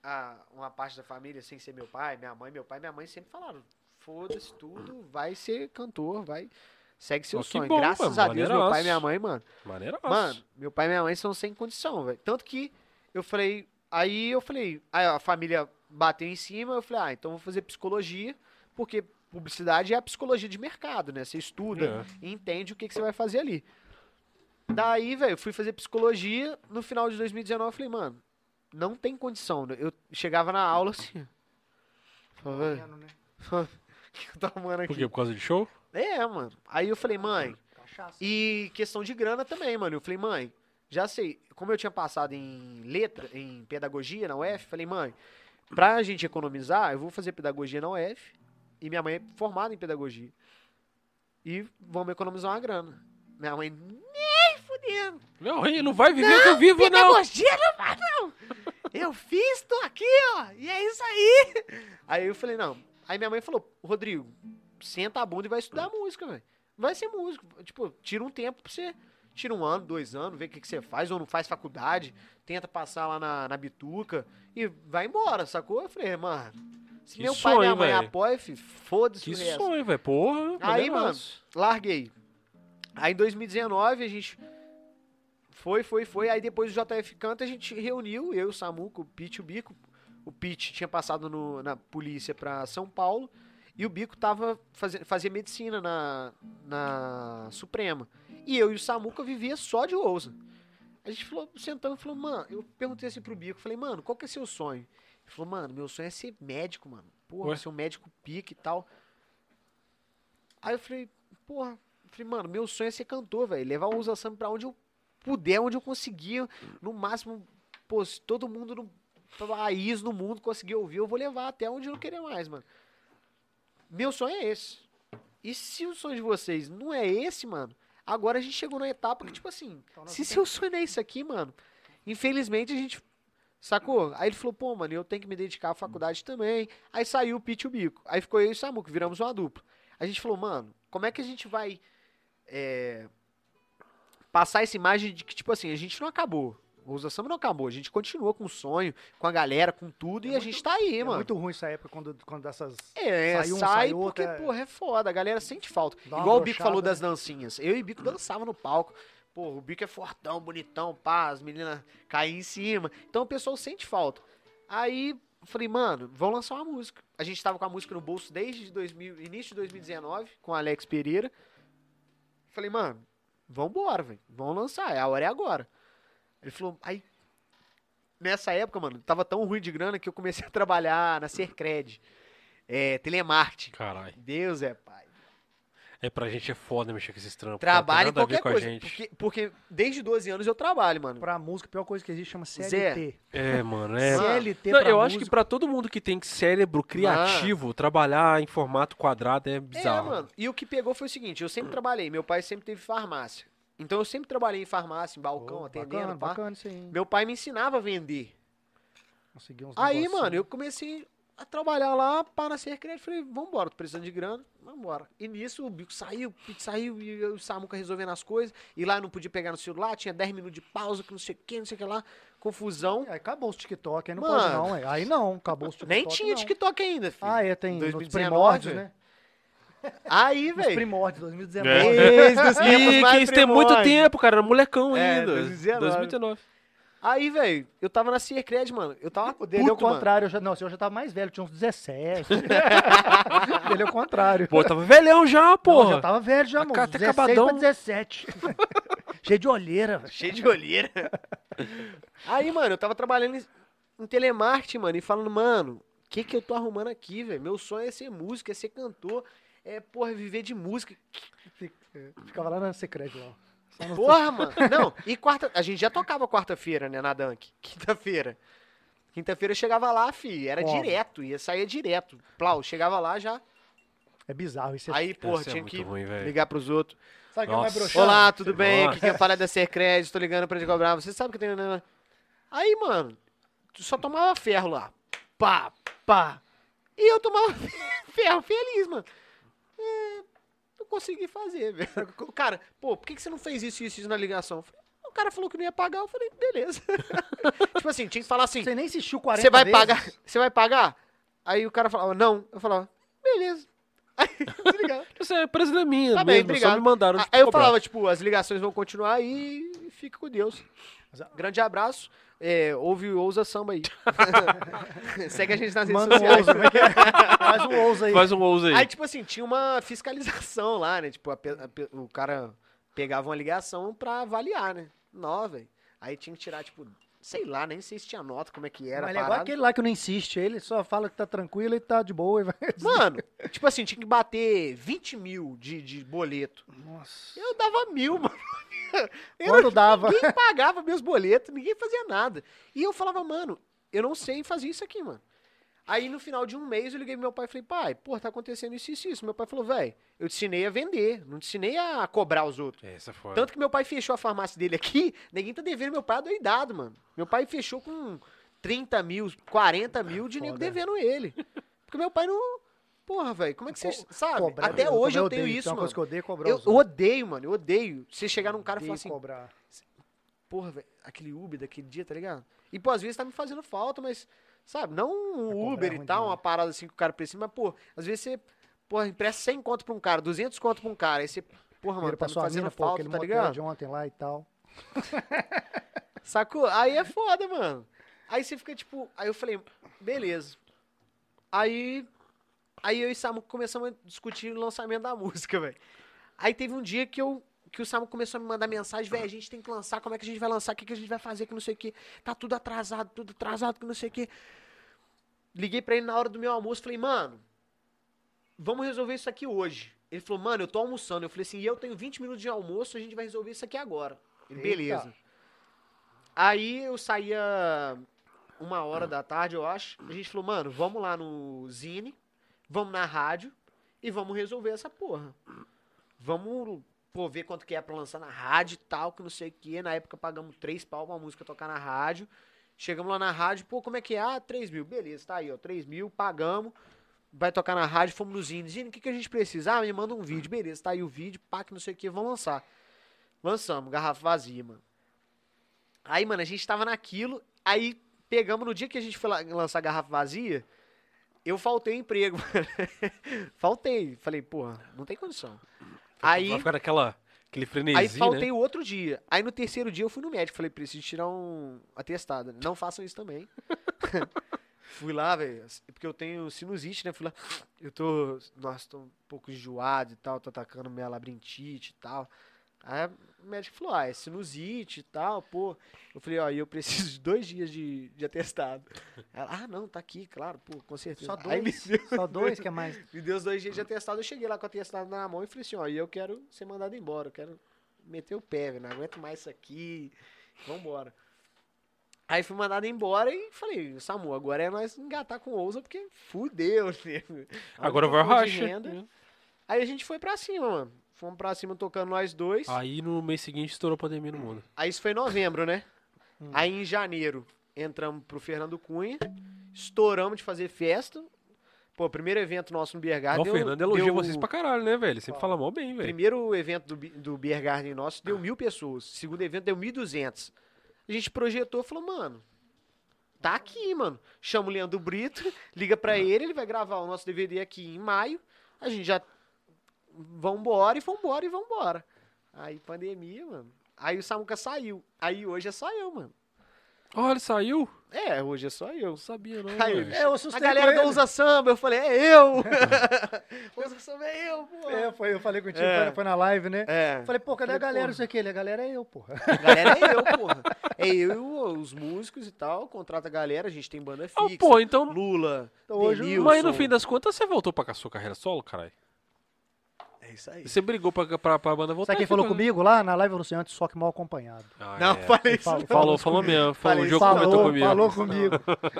D: a- uma parte da família, sem ser meu pai, minha mãe, meu pai, minha mãe sempre falaram: foda-se tudo, vai ser cantor, vai. Segue seu
A: Ó, que
D: sonho.
A: bom,
D: Graças
A: mano,
D: a Deus, meu pai e
A: maneiraço.
D: minha mãe, mano.
A: Maneiro.
D: Mano, meu pai e minha mãe são sem condição, velho. Tanto que eu falei. Aí eu falei. Aí a família bateu em cima, eu falei, ah, então vou fazer psicologia, porque publicidade é a psicologia de mercado, né? Você
A: É.
D: estuda e entende o que, que você vai fazer ali. Daí, velho, eu fui fazer psicologia. No final de 2019, eu falei, mano, não tem condição. né? Eu chegava na aula assim. Falava, "Véi,
B: Pequeno, né?
D: o que eu tô arrumando
A: Por
D: aqui?
A: quê? Por causa de show?
D: É, mano. Aí eu falei, mãe,
B: Cachaça.
D: e questão de grana também, mano. Eu falei, mãe, já sei. Como eu tinha passado em letra, em pedagogia na UF, falei, mãe, pra gente economizar, eu vou fazer pedagogia na UF. E minha mãe é formada em pedagogia. E vamos economizar uma grana. Minha mãe, nem fudendo.
A: Não, ele não vai viver que eu vivo, não.
D: Pedagogia não vai, não. Eu fiz, tô aqui, ó. E é isso aí. Aí eu falei, não. Aí minha mãe falou, Rodrigo, senta a bunda e vai estudar música, velho. Vai ser músico. Tipo, tira um tempo pra você. Tira um ano, dois anos, vê o que, que você faz ou não faz faculdade. Tenta passar lá na, na bituca e vai embora, sacou? Eu falei, mano, se
A: Que
D: meu pai e minha
A: sonho,
D: mãe
A: velho.
D: apoiam, fi, foda-se
A: Que
D: o resto
A: sonho, velho. Porra. é
D: Aí,
A: maneiraço.
D: larguei. Aí em 2019 a gente foi, foi, foi. Aí depois do JF Canta a gente reuniu, eu, o Samuco, o Pete e o Bico. O Pete tinha passado no- na polícia pra São Paulo e o Bico tava faze- fazia medicina na, na Suprema. E eu e o Samuca vivia só de Ousa. A gente falou, sentando, falou, mano, eu perguntei assim pro Bico, falei, mano, qual que é seu sonho? Ele falou, mano, meu sonho é ser médico, mano. Porra,
A: Ué?
D: ser um médico pique e tal. Aí eu falei, porra, eu falei, mano, meu sonho é ser cantor, velho. Levar o Usa Samba pra onde eu puder, onde eu conseguir. No máximo, pô, se todo mundo no país, no mundo conseguir ouvir, eu vou levar até onde eu não querer mais, mano. Meu sonho é esse. E se o sonho de vocês não é esse, mano, agora a gente chegou na etapa que, tipo assim,
B: Então nós
D: se
B: não
D: seu sonho não é isso aqui, mano, infelizmente a gente. Sacou? Aí ele falou, pô, mano, eu tenho que me dedicar à faculdade também. Aí saiu o Pete e o Bico. Aí ficou eu e o Samu, que viramos uma dupla. A gente falou, mano, como é que a gente vai é, passar essa imagem de que, tipo assim, a gente não acabou. O Usa Samba não acabou. A gente continua com o sonho, com a galera, com tudo, e a gente tá aí,
B: É
D: mano.
B: muito ruim essa época quando, quando dessas.
D: É,
B: Sai um,
D: sai,
B: sai
D: porque,
B: outro, é.
D: porra, é foda. A galera sente falta.
B: Dá uma
D: Igual o Bico
B: brochada,
D: falou
B: né? Hum.
D: das dancinhas. Eu e o Bico dançava no palco. Pô, o Bico é fortão, bonitão, pá, as meninas caem em cima. Então o pessoal sente falta. Aí, falei, mano, vamos lançar uma música. A gente tava com a música no bolso desde 2000, início de 2019, com o Alex Pereira. Falei, mano, vambora, velho. Vamos lançar, a hora é agora. Ele falou, aí. Nessa época, mano, tava tão ruim de grana que eu comecei a trabalhar na Sercred. É, telemarketing.
A: Caralho.
D: Deus é pai.
A: É pra gente é foda mexer com esses trampos. cara.
D: Trabalho em
A: Tem nada a ver
D: qualquer
A: com a
D: coisa.
A: gente.
D: Porque, porque desde 12 anos eu trabalho, mano.
B: Pra música, a pior coisa que existe chama CLT.
A: É, mano, é.
D: Mano,
B: CLT
A: Não,
B: pra
A: eu acho
B: música,
A: que pra todo mundo que tem cérebro criativo, trabalhar em formato quadrado é bizarro.
D: É, mano. E o que pegou foi o seguinte: eu sempre trabalhei. Meu pai sempre teve farmácia. Então eu sempre trabalhei em farmácia, em balcão,
B: Pô,
D: atendendo.
B: bacana,
D: pá.
B: bacana isso aí. hein?
D: Meu pai me ensinava a vender.
B: Consegui uns
D: Aí,
B: negocinho.
D: mano, eu comecei a trabalhar lá para ser crédito. Falei, vambora, tô precisando de grana, vambora. E nisso o bico saiu, o Pete saiu, e eu e o Samuca resolvendo as coisas. E lá não podia pegar no celular, tinha 10 minutos de pausa, que não sei o que, não sei o que lá. Confusão.
B: Aí acabou os TikTok, aí não
D: Mano.
B: pode não, é. Aí não, acabou os TikTok.
D: Nem tinha
B: não.
D: TikTok ainda, filho.
B: Ah, é, tem nos
D: 2019,
B: primórdios, né?
D: é. Aí, É.
B: Nos
D: velho.
B: primórdios, 2019.
D: Desde os tempos
A: É. E que
D: mais
A: isso tem muito
D: primórdios.
A: tempo, cara. Era molecão
D: É,
A: ainda.
D: 2019.
A: 2019.
D: Aí, velho, eu tava na Ciercred, mano. Eu tava
B: O
D: puto,
B: dele é o
D: mano.
B: contrário. Eu já, não, se eu já tava mais velho, tinha uns 17. O dele é o contrário.
A: Pô, eu tava velhão já,
B: Não,
A: porra.
B: já tava velho já, mano.
A: Tá até
B: 16
A: acabadão.
B: pra 17. Cheio de olheira, velho.
D: Cheio de olheira. Aí, mano, eu tava trabalhando em, em telemarketing, mano, e falando, mano, o que que eu tô arrumando aqui, velho? Meu sonho é ser músico, é ser cantor, é, porra, viver de música.
B: Ficava lá na Secret, lá. Só no-
D: Porra, mano. Não, e quarta... A gente já tocava quarta-feira, né, na Dunk. Quinta-feira. Quinta-feira eu chegava lá, fi, era
B: Como?
D: direto, ia sair direto. Plau, chegava lá já.
B: É bizarro isso.
D: Aí, porra,
A: Isso é
D: tinha
A: muito
D: que
A: ruim, velho.
D: ligar pros outros.
B: Sabe quem é o mais
A: Nossa.
B: broxante?
D: Olá, tudo bem?
A: Nossa.
D: Aqui quem fala é da Sercred, tô ligando pra te cobrar. Você sabe que tem... né? Aí, mano, tu só tomava ferro lá. Pá, pá. E eu tomava ferro feliz, mano. É, não consegui fazer, velho. O cara, pô, por que, que você não fez isso e isso, isso na ligação? Eu falei, "Ah, O cara falou que não ia pagar, eu falei, beleza. tipo assim, tinha que falar assim,
B: Você nem assistiu 40
D: você vai
B: vezes.
D: pagar, você vai pagar? Aí o cara falava, não. Eu falava, beleza. Aí, desligava.
A: Isso é presa da minha
D: Tá bem,
A: mesmo, só
D: obrigado.
A: me mandaram
D: Ah, Aí eu
A: cobrar.
D: falava, tipo, as ligações vão continuar aí e fica com Deus.
B: Mas a-
D: Grande abraço. É, ouve o Ousa Samba aí. Segue a gente nas redes
B: Manda um
D: sociais.
B: ouso, como é que é? Faz um ouso aí.
A: Faz um ouso aí.
D: Aí, tipo assim, tinha uma fiscalização lá, né? Tipo, a pe- a pe- o cara pegava uma ligação pra avaliar, né? Nó, velho. Aí tinha que tirar, tipo, sei lá, nem sei se tinha nota, como é que era.
B: Mas
D: a
B: ele é igual
D: parada.
B: aquele lá que não insiste. Ele só fala que tá tranquilo e tá de boa e vai...
D: Mano, tipo assim, tinha que bater 20 mil de, de boleto.
B: Nossa.
D: Eu dava mil, mano. Eu
B: Quando dava.
D: Ninguém pagava meus boletos, ninguém fazia nada. E eu falava, mano, eu não sei fazer isso aqui, mano. Aí no final de um mês eu liguei pro meu pai e falei, pai, pô, tá acontecendo isso e isso, isso. Meu pai falou, velho, eu te ensinei a vender, não te ensinei a cobrar os outros.
A: É, isso é foda.
D: Tanto que meu pai fechou a farmácia dele aqui, ninguém tá devendo meu pai doidado, mano. Meu pai fechou com 30 mil, 40 mil de nego
B: Foda.
D: devendo ele. Porque meu pai não. Porra, velho, como é que você.
B: Co-
D: Sabe?
B: Cobrar,
D: Até
B: também
D: hoje eu tenho
B: odeio.
D: isso,
B: Tem uma
D: mano.
B: coisa que eu odeio é cobrar
D: Eu
B: os outros.
D: odeio, mano, eu odeio. Você chegar num cara e falar
B: Odeio
D: assim,
B: cobrar.
D: porra, velho, aquele Uber daquele dia, tá ligado? E, pô, às vezes tá me fazendo falta, mas, sabe, não
B: A
D: um
B: cobrar
D: Uber
B: é
D: e
B: ruim
D: tal,
B: demais.
D: uma parada assim que o cara precisa, mas, pô, às vezes você, porra, empresta 100 conto pra um cara, 200 conto pra um cara, aí você, porra, mano,
B: Vira
D: tá
B: pra
D: me
B: sua
D: fazendo
B: mina, pô,
D: falta,
B: aquele
D: tá
B: motel
D: ligado?
B: de ontem lá e tal.
D: Sacou? Aí é foda, mano. Aí você fica, tipo, aí eu falei, beleza. Aí, aí eu e Samu começamos a discutir o lançamento da música, velho. Aí teve um dia que eu que o Samu começou a me mandar mensagem, velho, a gente tem que lançar, como é que a gente vai lançar, o que, que a gente vai fazer, que não sei o que. Tá tudo atrasado, tudo atrasado, que não sei o que. Liguei pra ele na hora do meu almoço, falei, mano, vamos resolver isso aqui hoje. Ele falou, mano, eu tô almoçando. Eu falei assim, e eu tenho 20 minutos de almoço, a gente vai resolver isso aqui agora. Ele,
B: Eita.
D: beleza. Aí eu saía uma hora da tarde, eu acho. A gente falou, mano, vamos lá no Zine, vamos na rádio e vamos resolver essa porra. Vamos pô, ver quanto que é pra lançar na rádio e tal, que não sei o quê. Na época pagamos três pau pra música tocar na rádio. Chegamos lá na rádio, pô, como é que é? Ah, 3 mil. Beleza, tá aí, ó, 3 mil, pagamos. Vai tocar na rádio, fomos no Zine. Zine, o que, que a gente precisa? Ah, me manda um vídeo. Beleza, tá aí o vídeo, pá, que não sei o que, vamos lançar. Lançamos, garrafa vazia, mano. Aí, mano, a gente tava naquilo, aí pegamos no dia que a gente foi lá- lançar a garrafa vazia, eu faltei emprego, mano. faltei. Falei, porra, não tem condição. Aí,
A: Vai ficar naquela, aquele frenesi,
D: Aí faltei
A: né?
D: o outro dia. Aí no terceiro dia eu fui no médico. Falei, preciso tirar um atestado. Não façam isso também. fui lá, velho. Porque eu tenho sinusite, né? Fui lá. Eu tô. Nossa, tô um pouco enjoado e tal. Tô atacando minha labirintite e tal. Aí o médico falou, ah, é sinusite e tal, pô. Eu falei, ó, e eu preciso de dois dias de, de atestado. Ela, ah, não, tá aqui, claro, pô, com certeza.
B: Só
D: Aí me
B: dois. Só dois que é mais.
D: me deu os dois dias de atestado, eu cheguei lá com o atestado na mão e falei assim, ó, e eu quero ser mandado embora, eu quero meter o pé, velho, não aguento mais isso aqui, vambora. Aí fui mandado embora e falei, Samu, agora é nós engatar com ousa, porque fudeu, né?" nego.
A: Agora vai
D: Aumentou
A: o
D: a fonte de
A: racha.
D: renda. Aí a gente foi pra cima, mano. Fomos pra cima tocando nós dois.
A: Aí no mês seguinte estourou a pandemia no mundo.
D: Aí isso foi em novembro, né?
A: Hum.
D: Aí em janeiro entramos pro Fernando Cunha, estouramos de fazer festa. Pô, primeiro evento nosso no Beer
A: Ah,
D: Garden.
A: o
D: deu-
A: Fernando elogia
D: deu-
A: vocês pra caralho, né, velho? Sempre fala mal bem, velho.
D: Primeiro evento do, Bi- do Beer Garden nosso
B: Ah.
D: deu mil pessoas. Segundo evento deu 1.200. A gente projetou e falou, mano, tá aqui, mano. Chama o Leandro Brito, liga
B: Ah.
D: pra ele, ele vai gravar o nosso DVD aqui em maio. A gente já. Vambora e vambora e vambora. Aí, pandemia, mano. Aí o Samuca saiu. Aí hoje é só eu, mano.
A: Olha, ele saiu?
D: É, hoje é só eu.
A: Não sabia, não.
D: Aí,
A: velho.
B: É, eu
D: A
B: assustei
D: galera
B: com
D: do
B: ele.
D: Usa Samba, eu falei, é eu! Usa Samba é eu, pô!
B: É, foi, eu falei contigo,
D: É.
B: foi, foi na live, né?
D: É.
B: Eu Falei, pô, cadê a
D: Falei,
B: galera?
D: porra.
B: Isso aqui, Ele, a galera é eu, porra.
D: A galera é eu, porra. É eu, e o- os músicos e tal, contrata a galera, a gente tem banda fixa.
A: Ah, pô, então.
D: Lula,
B: Então hoje o-
D: Denilson.
A: Mas no fim das contas, você voltou pra sua carreira solo, caralho?
D: É isso aí.
A: Você brigou pra, pra, pra banda voltar?
B: Sabe quem
A: e
B: falou
A: foi-
B: comigo lá na live? Eu falei assim, antes só que mal acompanhado.
A: Ah,
D: Não,
A: é.
D: falei isso
B: Fala-
D: não.
A: Falou, falou mesmo. Falou,
D: Falei,
A: o Diogo
B: falou,
A: comentou comigo.
B: falou comigo.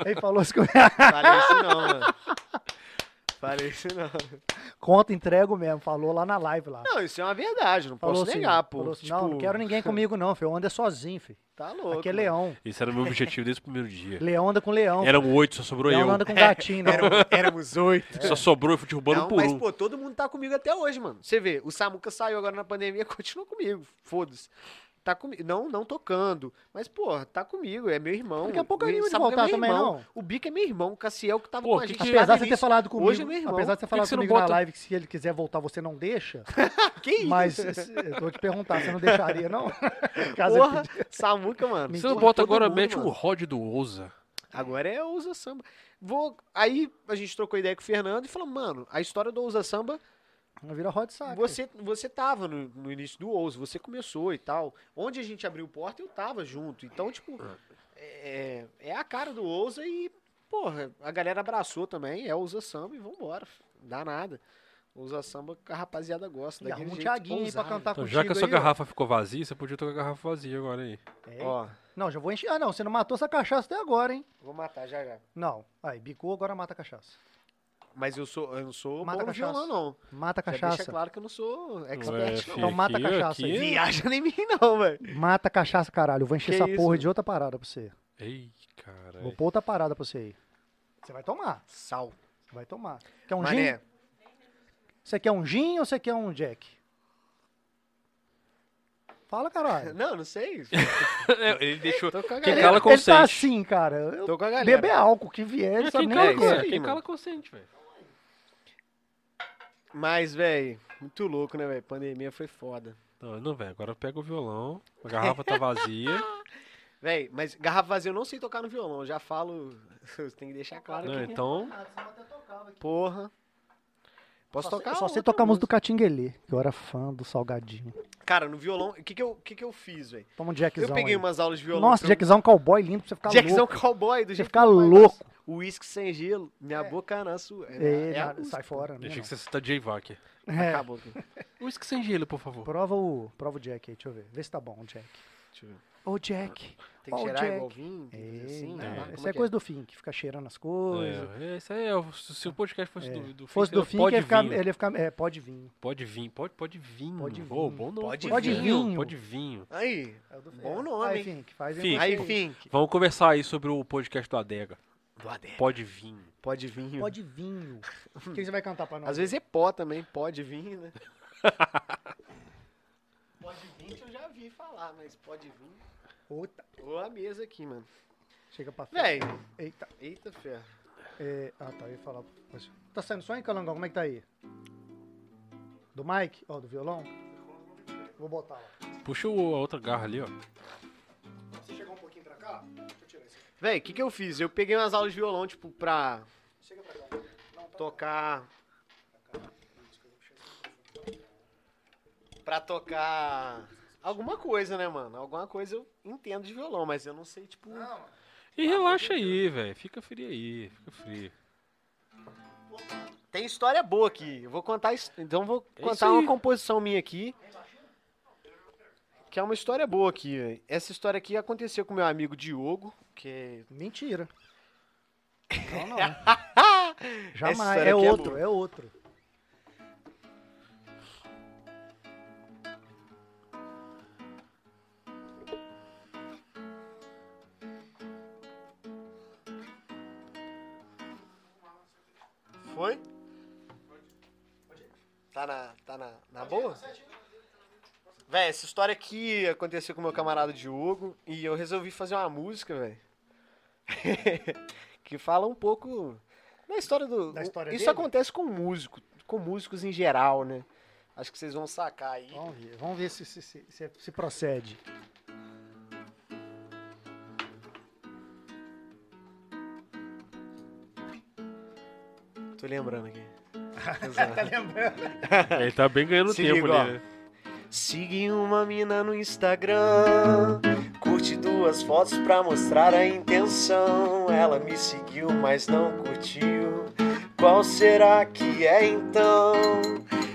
B: Ele falou isso comigo.
D: Falei isso não, mano. Falei isso não.
B: Conta, entrego mesmo. Falou lá na live lá.
D: Não, isso é uma verdade, não
B: falou
D: posso negar, pô.
B: falou assim,
D: Tipo,
B: não, não quero ninguém comigo não, filho. Eu ando é sozinho, filho.
D: Tá louco.
B: Aqui é
D: mano.
B: leão.
A: Esse era o meu objetivo desde o primeiro dia.
B: Leão anda com leão.
A: Eram oito, só sobrou
B: leão
A: eu.
B: não anda com gatinho, não.
D: Éramos oito.
A: Só sobrou, eu fui derrubando
D: É. Não,
A: por
D: mas,
A: um.
D: pô, todo mundo tá comigo até hoje, mano. Você vê, o Samuca saiu agora na pandemia, continua comigo. Foda-se. Tá comigo. Não, não tocando. Mas, pô, tá comigo. É meu irmão.
B: Daqui a pouco
D: O
B: anima de
D: Samuca
B: voltar
D: é meu
B: também,
D: irmão.
B: não?
D: O Bica é meu irmão. O Cassiel que tava
A: Pô,
D: com a
A: que
D: gente.
A: que- é?
D: lá
B: Apesar de você
D: no
B: ter
D: início.
B: falado comigo,
D: Hoje é meu irmão.
B: apesar de você ter
A: que
B: falado
A: você não
B: comigo na
A: bota-
B: live que se ele quiser voltar, você não deixa.
D: Que isso?
B: Mas se- eu vou te perguntar, você não deixaria, não? Caso ele
D: Porra, Samuca, mano.
A: Você não
D: Porra,
A: bota
D: todo
A: agora,
D: mundo,
A: mete um
D: mano.
A: rod do Ousa.
D: Agora é Ousa Samba. Vou... Aí a gente trocou ideia com o Fernando e falou, mano, a história do Ousa Samba
B: Não vira hot saco.
D: Você, você tava no, no início do Ouso, você começou e tal. Onde a gente abriu porta, eu tava junto. Então, tipo,
A: Ah.
D: é, é a cara do Ousa e, porra, a galera abraçou também. É Ousa Samba e vambora. f- Dá nada. Ousa Samba, que a rapaziada gosta.
B: E
D: daquele
B: arruma um
D: jeito
B: Thiaguinho aí pra
D: ousado.
B: cantar
A: Então,
B: contigo
A: já que a sua
B: aí, ó.
A: garrafa ficou vazia, você podia tocar a garrafa vazia agora aí.
B: É.
D: Ó,
B: Não, já vou encher. Ah, não, você não matou essa cachaça até agora, hein?
D: vou matar já já.
B: Não. Aí, bicou, agora mata a cachaça.
D: Mas eu, sou, eu não sou
B: Mata
D: bom no
B: a cachaça.
D: violão, não.
B: Mata a
D: Já deixa
B: cachaça.
D: claro que eu não sou
A: Ué,
D: expert,
A: É, filho,
D: não.
B: Então mata a
A: aqui-
B: cachaça aí.
A: aqui-
D: Viaja nem mim, não, velho.
B: Mata a cachaça, caralho. Eu vou encher
D: Que
B: essa
D: isso,
B: porra
D: mano?
B: de outra parada pra você.
A: Ei, cara.
B: Vou pôr outra parada pra você aí. Você vai tomar.
D: Sal.
B: Você vai tomar. Quer um
D: Mané,
B: gin? Você quer um gin ou você quer um jack? Fala, caralho.
D: Não, não sei.
A: É, Ele deixou.
D: Tô com a
A: Quem
D: galera.
A: cala
B: ele tá
A: consente.
B: assim, cara. Eu
D: Tô com a galera.
B: beber álcool, que vier, ele sabe
A: Quem
B: nem
A: cala
B: o que é.
A: consente,
D: é.
A: quem cala consente, velho.
D: Mas, velho, muito louco, né, velho? Pandemia foi foda.
A: Não, não, velho. Agora pega o violão. A garrafa tá vazia.
D: Velho, mas garrafa vazia eu não sei tocar no violão, eu já falo. Tem que deixar claro
A: Não,
D: que.
A: então.
D: Porra. Posso tocar?
B: Só sei
D: outra
B: tocar a música do Catinguelê, que eu era fã do Salgadinho.
D: música. Cara, no violão, o que que eu, o que que eu fiz, velho?
B: Toma um Jackzão.
D: Eu peguei
B: aí.
D: umas aulas de violão.
B: Nossa,
D: pra eu-
B: Jackzão é um cowboy lindo pra você ficar
D: Jackzão é
B: louco.
D: Cowboy, do
B: Você
D: jeito
B: fica
D: que meu pai
B: louco.
D: gosta. Uísque sem gelo, minha boca na sua.
B: É,
D: a-
B: nada,
D: a-
B: sai fora. Né,
A: Deixa que você tá cita J-Vac.
B: É.
D: Acabou aqui.
A: Whisky sem gelo, por favor.
B: Prova o, prova o Jack aí, deixa eu ver. Vê se tá bom o Jack.
D: Deixa eu ver.
B: Ô, Jack.
D: Tem que
B: Ó, o
D: cheirar
B: Jack.
D: igual vinho, tem que
B: É,
D: fazer assim.
B: né?
D: né? Como
B: Isso é
D: que
B: coisa do Fink, que fica cheirando as coisas.
A: É, isso aí é, o- se o podcast fosse do, do
B: É. Fosse do
A: seria
B: Fink,
A: pode
B: ele ia ficar,
A: vinho.
B: ele ia ficar. É, pode vir.
A: Pode vir, pode, pode vir.
B: Pode
A: Ô,
B: vir.
A: bom nome.
D: Pode
A: pode
B: vinho.
A: vinho. Pode vinho.
D: Aí,
B: É
D: bom nome,
B: Aí,
D: hein?
B: Fink, Ah, faz
A: Fink.
D: Aí,
B: Fink.
D: Fink.
A: Vamos conversar aí sobre o podcast do Adega.
D: Do Adé.
A: Pode vir.
D: Pode vinho.
B: Pode vinho. O que que você vai cantar pra nós?
D: Às vezes é pó também, pode vir, né? pode vir eu já vi falar, mas pode vir.
B: Outra.
D: Ou a mesa aqui, mano.
B: Chega pra frente.
D: Véi,
B: Eita.
D: eita ferro.
B: É, ah, tá. Eu ia falar. mas- Tá saindo só em Calangão, como é que tá aí? Do Mike? Ó, do violão? Vou botar lá.
A: Puxa o- a outra garra ali, ó.
B: Você chegar um pouquinho pra cá, deixa eu tirar esse.
D: Véi, o que que eu fiz? Eu peguei umas aulas de violão, tipo, pra
B: Chega pra cá. Não, tá.
D: tocar... Pra tocar alguma coisa, né, mano? Alguma coisa eu entendo de violão, mas eu não sei, tipo...
B: Não,
A: E relaxa aí, velho. Fica frio aí. Fica frio.
D: Tem história boa aqui. Eu vou contar. his- Então vou
A: É isso
D: contar uma
A: aí.
D: composição minha aqui. Que é uma história boa aqui, velho. Essa história aqui aconteceu com meu amigo Diogo, que.
B: mentira.
C: Não, não.
B: Jamais.
D: história
B: É
D: aqui é
B: outro,
D: boa.
B: é outro.
D: Foi? Tá na. Tá na. Na boa? Véi, essa história aqui aconteceu com meu camarada Diogo e eu resolvi fazer uma música, velho. que fala um pouco da história do.
B: Da história
D: Isso
B: dele?
D: acontece com músico, com músicos em geral, né? Acho que vocês vão sacar aí.
B: Vamos ver, vamos ver se, se, se, se- se procede.
D: Tô lembrando aqui.
B: Tá lembrando?
A: Ele tá bem ganhando
D: Se
A: tempo
D: liga,
A: ali,
D: ó.
A: né?
D: Segui uma mina no Instagram. Curti duas fotos pra mostrar a intenção. Ela me seguiu, mas não curtiu. Qual será que é então?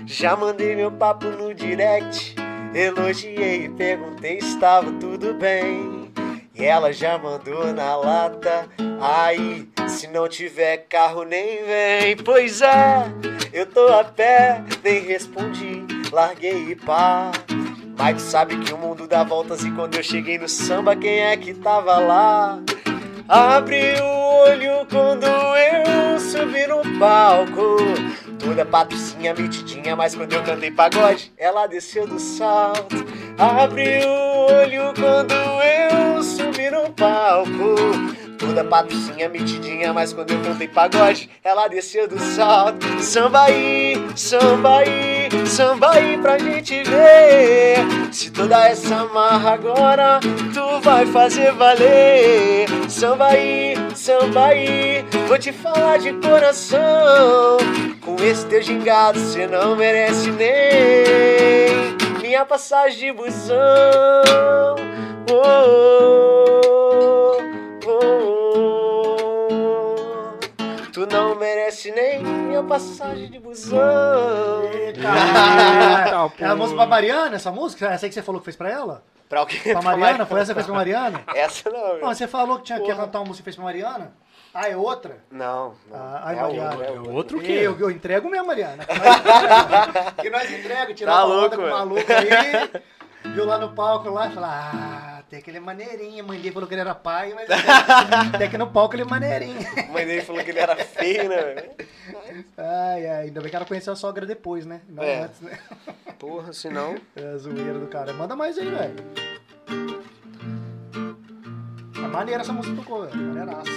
D: Já mandei meu papo no direct. Elogiei e perguntei se estava tudo bem. E ela já mandou na lata. Aí, se não tiver carro, nem vem. Pois é, eu tô a pé, nem respondi, larguei e pá. Mike sabe que o mundo dá voltas e quando eu cheguei no samba, quem é que tava lá? Abri o olho quando eu subi no palco. Toda patricinha metidinha, mas quando eu cantei pagode, ela desceu do salto. Abri o olho quando eu subi no palco. Toda patricinha metidinha, mas quando eu cantei pagode, ela desceu do salto. Samba aí, samba aí, samba aí pra gente ver. Se toda essa marra agora, tu vai fazer valer. Samba aí, samba aí, vou te falar de coração. Com esse teu gingado, cê não merece nem minha passagem de busão. Oh, oh, oh, oh. Tu não merece nem minha passagem de busão. Então,
A: Eita,
B: É a
A: porra.
B: música pra Mariana, essa música? Essa aí que você falou que fez pra ela?
D: pra alguém
B: Pra Mariana? Foi essa que fez pra Mariana?
D: Essa não,
B: Não, você falou que tinha que
D: Porra.
B: cantar uma música que fez pra Mariana? Ah, é outra?
D: Não, não.
B: Ah, ai,
D: é
B: Mariana.
D: outra, é
A: É
D: outra.
A: outro que?
B: Eu, eu entrego mesmo, Mariana. que nós entrega, tirar
D: Tá
B: uma onda
D: louco,
B: com o
D: mano.
B: maluco aí. Viu lá no palco lá e falou: Ah, até que ele é maneirinho. A mãe dele falou que ele era pai, mas até, até que no palco ele é maneirinho.
D: A mãe dele falou que ele era feio, né, velho?
B: Ai, ai, ainda bem que ela conheceu a sogra depois, né? Não
D: É.
B: antes, né?
D: Porra, se não.
B: É, zoeira do cara. Manda mais aí, velho. É maneira essa música que tocou, velho. Maneiraça.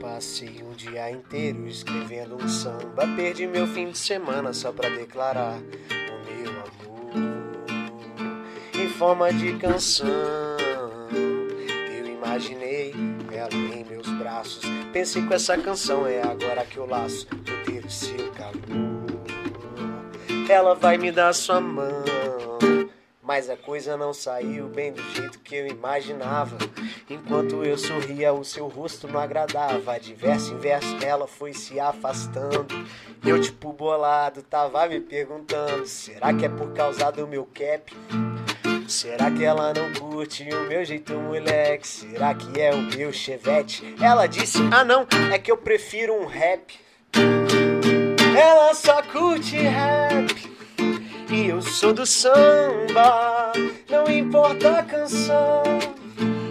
D: Passei um dia inteiro escrevendo um samba. Perdi meu fim de semana só pra declarar o meu amor em forma de canção. Eu imaginei ela em meus braços. Pensei com essa canção, é agora que eu laço poder o seu calor. Ela vai me dar sua mão, mas a coisa não saiu bem do jeito que eu imaginava. Enquanto eu sorria, o seu rosto não agradava. De verso em verso, ela foi se afastando. Eu, tipo bolado, tava me perguntando: será que é por causa do meu cap? Será que ela não curte o meu jeito, moleque? Será que é o meu chevette? Ela disse: Ah, não, é que eu prefiro um rap. Ela só curte rap. E eu sou do samba, não importa a canção.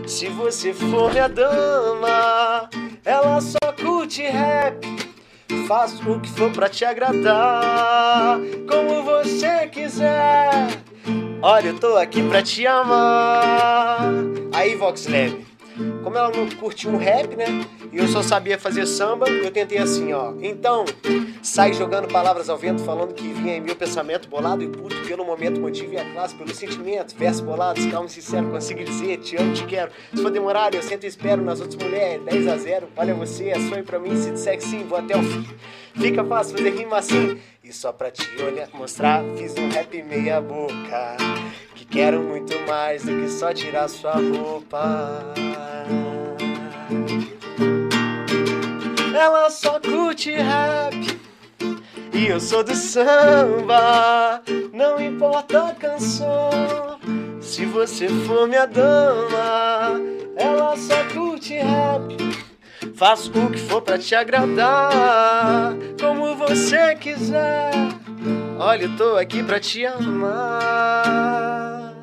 D: Se você for minha dama, ela só curte rap. Faço o que for pra te agradar, como você quiser. Olha, eu tô aqui pra te amar. Aí, Vox Lab. Como ela não curtiu um rap, né? E eu só sabia fazer samba, eu tentei assim, ó. Então, sai jogando palavras ao vento, falando que vinha em meu pensamento bolado e puto pelo momento, motivo e a classe, pelo sentimento. Verso bolados, calmo e sincero, consigo dizer, te amo, te quero. Se for demorar, eu sento e espero nas outras mulheres. 10 a 0, olha você, é sonho pra mim, se disser que sim, vou até o fim. Fica fácil fazer rima assim. E só pra te olhar, mostrar, fiz um rap meia boca. Que quero muito mais do que só tirar sua roupa. Ela só curte rap. E eu sou do samba, não importa a canção. Se você for minha dama, ela só curte rap. Faço o que for pra te agradar, como você quiser. Olha, eu tô aqui pra te amar.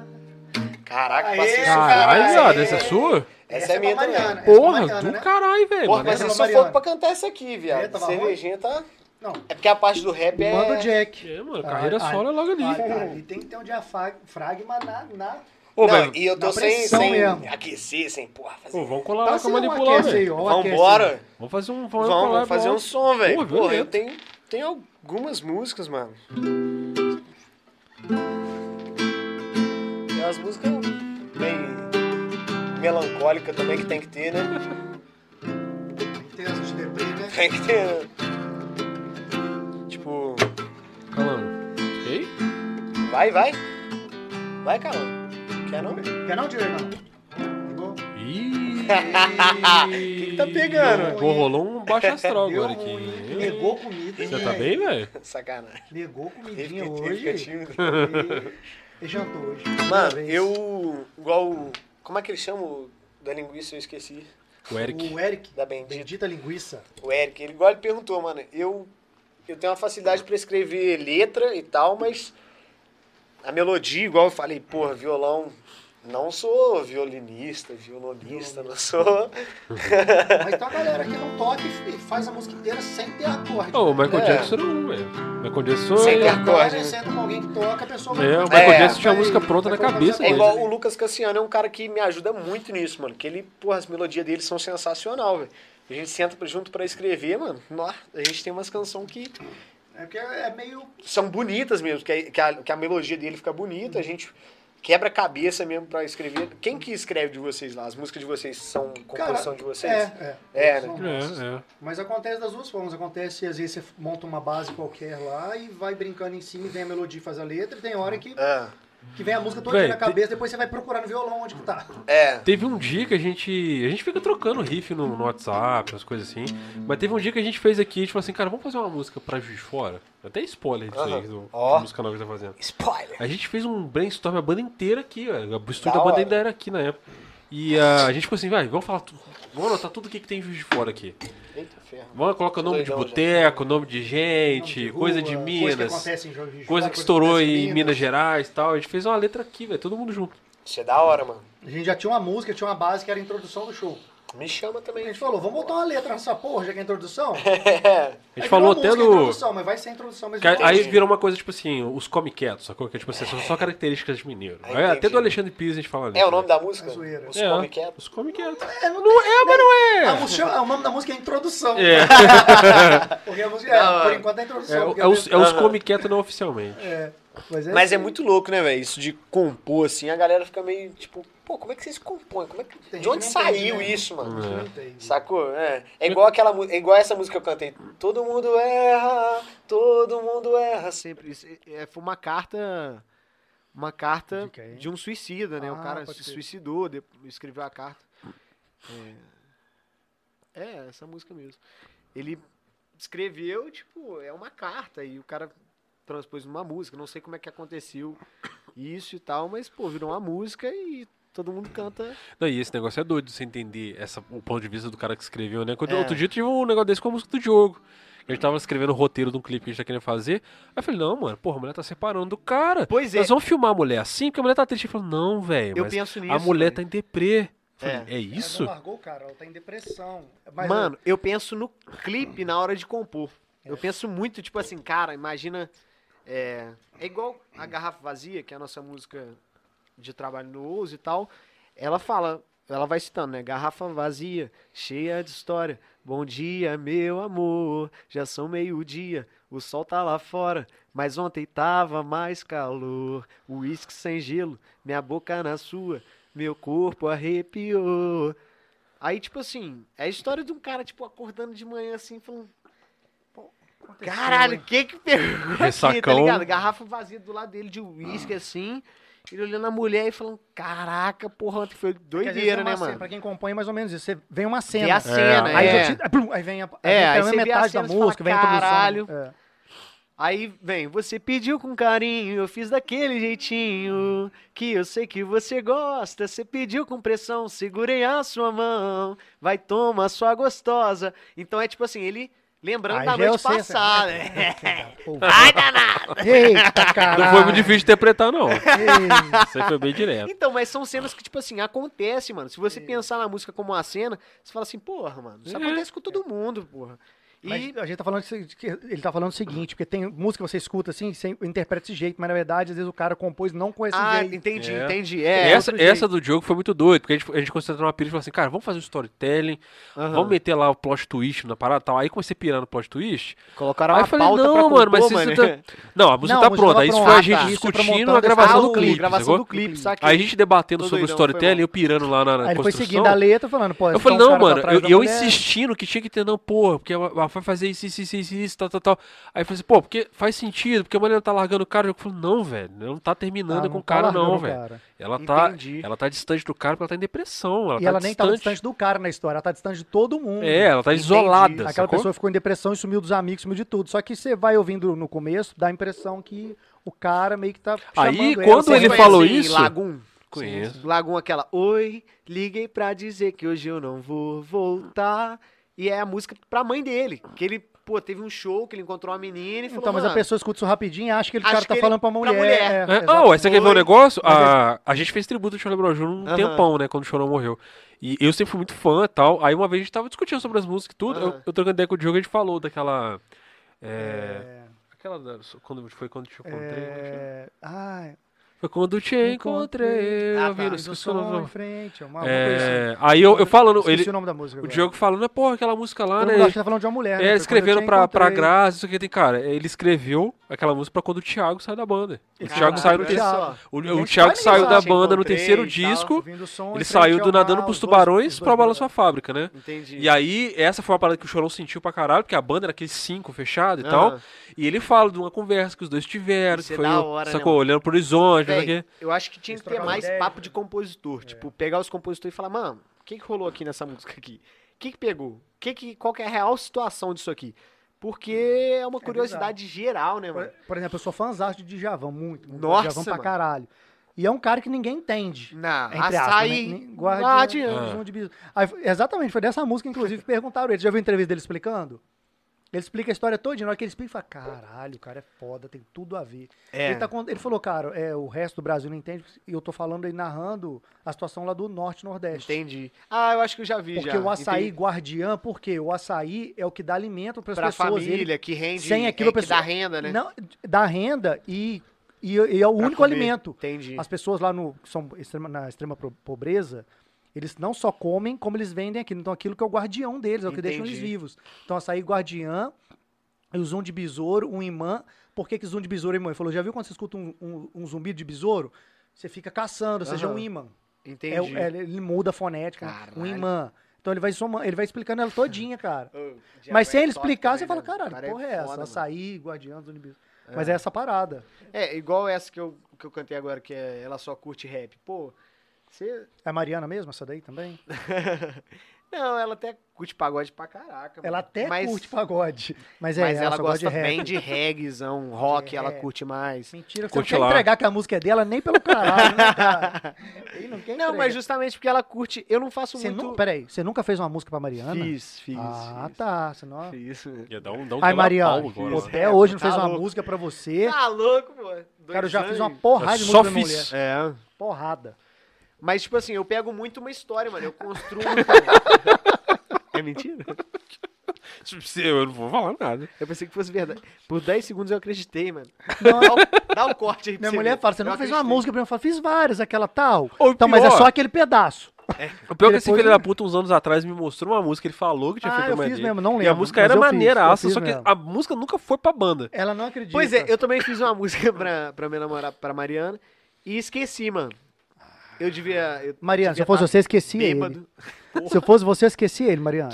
D: Caraca, passei
B: Aê,
D: sufoco.
A: Caralho, viado, essa é sua?
D: Essa é minha também.
B: Mariana, essa é pra
A: Porra,
B: Mariana,
A: do
B: né?
A: caralho, velho.
D: Porra,
A: mano.
D: mas
B: Essa é pra
D: eu sufoco
B: Mariana.
D: pra cantar essa aqui,
B: Eita,
D: viado.
B: É, tava
D: Cervejinha tá...
B: Não,
D: É porque a parte do rap é...
B: manda o Jack.
A: É, mano,
B: Ah,
A: carreira
B: ah,
A: solo é logo ali.
B: ah, Ali tem que ter um diafragma na... na...
A: Ô,
D: não,
A: velho,
D: e eu tô
B: na
D: sem,
B: pressão
D: sem
B: mesmo.
D: aquecer, sem porra fazer.
A: ô, vamos colar lá
B: Passa
A: com a
B: um
A: manipular,
B: aquece aí,
A: velho.
B: ó, um aquece aí.
D: Vambora.
A: Vamos fazer um...
D: Vamos,
A: colar,
D: vamos fazer um
A: vamos.
D: som, velho.
A: Porra,
D: Porra, eu
A: violento.
D: tenho, tenho algumas músicas, mano. E as músicas bem melancólicas também que tem que ter, né?
B: Intenso de deprê, né?
D: Tem que ter, né? Tipo,
A: Calma. Ok?
D: vai, vai. Vai, calma. Quer não?
B: né? Quer não, Diego? Não. Ligou?
A: Ih!
D: que tá pegando?
A: Pô, rolou um baixo astral
B: Deu
A: agora aqui.
B: ruim. Negou comida.
A: Você
B: né?
A: tá bem, velho?
D: Sacanagem.
B: Negou
D: Ele
B: comidinha
D: fica- ele
B: hoje.
D: fica
B: E,
D: tímido.
B: e jantou hoje. Primeira
D: Mano,
B: vez.
D: eu. Igual. o- Como é que ele chama o da linguiça? Eu esqueci.
A: O Eric.
B: O Eric,
D: Da Bendita.
B: bendita linguiça.
D: O Eric, ele igual ele perguntou, mano. Eu, eu tenho uma facilidade pra escrever letra e tal, mas a melodia, igual eu falei, porra, violão. Não sou violinista, violonista, não sou.
B: Mas tem uma galera que não toca e faz a música inteira sem ter acorde.
A: Ô, o Michael
D: É.
A: Jackson era um, velho. Michael Jackson
D: Sem
A: é...
D: ter- acorde,
B: Agora,
D: né?
B: senta com alguém que toca, a pessoa
A: É, o
B: vai.
A: Michael
D: É.
A: Jackson tinha a música pronta na
B: Vai colocar
A: cabeça
B: essa-
D: É
A: dele. né?
D: igual o Lucas Cassiano, é um cara que me ajuda muito nisso, mano. Que ele, porra, as melodias dele são sensacional, velho. A gente senta pra- junto pra escrever, mano. nó, A gente tem umas canções que
B: É porque é meio.
D: são bonitas mesmo, que a, que a, que a melodia dele fica bonita, a gente quebra a cabeça mesmo pra escrever. Quem que escreve de vocês lá? As músicas de vocês são composição de vocês?
B: É, é.
D: É, né?
B: São nossas.
A: É, é.
B: Mas acontece das duas formas. Acontece, às vezes, você monta uma base qualquer lá e vai brincando em cima, vem a melodia e faz a letra, e tem hora que,
D: Ah,
B: que vem a música toda
A: Véi,
B: na
A: tem-
B: cabeça, depois você vai procurar no violão onde que tá.
D: é.
A: Teve um dia que a gente. A gente fica trocando riff no, no WhatsApp, as coisas assim. Mas teve um dia que a gente fez aqui, tipo assim, cara, vamos fazer uma música pra Juiz de Fora? Até spoiler disso aí,
D: Aham.
A: do,
D: Ó.
A: do música nova que tá fazendo.
D: Spoiler!
A: A gente fez um brainstorm, a banda inteira aqui, velho. O estúdio da,
D: Da
A: banda
D: hora.
A: ainda era aqui na época. E ah, a gente ficou assim, vai, vamos falar tudo. Vamos anotar tudo o que, que tem em Juiz de Fora aqui.
D: Eita ferro.
A: Vamos colocar nome de
D: Doidão, já.
A: boteco, nome de
B: Nome
A: gente,
B: de
A: coisa
B: rua,
A: de
B: Coisa que
A: Minas.
B: acontece em jogo de
A: Coisa
B: jogo,
A: que estourou
B: acontece
A: em Minas Gerais e tal. A gente fez uma letra aqui, velho, todo mundo junto.
D: Isso é da hora, mano.
B: A gente já tinha uma música, tinha uma base que era a introdução do show.
D: Me chama
B: A
D: também.
B: gente falou, vamos botar uma letra nessa porra, já que é a introdução?
D: É,
B: É
A: A gente falou até do.
B: introdução, mas vai ser a introdução mesmo.
A: Que aí- aí virou uma coisa, tipo assim, os come quietos, sacou? Que é, tipo assim, são só características de mineiro.
D: Ah,
A: Aí até
D: entendi.
A: do Alexandre Pires a gente fala ali.
D: É o nome da música?
B: É zoeira.
D: Os
A: É,
D: Come Quieto.
A: Os come quietos. Não é, mas não
B: A
A: é.
B: música- o nome da música é introdução.
A: É,
B: Porque a música é,
D: Ah,
B: por enquanto é introdução.
A: é, o-
B: porque
A: é os, é os
D: Aham.
A: come quietos não oficialmente.
B: é, Mas é,
G: Mas é
B: assim,
G: muito louco, né, velho? Isso de compor, assim, a galera fica meio tipo, pô, como é que vocês compõem? Como é que-
B: Tem
G: De onde
B: gente que não entende,
G: saiu
B: né?
G: isso,
B: a
G: mano?
A: É.
B: gente não entende.
G: Sacou? É. É igual aquela mu- é igual essa música que eu cantei. Todo mundo erra, todo mundo erra.
D: Sempre. Isso é- é, foi uma carta. Uma carta
B: De quem?
D: de um suicida, né? o
B: Ah,
D: cara
B: pode
D: se
B: crer.
D: suicidou, de- escreveu a carta. É, é, essa música mesmo. Ele escreveu, tipo, é uma carta e o cara transpôs numa música. Não sei como é que aconteceu isso e tal, mas, pô, virou uma música e todo mundo canta.
A: Não, e esse negócio é doido de você entender essa, o ponto de vista do cara que escreveu, né? Quando,
D: É.
A: Outro dia eu tive um negócio desse com a música do Diogo. A gente tava escrevendo o roteiro de um clipe que a gente tá querendo fazer. Aí eu falei, não, mano, porra, a mulher tá separando do cara.
D: Pois é,
A: Nós vamos filmar a mulher assim, porque a mulher tá triste. Ele falou, não, velho,
D: eu
A: mas
D: penso nisso.
A: a mulher
D: velho.
A: tá em deprê. Eu
D: É.
A: Falei, é. isso?
B: Ela não largou o cara, ela tá em depressão. Mas,
D: Mano, eu penso no clipe na hora de compor. Eu penso muito, tipo assim, cara, imagina. É, é igual a Garrafa Vazia, que é a nossa música de trabalho no Ouso e tal. Ela fala, ela vai citando, né? Garrafa vazia, cheia de história. Bom dia, meu amor. Já são meio-dia, o sol tá lá fora. Mas ontem tava mais calor. Uísque sem gelo, minha boca na sua, meu corpo arrepiou. Aí, tipo assim, é a história de um cara, tipo, acordando de manhã assim, falando. "Pô,
B: é né?
D: Caralho, o que que pegou aqui, tá
A: Ressacão.
D: ligado? Garrafa vazia do lado dele de uísque, assim. Ele olhando a mulher e falando, caraca, porra, ontem foi
B: porque às vezes
D: doideira,
B: é uma
D: né,
B: cena,
D: mano?
B: Pra quem compõe, é mais ou menos isso. Você vem uma cena.
D: Tem a cena, é.
B: Aí,
D: é.
B: já te- aí, plum, aí vem a,
D: É,
B: aí
D: aí
B: vem
D: você vê
B: a
D: a
B: metade da
D: cena e você
B: música, vem
D: fala,
B: a introdução.
D: "Caralho".
B: É.
D: Aí vem, você pediu com carinho, eu fiz daquele jeitinho que eu sei que você gosta. Você pediu com pressão, segurei a sua mão, vai toma sua gostosa. Então é tipo assim, ele lembrando
B: Aí
D: da
B: já é o
D: noite
B: sexto, né?
D: passada.
B: Pô,
D: Ai, danado!
B: Eita, caralho.
A: Não foi muito difícil de interpretar, não.
B: Ei,
A: Isso aí foi bem direto.
D: Então, mas são cenas que, tipo assim, acontece, mano. Se você pensar na música como uma cena, você fala assim, porra, mano, isso
A: É.
D: acontece com todo mundo, porra. E
B: Mas a gente tá falando que- que ele tá falando o seguinte, porque tem música que você escuta assim, você interpreta desse jeito, mas na verdade, às vezes o cara compôs não com esse
D: ah,
B: jeito.
D: entendi,
A: É.
D: entendi. É,
A: essa,
D: outro
A: essa
D: jeito.
A: do Diogo foi muito doido, porque a gente, a gente concentrou numa pilha e falou assim, cara, vamos fazer um storytelling,
D: Aham.
A: vamos meter lá o plot twist na parada e tal. Aí comecei a pirar no plot twist.
D: Colocaram
A: Aí
D: uma
A: eu falei,
D: pauta
A: não,
D: pra
A: mano,
D: compor,
A: mas se
D: mano.
A: você Não, a música
B: Não,
A: tá
B: a música
A: pronta.
B: tá
A: Isso
B: pronta,
A: foi a gente
B: tá. Isso é pra
A: discutindo
B: montar
A: a
B: o
A: gravação
B: texto.
A: do clipe,
D: gravação
A: sacou?
D: do clipe, saquei.
A: Aí a gente debatendo
D: Tô
A: sobre o
D: doidão, foi
A: storytelling,
D: mal.
A: eu pirando lá na, na
B: Aí ele foi
A: construção.
B: seguindo a letra, falando, pô,
A: Eu
B: então
A: falei,
B: o
A: não,
B: cara tá
A: mano,
B: atrás
A: eu,
B: da
A: eu
B: mulher.
A: insistindo que tinha que ter, não, porra, porque ela ela vai fazer isso, isso, isso, isso, isso, tal, tal, tal. Aí eu falei assim, pô, porque faz sentido, porque a mulher não tá largando o cara. Eu falei, não, velho, ela não tá
B: Ah,
A: terminando com
B: não
A: o
B: tá
A: cara,
B: largando
A: não,
B: o
A: velho.
B: cara.
A: Ela tá,
D: Entendi.
A: ela tá distante do cara porque ela tá em depressão. Ela
B: E
A: tá
B: ela nem
A: distante.
B: tava distante do cara na história, ela tá distante de todo mundo.
A: É, ela tá
D: Entendi.
A: isolada.
B: Aquela
A: sacou?
B: pessoa ficou em depressão e sumiu dos amigos, sumiu de tudo. Só que você vai ouvindo no começo, dá a impressão que o cara meio que tá
A: Aí,
B: chamando assim, ela,
A: quando
B: você
A: ele
B: vai-
D: Vocês
A: falou
D: conhecem
A: isso-
D: Lagum?
A: Conheço.
D: Lagum, aquela. Oi, liguei pra dizer que hoje eu não vou voltar. E é a música pra mãe dele. Que ele, pô, teve um show que ele encontrou uma menina e falou.
B: Então, mas a
D: "Mano,
B: pessoa escuta isso rapidinho e acha que ele
D: Acho
B: cara tá
D: que ele-
B: falando pra
D: pra
B: mulher.
D: mulher.
B: é,
A: É,
B: exato.
A: ah, ué, você quer ver um
D: Oi.
A: negócio?
B: Mas é
A: A, a gente fez tributo ao Chorão Brown Jr. um
D: Aham.
A: tempão, né? Quando o Chorão morreu. E eu sempre fui muito fã e tal. Aí uma vez a gente tava discutindo sobre as músicas e tudo. Eu,
D: Aham.
A: eu trocando ideia com o Diogo, a gente falou daquela. É,
B: É,
A: Aquela da, quando foi quando te encontrei. né?
B: é, ai,
A: Foi quando te encontrei.
D: Ah,
A: eu vi, não
D: tá.
B: fiz um
A: esqueci o
B: som em
A: nome.
B: frente, uma, uma coisa assim.
A: É, aí eu, eu falando,
B: Esqueci
A: ele,
B: o nome da música
A: o
B: agora.
A: Diogo falando, é porra, aquela música lá,
B: Todo
A: né?
B: mundo acha que tá falando de uma mulher, né? Foi
A: É,
B: quando eu
A: escrevendo
B: te
A: pra, pra
B: encontrei.
A: Grazi, isso aqui tem, cara. Ele escreveu aquela música pra quando o Thiago sai da banda. O
B: Caraca,
A: Thiago saiu,
B: olha
A: no
D: olha
A: terceiro-
B: só.
D: só.
A: o,
B: Ninguém
A: o Thiago
B: sabe,
A: saiu
B: ninguém
A: da
B: sabe.
A: banda no
D: tipo assim, Encontrei
A: terceiro
D: e tal.
A: disco.
B: Ouvindo o som, em
A: Ele
B: frente
A: saiu
B: ao
A: do
B: mar,
A: nadando
B: os
A: pros
B: dois-
A: tubarões
B: os dois
A: pra bala sua
B: mulheres.
A: fábrica, né?
D: Entendi.
A: E aí, essa foi uma parada que o Chorão sentiu pra caralho, porque a banda era aqueles cinco fechado e
D: Aham.
A: tal. E ele fala de uma conversa que os dois tiveram,
D: Isso
A: que
D: é
A: foi,
D: da
A: o-
D: hora, né,
A: sacou,
D: mano?
A: olhando pro horizonte, não sei o
D: Véi,
A: quê.
D: eu acho que tinha
B: Eles
D: que ter
B: trocavam
D: mais
B: ideia,
D: papo
B: né?
D: de compositor. Tipo, pegar os compositores e falar, mano, o que, que rolou aqui nessa música aqui? O que, que pegou? Que que, qual que é a real situação disso aqui? Porque é uma curiosidade geral, né,
B: Por,
D: mano?
B: por exemplo, eu sou fãzão de Djavan, muito. muito
D: Nossa,
B: Djavan pra
D: mano.
B: caralho. E é um cara que ninguém entende.
D: Na
B: Entre
D: açaí,
B: aspas, né? Nem- guardiã-
D: guardiã.
A: Ah.
B: João de Biso. Aí foi- exatamente, foi dessa música, inclusive, que perguntaram ele. Já viu a entrevista dele explicando? Ele explica a história toda, na hora que ele explica, ele fala, caralho, o cara é foda, tem tudo a ver.
D: É.
B: Ele, tá con- ele falou, cara, é, o resto do Brasil não entende, e eu tô falando e narrando a situação lá do Norte e Nordeste.
D: Entendi. Ah, eu acho que eu já vi
B: é. Porque
D: já.
B: o açaí
D: Entendi.
B: guardiã, por quê? O açaí é o que dá alimento para as
D: pra
B: pessoas. ele-
D: família que rende,
B: sem aquilo
D: é,
B: a
D: que
B: pessoa-
D: dá renda, né?
B: Não, dá renda e, e, e é o
D: Pra
B: único
D: comer.
B: alimento.
D: Entendi.
B: As pessoas lá no, que são extrema- na extrema pro- pobreza, eles não só comem, como eles vendem aquilo. Então aquilo que é o guardião deles, é o que deixa eles
D: Entendi.
B: vivos. Então açaí guardiã, e usam de besouro, um imã, por que, que zumbi de besouro é imã. Ele falou, já viu quando você escuta um, um, um zumbido de besouro? Você fica caçando, seja
D: Aham.
B: um imã. É,
D: Entendi.
B: é, ele muda a fonética, né? um
D: Caralho.
B: imã. Então ele vai somando, ele vai explicando ela todinha, cara.
D: Ô,
B: Mas sem
D: é
B: ele
D: top
B: explicar, você
D: também,
B: fala,
D: né? O
B: caralho,
D: cara
B: que porra é
D: foda,
B: essa?
D: mano.
B: Açaí, guardiã do zumbi. Mas é essa parada.
D: É, igual essa que eu, que eu cantei agora, que é Ela Só Curte Rap. Pô, você...
B: É a Mariana mesmo, essa daí também?
D: Não, ela até curte pagode pra caraca.
B: Ela
D: mano.
B: até
D: mas,
B: curte pagode. Mas é,
D: Mas ela,
B: só
D: gosta
B: de rap.
D: bem de reggaezão, rock,
B: De
D: ela
B: rap.
D: curte mais.
B: Mentira, você
A: Curte
B: não quer
A: lá.
B: entregar que a música é dela nem pelo caralho, né, cara? Ele não quer
D: Não,
B: entregar.
D: mas justamente porque ela curte... Eu não faço
B: Você
D: muito...
B: nu... Peraí, você nunca fez uma música pra Mariana?
D: Fiz, fiz,
B: ah,
D: fiz.
B: tá. Senão...
D: Fiz.
A: Ia dar um, dar um
B: Ai,
A: telapau
B: Mariana,
A: agora,
D: Fiz.
A: né?
B: até hoje não
D: Tá
B: fez uma
D: louco.
B: música pra você.
D: Tá louco, pô. Dois
B: cara, eu já fiz
D: anos
B: uma
D: e-
B: porrada de
A: Eu só
B: música pra minha mulher.
A: fiz.
D: É.
B: Porrada.
D: Mas, tipo assim, eu pego muito uma história, mano. Eu construo... é mentira?
A: Tipo, Eu não vou falar nada.
D: Eu pensei que fosse verdade. Por 10 segundos eu acreditei, mano.
B: Não,
D: Dá o- Dá o corte aí pra
B: minha
D: você
B: mulher
D: ver.
B: fala, você
D: Eu
B: nunca fez uma
D: acreditei.
B: música pra mim? Eu falo, fiz várias, aquela tal.
A: Ou
B: então, mas é
A: pior.
B: só aquele pedaço.
A: O pior é que esse
B: Depois-
A: filho da puta, uns anos atrás, me mostrou uma música, ele falou que tinha
B: Ah,
A: feito
B: eu
A: uma
B: fiz
A: é dele.
B: mesmo, não lembro.
A: E a música
B: mas
A: era
B: eu fiz, eu
A: maneira, aça,
B: fiz
A: só que
B: mesmo.
A: a música nunca foi pra banda.
B: Ela não acredita.
D: Pois é, eu também fiz uma música pra, pra minha namorada, pra Mariana, e esqueci, mano. Eu devia. Eu
B: Mariana, se
D: devia
B: eu fosse
D: tá
B: você, esqueci ele.
D: bêbado.
B: Se eu fosse você, eu esqueci ele, Mariana.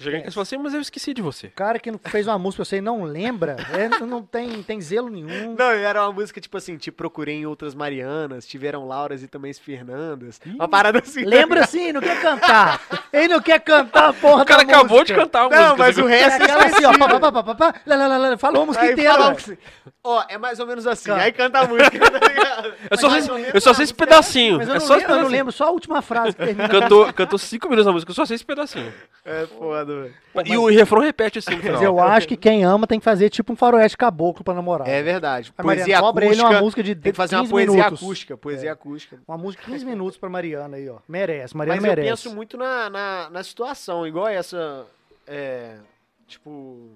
A: Cheguei em casa e falei assim, mas eu esqueci de você.
B: O cara que não fez uma música, você e não lembra, é, não tem, tem zelo nenhum.
D: Não, era uma música tipo assim: te procurei em outras Marianas, tiveram Lauras e também as Fernandas. Uma parada assim.
B: Lembra assim, não quer cantar. Ele não quer cantar a porra
A: O cara acabou de cantar a música.
D: Não, mas
A: você
D: o
A: viu?
B: É
D: resto.
B: aquela assim, ó, pá, pá, pá, pá, pá, pá, lá, lá, lá, lá, falou a música
D: Aí
B: inteira.
D: fala um
B: ué.
D: assim, Ó, é mais ou menos assim.
B: Tá.
D: Aí canta a música, tá ligado?
A: Eu só,
B: mas
A: sei,
B: eu
A: eu só sei
D: assim.
A: esse pedacinho.
B: Mas eu
A: é
B: não,
A: só esse
B: lembro, eu não
A: pedacinho.
B: lembro, só a última frase que termina.
A: Cantou, cantou cinco minutos da música, eu só sei esse pedacinho.
D: É foda, velho.
A: E o refrão repete assim no
B: Mas
A: final.
B: eu acho que quem ama tem que fazer tipo um faroeste caboclo pra namorar.
D: É verdade.
B: A Tá. Mariana
D: Poesia
B: Cobra, ele é uma
D: acústica.
B: música de
D: Tem que fazer uma
B: 15
D: poesia
B: minutos. É.
D: acústica. Poesia acústica.
B: Uma música de 15 minutos pra Mariana aí, ó. Merece, Mariana
D: Mas
B: merece.
D: eu penso muito na, na, na situação, igual essa. é, tipo.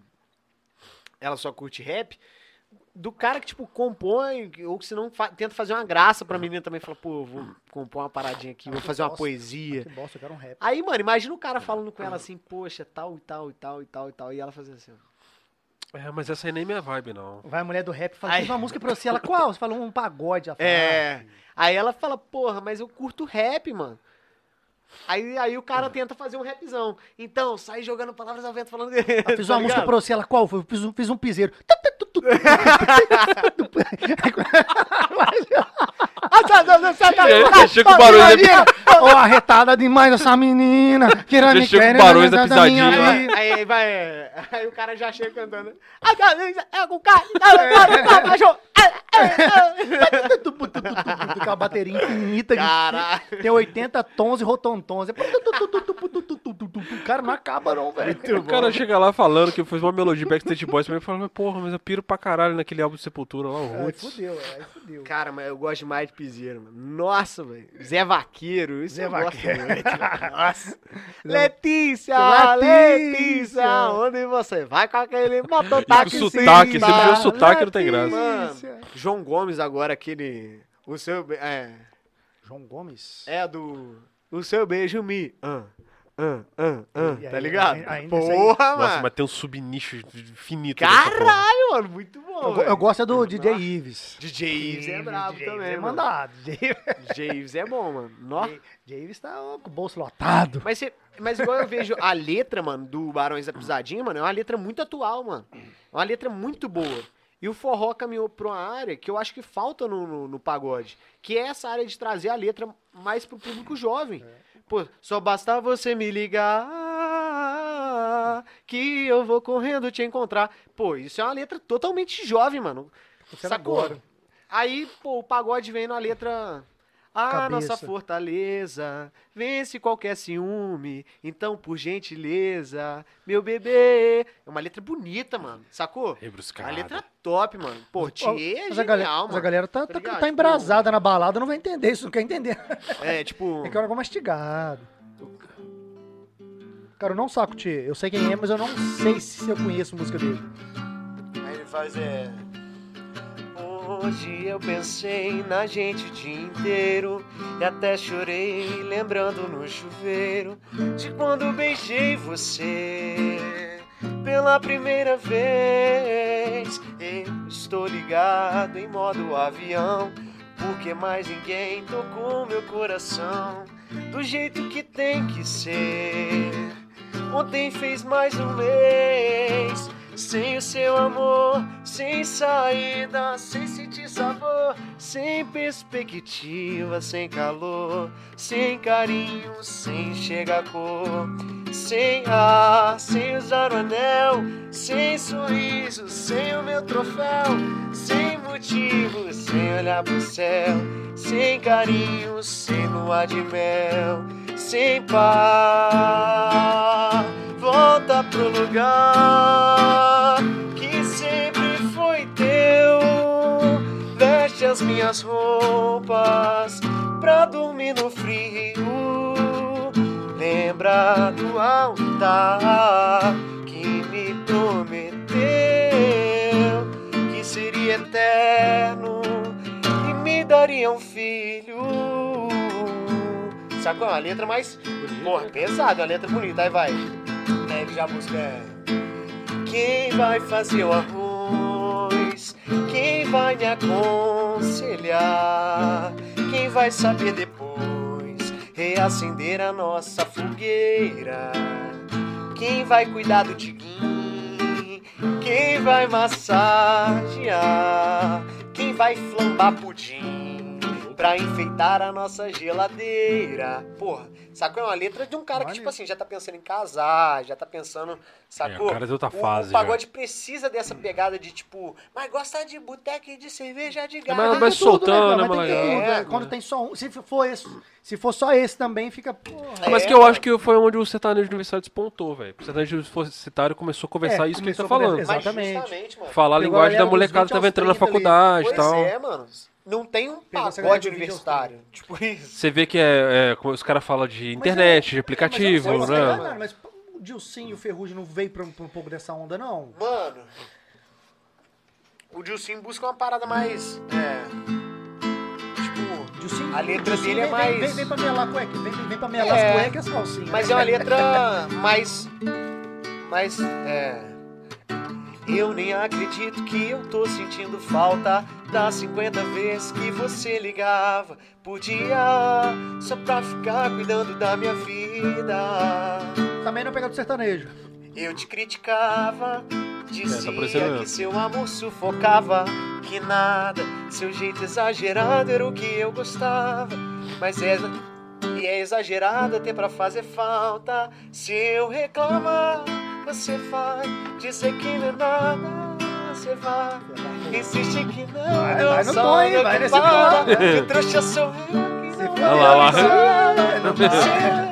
D: Ela só curte rap. Do cara que, tipo, compõe, ou que se não fa- tenta fazer uma graça pra menina também, fala, pô, eu vou compor uma paradinha aqui, vou fazer uma
B: bosta.
D: poesia.
B: Que bosta, eu quero um rap.
D: Aí, mano, imagina o
B: É.
D: cara falando com ela assim, poxa, tal e tal e tal e tal e tal, e ela fazendo assim. ó.
A: É, mas essa aí nem é minha vibe, não.
B: Vai a mulher do rap e fala,
D: Ai.
B: fiz uma música pra você. Ela, qual? Você falou um pagode. Ela fala,
D: É. Aí ela fala, porra, mas eu curto rap, mano. Aí, aí o
B: É.
D: cara tenta fazer um rapzão. Então, sai jogando palavras ao vento falando.
B: ah, fiz uma música
D: tá ligado?
B: pra você. Ela, qual? Foi? Fiz um, fiz um piseiro.
D: Ah, tá, tá, tá, tá, tá.
A: Já chega o barulho da,
B: Ô, arretada demais essa menina. Querendo
A: Já chega o barulho da
B: minha
A: pisadinha,
B: vida.
D: Aí, aí vai. é. Aí o cara já chega cantando. Ah, tá, é com o cara. tá, tá, tá, tá, baixou. Ah, ah, ah.
B: Tu, tu, tu, tu, tu, Com a bateria
D: é.
B: infinita. de-
D: Caralho.
B: Tem 80 tons e rotontons. É tu, tu, tu, tu, tu, tu, tu, tu, tu, tu, tu. O cara não acaba não, velho.
A: O cara chega lá falando que fez uma melodia Backstage Boys pra mim e fala, mas porra, mas eu piro pra caralho naquele álbum de Sepultura lá, o
B: Aí
A: Roots.
B: fudeu, é, aí fudeu.
D: Cara, mas eu gosto demais de piseiro, mano. Nossa, velho. Zé Vaqueiro. Isso
B: Zé
D: Zé eu gosto
B: Vaqueiro.
D: muito, mano. Nossa. Letícia,
B: Letícia.
D: Letícia, onde você vai com aquele mototáxi?
A: E com sotaque, você me viu o sotaque, não tem graça.
D: Mano, João Gomes agora, aquele... O seu... É...
B: João Gomes?
D: É a do. O seu beijo me. Ah, ah, ah, ah,
B: E aí,
D: tá ligado?
B: ainda- ainda isso aí.
D: Porra,
A: Nossa,
D: mano.
A: mas tem um subnicho infinito. nessa porra.
D: Caralho, mano. Muito bom.
B: Eu, go-
D: velho.
B: eu gosto é do DJ Ives.
D: DJ Ives é brabo
B: DJ Ives
D: também,
B: é
D: mano.
B: mandado. DJ
D: DJ Ives é bom, mano. Nó.
B: DJ Ives tá ó, com o bolso lotado.
D: Mas, você- mas igual eu vejo a letra, mano, do Barões da Pisadinha, mano, é uma letra muito atual, mano. É uma letra muito boa. E o forró caminhou pra uma área que eu acho que falta no, no, no pagode, que é essa área de trazer a letra mais pro público jovem. Pô, só basta você me ligar que eu vou correndo te encontrar. Pô, isso é uma letra totalmente jovem, mano.
B: Acontecendo
D: Sacou?
B: agora.
D: Aí, pô, o pagode vem na letra. A
B: Cabeça.
D: nossa fortaleza vence qualquer ciúme, então por gentileza, meu bebê. É uma letra bonita, mano, sacou? É
A: Rebruscada.
D: Uma letra top, mano. Pô,
B: Ó,
D: Thier é
B: mas a
D: genial,
B: galera,
D: mano.
B: mas a galera tá, tá,
D: ligado?
B: tá embrasada na balada, não vai entender isso, não quer entender.
D: É, tipo.
B: É que eu era mastigado. Cara, eu não saco, Tchê. Eu sei quem é, mas eu não sei se eu conheço a música dele.
G: Aí ele faz é. Hoje eu pensei na gente o dia inteiro e até chorei lembrando no chuveiro de quando beijei você.
D: pela primeira vez. Eu estou ligado em modo avião, porque mais ninguém tocou meu coração do jeito que tem que ser. Ontem fez mais um mês. Sem o seu amor, sem saída, sem sentir sabor, sem perspectiva, sem calor, sem carinho, sem chegar cor, sem ar, sem usar o anel, sem sorriso, sem o meu troféu, sem motivo, sem olhar pro céu, sem carinho, sem lua de mel, sem par. Volta pro lugar que sempre foi teu. Veste as minhas roupas pra dormir no frio. Lembra do altar que me prometeu que seria eterno e me daria um filho. Sacou? É uma letra mais Porra, pesado, é uma letra bonita, aí vai. Aí ele já busca. Quem vai fazer o arroz? Quem vai me aconselhar? Quem vai saber depois reacender a nossa fogueira? Quem vai cuidar do tiguinho? Quem vai massagear? Quem vai flambar pudim pra enfeitar a nossa geladeira? Porra, sacou? É uma letra de um cara que, tipo assim, já tá pensando em casar, já tá pensando, sacou?
A: É, o cara de outra
D: O-
A: fase
D: O
A: já.
D: pagode precisa dessa pegada de, tipo, mas gosta de boteca e de cerveja de
A: mas-
D: garrafa.
B: Tem
A: mas
B: que ter tudo,
A: soltando, né,
B: né, cara? Mas tem que ter
A: moleque?
B: tudo,
D: É,
B: né? Quando tem só um. Se for esse, se for só esse também, fica. Porra.
A: Mas
D: É,
A: que eu
D: mano.
A: acho que foi onde o sertanejo universitário despontou, velho. O sertanejo universitário começou a conversar
B: É,
A: isso que ele tá
B: começou a
A: falando.
B: conversar-
D: Mas
B: Exatamente.
D: justamente, mano.
A: Falar a
B: Pegou
A: linguagem
B: a
A: da
B: galera dos
A: molecada que
B: 20
A: tava
B: aos
A: entrando na
B: 30 ali.
A: faculdade e
D: Pois
A: tal.
D: é, mano. Não tem um
B: essa galera de
D: pagode
B: vídeo
D: universitário. Tipo isso.
A: Você vê que é, é, como os caras falam de internet,
D: É,
A: de aplicativo,
B: é, Mas, eu não sei,
A: né?
B: mas, caralho, mas o Dilcinho e o Ferrugem não veio pra um, pra um pouco dessa onda, não?
D: Mano. O Dilcinho busca uma parada mais. É. Tipo.
B: Dilcinho,
D: A letra
B: Dilcinho
D: dele é
B: vem-
D: mais-
B: Vem, vem pra melar cueca, vem, vem pra melar
D: É.
B: as cuecas e as calcinhas.
D: Mas é uma letra mais. Mais. É. Eu nem acredito que eu tô sentindo falta das 50 vezes que você ligava por dia só pra ficar cuidando da minha vida.
B: Também não pega do sertanejo.
D: Eu te criticava, dizia
A: parecendo eu.
D: que seu amor sufocava, que nada, seu jeito exagerado era o que eu gostava, mas é e é exagerado até pra fazer falta. Se eu reclamar, você vai dizer que não é nada, você vai. Insiste que não,
B: Vai,
D: não
B: vai no
D: só
B: tom, hein?
D: eu
B: Vai
D: que
B: nesse
D: para,
B: tom.
D: que trouxa sou eu que não
B: for-
D: é
A: Olha lá, olha lá.
D: só eu
B: Não vai.
D: que reclamar.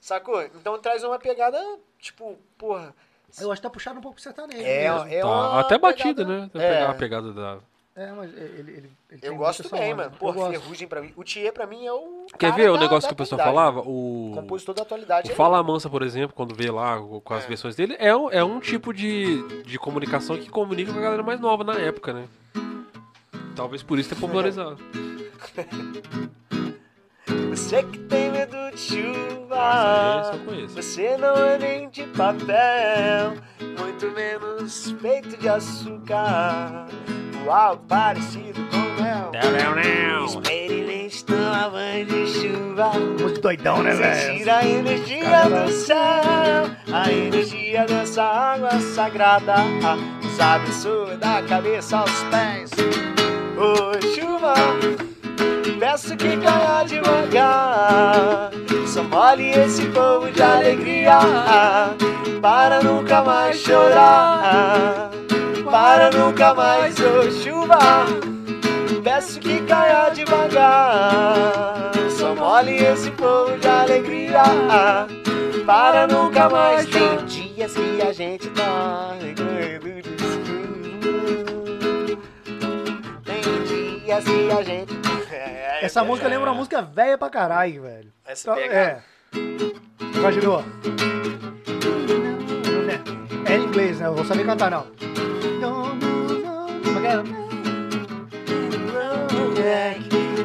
D: Sacou? Então traz uma pegada, tipo, porra.
B: Eu acho que tá puxado um pouco pro sertanejo.
D: É,
B: mesmo.
D: é
A: Tá,
D: uma
A: até batida,
D: pegada-
A: né? Até
D: É.
A: pegar a pegada da.
B: É, mas ele, ele, ele tem
D: Eu
B: muito
D: gosto
B: essa
D: bem,
B: onda.
D: mano.
B: Eu
D: Porra,
B: gosto.
D: Ferrugem pra mim. O Thier pra mim é o.
A: Quer
D: cara
A: ver o
D: da-
A: negócio
D: da
A: que o pessoal
D: atualidade.
A: falava? O.
D: Compositor da atualidade.
A: O
D: é
A: Fala Mansa, por exemplo, quando vê lá o- com as versões dele, é um, é um tipo de, de comunicação que comunica com a galera mais nova na época, né? Talvez por isso tenha popularizado.
D: ele. Você que tem medo de
A: Mas
D: chuva.
A: Ah, aí, só Né? conheço.
D: Você não é nem de papel, muito menos peito de açúcar. Uau, parecido com mel. Experimente tua mãe de chuva.
B: Muito doidão, né,
D: Você
B: velho?
D: tira a energia do céu, a energia dessa água sagrada, nos abençoa da cabeça aos pés. Ô chuva, peço que caia devagar, só molhe esse povo de alegria, para nunca mais chorar, para nunca mais, ô chuva. Peço que caia devagar. Só mole esse povo de alegria. Para nunca mais. Tem dias que a gente tá recorrendo de escuro. Tem dias que a gente. É,
B: Essa
D: é,
B: música
D: é.
B: lembra uma música velha pra caralho, velho.
D: Essa
B: Então,
D: pegada.
B: é. Imaginou? É em inglês, né? Eu vou saber cantar, não. Como é que é?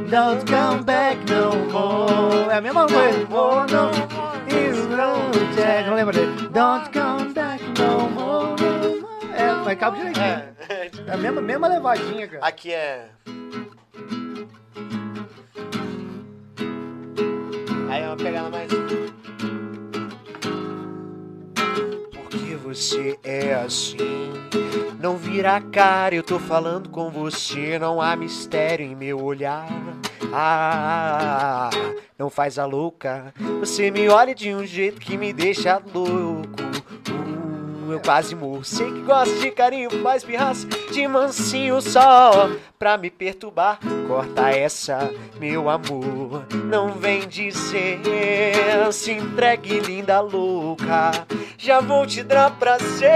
B: Don't come back no more. É a mesma coisa. Oh, no, it's no check. Não lembro dele. Don't come back no cabo direitinho. É,
D: É,
B: a mesma, mesma levadinha, cara.
D: aqui é. Aí é uma pegada mais. Porque você é assim. Não vira a cara, eu tô falando com você. Não há mistério em meu olhar. Ah, não faz a louca. Você me olha de um jeito que me deixa louco. Uh, eu quase morro. Sei que gosta de carinho, faz pirraça de mansinho só pra me perturbar. Corta essa, meu amor. Não vem dizer, se entregue, linda louca. Já vou te dar prazer,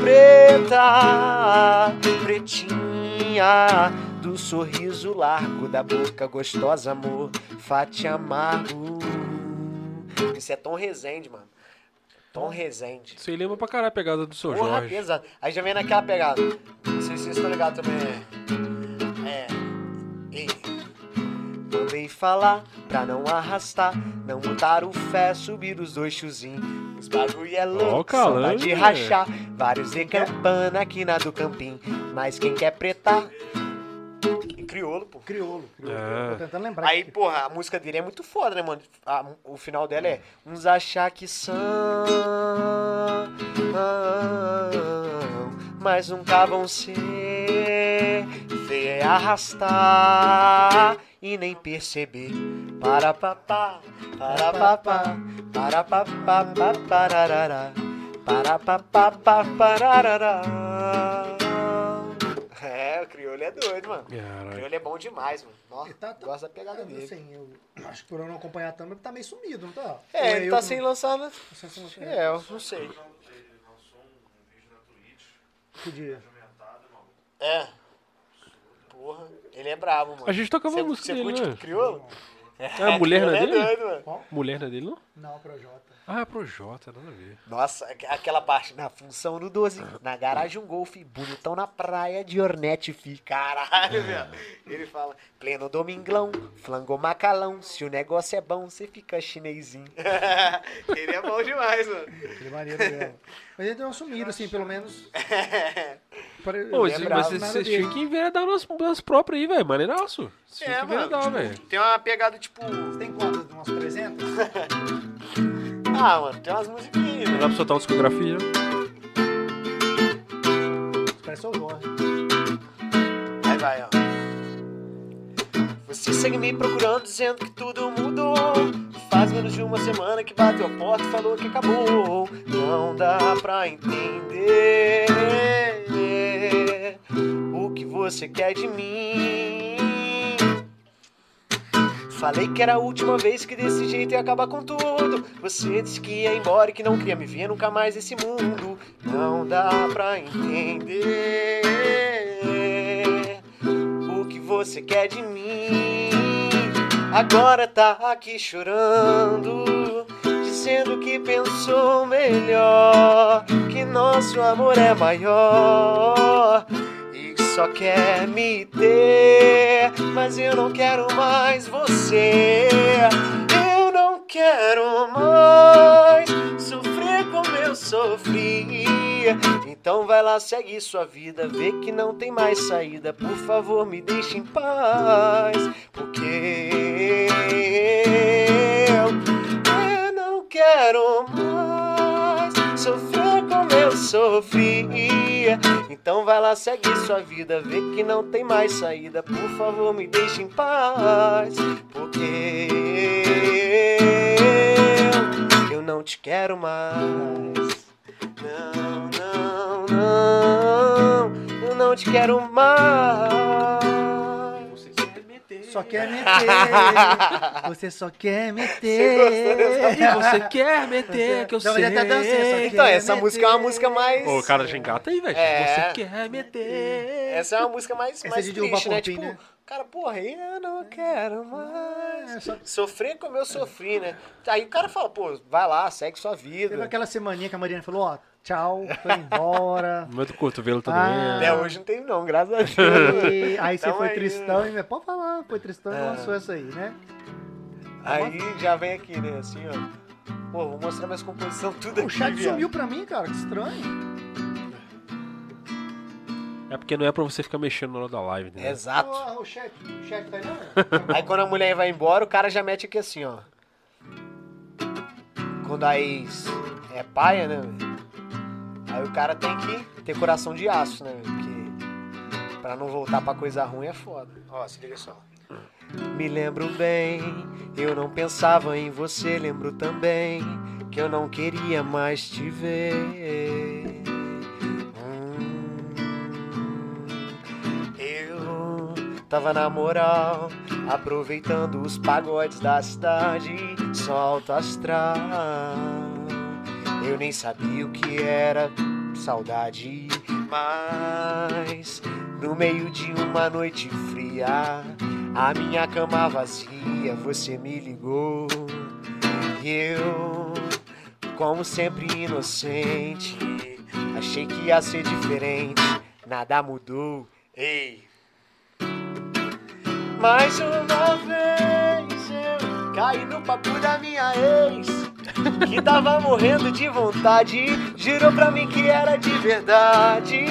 D: preta, pretinha. Do sorriso largo, da boca gostosa, amor, fate amargo. Isso é Tom Resende, mano. Tom Resende.
A: Isso aí lembra pra caralho a pegada do seu
D: Porra,
A: Jorge.
D: pesado. Aí já vem naquela pegada. Não sei se vocês estão ligados também. É. É. Ei. Mandei falar pra não arrastar, não botar o fé, subir os dois chuzinhos. Os bagulho é
A: Ó,
D: louco,
A: calango,
D: saudade de
A: né?
D: rachar. Vários de campana aqui na do campim. Mas quem quer pretar... Criolo, pô.
B: Criolo. criolo.
A: É.
B: Tô tentando lembrar.
D: Aí,
B: aqui.
D: porra, a música dele é muito foda, né, mano? A- o final dela é Uns achar que são, mas nunca vão ser. Feia é arrastar e nem perceber. Para papá, para papá, para papá, pararará. Para papá, pararará. É, o crioulo é doido, mano. O
A: Caralho.
D: Criolo é bom demais, mano. Nossa,
B: Ele tá- tá-
D: gosto da pegada
B: Eu,
D: dele.
B: assim, eu acho que por eu não acompanhar tanto, ele tá meio sumido, não tá? Ou
D: É, ele
B: eu
D: tá
B: que
D: sem
B: não-
D: lançar, né?
B: não sei se não- é,
D: É, eu não sei.
B: podia.
D: É. Porra, ele é bravo, mano.
A: A gente tocava
D: Cê-
A: a música
D: cê
A: dele,
D: curte
A: né?
D: crioulo?
A: É, a mulher não é
D: Crioulo
A: dele?
D: doido, mano.
A: Mulher não é dele, não?
B: Não, Projota.
A: Ah, é pro Jota, nada a ver.
D: Nossa, aqu- aquela parte na função no 12, na garagem um golfe, bonitão na praia de Ornette, fi.
A: É.
D: Caralho, velho. Ele fala, pleno dominglão, flango macalão, se o negócio é bom, você fica chinesinho. ele é bom demais, mano.
B: Ele é maneiro mesmo. Mas ele deu uma sumida, assim, pelo menos.
D: É.
B: Pra- eu
A: Pô,
B: não
A: mas
B: lembrava
A: mas
B: nada
A: vocês
B: dele.
A: tinham que enveredar nas, nas próprias aí, velho. Maneiraço. Vocês
D: É,
A: tinham que
D: mano,
A: enveredar, velho.
D: Tem uma pegada, tipo...
B: Tem quantas? Umas 300?
D: Ah, mano, tem umas musiquinhas, né?
A: Não
D: mano.
A: dá pra soltar uma discografia.
B: Parece o Jorge.
D: Aí vai, ó. Você segue me procurando dizendo que tudo mudou. Faz menos de uma semana que bateu a porta e falou que acabou. Não dá pra entender o que você quer de mim. Falei que era a última vez que desse jeito ia acabar com tudo. Você disse que ia embora e que não queria me ver nunca mais nesse mundo. Não dá pra entender o que você quer de mim. Agora tá aqui chorando, dizendo que pensou melhor, que nosso amor é maior. E que só quer me ter, mas eu não quero mais você. Eu não quero mais sofrer como eu sofri. Então vai lá, segue sua vida, vê que não tem mais saída. Por favor, me deixe em paz, porque eu, eu não quero mais sofrer como eu sofri. Então vai lá, segue sua vida, vê que não tem mais saída. Por favor, me deixe em paz, porque eu, eu não te quero mais. Não, não, não, eu não te quero mais.
B: Só quer meter. É. Você só quer meter.
A: E você quer meter, que eu
B: Não,
A: sei.
B: mas tá até dancei,
D: Então, essa música é uma música mais.
A: Ô, cara, já engata aí, velho.
D: É.
A: Você quer meter.
D: Essa é uma música mais,
B: Essa é
D: mais
B: de Dilma
D: triste, né?
B: Pompim,
D: Tipo,
B: né?
D: cara, porra, eu não quero mais.
B: É, só-
D: Sofrer como eu sofri, né? Aí o cara fala, pô, vai lá, segue sua vida.
B: Teve aquela semaninha que a Mariana falou, ó, tchau, tô
D: é
B: embora.
A: Meu do cotovelo também.
B: Ah.
A: é.
D: Até hoje não teve, não, graças a Deus.
B: E aí você
D: Então
B: foi
D: aí,
B: Tristão e... Pode falar, foi Tristão e
D: É.
B: lançou essa aí, né?
D: Aí já vem aqui, né? Assim, ó. Pô, vou mostrar minhas composições tudo aqui.
B: O chat
D: viado.
B: sumiu pra mim, cara, que estranho.
A: É porque não é pra você ficar mexendo na hora da live,
D: É,
A: né?
D: Exato.
B: Ô, ah, o chefe, o chefe tá aí, não?
D: Aí quando a mulher vai embora, o cara já mete aqui assim, ó. Quando a ex é paia, né? velho? Aí o cara tem que ter coração de aço, né? velho? Porque pra não voltar pra coisa ruim é foda. Ó, se liga só. Me lembro bem, eu não pensava em você, lembro também que eu não queria mais te ver. Hum, eu tava na moral, aproveitando os pagodes da cidade, solta astral. Eu nem sabia o que era saudade, mas no meio de uma noite fria, a minha cama vazia, você me ligou e eu, como sempre inocente, achei que ia ser diferente, nada mudou. Ei. Mais uma vez eu caí no papo da minha ex Que tava morrendo de vontade Jurou pra mim que era de verdade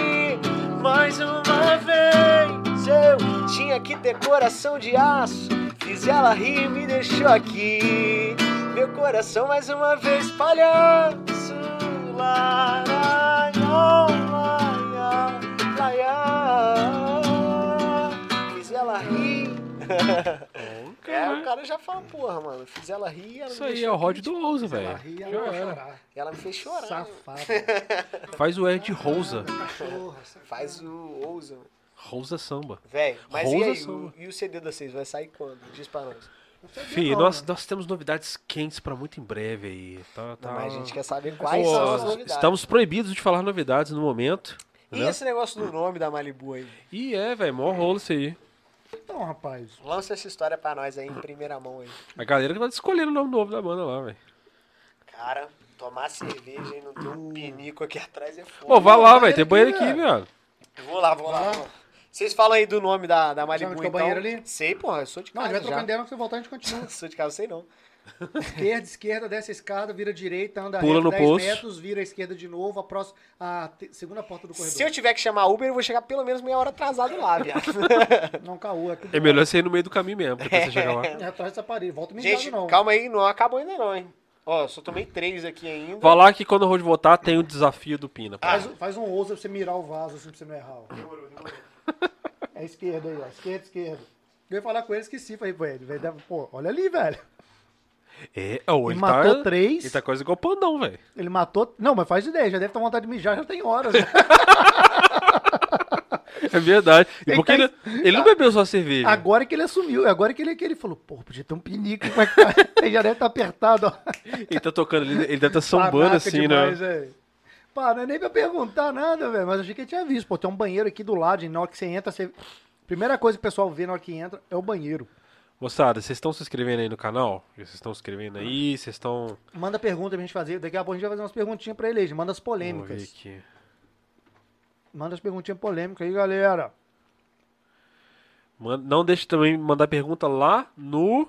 D: Mais uma vez eu tinha que ter coração de aço Fiz ela rir e me deixou aqui Meu coração mais uma vez palhaço Laraió, laiá, laiá. Fiz ela rir é, o cara já fala, porra, mano. Fiz ela rir, ela
A: Isso
D: me
A: aí é
D: deixou
A: o Rod
D: triste.
A: do Ouso, velho.
B: Ela ri,
D: É.
A: Já
B: ela vai
A: era.
B: chorar.
D: Ela me fez chorar.
B: Safado.
A: Faz o Ed Rosa.
B: Cachorra, safado.
D: Faz o ousa.
A: Rosa Samba.
D: Velho, mas
A: Rosa
D: e aí?
A: samba.
D: O, e o CD da vocês vai sair quando? Diz pra nós.
B: é
A: Fih,
B: não,
A: nós, nós temos novidades quentes pra muito em breve aí. Tá, tá...
D: né? Não, mas a gente quer saber quais
A: Pô,
D: são as novidades.
A: Estamos proibidos de falar novidades no momento.
D: E
A: né?
D: esse negócio do nome da Malibu aí?
A: E é, velho, mó rolo isso aí.
B: Então, rapaz.
D: Lança essa história pra nós aí em primeira mão aí.
A: A galera que vai escolher o nome novo da banda lá, velho.
D: Cara, tomar cerveja e não ter um pinico aqui atrás é foda.
A: Pô, vai lá, velho.
B: banheiro
A: Tem banheiro
B: aqui,
A: aqui, velho.
D: Vou lá, vou lá. vou lá. Vocês falam aí do nome da, da Malibu
B: onde que é o
D: então?
B: banheiro ali?
D: Sei, porra, eu sou de
B: Não, a
D: casa
B: gente vai
D: já.
B: trocando ideia, não, que você voltar a gente continua.
D: Sou de casa, sei não.
B: Esquerda, esquerda, desce a escada, vira direita, anda
A: Pula
B: reto
A: no
B: 10
A: poço.
B: metros, vira à esquerda de novo, a próxima, a te- segunda porta do
D: Se eu
B: corredor.
D: tiver que chamar Uber, eu vou chegar pelo menos meia hora atrasado lá, viado.
B: Não, caô, é tudo
A: É melhor você ir no meio do caminho mesmo, pra você chegar lá.
B: é atrás dessa parede. Volta me
D: Gente,
B: não.
D: calma aí, não acabou ainda não, hein? Ó, eu só tomei três aqui ainda.
A: Vai lá que quando o Rod voltar tem o desafio do Pina. pô.
B: Faz, faz um ouso pra você mirar o vaso, assim, pra você não errar. ó. É esquerda aí, ó. Esquerda, esquerda. Eu ia falar com ele, esqueci. Falei, velho, velho, deve- pô, olha ali, velho.
A: É, ó,
B: Ele
A: ele
B: matou
A: tá,
B: três.
A: Ele tá quase igual o Pandão, velho.
B: Ele matou. Não, mas faz ideia, já deve estar vontade de mijar, já tem horas. né?
A: É verdade. E
B: Ele
A: porque
B: tá-
A: ele, ele não bebeu só cerveja.
B: agora que ele assumiu, é agora que ele, que ele falou, pô, podia ter um pinico, como é que tá? Ele já deve estar apertado, ó.
A: Ele tá tocando ali, ele deve tá sambando
B: Panaca
A: assim, né?
B: demais, velho. Pá, não é nem pra perguntar nada, velho. Mas achei que eu tinha visto. Pô, tem um banheiro aqui do lado. E na hora que você entra, você. Primeira coisa que o pessoal vê na hora que entra é o banheiro.
A: Moçada, vocês estão se inscrevendo aí no canal? Vocês estão se inscrevendo aí? Vocês estão.
B: Manda pergunta pra gente fazer. Daqui a pouco a gente vai fazer umas perguntinhas pra ele. aí, gente. Manda as
A: Vamos ver
B: polêmicas.
A: aqui.
B: Manda as perguntinhas polêmicas aí, galera.
A: Man- Não deixe também mandar pergunta lá no,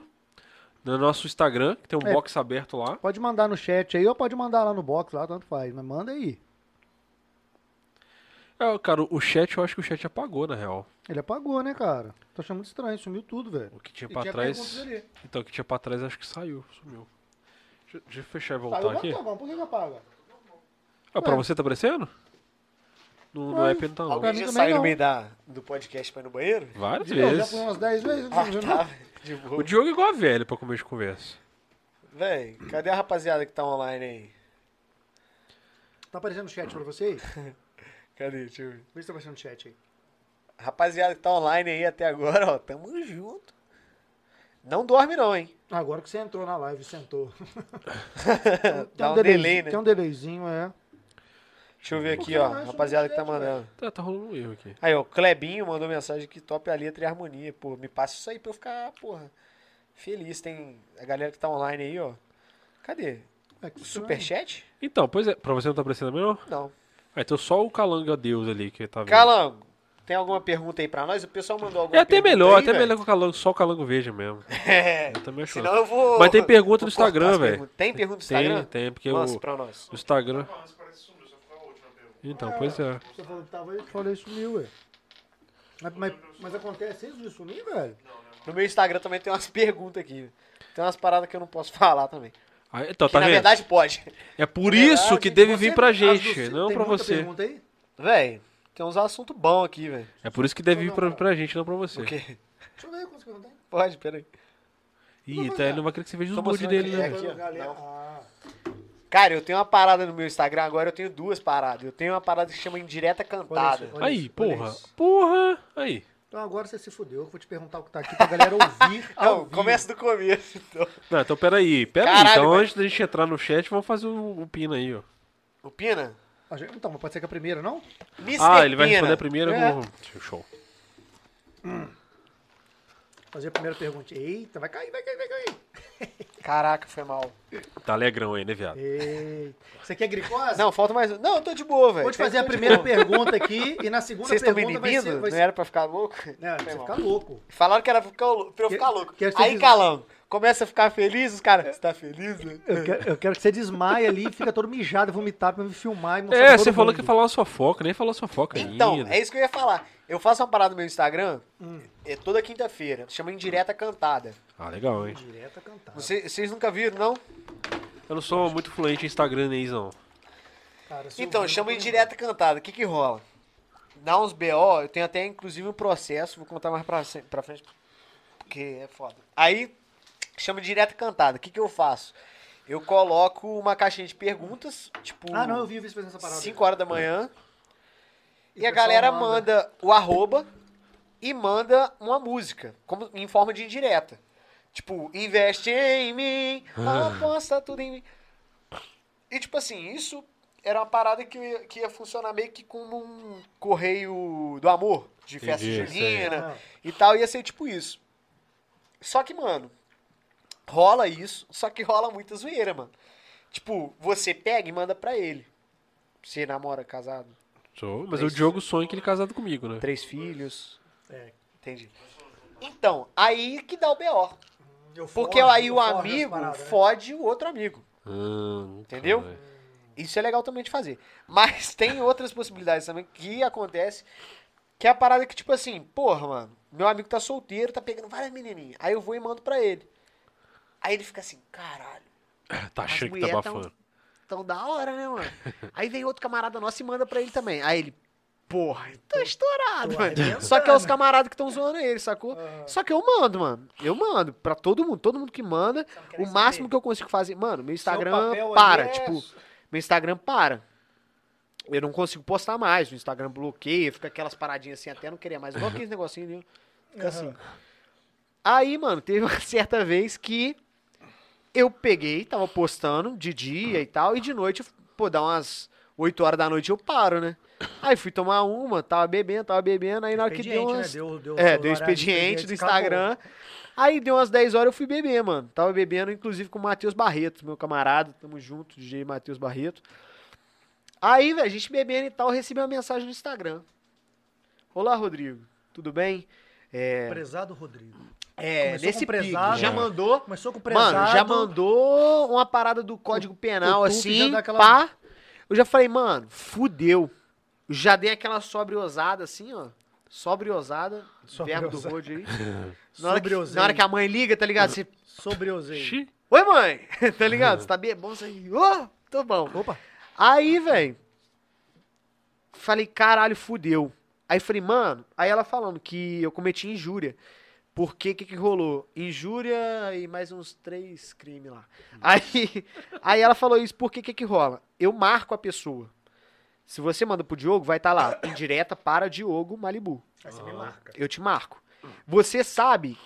A: no nosso Instagram, que tem um
B: É.
A: box aberto lá.
B: Pode mandar no chat aí ou pode mandar lá no box, lá, tanto faz. Mas manda aí.
A: É, cara, o chat, eu acho que o chat apagou, na real.
B: Ele apagou, né, cara? Tô achando muito estranho, sumiu tudo, velho.
A: O que tinha
B: E
A: pra
B: tinha
A: trás.
B: perguntas ali.
A: Então, o que tinha pra trás acho que saiu, sumiu. Deixa, deixa eu fechar e voltar
B: Apagou o
A: aqui.
B: botão, mano. Por que que apaga?
A: Ah, pra você tá aparecendo? No, no
B: Ué,
A: app não tá não.
B: Pra
D: Alguém
B: mim
D: já
B: também
D: saiu
B: não.
D: no meio da, do podcast pra ir no banheiro?
A: Várias
B: Eu já fui
A: vezes.
B: umas 10 vezes.
D: Ah,
B: não,
D: tá, de boa.
A: O Diogo é igual a velho pra comer de conversa.
D: Véi, cadê a rapaziada que tá online aí?
B: Tá aparecendo no chat pra você aí?
D: Cadê? Deixa eu ver.
B: Vê se tá aparecendo no chat aí.
D: Rapaziada que tá online aí até agora, ó, tamo junto. Não dorme não, hein?
B: Agora que você entrou na live, sentou.
D: Dá um delay, né?
B: Tem um delayzinho, é.
D: Deixa eu ver aqui,
B: Não,
D: ó,
B: não,
D: rapaziada que tá
B: não, não,
D: mandando.
A: Tá, tá rolando um erro aqui.
D: Aí, ó, o Clebinho mandou mensagem que top a letra e a harmonia. Pô, me passa isso aí pra eu ficar, porra, feliz. Tem a galera que tá online aí, ó. Cadê?
B: é que
D: Superchat?
A: Então, pois é, pra você não tá aparecendo também não?
D: Não.
A: Ah, então só o Calanga Deus ali que tá vendo.
D: Calango, tem alguma pergunta aí pra nós? O pessoal mandou alguma
A: É até
D: pergunta
A: melhor,
D: aí,
A: até
D: velho?
A: melhor que o Calango, só o Calango veja mesmo.
D: É.
A: Eu também acho.
D: Senão eu vou.
A: Mas tem pergunta no
D: vou cortar
A: Instagram,
D: as
A: velho.
D: perguntas. Tem pergunta no Instagram?
A: Tem, tem, porque o,
D: Lança pra nós.
A: o Instagram. Então, pois é.
B: Você falou que tava aí, falei, sumiu, ué. Mas, mas, mas acontece isso de sumir, velho?
D: No meu Instagram também tem umas perguntas aqui. Tem umas paradas que eu não posso falar também.
A: Ah, então,
D: que
A: tá
D: na
A: vendo?
D: verdade pode.
A: é por
D: na
A: isso
D: verdade,
A: que deve
B: Ah, Você-
A: vir pra
B: as
A: gente,
B: do-
A: não
B: tem
A: pra
B: muita
A: você.
B: pergunta aí?
D: Véi, tem uns assuntos bons aqui, velho.
A: É por isso que deve vir
B: Não,
A: pra,
B: não.
A: pra gente, não pra você.
B: Deixa eu ver quantas perguntas tem.
D: Pode, peraí.
A: Ih, tá, ele não vai querer que você veja os
D: Tô
A: nudes
D: mostrando
A: dele,
D: aqui,
A: né? velho?
D: é aqui. ó.
B: Galera-
D: Não.
B: Ah,
D: Cara, eu tenho uma parada no meu Instagram agora, eu tenho duas paradas. Eu tenho uma parada que chama Indireta Cantada.
B: Olha
A: Aí,
B: isso, olha
A: porra.
B: isso.
A: Porra. Aí.
B: então agora você se fudeu. Eu vou te perguntar o que tá aqui pra galera ouvir. ao
D: Não,
B: vivo.
D: começa do começo, então.
A: Não, então peraí, peraí.
D: Caralho,
A: então
D: velho.
A: antes da gente entrar no chat, vamos fazer um, um pino aí, ó.
D: O Pina?
B: A gente- Então, mas pode ser que a primeira, não?
D: Mr.
A: Ah, ele vai
D: Pina.
A: responder primeiro.
D: É.
A: vamos- Show.
B: Fazer a primeira pergunta. Eita, vai cair, vai cair, vai cair.
D: Caraca, foi mal.
A: Tá alegrão aí, né, viado?
B: Eita. Você quer glicose?
D: Não, falta mais um. Não, eu tô de boa, velho.
B: Vou te fazer a primeira pergunta aqui e na segunda
D: Vocês estão me
B: pergunta vai
D: inibindo?
B: ser... Vai
D: Não
B: ser...
D: era pra ficar louco?
B: Não,
D: Foi
B: você
D: mal.
B: fica louco.
D: Falaram que era pra, ficar, lou- pra eu
B: Que-
D: ficar louco.
B: quero ser
D: Aí,
B: feliz.
D: calão, começa a ficar feliz, os caras. Você tá feliz, né?
B: Eu quero, eu quero que você desmaie ali, fica todo mijado, vomitar pra me filmar e mostrar pra
A: É,
B: todo
A: você falou que
B: mundo.
A: ia falar uma fofoca, nem falou sua foca
D: Então,
A: ainda.
D: é isso que eu ia falar. Eu faço uma parada no meu Instagram,
B: Hum.
D: é toda quinta-feira. Chama Indireta Cantada.
A: Ah, legal, hein?
B: Direto a cantar.
D: Vocês, vocês nunca viram, não?
A: Eu não sou muito fluente em Instagram, nem isso, não.
B: Cara, se eu
D: Então,
B: ver,
D: chama
B: eu-
D: Indireta Cantada. O que que rola? Dá uns BO, eu tenho até inclusive um processo, vou contar mais pra, se- pra frente, porque é foda. Aí, chama Indireta Cantada. O que que eu faço? Eu coloco uma caixinha de perguntas, tipo...
B: Ah, não, eu vi o vice fazendo essa parada.
D: 5 horas da manhã.
B: E
D: E, a
B: o pessoal
D: galera
B: manda.
D: manda. o arroba e manda uma música, como, em forma de indireta. Tipo, investe em mim,
A: Ah.
D: aposta tudo em mim. E tipo assim, isso era uma parada que ia, que ia funcionar meio que como um correio do amor, de festa
A: Entendi, sei.
D: junina,
B: Ah,
D: e tal, ia ser tipo isso. Só que, mano, rola isso, só que rola muita zoeira, mano. Tipo, você pega e manda pra ele. Você namora, casado,
A: Sou, mas o Diogo sonha que ele é casado comigo, né?
D: três filhos.
B: É.
D: Entendi. Então, aí que dá o B.O.
B: eu
D: Porque
B: forjo,
D: aí
B: eu
D: o
B: forjo essa
D: amigo
B: parada, né?
D: fode o outro amigo.
A: Hum,
D: Entendeu?
A: caralho.
D: Isso é legal também de fazer. Mas tem outras possibilidades também que acontece. Que é a parada que, tipo assim, porra, mano, meu amigo tá solteiro, tá pegando várias menininhas. Aí eu vou e mando pra ele. Aí ele fica assim, caralho,
A: Tá achando que tá
D: mulher tão-
A: abafando.
D: tão da hora, né, mano? Aí vem outro camarada nosso e manda pra ele também. Aí ele, porra, tá estourado,
B: Tô
D: mano.
B: arrebentando.
D: Só que é os camaradas que estão zoando ele, sacou?
B: Ah.
D: Só que eu mando, mano. Eu mando pra todo mundo, todo mundo que manda.
B: não quer
D: O
B: nem
D: máximo
B: saber.
D: que eu consigo fazer. Mano, meu
B: Seu
D: Instagram
B: papel ali
D: para,
B: é-
D: tipo. Meu Instagram para. Eu não consigo postar mais. O Instagram bloqueia, fica aquelas paradinhas assim, até não querer mais. Igual aqueles negocinho, né? Fica assim. Aí, mano, teve uma certa vez que eu peguei, tava postando de dia e tal, e de noite, pô, dá umas 8 horas da noite eu paro, né? Aí fui tomar uma, tava bebendo, tava bebendo, aí na hora que deu
B: Expediente, né?
D: umas...
B: Deu- deu
D: É,
B: seu
D: deu
B: horário de
D: expediente
B: acabou.
D: do Instagram. Aí deu umas 10 horas eu fui beber, mano. Tava bebendo, inclusive, com o Matheus Barreto, meu camarada. Tamo junto, DJ Matheus Barreto. Aí, velho, a gente bebendo e tal, eu recebi uma mensagem no Instagram. Olá, Rodrigo. Tudo bem?
B: Prezado Rodrigo.
D: É,
B: Começou
D: nesse
B: com
D: pique.
B: prezado.
D: Já
B: É.
D: mandou.
B: Começou com o prezado.
D: Mano, já mandou uma parada do Código Penal,
B: o Tupi já
D: assim,
B: dá aquela-
D: pá. Eu já falei, mano, fudeu. Já dei aquela sobreosada, assim, ó. Sobreosada, verbo do
B: Sobreosada.
D: Rod aí. Na hora, que,
B: Sobreusei.
D: na hora que a mãe liga, tá ligado? Você,
B: Sobreusei.
A: Xi.
D: Oi, mãe! tá ligado? Você tá bem? É bom sair. Ô, tô bom.
B: Opa.
D: Aí, velho. Falei, caralho, fudeu. Aí falei, mano. Aí ela falando que eu cometi injúria. Porque o que, que rolou? Injúria e mais uns três crimes lá. Aí, aí ela falou isso, porque o que, que rola? Eu marco a pessoa. Se você manda pro Diogo, vai estar lá, indireta para Diogo Malibu.
B: Aí você me marca.
D: Eu te marco. Você sabe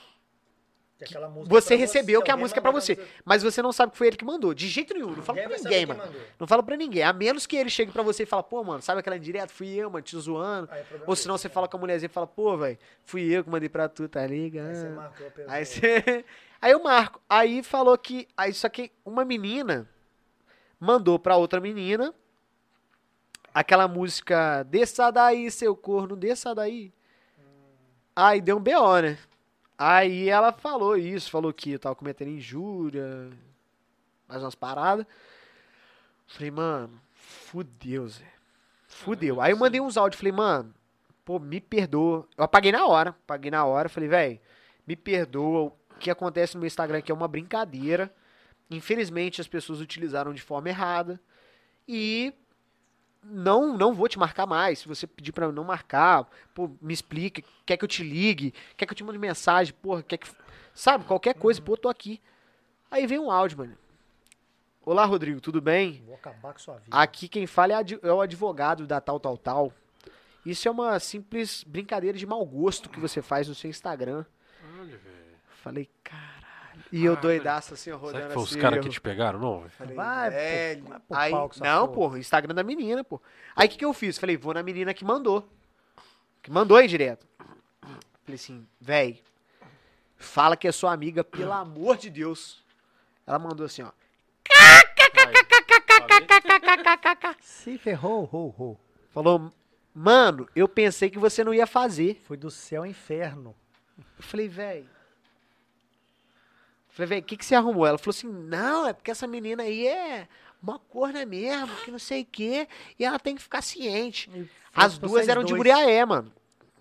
B: Que aquela música
D: você
B: é pra
D: recebeu que a
B: alguém
D: música é pra
B: mandou
D: você. Mas você não sabe que foi ele que mandou. De jeito nenhum. Não fala pra
B: vai saber
D: ninguém,
B: quem
D: mano.
B: mandou.
D: Não fala pra ninguém. A menos que ele chegue pra você e fala, pô, mano, sabe aquela indireta? Fui eu, mano, te zoando.
B: Aí é problema
D: Ou senão
B: dele.
D: você fala com a mulherzinha e fala, pô, velho, fui eu que mandei pra tu, tá
B: Aí você
D: ligado?
B: marcou a pessoa.
D: Aí você. Aí eu marco. Aí falou que. Aí só que uma menina mandou pra outra menina aquela música Desça daí, seu corno, desça daí. Aí deu um BO, né? Aí ela falou isso, falou que eu tava cometendo injúria, mais umas paradas. Falei, mano, fudeu, Zé. Fudeu. Aí eu mandei uns áudios, falei, mano, pô, me perdoa. Eu apaguei na hora, apaguei na hora, falei, velho, me perdoa, o que acontece no meu Instagram aqui é uma brincadeira. Infelizmente as pessoas utilizaram de forma errada. E não não vou te marcar mais. Se você pedir pra eu não marcar, pô, me explica, quer que eu te ligue, quer que eu te mande mensagem, porra, quer que sabe, qualquer coisa, pô, tô aqui. Aí vem um áudio, mano. Olá, Rodrigo, tudo bem?
B: Vou acabar com sua vida.
D: Aqui quem fala é, a di- é o advogado da tal, tal, tal. Isso é uma simples brincadeira de mau gosto que você faz no seu Instagram.
A: Olha, velho.
D: Falei, caralho. E eu
A: Ah,
D: doidaço assim, ó, rodando
A: Será que foi os
D: assim.
A: caras
D: eu
A: que te pegaram, não? velho?
D: falei,
B: Vai, pô,
D: velho,
B: vai pro
D: É, aí,
B: pau com essa
D: Não,
B: porra.
D: pô, Instagram da menina, pô. Aí o que, que eu fiz? Falei, vou na menina que mandou. Que mandou aí direto. Falei assim, véi, fala que é sua amiga, pelo amor de Deus. Ela mandou assim, ó.
B: Se ferrou, rou, rou.
D: Falou, mano, eu pensei que você não ia fazer.
B: Foi do céu ao inferno.
D: Eu falei, véi. Falei, véi, o que, que você arrumou? Ela falou assim: não, é porque essa menina aí é uma corna mesmo, que não sei o quê, e ela tem que ficar ciente.
B: E
D: As
B: foda-se pra
D: duas
B: vocês
D: eram de
B: dois.
D: Muriaé, mano.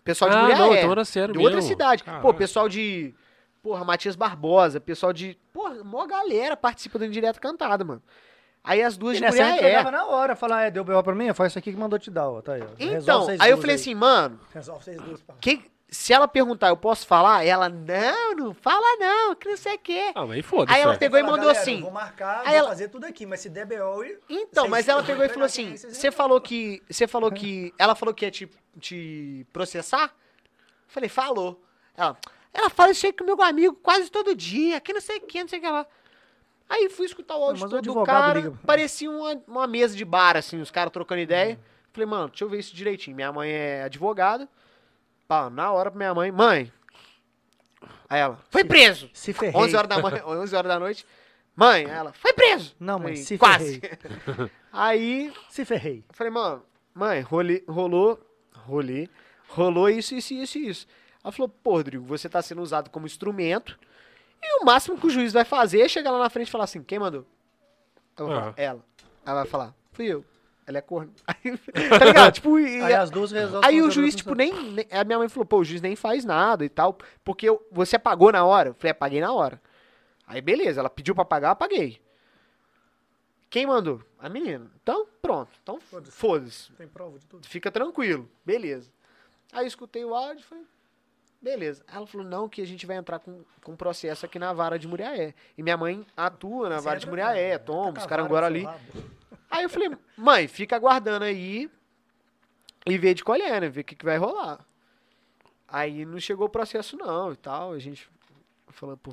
D: Pessoal de
A: ah,
D: Muriaé.
A: não, então era sério
D: de
A: mesmo. Ah,
D: outra cidade. Pô,
A: Caralho.
D: pessoal de. Porra, Matias Barbosa, pessoal de. Porra, mó galera participa do Indireto Cantada, mano. Aí as duas
B: E
D: de
B: nessa época eu
D: Muriaé.
B: tava na hora, falar, é, deu B.O. pra mim? Foi isso aqui que mandou te dar, ó. Tá aí, ó. Resolve
D: Então,
B: vocês
D: aí eu
B: duas
D: falei assim, mano.
B: Resolve vocês duas, pá.
D: que- se ela perguntar, eu posso falar? Ela, não, não fala não, que não sei o quê.
A: Ah, mas foda-se.
D: Aí ela
A: é.
D: pegou e
B: Fala,
D: mandou
B: "Galera,
D: assim.
B: eu Vou marcar,
D: Aí
B: vou
D: ela-
B: fazer tudo aqui, mas se der B.O. e-
D: Então,
B: Vocês
D: mas ela
B: estão
D: pegou e
B: vendo
D: falou
B: aqui,
D: assim:
B: vocês
D: você
B: não-
D: falou que. Você falou que. Ela falou que ia te, te processar? Eu falei, falou. Ela, ela fala isso aí com o meu amigo quase todo dia, que não sei o que, não sei o que lá. Aí fui escutar o áudio
B: mas o
D: todo do
B: advogado
D: cara,
B: liga.
D: parecia uma, uma mesa de bar, assim, os caras trocando ideia. Falei, mano, deixa eu ver isso direitinho. Minha mãe é advogada. Pá, na hora pra minha mãe, mãe. Aí ela, foi preso.
B: Se ferrei.
D: 11 horas da manhã, 11 horas da noite. Mãe, aí ela, foi preso.
B: Não, mãe,
D: Falei,
B: se
D: Quase. Aí,
B: Se ferrei.
D: eu falei, mano, mãe, rolê, rolou, rolê, rolou isso, isso, isso, isso. Ela falou, pô, Rodrigo, você tá sendo usado como instrumento e o máximo que o juiz vai fazer é chegar lá na frente e falar assim, quem mandou? Eu vou
A: Ah.
D: falar, ela. Ela vai falar, fui eu. Ela é corno. Aí, tá ligado? Tipo, e-
B: Aí as duas resolvem.
D: Aí o
B: tudo,
D: juiz,
B: tudo,
D: tipo, nem, nem- A minha mãe falou, pô, o juiz nem faz nada e tal. Porque eu- você apagou na hora? Eu falei, apaguei na hora. Aí, beleza, ela pediu pra apagar, eu apaguei. Quem mandou? A menina. Então, pronto. Então,
B: Foda-se.
D: foda-se.
B: Tem prova de tudo.
D: Fica tranquilo. Beleza. Aí eu escutei o áudio e falei, beleza. Ela falou, não, que a gente vai entrar com, com processo aqui na vara de Muriaé. E minha mãe atua na
B: é
D: vara de
B: né?
D: Muriaé, toma,
B: Tá
D: os caranguara ali. Aí eu falei, mãe, fica aguardando aí e vê de qual é, né? Vê o que, que vai rolar. Aí não chegou o processo, não, e tal. A gente falou, pô.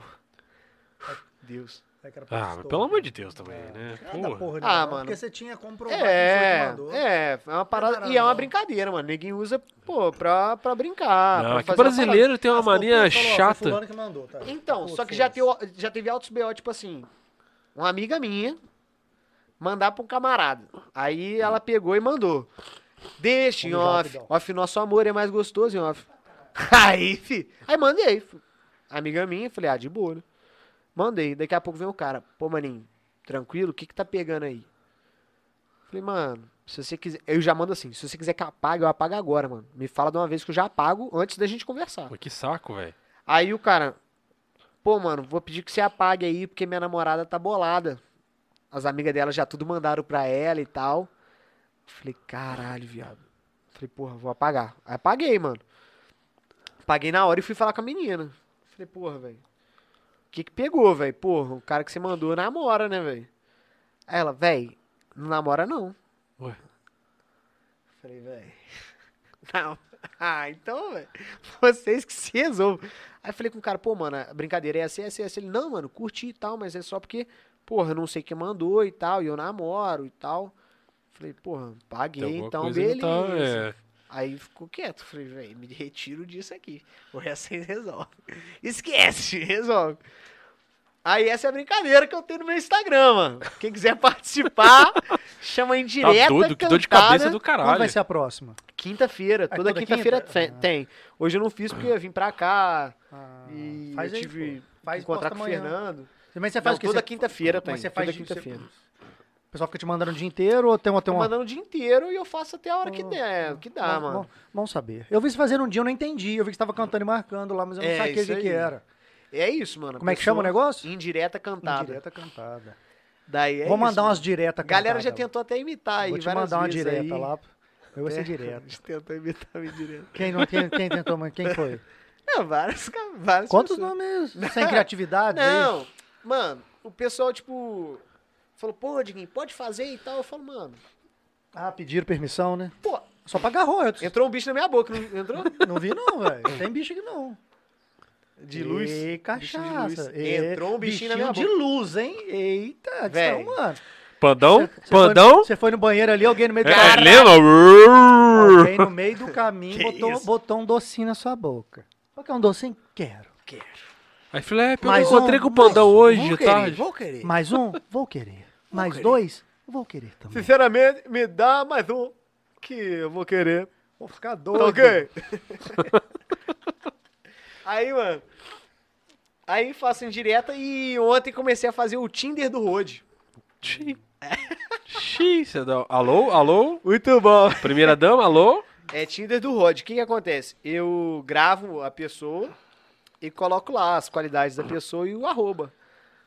D: Deus.
A: Ah, mas pelo amor de Deus também, né?
B: Porra.
A: Porra.
B: Porra,
D: Ah,
B: não,
D: mano.
B: Porque você tinha comprovado
D: É,
B: um que foi que mandou. um
D: é, é uma parada.
B: parada
D: E é uma
B: não.
D: brincadeira, mano. Ninguém usa, pô, pra, pra brincar.
A: Não,
D: Ah, pra
A: é que
D: fazer uma parada.
A: brasileiro tem uma
B: Mas, pô, pô,
A: mania
B: falou, ó, foi
A: chata.
B: fulano que mandou, tá?
D: Então,
B: Pô,
D: só que já,
B: foda-se.
D: teve- já teve altos BO, tipo assim. Uma amiga minha mandar pra um camarada. Aí ela pegou e mandou. Deixa em
B: Vamos já,
D: off.
B: rapidão.
D: Off, nosso amor é mais gostoso em off. Aí, fi. Aí mandei. fi. Amiga minha, falei, ah, de boa, né? Mandei. Daqui a pouco vem o cara. Pô, maninho, tranquilo? O que que tá pegando aí? Falei, mano, se você quiser. Eu já mando assim. Se você quiser que eu apague, eu apago agora, mano. Me fala de uma vez que eu já apago antes da gente conversar.
A: Pô, que saco, velho.
D: Aí o cara, pô, mano, vou pedir que você apague aí, porque minha namorada tá bolada. As amigas dela já tudo mandaram pra ela e tal. Falei, caralho, viado. Falei, porra, vou apagar. Aí apaguei, mano. Apaguei na hora e fui falar com a menina. Falei, porra, velho. O que que pegou, velho? Porra, o cara que você mandou namora, né, velho? Aí Ela, velho, não namora não.
A: Ué.
D: Falei, velho. Não. Ah, então, velho. Vocês que se resolvam. Aí falei com o cara, pô, mano, a brincadeira é essa, é essa, é essa. Ele, não, mano, curti e tal, mas é só porque, porra, eu não sei quem mandou e tal, e eu namoro e tal. Falei, porra,
A: Tem
D: paguei,
A: alguma
D: então,
A: coisa que
D: beleza.
A: não tá, é.
D: Aí ficou quieto. Falei, velho, me retiro disso aqui. O resto vocês resolvem. Esquece, resolve. Aí essa é a brincadeira que eu tenho no meu Instagram, mano. Quem quiser participar, chama em direta.
A: Tá doido, que dor de cabeça do
B: Quando vai
A: caralho.
B: ser a próxima?
D: Quinta-feira,
B: Ah,
D: toda,
B: toda
D: quinta-feira
B: quinta?
D: tem-
B: Ah.
D: tem. Hoje eu não fiz porque eu vim pra cá
B: Ah,
D: e
B: faz
D: eu
B: aí,
D: tive
B: pô. Faz
D: que encontrar
B: posta
D: com o
B: amanhã.
D: Fernando.
B: Mas você
D: Não,
B: faz o quê?
D: toda
B: Você-
D: quinta-feira tem.
B: Mas você faz
D: toda
B: de- você-
D: quinta-feira.
B: pessoal fica te mandando o dia inteiro ou tem uma. Tem
D: Tô
B: uma...
D: mandando o dia inteiro e eu faço até a hora que der, é que dá,
B: Então, bom,
D: mano.
B: Bom, bom saber. Eu vi você fazendo um dia, eu não entendi. Eu vi que você tava cantando e marcando lá, mas eu não
D: É,
B: saquei o
D: isso
B: que, que
D: aí.
B: era.
D: É isso, mano. a
B: Como é que chama o
D: pessoa-
B: negócio?
D: Indireta cantada.
B: Direta cantada.
D: Daí é
B: Vou
D: isso,
B: mandar
D: mano.
B: umas diretas
D: A galera já
B: cantada.
D: tentou até imitar aí
B: Vou te
D: várias
B: mandar uma
D: vezes
B: direta
D: aí.
B: lá. Eu vou ser
D: É.
B: direto.
D: Tentou imitar a minha direta.
B: Quem, não, quem, quem tentou, mas quem foi?
D: É, várias, ca- várias
B: Quantos
D: pessoas.
B: nomes sem criatividade? né? aí?
D: Não, mano, o pessoal, tipo, falou, pô, Diguinho, pode fazer e tal. Eu falo, mano,
B: Ah, pediram permissão, né?
D: pô,
B: Só pra garro, eu
D: entrou um bicho na minha boca, não entrou?
B: não vi não, velho. Não tem bicho aqui não.
D: De luz.
B: Ei,
D: Bicho de
B: cachaça.
D: luz.
B: Ei,
D: Entrou um bichinho na minha
B: de luz, hein? Eita,
D: Véi.
B: velho. mano.
A: Pandão?
B: Você foi no-
A: Pandão?
B: Você foi no banheiro ali, alguém no meio do
A: É, é,
B: caminho.
D: Tá
A: lembra?
D: né?
B: Alguém no meio do caminho botou, botou um docinho na sua boca. Qual que é um docinho? Quero.
A: Aí, Felipe, eu
B: Mais um,
A: encontrei com o Pandão hoje, de tarde.
G: Vou querer.
B: Mais um? Vou querer. Mais dois? Vou querer também.
D: Sinceramente, me dá mais um que eu vou querer.
B: Vou ficar
D: Tá
B: doido.
D: ok? aí, mano. Aí faço indireta e ontem comecei a fazer o Tinder do Road.
A: Xi. Xi, você dá- um Alô? Alô?
D: Muito bom.
A: Primeira dama, alô?
D: É Tinder do Rod. O que, que acontece? Eu gravo a pessoa e coloco lá as qualidades da pessoa e o arroba.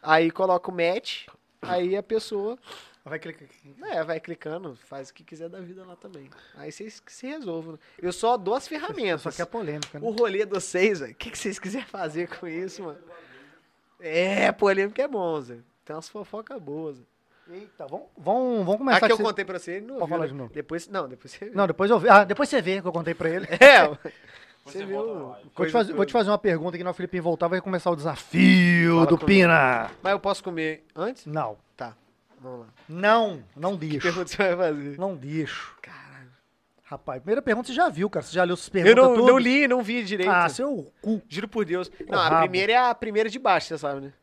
D: Aí coloco match, aí a pessoa
B: Vai clicar aqui.
D: né, vai clicando, faz o que quiser da vida lá também. Aí vocês que se resolvam. né? Eu só dou as
B: Só
D: ferramentas.
B: que é polêmica, né?
D: O rolê de vocês, velho, o que, que vocês quiserem fazer com isso, mano? É, polêmica é bom, Zé. Tem umas fofocas boas. Zé.
B: Eita, vamos, vamos, vamos
D: A
B: começar
D: que eu
B: com esse-
D: contei pra você, ele não
B: Pode
D: ouviu,
B: falar
D: né?
B: de novo.
D: Depois, não, depois você...
B: Não, depois eu vi. Ah, depois você vê que eu contei pra ele.
D: É, você
E: Você
D: viu...
E: volta na live.
B: Vou te,
D: coisa
B: fazer, vou te
D: toda.
B: fazer uma pergunta que não, o Felipinho voltar, vai começar o desafio
D: Fala
B: do
D: comigo.
B: Pina.
D: Mas eu posso comer antes?
B: Não,
D: Vamos lá.
B: não, não
D: Que
B: deixo.
D: pergunta você vai fazer?
B: Não deixo.
D: Caralho.
B: Rapaz, primeira pergunta você já viu, cara. Você já leu essas
D: Eu
B: perguntas
D: não,
B: tudo?
D: não li, não vi direito.
B: Ah, seu cu.
D: Juro por Deus. Não,
B: Ô,
D: a
B: rabo.
D: primeira é a primeira de baixo, você sabe, né?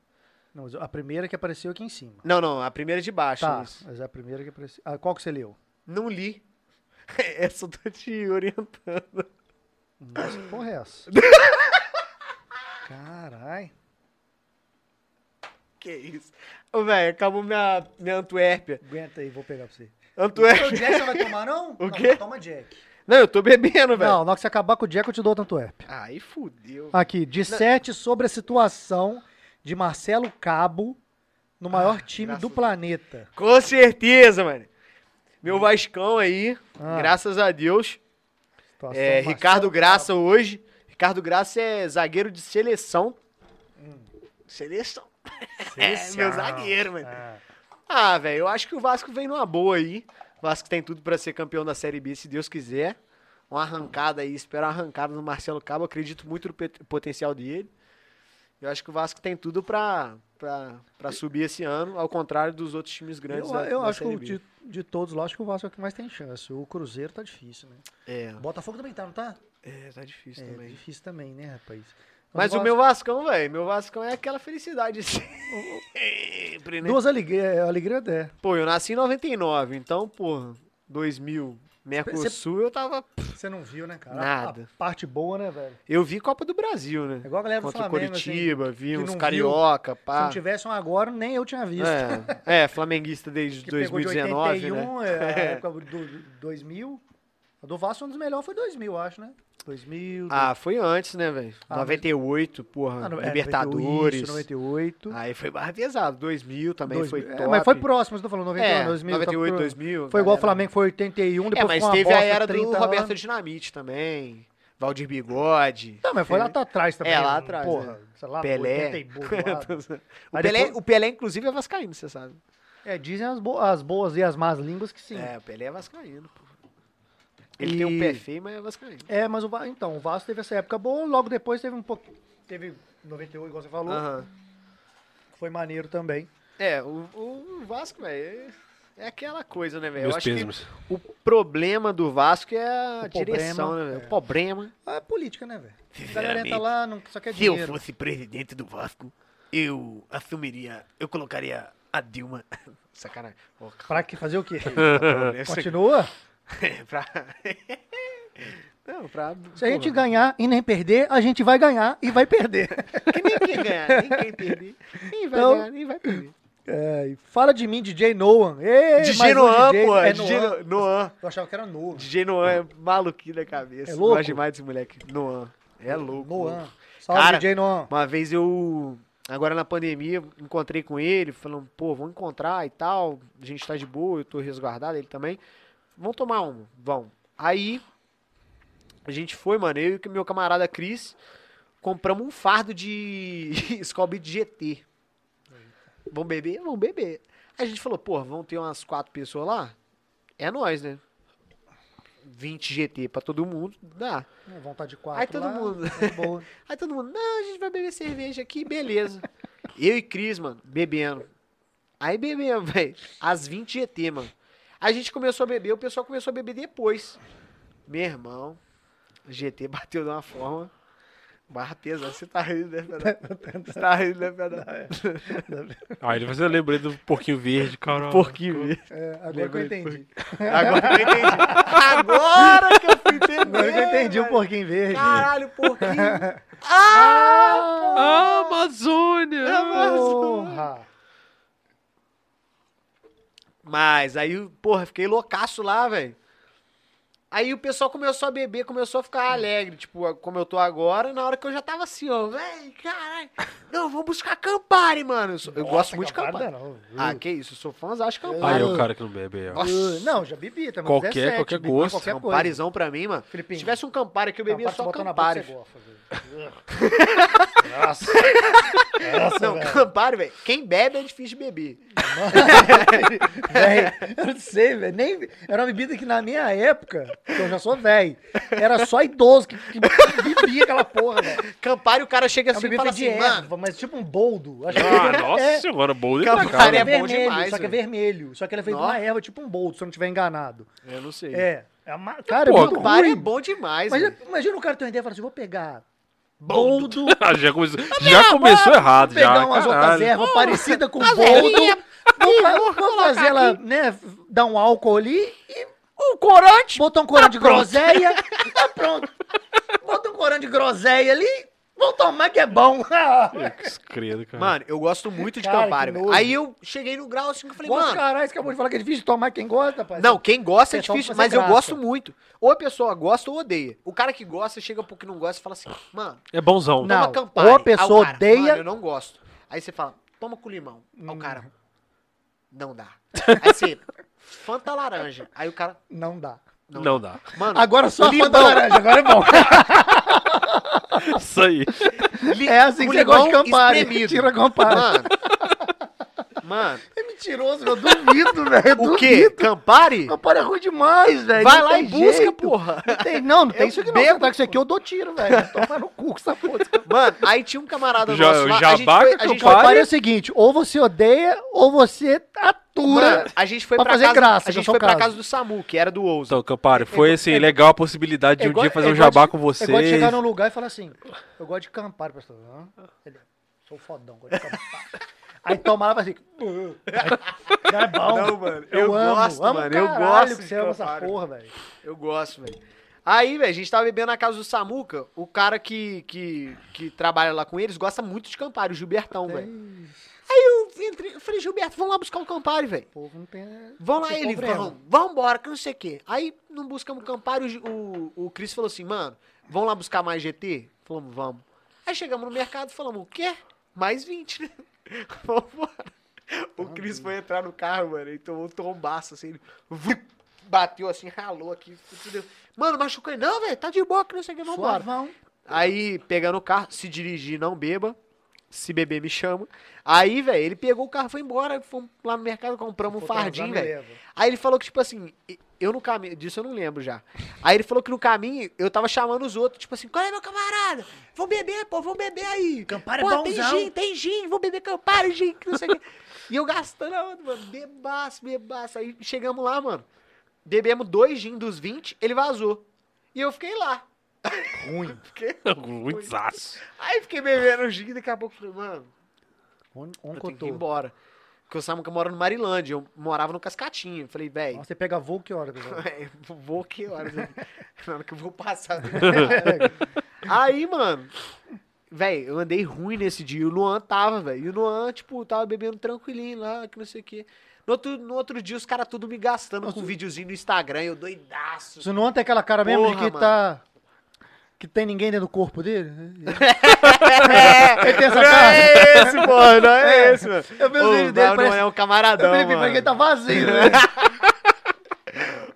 B: Não, mas a primeira que apareceu aqui em cima.
D: Não, não, a primeira de baixo.
B: Tá,
D: isso.
B: mas é a primeira que apareceu. Ah, qual que você leu?
D: Não li. Essa eu tô te orientando.
B: Nossa, que porra é essa? Caralho.
D: Que isso? Ô, velho, acabou minha, minha Antuérpia.
B: Aguenta aí, vou pegar pra você.
D: Antuérpia.
B: Jack você vai tomar, não?
D: é- O quê?
B: Toma Jack.
D: Não, eu tô bebendo, velho.
B: Não, na hora que você acabar com o Jack, eu te dou tanto app.
D: Aí fudeu.
B: Aqui, disserte sobre a situação de Marcelo Cabo no
D: Ah,
B: maior time do planeta.
D: Com certeza, mano. Meu Vascão aí,
B: Ah.
D: graças a Deus.
B: Situação
D: É,
B: Marcelo
D: Ricardo
B: Cabo.
D: Graça hoje. Ricardo Graça é zagueiro de seleção. Seleção. É, meu zagueiro, mano.
B: Ah,
D: Ah, velho, eu acho que o Vasco vem numa boa aí. O Vasco tem tudo pra ser campeão da Série B, se Deus quiser. Uma arrancada aí, espero uma arrancada no Marcelo Cabo. Acredito muito no pet- potencial dele. Eu acho que o Vasco tem tudo pra, pra, pra subir esse ano, ao contrário dos outros times grandes.
B: eu
D: da-
B: eu
D: da
B: acho que
D: Série
B: o
D: B.
B: de, de todos lá, acho que o Vasco é o que mais tem chance. O Cruzeiro tá difícil, né?
D: É,
B: O Botafogo também tá, não tá?
D: é, tá difícil
B: é,
D: também.
B: difícil também, né, rapaz? Então,
D: Mas o
B: Vasco-
D: meu Vascão, velho, meu Vascão é aquela felicidade sempre, né?
B: Duas alegrias, alegria é.
D: Pô, eu nasci em 99, então, porra, 2000, Mercosul, eu tava...
B: Você não viu, né, cara?
D: Nada.
B: A parte boa, né, velho?
D: Eu vi Copa do Brasil, né?
B: É igual a galera do
D: Contra o
B: Flamengo,
D: Curitiba, vi
B: que
D: uns
B: não
D: carioca,
B: assim. Se não
D: pá.
B: tivesse um agora, nem eu tinha visto.
D: É, é, flamenguista desde
B: que pegou
D: 2019,
B: de 81,
D: né?
B: é, a época do do 2000. A do Vasco, um dos melhores foi 2000, eu acho, né? 2000.
D: Ah, foi antes, né, velho?
B: Ah,
D: 98, porra,
B: no- é,
D: Libertadores.
B: 98.
D: Aí foi barra pesado. 2000 também
B: 2000.
D: foi
B: É,
D: top.
B: mas foi próximo, eu tô falando, 91,
D: É,
B: 2000.
D: 98,
B: tá pro-
D: 2000.
B: Foi igual o
D: galera.
B: Flamengo, foi 81,
D: É,
B: depois
D: mas
B: ficou uma
D: teve
B: bosta,
D: a era do
B: 30
D: Roberto
B: anos.
D: Dinamite também, Valdir Bigode.
B: Não, mas foi lá atrás também.
D: É, lá
B: né?
D: atrás,
B: Porra, sei lá,
D: Pelé.
B: 80 e boa.
D: O
B: Aí
D: Pelé,
B: depois-
D: o Pelé, inclusive, é vascaíno, você sabe.
B: É, dizem as, bo- as boas e as más línguas que sim.
D: É, o Pelé é vascaíno, pô. Ele tem um
B: E-
D: pé feio, mas é vascaíno.
B: É, mas o Va- então, o Vasco teve essa época boa, logo depois teve um pouco. Teve 91, igual você falou,
D: Aham.
B: que foi maneiro também.
D: É, o, o Vasco, velho, é é aquela coisa, né, velho? Eu
A: Meus
D: acho que
A: pismos.
D: o problema do Vasco é a
B: O
D: direção,
B: problema,
D: né, velho?
B: é.
D: O problema.
B: Ah, É política, né, velho? A galera
D: Sinceramente,
B: entra lá, não, só quer
D: Se eu
B: dinheiro.
D: fosse presidente do Vasco, eu assumiria, eu colocaria a Dilma. Sacanagem. Ô,
B: Pra que fazer o quê?
D: cara, essa-
B: Continua?
D: pra... Não, pra...
B: Se a gente ganhar e nem perder, a gente vai ganhar e vai perder.
D: Que nem quem ganhar, nem quem perder. Nem vai
B: Então-
D: ganhar, nem vai perder.
B: É, e fala de mim, DJ Noan. Ei,
D: DJ
B: mais um
D: Noan,
B: DJ.
D: pô.
B: É
D: DJ
B: Noan.
D: No- Noan.
B: Eu achava que era Noan.
D: DJ Noan é maluquinho da cabeça.
B: É louco?
D: Gosto demais desse moleque. Noan. É louco.
B: Noan. Salve,
D: Cara,
B: DJ Noan.
D: Uma vez eu, agora na pandemia, encontrei com ele, falando, pô, vamos encontrar e tal, a gente tá de boa, eu tô resguardado, ele também. Vamos tomar um, vamos. Aí, a gente foi, mano, eu e o meu camarada Cris, compramos um fardo de Skull Beat GT. Vamos beber? Vamos beber. Aí a gente falou, pô, vamos ter umas quatro pessoas lá? É nós, né? 20 GT pra todo mundo, dá.
B: É, Vontade de quatro.
D: Aí todo
B: lá,
D: mundo.
B: tá de boa.
D: Aí todo mundo, não, a gente vai beber cerveja aqui, beleza. Eu e Cris, mano, bebendo. Aí bebemos, velho. Às 20 GT, mano. Aí A gente começou a beber, o pessoal começou a beber depois. Meu irmão, o GT bateu de uma forma. Barra pesada, você tá rindo, né, Fernando? Você tá rindo, né, Fernando?
A: Ah, ele eu lembrei do porquinho verde, caralho.
D: Porquinho. velho.
B: É, agora que eu
D: Lembrei,
B: entendi.
D: Agora que eu entendi. Agora que eu fui entender.
B: Agora que eu entendi o
D: velho.
B: porquinho verde.
D: Caralho, porquinho. Ah!
A: Ah, Amazônia!
B: Porra.
D: Mas aí, porra, fiquei loucaço lá, velho. Aí o pessoal começou a beber, começou a ficar alegre, tipo, como eu tô agora, na hora que eu já tava assim, ó, velho, caralho. Não, vou buscar Campari, mano. Eu, sou- eu gosto muito de Campari.
B: campada. Não,
D: Ah, que isso, eu sou fãzão de
A: Ah,
D: Campari.
A: é o cara que não bebe. ó.
D: Nossa,
B: Uh, não, já bebi também.
A: Qualquer-
B: 17,
A: qualquer
B: bebi
A: gosto,
B: Qualquer coisa.
D: Um Camparizão pra mim, mano.
B: Filipinho.
D: Se tivesse um Campari que eu bebia,
B: Campari,
D: só
B: bota na boca,
D: Campari.
B: você gofa, velho. Nossa. Nossa,
D: Não,
B: velho.
D: Campari, velho, quem bebe é difícil de beber.
B: Véi, eu não sei, velho. Nem... Era uma bebida que na minha época, que eu já sou velho, era só idoso que, que bebia aquela porra, velho.
D: Campari, o cara chega
B: É uma
D: assim e fala
B: bebida de
D: assim, mano,
B: erva, mas tipo um boldo. Acho que
A: Ah,
B: é-
A: nossa
B: é,
A: senhora, bold
D: Cara,
A: pra
D: o
A: cara.
D: cara é bom
B: vermelho,
D: demais,
B: só que é
D: velho.
B: vermelho. Só que ele é feito de uma
D: Nossa.
B: erva, tipo um boldo, se eu não estiver enganado.
D: eu não sei.
B: É. é uma... Cara,
A: Pô,
B: é muito
D: Campari
B: ruim.
D: é bom demais,
B: Imagina,
D: velho.
B: imagina o cara ter uma ideia e falar assim, vou pegar
D: é- Boldo.
B: boldo,
A: Ah, já começou, já começou errado,
B: pegar
A: já.
B: umas outras
A: Caralho.
B: ervas parecidas com
D: As
B: boldo,
D: ervinhas.
B: vamos fa- vamos fazer ela, né, dar um álcool ali e um corante, botar um corante de groselha, tá pronto. Bota um corante de groselha ali, vamos tomar que é bom.
A: Credo, cara.
D: Mano, eu gosto muito de
B: é- Cara,
D: Campari,
B: que
D: velho.
B: nojo.
D: Aí eu cheguei no grau assim que eu falei,
B: Gosto,
D: mano.
B: caralho, você acabou de falar que é difícil de tomar quem gosta, rapaz.
D: Não, quem gosta é
B: Pessoal
D: difícil,
B: fazer
D: mas eu
B: graça.
D: gosto muito. Ou a pessoa gosta ou odeia. O cara que gosta chega pro que não gosta e fala assim, mano,
A: É bonzão.
B: Não.
D: toma Campari.
B: ou a pessoa
D: Aí o cara,
B: odeia- Hum.
D: Mano, eu não gosto. Aí você fala, toma com limão. Aí o cara, não dá. Aí você, Fanta laranja. Aí o cara,
B: Não dá.
A: Não,
D: Não.
A: dá.
D: mano,
B: Agora só a
D: Limão.
B: Fanta laranja, agora é bom.
A: Isso aí.
D: li-
B: É assim
D: com
B: que você gosta de
D: limão
B: Campari.
D: espremido.
B: Tira Campari.
D: Mano, mano,
B: É mentiroso, eu duvido, velho. eu
D: o quê?
B: duvido.
D: Campari?
B: Campari é ruim demais, velho.
D: Vai
B: não
D: lá
B: tem
D: e busca,
B: jeito.
D: porra.
B: Não, tem, não, não tem
D: Eu
B: isso aqui não.
D: bebo,
B: Você tá com isso aqui, eu dou tiro, velho. Toma no cu com essa porra.
D: Mano, aí tinha um camarada
A: Já-
D: nosso lá, a gente
A: jabá
D: foi,
A: que
D: a gente
A: Campari-
D: foi,
B: Campari é o seguinte, ou você odeia, ou você atura.
D: mano, a gente foi
B: pra
D: pra,
B: fazer
D: casa,
B: graça,
D: a
B: que eu
D: gente
B: sou
D: foi pra
B: caso.
D: casa do Samu, que era do Ouso.
A: Então, Campari, foi assim, legal a possibilidade de um
B: É igual-
A: dia fazer
B: é
A: um
B: igual de-
A: jabá com
B: É
A: vocês.
B: igual de chegar num lugar e falar assim, eu gosto de Campari, pastor. Hã? Ele, sou fodão, gosto de Campari. Aí toma lá e fala assim, "Aí, não é bom.
D: Não, mano,
B: Eu,
D: eu
B: amo,
D: gosto,
B: amo
D: mano, eu
B: caralho
D: gosto
B: que
D: de
B: você ama essa
D: Campari.
B: porra, velho.
D: Eu gosto, velho. Aí, velho, a gente tava bebendo na casa do Samuca. O cara que, que, que trabalha lá com eles gosta muito de Campari, o Gilbertão, velho. Aí eu entrei, eu falei, Gilberto, vamos lá buscar o Campari, velho.
B: O povo não tem... né?
D: Vão lá,
B: tem
D: ele,
B: problema.
D: vão, vão embora, que não sei o quê. Aí não buscamos Campari, o Gi- o, o Cris falou assim, mano, vamos lá buscar mais GT? Falamos, vamos. Aí chegamos no mercado e falamos, o quê? Mais 20, né? Vamos embora. O Cris foi entrar no carro, mano, e tomou um tombaço, assim, ele vup, bateu assim, ralou aqui, fudeu. Mano, machucou ele, não, velho, tá de boa, que não sei o que, vamos embora.
B: Suavão.
D: Aí, pegando o carro, se dirigir, não beba. Se beber, me chama. Aí, velho, ele pegou o carro, foi embora, fomos lá no mercado, compramos um
B: Vou transar,
D: fardinho,
B: me
D: velho.
B: leva.
D: Aí ele falou que, tipo assim, e- eu no caminho, disso eu não lembro já. Aí ele falou que no caminho eu tava chamando os outros, tipo assim, qual é meu camarada? Vão beber, pô, vão beber aí.
B: Campari é
D: pô, tem
B: bonzão."
D: gin, tem gin, vou beber Campari, gin, que não sei o quê. E eu gastando a onda, mano, bebaço, bebaço. Aí chegamos lá, mano, bebemos dois gin dos 20, ele vazou. E eu fiquei lá.
B: Ruim.
D: Fiquei-
A: Muito zaço.
D: Aí fiquei bebendo gin, daqui a pouco eu falei, mano,
B: Onde, onde
D: eu
B: que eu
D: tenho que ir
B: tô?
D: embora. Porque o Samuca mora no Marilândia, eu morava no Cascatinho. Eu Falei, velho,
B: Nossa, Você pega voo que hora? Gabriel?
D: É, vou que horas? Na hora que eu vou passar.
B: É,
D: Aí, mano, Véi, eu andei ruim nesse dia. E o Luan tava, velho. E o Luan, tipo, tava bebendo tranquilinho lá, que não sei o quê. No outro, no outro dia, os caras tudo me gastando com um videozinho no Instagram. Eu doidaço.
B: Se não tem aquela cara mesmo de
D: Porra,
B: que
D: mano.
B: tá. Que tem ninguém dentro do corpo dele?
D: É,
B: Ele tem essa
D: não
B: cara?
D: é esse, pô. Não é,
B: É.
D: esse, mano.
B: Eu vi os
D: Ô,
B: vídeos
D: mas
B: dele,
D: não
B: parece-
D: é um camaradão,
B: Eu falei,
D: mano.
B: parece que ele tá vazio, né?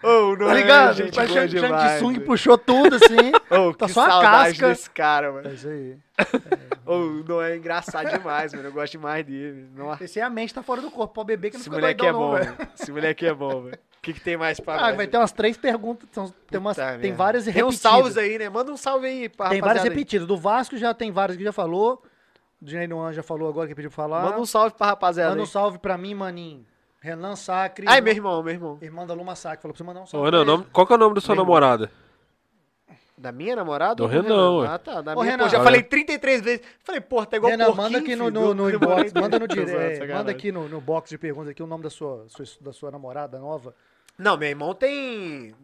D: Ô, não
B: Tá
D: é
B: ligado?
D: gente
B: Mas
D: boa
B: Shang Shang
D: demais,
B: Tsung
D: velho.
B: puxou tudo assim.
D: Ô,
B: tá
D: que
B: só a
D: saudade
B: casca.
D: desse cara, mano.
B: É isso aí.
D: Ô, não é engraçado demais, mano. Eu gosto demais dele. Nossa.
B: Esse aí a mente tá fora do corpo. Pode beber que não
D: Esse
B: fica
D: moleque
B: doidão,
D: é
B: não,
D: bom,
B: velho.
D: velho. Esse moleque é bom, velho. O que, que tem mais pra
B: Ah,
D: nós,
B: vai
D: velho?
B: ter umas três perguntas. são- tem, umas,
D: Puta
B: tem
D: merda.
B: várias
D: Tem uns
B: repetidas.
D: salves aí, né? Manda um salve aí pra
B: Tem várias
D: rapaziada aí.
B: repetidas. Do Vasco já tem várias que já falou. Do Jainoan já falou agora que pediu pra falar.
D: Manda um salve pra rapaziada
B: Manda um
D: aí.
B: salve pra mim, maninho. Renan Sacre.
D: Ai, meu irmão, meu irmão.
B: Irmã da Luma Sacre. Falou pra você mandar um
A: Ô,
B: salve.
A: Renan, o
B: pra ele.
A: nome- qual que é o nome da sua
D: Lembra.
A: namorada?
D: Da minha namorada?
A: Do
D: ou
A: Renan, ué.
D: Ah, tá. Da
B: Ô,
D: minha,
B: Renan.
D: pô, já
A: Ah,
D: falei 33 vezes. Falei, pô, tá igual
B: Renan,
D: porquinho,
B: manda aqui no,
D: filho, um
B: no,
D: do-
B: no
D: do-
B: inbox, manda no
D: Tô zoando,
B: dire... é,
D: sacanagem.
B: manda aqui no, no box de perguntas aqui o nome da sua, sua, da sua namorada nova.
D: Não, meu irmão tem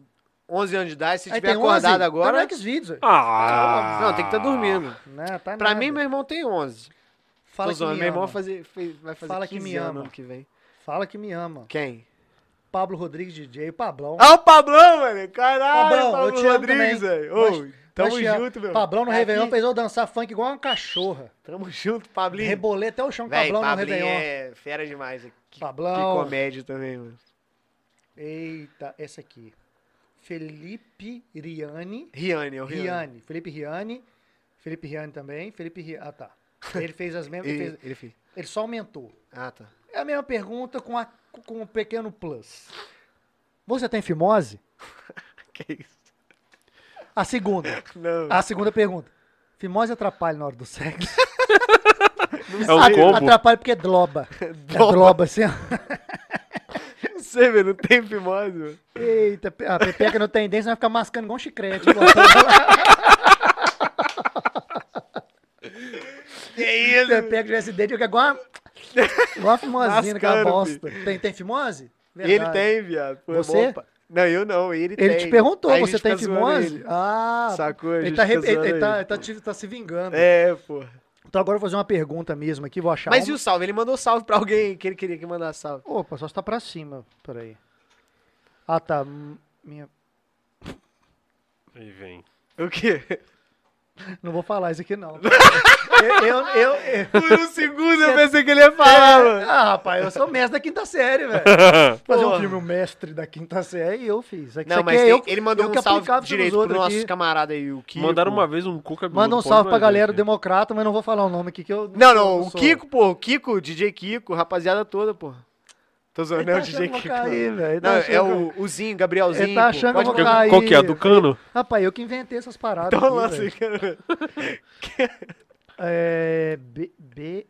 D: 11 anos de idade, se
B: Aí
D: tiver
B: tem 11,
D: acordado
B: Tá
D: agora...
B: no Xvideos,
A: Ah!
D: Não, tem
B: tá
D: que estar dormindo.
B: né? Tá
D: Pra
B: nada.
D: mim, meu irmão tem 11.
B: fala
D: Tô
B: que
D: zoando,
B: me
D: meu irmão
B: ama.
D: fazer- fez- vai fazer
B: Fala que
D: 15
B: me
D: anos
B: ama.
D: ano que vem.
B: Fala que me ama.
D: Quem?
B: Pablo Rodrigues DJ, Pablão.
D: Ah, o Pablão, velho. Caralho,
B: Pablão, eu
D: Pablo
B: te amo
D: Rodrigues,
B: também.
D: velho. Ô,
B: Nós-
D: tamo
B: Nós te amamos.
D: junto, meu. Tá
B: Pablão no
D: Aqui.
B: Réveillon tá fez eu dançar funk igual uma cachorra.
D: Tamo junto, Pablinho.
B: Rebolei até o chão com
D: Véi,
B: Pablão no
D: Pablinho
B: Réveillon.
D: é fera demais. Que, que
B: Pablão.
D: comédia também, mano.
B: Eita, essa aqui. Felipe Riani.
D: Riane, é o Riane.
B: Riani. Felipe Riani. Felipe Riani também. Felipe Riani. Ah, tá. Ele fez as mesmas.
D: Ele,
B: Ele,
D: ele fez.
B: fez- ele só aumentou.
D: Ah, tá.
B: É a mesma pergunta com, a, com um pequeno plus. Você tem fimose?
D: Que isso?
B: A segunda.
D: Não.
B: A segunda pergunta. Fimose atrapalha na hora do sexo?
A: É um
B: Atra-
A: combo.
B: Atrapalha porque é droba. É droba, assim. ó. é
D: Não sei, velho. Não tem fimose, mano.
B: Eita, pe- a pepeca não tem dente, vai ficar mascando igual um chiclete. cortando.
D: Que isso?
B: A pepeca tivesse dente, fica igual uma, igual uma fimosinha naquela
D: Mascando,
B: bosta. Tem, tem fimose?
D: Ele
B: Verdade.
D: tem, viado. Foi
B: Você?
D: bom, pa- Não, eu não. Ele, tem.
B: Ele te perguntou,
D: Aí a
B: você
D: gente
B: tem
D: fica zoando
B: fimose?
D: ele.
B: Ah,
D: Sacou? A
B: ele
D: gente
B: tá, re-
D: fica
B: ele,
D: zoando
B: ele tá, tá te- tá se vingando.
D: É, pô.
B: Então agora eu vou fazer uma pergunta mesmo aqui, vou achar
D: Mas e
B: uma.
D: o salve? Ele mandou salve pra alguém que ele queria que mandasse salve.
B: Opa, só está pra cima, peraí. Ah, tá. hum, Minha...
A: Aí vem.
D: O quê?
B: Não vou falar isso aqui, não. eu, eu, eu, eu-
D: Por um segundo eu pensei que ele ia falar, mano.
B: Ah, rapaz, eu sou mestre da quinta série, velho. Fazer um
D: Porra.
B: filme, o mestre da quinta série, eu fiz. É que isso
D: Não,
B: aqui
D: mas
B: é
D: tem-
B: eu-
D: ele mandou
B: eu que
D: um salve
B: aplicava pelos
D: direito pro
B: outros
D: nosso
B: aqui.
D: camarada aí, o Kiko.
A: Mandaram uma vez um cu cabeludo.
B: Manda um
A: pode
B: salve pra
A: mais,
B: galera
A: né?
B: democrata, mas não vou falar o nome aqui que eu.
D: é Não, não, o
B: sou-
D: Kiko, pô, o Kiko, o DJ Kiko, rapaziada toda, pô. Tô
B: Ele
D: zoando,
B: tá
D: não é o
B: achando
D: DJ
B: que eu vou
D: Kiko.
B: cair, velho. Ele tá
D: Não, é
B: achando que eu-
D: o, o Zinho, Gabrielzinho.
B: Ele tá
D: pô.
B: achando
D: Pode
B: que eu
D: colocar.
B: vou
A: Qual que é? A Do
B: Aí,
A: cano?
B: Rapaz, eu que inventei essas paradas.
D: Então
B: aqui,
D: lança aí,
B: velho.
D: cara.
B: É. B. B.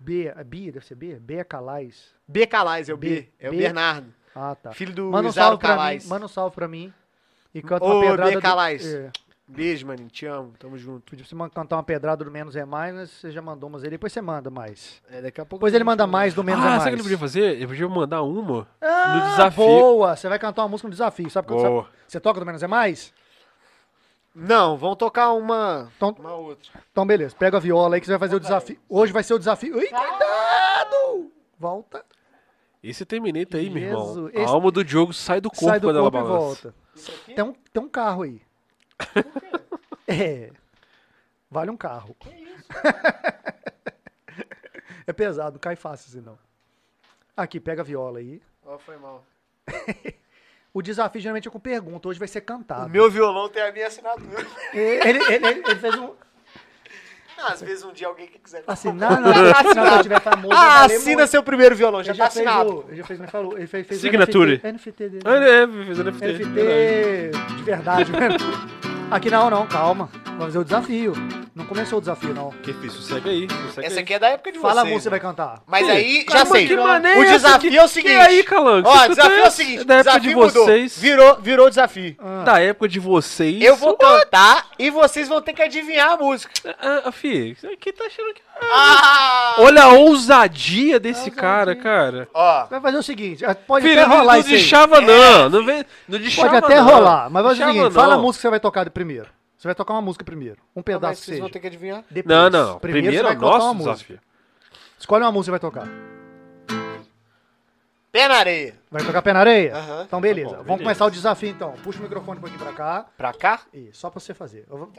B: B. Bia, deve ser Bia? Bia Calais.
D: B. Calais, é o B.
B: B,
D: É o
B: B.
D: Bernardo.
B: Ah, tá.
D: Filho do
B: Manda um
D: Isaro
B: salve pra mim.
D: Calais.
B: Manda um salve pra mim. E canta
D: Ô,
B: uma
D: Bia
B: pedrada. do-
D: Calais.
B: É,
D: Beijo, maninho. Te amo. Tamo junto.
B: pedi pra você man- cantar uma pedrada do Menos é Mais, mas você já mandou umas aí. Depois você manda mais.
D: É, daqui a pouco.
B: Depois ele manda mais do Menos é
A: Ah,
B: Mais.
A: sabe o que ele podia fazer? Ele podia mandar uma
B: Ah,
A: no desafio.
B: Boa! Você vai cantar uma música no desafio. Sabe quando
A: Boa.
B: sabe- você toca do Menos é Mais?
D: Não, vão tocar uma.
B: Então,
E: Uma outra.
B: então beleza. Pega a viola aí que você vai fazer o desafio. Hoje vai ser o desafio. Ih, cuidado! Volta.
A: Esse termineta aí, meu irmão.
B: Jesus, esse-
A: A alma do Diogo sai do corpo
B: sai do
A: quando ela
B: corpo e
A: balança.
B: volta. Tem
D: Então-
B: um, tem um carro aí. É. Vale um carro. é pesado, não cai fácil assim não. Aqui, pega a viola aí.
D: Ó, foi mal.
B: O desafio geralmente é com pergunta, hoje vai ser
D: O
B: cantado.
D: meu violão tem a minha assinatura.
B: Ele, ele- ele- ele fez um.
D: Não, às vezes um dia alguém que quiser.
B: Assim, na na- se eu tiver famoso. vai
D: Ah,
B: valer
D: assina
B: muito.
D: seu primeiro violão, já
B: Ele
D: tá
B: fez
D: assinado.
B: o- Ele já fez, me falou. Ele fez, fez o
A: Signature.
B: NFT, NFT dele.
A: Ah, é, fez NFT.
B: NFT de verdade mesmo. Aqui não, não, calma. Vamos fazer o desafio. Não começou o desafio, não.
A: Que isso? Segue aí. Segue
D: Essa
A: aí.
D: aqui é da época de
B: Fala a
D: vocês.
B: música que você
D: né?
B: vai cantar.
D: Mas
A: Ih,
D: aí, já
A: caramba,
D: sei.
A: que maneira
D: O
A: essa
D: desafio
A: aqui.
D: é o seguinte.
A: E aí, Calango?
D: Ó,
A: Você
D: o desafio é
A: tá-
D: o seguinte.
A: Da época
D: desafio
A: de
D: mudou.
A: vocês. Ah,
D: Virou, virou desafio.
A: Da época de vocês.
D: Eu vou cantar e vocês vão ter que adivinhar a música.
A: Ah, ah, fi, isso aqui tá achando que.
D: Ah!
A: Olha a ousadia desse cara, cara.
D: Ó,
B: Vai fazer o seguinte, ah, pode
A: Filho,
B: até rolar
A: não
B: isso aí. É.
A: deixava, não. Não, vem, não deixava,
B: Pode até
A: não.
B: rolar, mas vai fazer o
A: Deixava,
B: seguinte, fala a
A: não.
B: música que você vai tocar de primeiro. Você vai tocar uma música primeiro. Um
D: Ah, mas
B: pedaço que
D: vocês
B: seja.
D: vão ter que adivinhar.
B: Depois.
A: Não, não.
B: Primeiro,
A: Primeiro
B: você
A: é
B: vai colocar
A: nosso
B: uma música.
A: desafio.
B: Escolhe uma música e vai tocar.
D: Pé na areia.
B: Vai tocar pé na areia?
D: Aham.
B: Então, beleza.
A: Tá bom,
B: Vamos
A: beleza.
B: começar o desafio, então. Puxa o microfone um pouquinho pra cá.
D: Pra cá? Tá.
B: E só pra você fazer. Eu vou-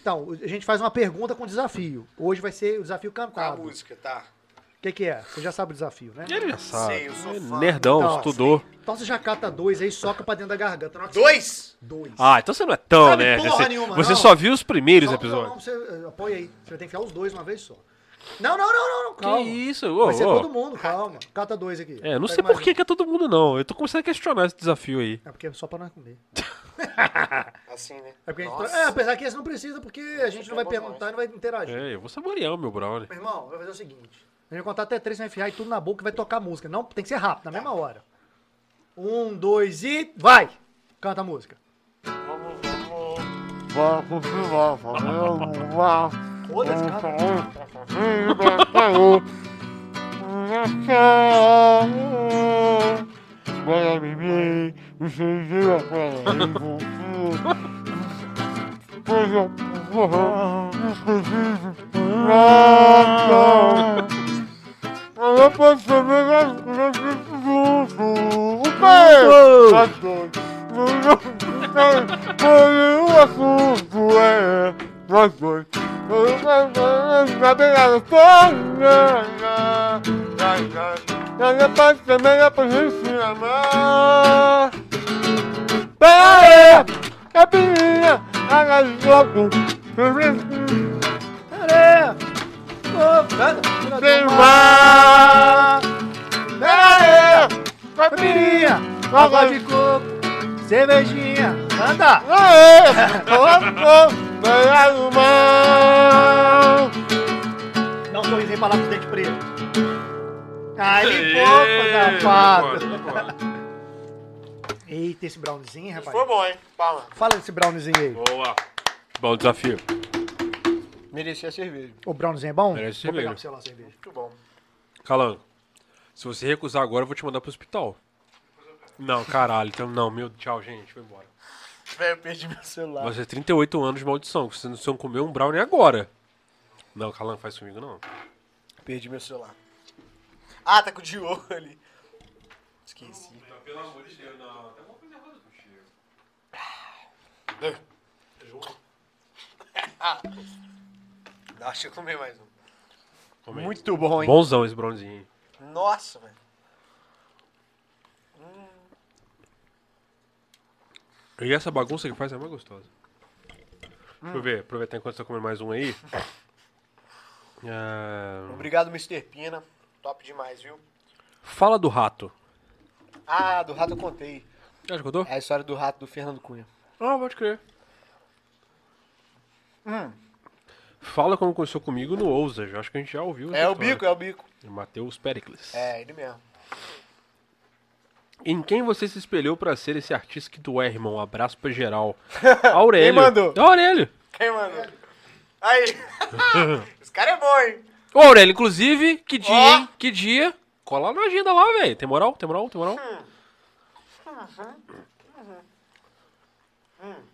B: Então, a gente faz uma pergunta com desafio. Hoje vai ser o desafio
G: a
B: cantado. O
G: música, tá?
B: que, que é? Você já sabe o desafio, né?
A: Ele já sabe.
G: eu sou
A: é
G: fã.
A: Nerdão,
B: Então,
A: estudou.
B: Então você já cata dois aí, soca pra dentro da garganta. Na hora que você-
G: Dois?
B: Dois.
A: Ah, então você não é tão
B: Sabe
A: nerd.
B: porra
A: Você,
B: nenhuma,
A: você
B: não.
A: só viu os primeiros
B: Não,
A: episódios.
B: Não, não, você eh, apoia aí. Você vai ter que enfiar os dois uma vez só. Não, não, não, não, não. Calma.
A: Que isso? Ô,
B: Vai ser
A: ô.
B: todo mundo, calma. Cata dois aqui.
A: É, não
B: Pega
A: sei
B: mais
A: por que que é todo mundo, não. Eu tô começando a questionar esse desafio aí.
B: um. É porque é só pra nós comer.
G: Assim, né?
B: É porque a gente
G: Nossa.
B: tra- é, apesar que esse não precisa, porque a gente não vai perguntar e não vai interagir.
A: É, eu vou saborear o meu brownie.
B: Meu irmão, eu vou fazer o seguinte. A gente vai contar até três, vai enfiar e tudo na boca e vai tocar a música. Não, tem que ser rápido, na mesma hora. Um, dois e... Vai! Canta a música. Foda-se, canta. Tem Caipirinha, água de coco, cervejinha, canta! Não sorrisei um pra lá com os dentes pretos. Ai, limpou, safado. Eita, esse brownzinho, rapaz. Foi bom, hein? Palma. Fala desse brownzinho aí.
A: Boa. Bom desafio.
D: Merecia a cerveja.
B: O brownzinho é bom?
A: Merece
B: Vou
A: cerveja.
B: pegar pra você lá a cerveja.
A: Calango, se você recusar agora, eu vou te mandar pro hospital. Não, caralho. Então, não, meu, tchau, gente. Foi embora.
D: Velho, eu perdi meu celular.
A: Vai ser 38 anos de maldição, que você não- se não comer um brownie agora. Não, Calango, faz comigo, não.
D: Perdi meu celular. Ah, tá com o Diogo ali. Esqueci.
A: Pelo amor de Deus, não. Tem uma coisa errada contigo.
D: Deixa eu comer mais um.
A: Come aí.
D: Muito bom, hein?
A: Bonzão esse brownzinho. hein?
D: Nossa, velho.
A: E essa bagunça que faz é mais gostosa. Deixa eu ver, aproveitar enquanto você tá comendo mais um aí. Ah,
D: Obrigado, Mr. Pina. Top demais, viu?
A: Fala do rato.
D: Ah, do rato eu contei.
A: Já escutou?
D: É a história do rato do Fernando Cunha.
A: Ah, pode crer.
D: Hum.
A: Fala como começou comigo no Ousa. já Acho que a gente já ouviu. essa
D: É o
A: história.
D: bico, é o bico.
A: Matheus Pericles.
D: É, ele mesmo.
A: Em quem você se espelhou pra ser esse artista que tu é, irmão? Abraço pra geral. Aurélio.
D: Quem mandou?
A: É o Aurélio.
D: Quem mandou? Aí. Esse cara é bom, hein?
A: Ô, Aurélio, inclusive, que dia,
D: Ó.
A: hein? Que dia. Cola na agenda lá, velho. Tem moral? Tem moral? Tem moral?
D: Hum.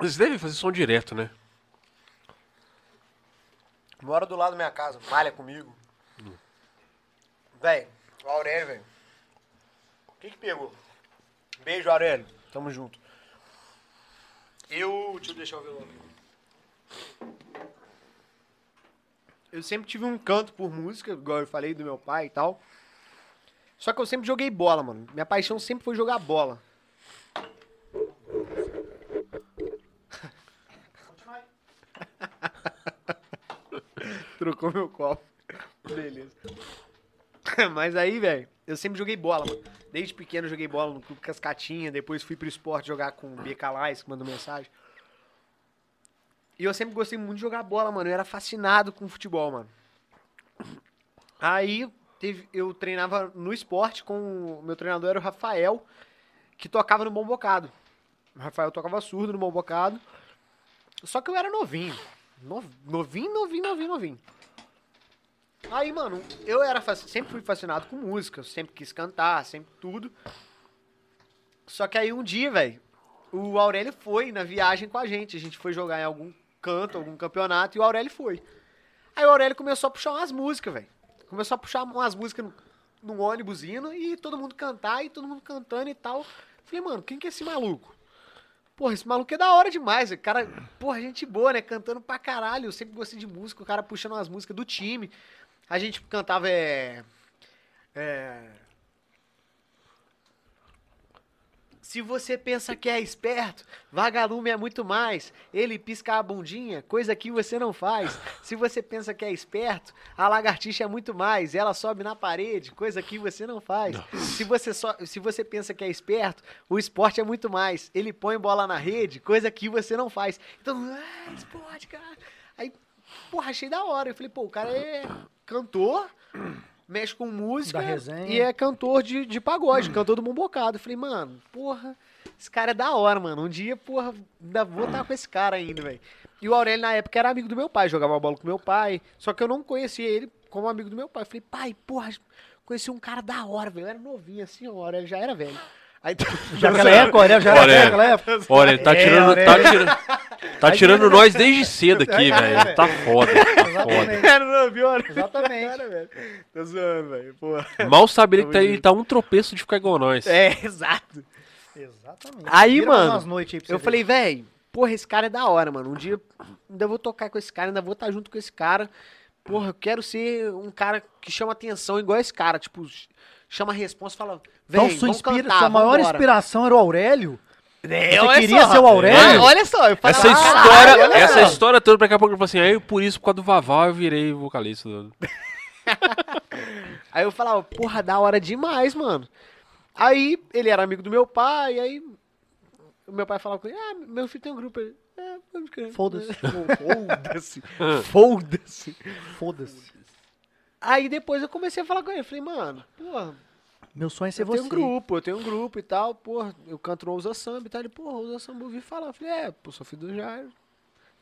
A: Eles devem fazer som direto, né?
D: Mora do lado da minha casa, malha comigo. Véi, o Aurélio, velho. O que que pegou? Beijo, Aurélio. Tamo junto. Eu. Deixa eu deixar o violão aqui. Eu sempre tive um canto por música, igual eu falei do meu pai e tal. Só que eu sempre joguei bola, mano. Minha paixão sempre foi jogar bola. Trocou meu copo. Beleza. Mas aí, velho, eu sempre joguei bola, mano. Desde pequeno eu joguei bola no Clube Cascatinha, depois fui pro esporte jogar com o BK Lais, que mandou mensagem. E eu sempre gostei muito de jogar bola, mano. Eu era fascinado com futebol, mano. Aí teve- eu treinava no esporte com. o Meu treinador era o Rafael, que tocava no Bom Bocado. O Rafael tocava surdo no Bom Bocado. Só que eu era novinho. No- Novinho, novinho, novinho, novinho. Aí, mano, eu era fasc- sempre fui fascinado com música, eu sempre quis cantar, sempre tudo. Só que aí um dia, velho, O Aurélio foi na viagem com a gente. A gente foi jogar em algum canto, algum campeonato, e o Aurélio foi. Aí o Aurélio começou a puxar umas músicas, velho. Começou a puxar umas músicas no, num ônibus indo, e todo mundo cantar, e todo mundo cantando e tal. Falei, mano, quem que é esse maluco? Porra, esse maluco é da hora demais, velho. cara. Porra, gente boa, né? Cantando pra caralho. Eu sempre gostei de música, o cara puxando umas músicas do time. A gente cantava é. É. Se você pensa que é esperto, vagalume é muito mais. Ele pisca a bundinha, coisa que você não faz. Se você pensa que é esperto, a lagartixa é muito mais. Ela sobe na parede, coisa que você não faz. Se você, só, se você pensa que é esperto, o esporte é muito mais. Ele põe bola na rede, coisa que você não faz. Então, ah, esporte, cara. Aí, porra, achei da hora. Eu falei, pô, o cara é cantor, mexe com música
B: Da resenha.
D: e é cantor de, de
B: Hum.
D: pagode, cantor do Mumbocado. Eu falei, mano, porra, esse cara é da hora, mano. Um dia, porra, ainda vou estar com esse cara ainda, velho. E o Aurélio, na época, era amigo do meu pai, jogava bola com meu pai. Só que eu não conhecia ele como amigo do meu pai. Eu falei, pai, porra, conheci um cara da hora, velho. Eu era novinho assim, o Aurélio já era velho. Aí,
B: Daquela época, né? Já era
A: Olha.
B: daquela época.
A: Olha, ele tá
B: É,
A: tirando.
B: né?
A: Tá tirando, tá tirando nós desde cedo aqui,
B: É,
A: velho.
B: velho.
A: Tá foda, tá foda.
B: Exatamente.
D: era novinho, olha.
B: Exatamente.
D: Tô zoando, velho. Porra.
A: Mal sabe ele que tá, ele tá um tropeço de ficar igual nós.
D: É, exato.
B: Exatamente.
D: Aí,
B: Vira mais
D: mano,
B: umas noites aí pra você
D: Eu
B: ver.
D: falei, velho, porra, esse cara é da hora, mano. Um dia ainda vou tocar com esse cara, ainda vou estar junto com esse cara. Porra, eu quero ser um cara que chama atenção igual esse cara. Tipo, ch- chama a resposta e fala, velho,
B: Então, sua,
D: vamos
B: inspira-
D: cantar,
B: sua maior
D: vambora."
B: inspiração era o Aurélio?
D: É,
B: Você
D: olha
B: queria
D: só.
B: ser o Aurélio?
D: Ah, olha só, eu falei,
A: Essa
D: "Ah,
A: história,
D: caralho, olha
A: essa
D: só."
A: história toda, daqui a pouco ele falou assim, aí por isso, por causa do Vavá, eu virei vocalista. do-
D: Aí eu falava, porra, da hora demais, mano. Aí ele era amigo do meu pai, aí o meu pai falava com ele, ah, meu filho tem um grupo. Ele, "É, pode crer."
B: Foda-se.
D: Foda-se. Foda-se.
B: Foda-se.
D: Aí depois eu comecei a falar com ele. Falei, mano, porra,
B: Meu sonho é ser
D: eu
B: você.
D: tenho um grupo, eu tenho um grupo e tal, porra, eu canto no Ousa Samba e tal. Ele, porra, Ousa Samba, eu ouvi falar. Eu falei, é, pô, sou filho do Jairo.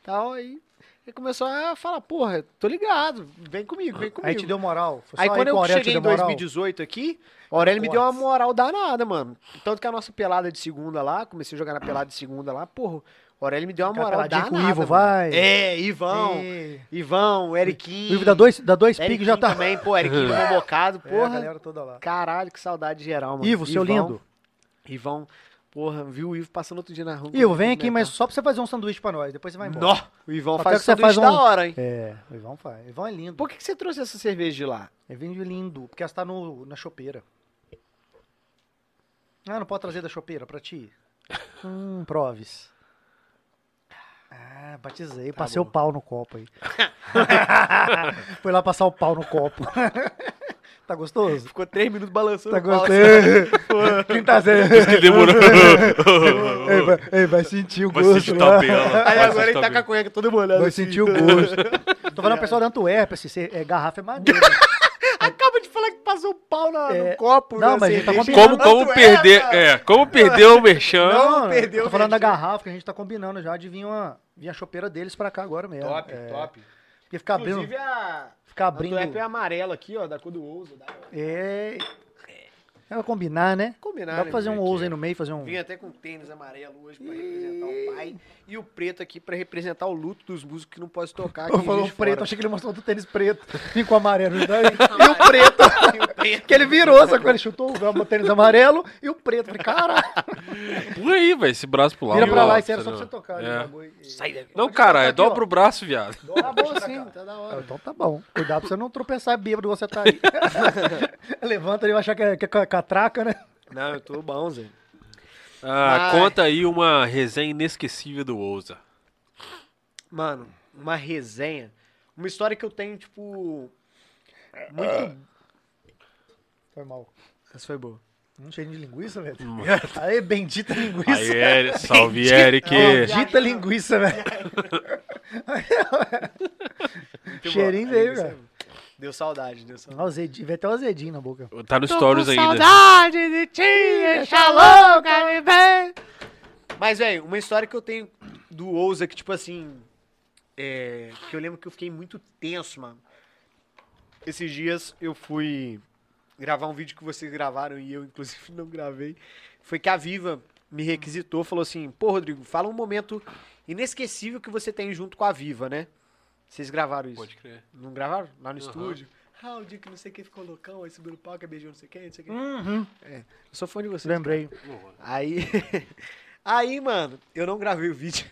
D: Tal, aí ele começou a falar, porra, tô ligado, vem comigo, vem comigo.
B: Aí te deu moral. Foi só
D: Aí quando
B: que o
D: eu
B: Aurélio te
D: cheguei em
B: deu moral.
D: 2018 aqui, o Aurélio me deu uma
B: Nossa.
D: moral danada, mano. Tanto que a nossa pelada de segunda lá, comecei a jogar na pelada de segunda lá, porra, o Aurélio me deu uma
B: Aquela
D: moral
B: peladinha
D: danada.
B: que o Ivo
D: mano.
B: vai.
D: É, Ivão,
B: E-
D: Ivão, Eriquinho.
B: O Ivo dá dois, dá dois piques
D: Eriquinho
B: já tá...
D: também, pô, Eriquinho bocado,
B: É, a
D: porra.
B: galera toda lá.
D: Caralho, que saudade geral, mano.
B: Ivo, seu
D: Ivão-
B: lindo.
D: Ivão, porra, viu o Ivo passando outro dia na rua. tá-
B: Ivo, vem aqui, mas só pra você fazer um sanduíche pra nós. Depois você vai embora.
D: Nó! O Ivão
B: Só
D: faz
B: quero que
D: sanduíche
B: você
D: da
B: faz um-
D: hora, hein?
B: É, o Ivão faz. O Ivão é lindo.
D: Por que, que você trouxe essa cerveja de lá?
B: É vinho lindo, porque essa tá no, na chopeira. Ah, não pode trazer da chopeira pra ti? Hum, proves. Ah, batizei, passei o pau no copo aí. Foi lá passar o pau no copo. tá gostoso?
D: Ficou três minutos balançando
B: Tá
D: o pau, assim.
B: gostoso? Quem tá sendo?
A: Que demorou.
B: Ei, vai, ei, vai sentir o
A: Vai
B: gosto.
A: sentir
B: lá.
A: tabela.
D: Aí
A: vai
D: agora
A: sentir
D: ele tá com a
A: tabela.
D: cueca toda molhada.
B: Vai
D: assim.
B: sentir o gosto. Tô falando o pessoal da Antuérpia, assim, cê- é, garrafa é maneiro.
D: Acaba de falar que passou um pau na,
B: É,
D: no copo.
B: não,
D: na
B: mas ele tá
D: cerveja.
B: combinando.
A: Como, como perder, é, como perder o Merchan.
D: Não, perdeu,
B: Tô falando da
D: gente.
B: garrafa que a gente tá combinando já de vir uma, vir a chopeira deles pra cá agora mesmo.
E: Top,
B: É,
E: top.
B: Porque ficar abrindo.
D: Inclusive a...
B: Ficar
D: a
B: abrindo.
D: Antuérpia é amarela aqui, ó, da cor do ouso. Da...
B: É. É pra combinar, né?
D: Combinar,
B: Dá
D: né,
B: pra fazer um ouso aí no meio, fazer um.
D: Vim até com tênis amarelo hoje pra representar o pai. E o preto aqui pra representar o luto dos músicos que não pode tocar. aqui
B: Eu
D: em
B: falou
D: Juiz de
B: um preto,
D: Fora.
B: achei que ele mostrou do tênis preto. Vim com o amarelo. né? E
D: Amarelo.
B: o preto.
D: E o preto.
B: que ele virou, só que ele chutou o tênis amarelo e o preto. Falei, caralho.
A: Por aí, velho, esse braço pro lado.
B: Vira pra
A: ó,
B: lá, isso era só pra
A: não-
B: você tocar.
A: É.
D: Sai daqui.
A: Não, cara, é
B: Aqui, ó.
A: dobra o braço, viado.
B: Tá bom assim.
D: tá da
B: Ah,
D: hora.
B: então tá bom. Cuidado pra você não tropeçar bêbado, você tá aí. Levanta ele vai achar que é, que é ca- catraca, né?
D: Não, eu tô bom, Zé.
A: Ah,
D: Ai.
A: conta aí uma resenha inesquecível do Ousa.
D: Mano, uma resenha. Uma história que eu tenho, tipo.
B: Ah.
D: Muito.
B: Foi mal.
D: Essa foi boa.
B: Não cheio de linguiça, velho. Aí, bendita linguiça.
A: Aí, Eric, salve, Eric.
B: Bendita linguiça, velho. Cheirinho
D: Muito boa.
B: veio,
D: Aí,
B: velho. um
D: Deu saudade, deu saudade.
B: Azedinho, vai até o azedinho na boca.
A: Tá no Stories ainda.
D: saudade de ti, xalão, bem. Mas, velho, uma história que eu tenho do Ousa que, tipo assim. é, que eu lembro que eu fiquei muito tenso, mano. Esses dias eu fui gravar um vídeo que vocês gravaram e eu, inclusive, não gravei. Foi que a Viva me requisitou, falou assim: pô, Rodrigo, fala um momento inesquecível que você tem junto com a Viva, né? Vocês gravaram isso?
A: Pode crer.
D: Não gravaram? Lá
A: Aham.
D: no estúdio? Ah, o dia que não sei quem ficou loucão, aí subiu no palco, aí beijou não sei quem, não sei quem.
B: Uhum.
D: É, eu sou fã de vocês.
B: Lembrei.
D: Aí, aí, mano, eu não gravei o vídeo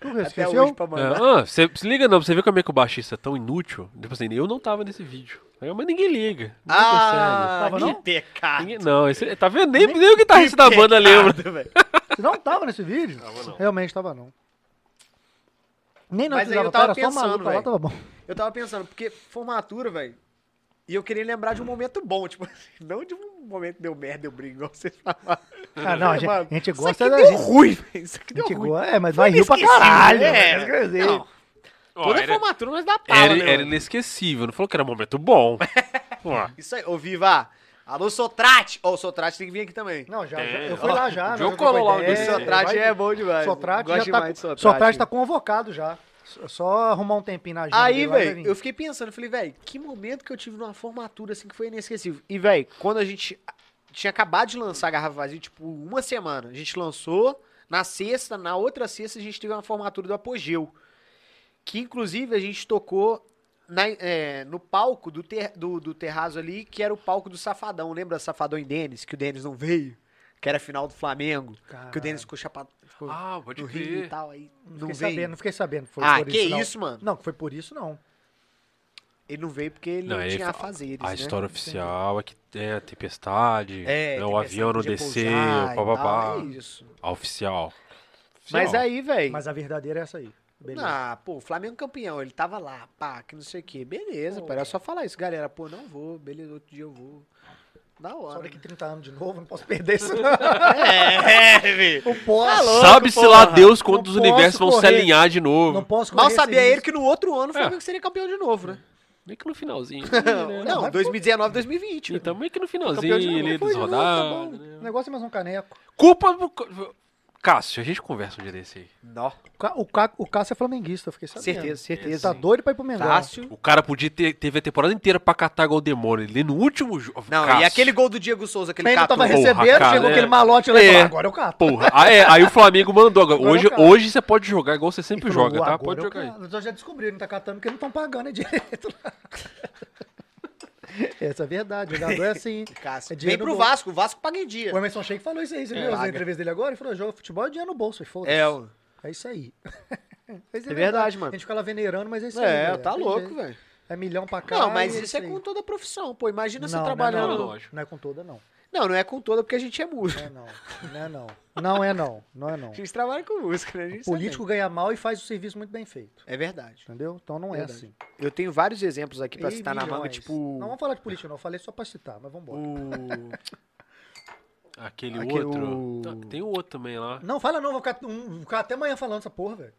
B: Tu
D: até
B: esqueceu? É.
D: hoje pra mandar.
A: Ah, ah, cê- se liga não, pra você ver como é que o baixista é tão inútil. Tipo assim, eu não tava nesse vídeo. Aí, Mas ninguém liga. Ninguém
D: Ah,
B: Tava
D: que
B: não?
A: percebe.
D: pecado.
A: Ninguém, não, esse, tá vendo? Nem, nem o guitarrista da banda lembra.
D: velho.
B: Você não tava nesse vídeo?
A: não.
B: Realmente tava não. Nem não
D: Mas aí eu
B: precisava,
D: tava
B: era só
D: pensando,
B: maluco lá,
D: velho.
B: tava bom.
D: Eu tava pensando, porque formatura, velho. E eu queria lembrar de um momento bom, tipo assim, não de um momento que deu merda, deu briga, igual vocês falaram.
B: Ah, não, a gente,
D: Mano,
B: a gente
D: Isso
B: gosta
D: aqui
B: da
D: deu
B: gente.
D: ruim, velho. Isso aqui
B: A
D: deu
B: gente
D: ruim.
B: gosta, é, mas vai rir pra
D: inesquecível,
B: caralho.
D: né?
B: velho, isso quer dizer.
D: Não,
A: Ó,
D: Toda
A: era,
D: formatura nós dá pau,
A: era,
D: né?
A: era
D: mano?
A: inesquecível, não falou que era um momento bom. Ó,
D: Isso aí, ô Viva. Alô, Sotrate. Ó, o Sotrate tem que vir aqui também.
B: Não, já, já-
A: É,
B: eu fui
A: ó,
B: lá já.
A: o
B: nós
A: Diogo
B: já trocou
A: colou lá o
B: ideia,
A: desse.
B: vai-
D: Sotrate é bom demais.
B: Sotrate
D: Gosto
B: já tá,
D: demais de Sotrate.
B: Sotrate tá convocado já. S- Só arrumar um tempinho na agenda.
D: Aí,
B: dele lá, vai
D: velho,
B: vir.
D: eu fiquei pensando, eu falei, velho, que momento que eu tive numa formatura assim que foi inesquecível. E, velho, quando a gente tinha acabado de lançar a Garrafa Vazia, tipo, uma semana, a gente lançou, na sexta, na outra sexta a gente teve uma formatura do Apogeu, que inclusive a gente tocou na- é, no palco do, ter- do, do terraço ali, que era o palco do Safadão, lembra Safadão e Denis, que o Denis não veio? Que era a final do Flamengo, que o
B: Caralho.
D: Denis ficou chapado, ficou
A: Ah, pode
D: no rio e
A: crer.
D: tal, aí
B: Não
D: não
B: fiquei
D: veio.
B: sabendo, não fiquei sabendo. Foi
D: ah,
B: por
D: que
B: isso, não.
D: isso, mano?
B: Não, que foi por isso não.
D: Ele não veio porque ele
A: Não, né?
D: não,
A: ele
D: tinha a
A: fa-
D: fazer.
A: A história oficial é que tem a tempestade, né,
D: É, tem
A: o avião não
D: questão de
A: desceu,
D: pousar e
A: papapá.
D: tal, é isso.
A: A oficial.
D: Mas
A: Oficial.
D: aí, velho.
B: Mas a verdadeira é essa aí. Beleza.
D: Ah, pô, Flamengo campeão, ele tava lá, pá, que não sei o quê. Beleza, pô,
B: é.
D: era só falar isso, galera. Pô, não vou, beleza, outro dia eu vou. Da
B: Só
D: hora.
B: daqui 30 anos de novo, não posso perder isso.
D: É, velho.
B: Não posso.
A: Sabe-se lá Deus quando
B: tá Não
A: os universos
B: posso
A: vão se
B: correr.
A: alinhar de novo.
B: Não posso
D: Mal
B: correr
D: sabia
B: sem
D: ele que no outro ano o Flamengo
A: É.
D: seria campeão de novo, né?
A: Meio que no finalzinho. né?
D: Não, 2019, 2020. né?
A: Então, meio que no
B: Campeão de
A: finalzinho
B: novo,
A: ali
B: foi
A: dos
B: de novo, tá bom.
A: rodados. né?
B: O negócio é mais um caneco.
A: Culpa do. Cássio, a gente conversa um dia desse aí.
D: Não,
B: O Ca- O, Ca- o Cássio é flamenguista, eu fiquei sabendo.
D: certeza,
B: Ele
D: certeza.
B: tá doido pra ir pro Mengão.
D: Cássio.
A: O cara podia ter teve a temporada inteira pra catar igual o demônio. Ele no último jogo.
D: Não,
A: Cássio.
D: e aquele gol do Diego Souza, aquele
B: Mas ele não
D: catou.
B: tava
A: Porra,
B: recebendo,
A: cara,
B: chegou
A: é.
B: aquele malote lá e
A: É.
B: falou, agora eu cato.
A: Porra. Ah, é, aí o Flamengo mandou. Agora.
B: Agora
A: Hoje,
B: eu cato.
A: hoje você pode jogar igual você sempre
B: Ele falou,
A: joga, tá?
B: agora é
A: Pode
B: eu
A: jogar aí.
B: cato. Nós já descobriram, não tá catando porque não estão pagando é direito. Essa é a verdade, jogador é assim.
D: Cássio.
B: É
D: Vem
B: dinheiro
D: pro
B: no bolso.
D: Vasco, o Vasco paga em dia.
B: O Emerson Sheik falou isso aí, você viu as
D: paga.
B: entrevistas dele agora? Ele falou, joga futebol é dinheiro no bolso, e foda-se.
D: É, ó.
B: É isso aí. Mas
D: É verdade, mano.
B: A gente fica lá veneirando, mas é isso aí.
D: é,
B: galera.
D: tá
B: Tem
D: louco,
B: jeito.
D: velho.
B: É milhão pra cá.
D: Não, mas isso é com toda a profissão, pô. Imagina você trabalhando.
B: Não,
A: não,
B: não,
A: lógico.
B: é com toda, não.
D: Não, não é com toda, porque a gente é
B: Não
D: músico.
B: é não. Não é não. Não é não. Não é não.
D: A gente trabalha com música, né? A gente
B: Político ganha mal e faz o serviço muito bem feito.
D: sabe. É verdade.
B: Entendeu? Então não é
D: Verdade.
B: assim.
D: Eu tenho vários exemplos aqui pra
B: Tem
D: citar na manga,
B: milhões.
D: tipo.
B: Não vamos falar de política, não. Eu falei só pra citar, mas vambora.
D: o...
A: Aquele
D: Aquele
A: outro.
D: o-
A: Tá, Tem outro também lá.
B: Não, fala não, vou ficar, um- vou ficar até amanhã falando essa porra, velho.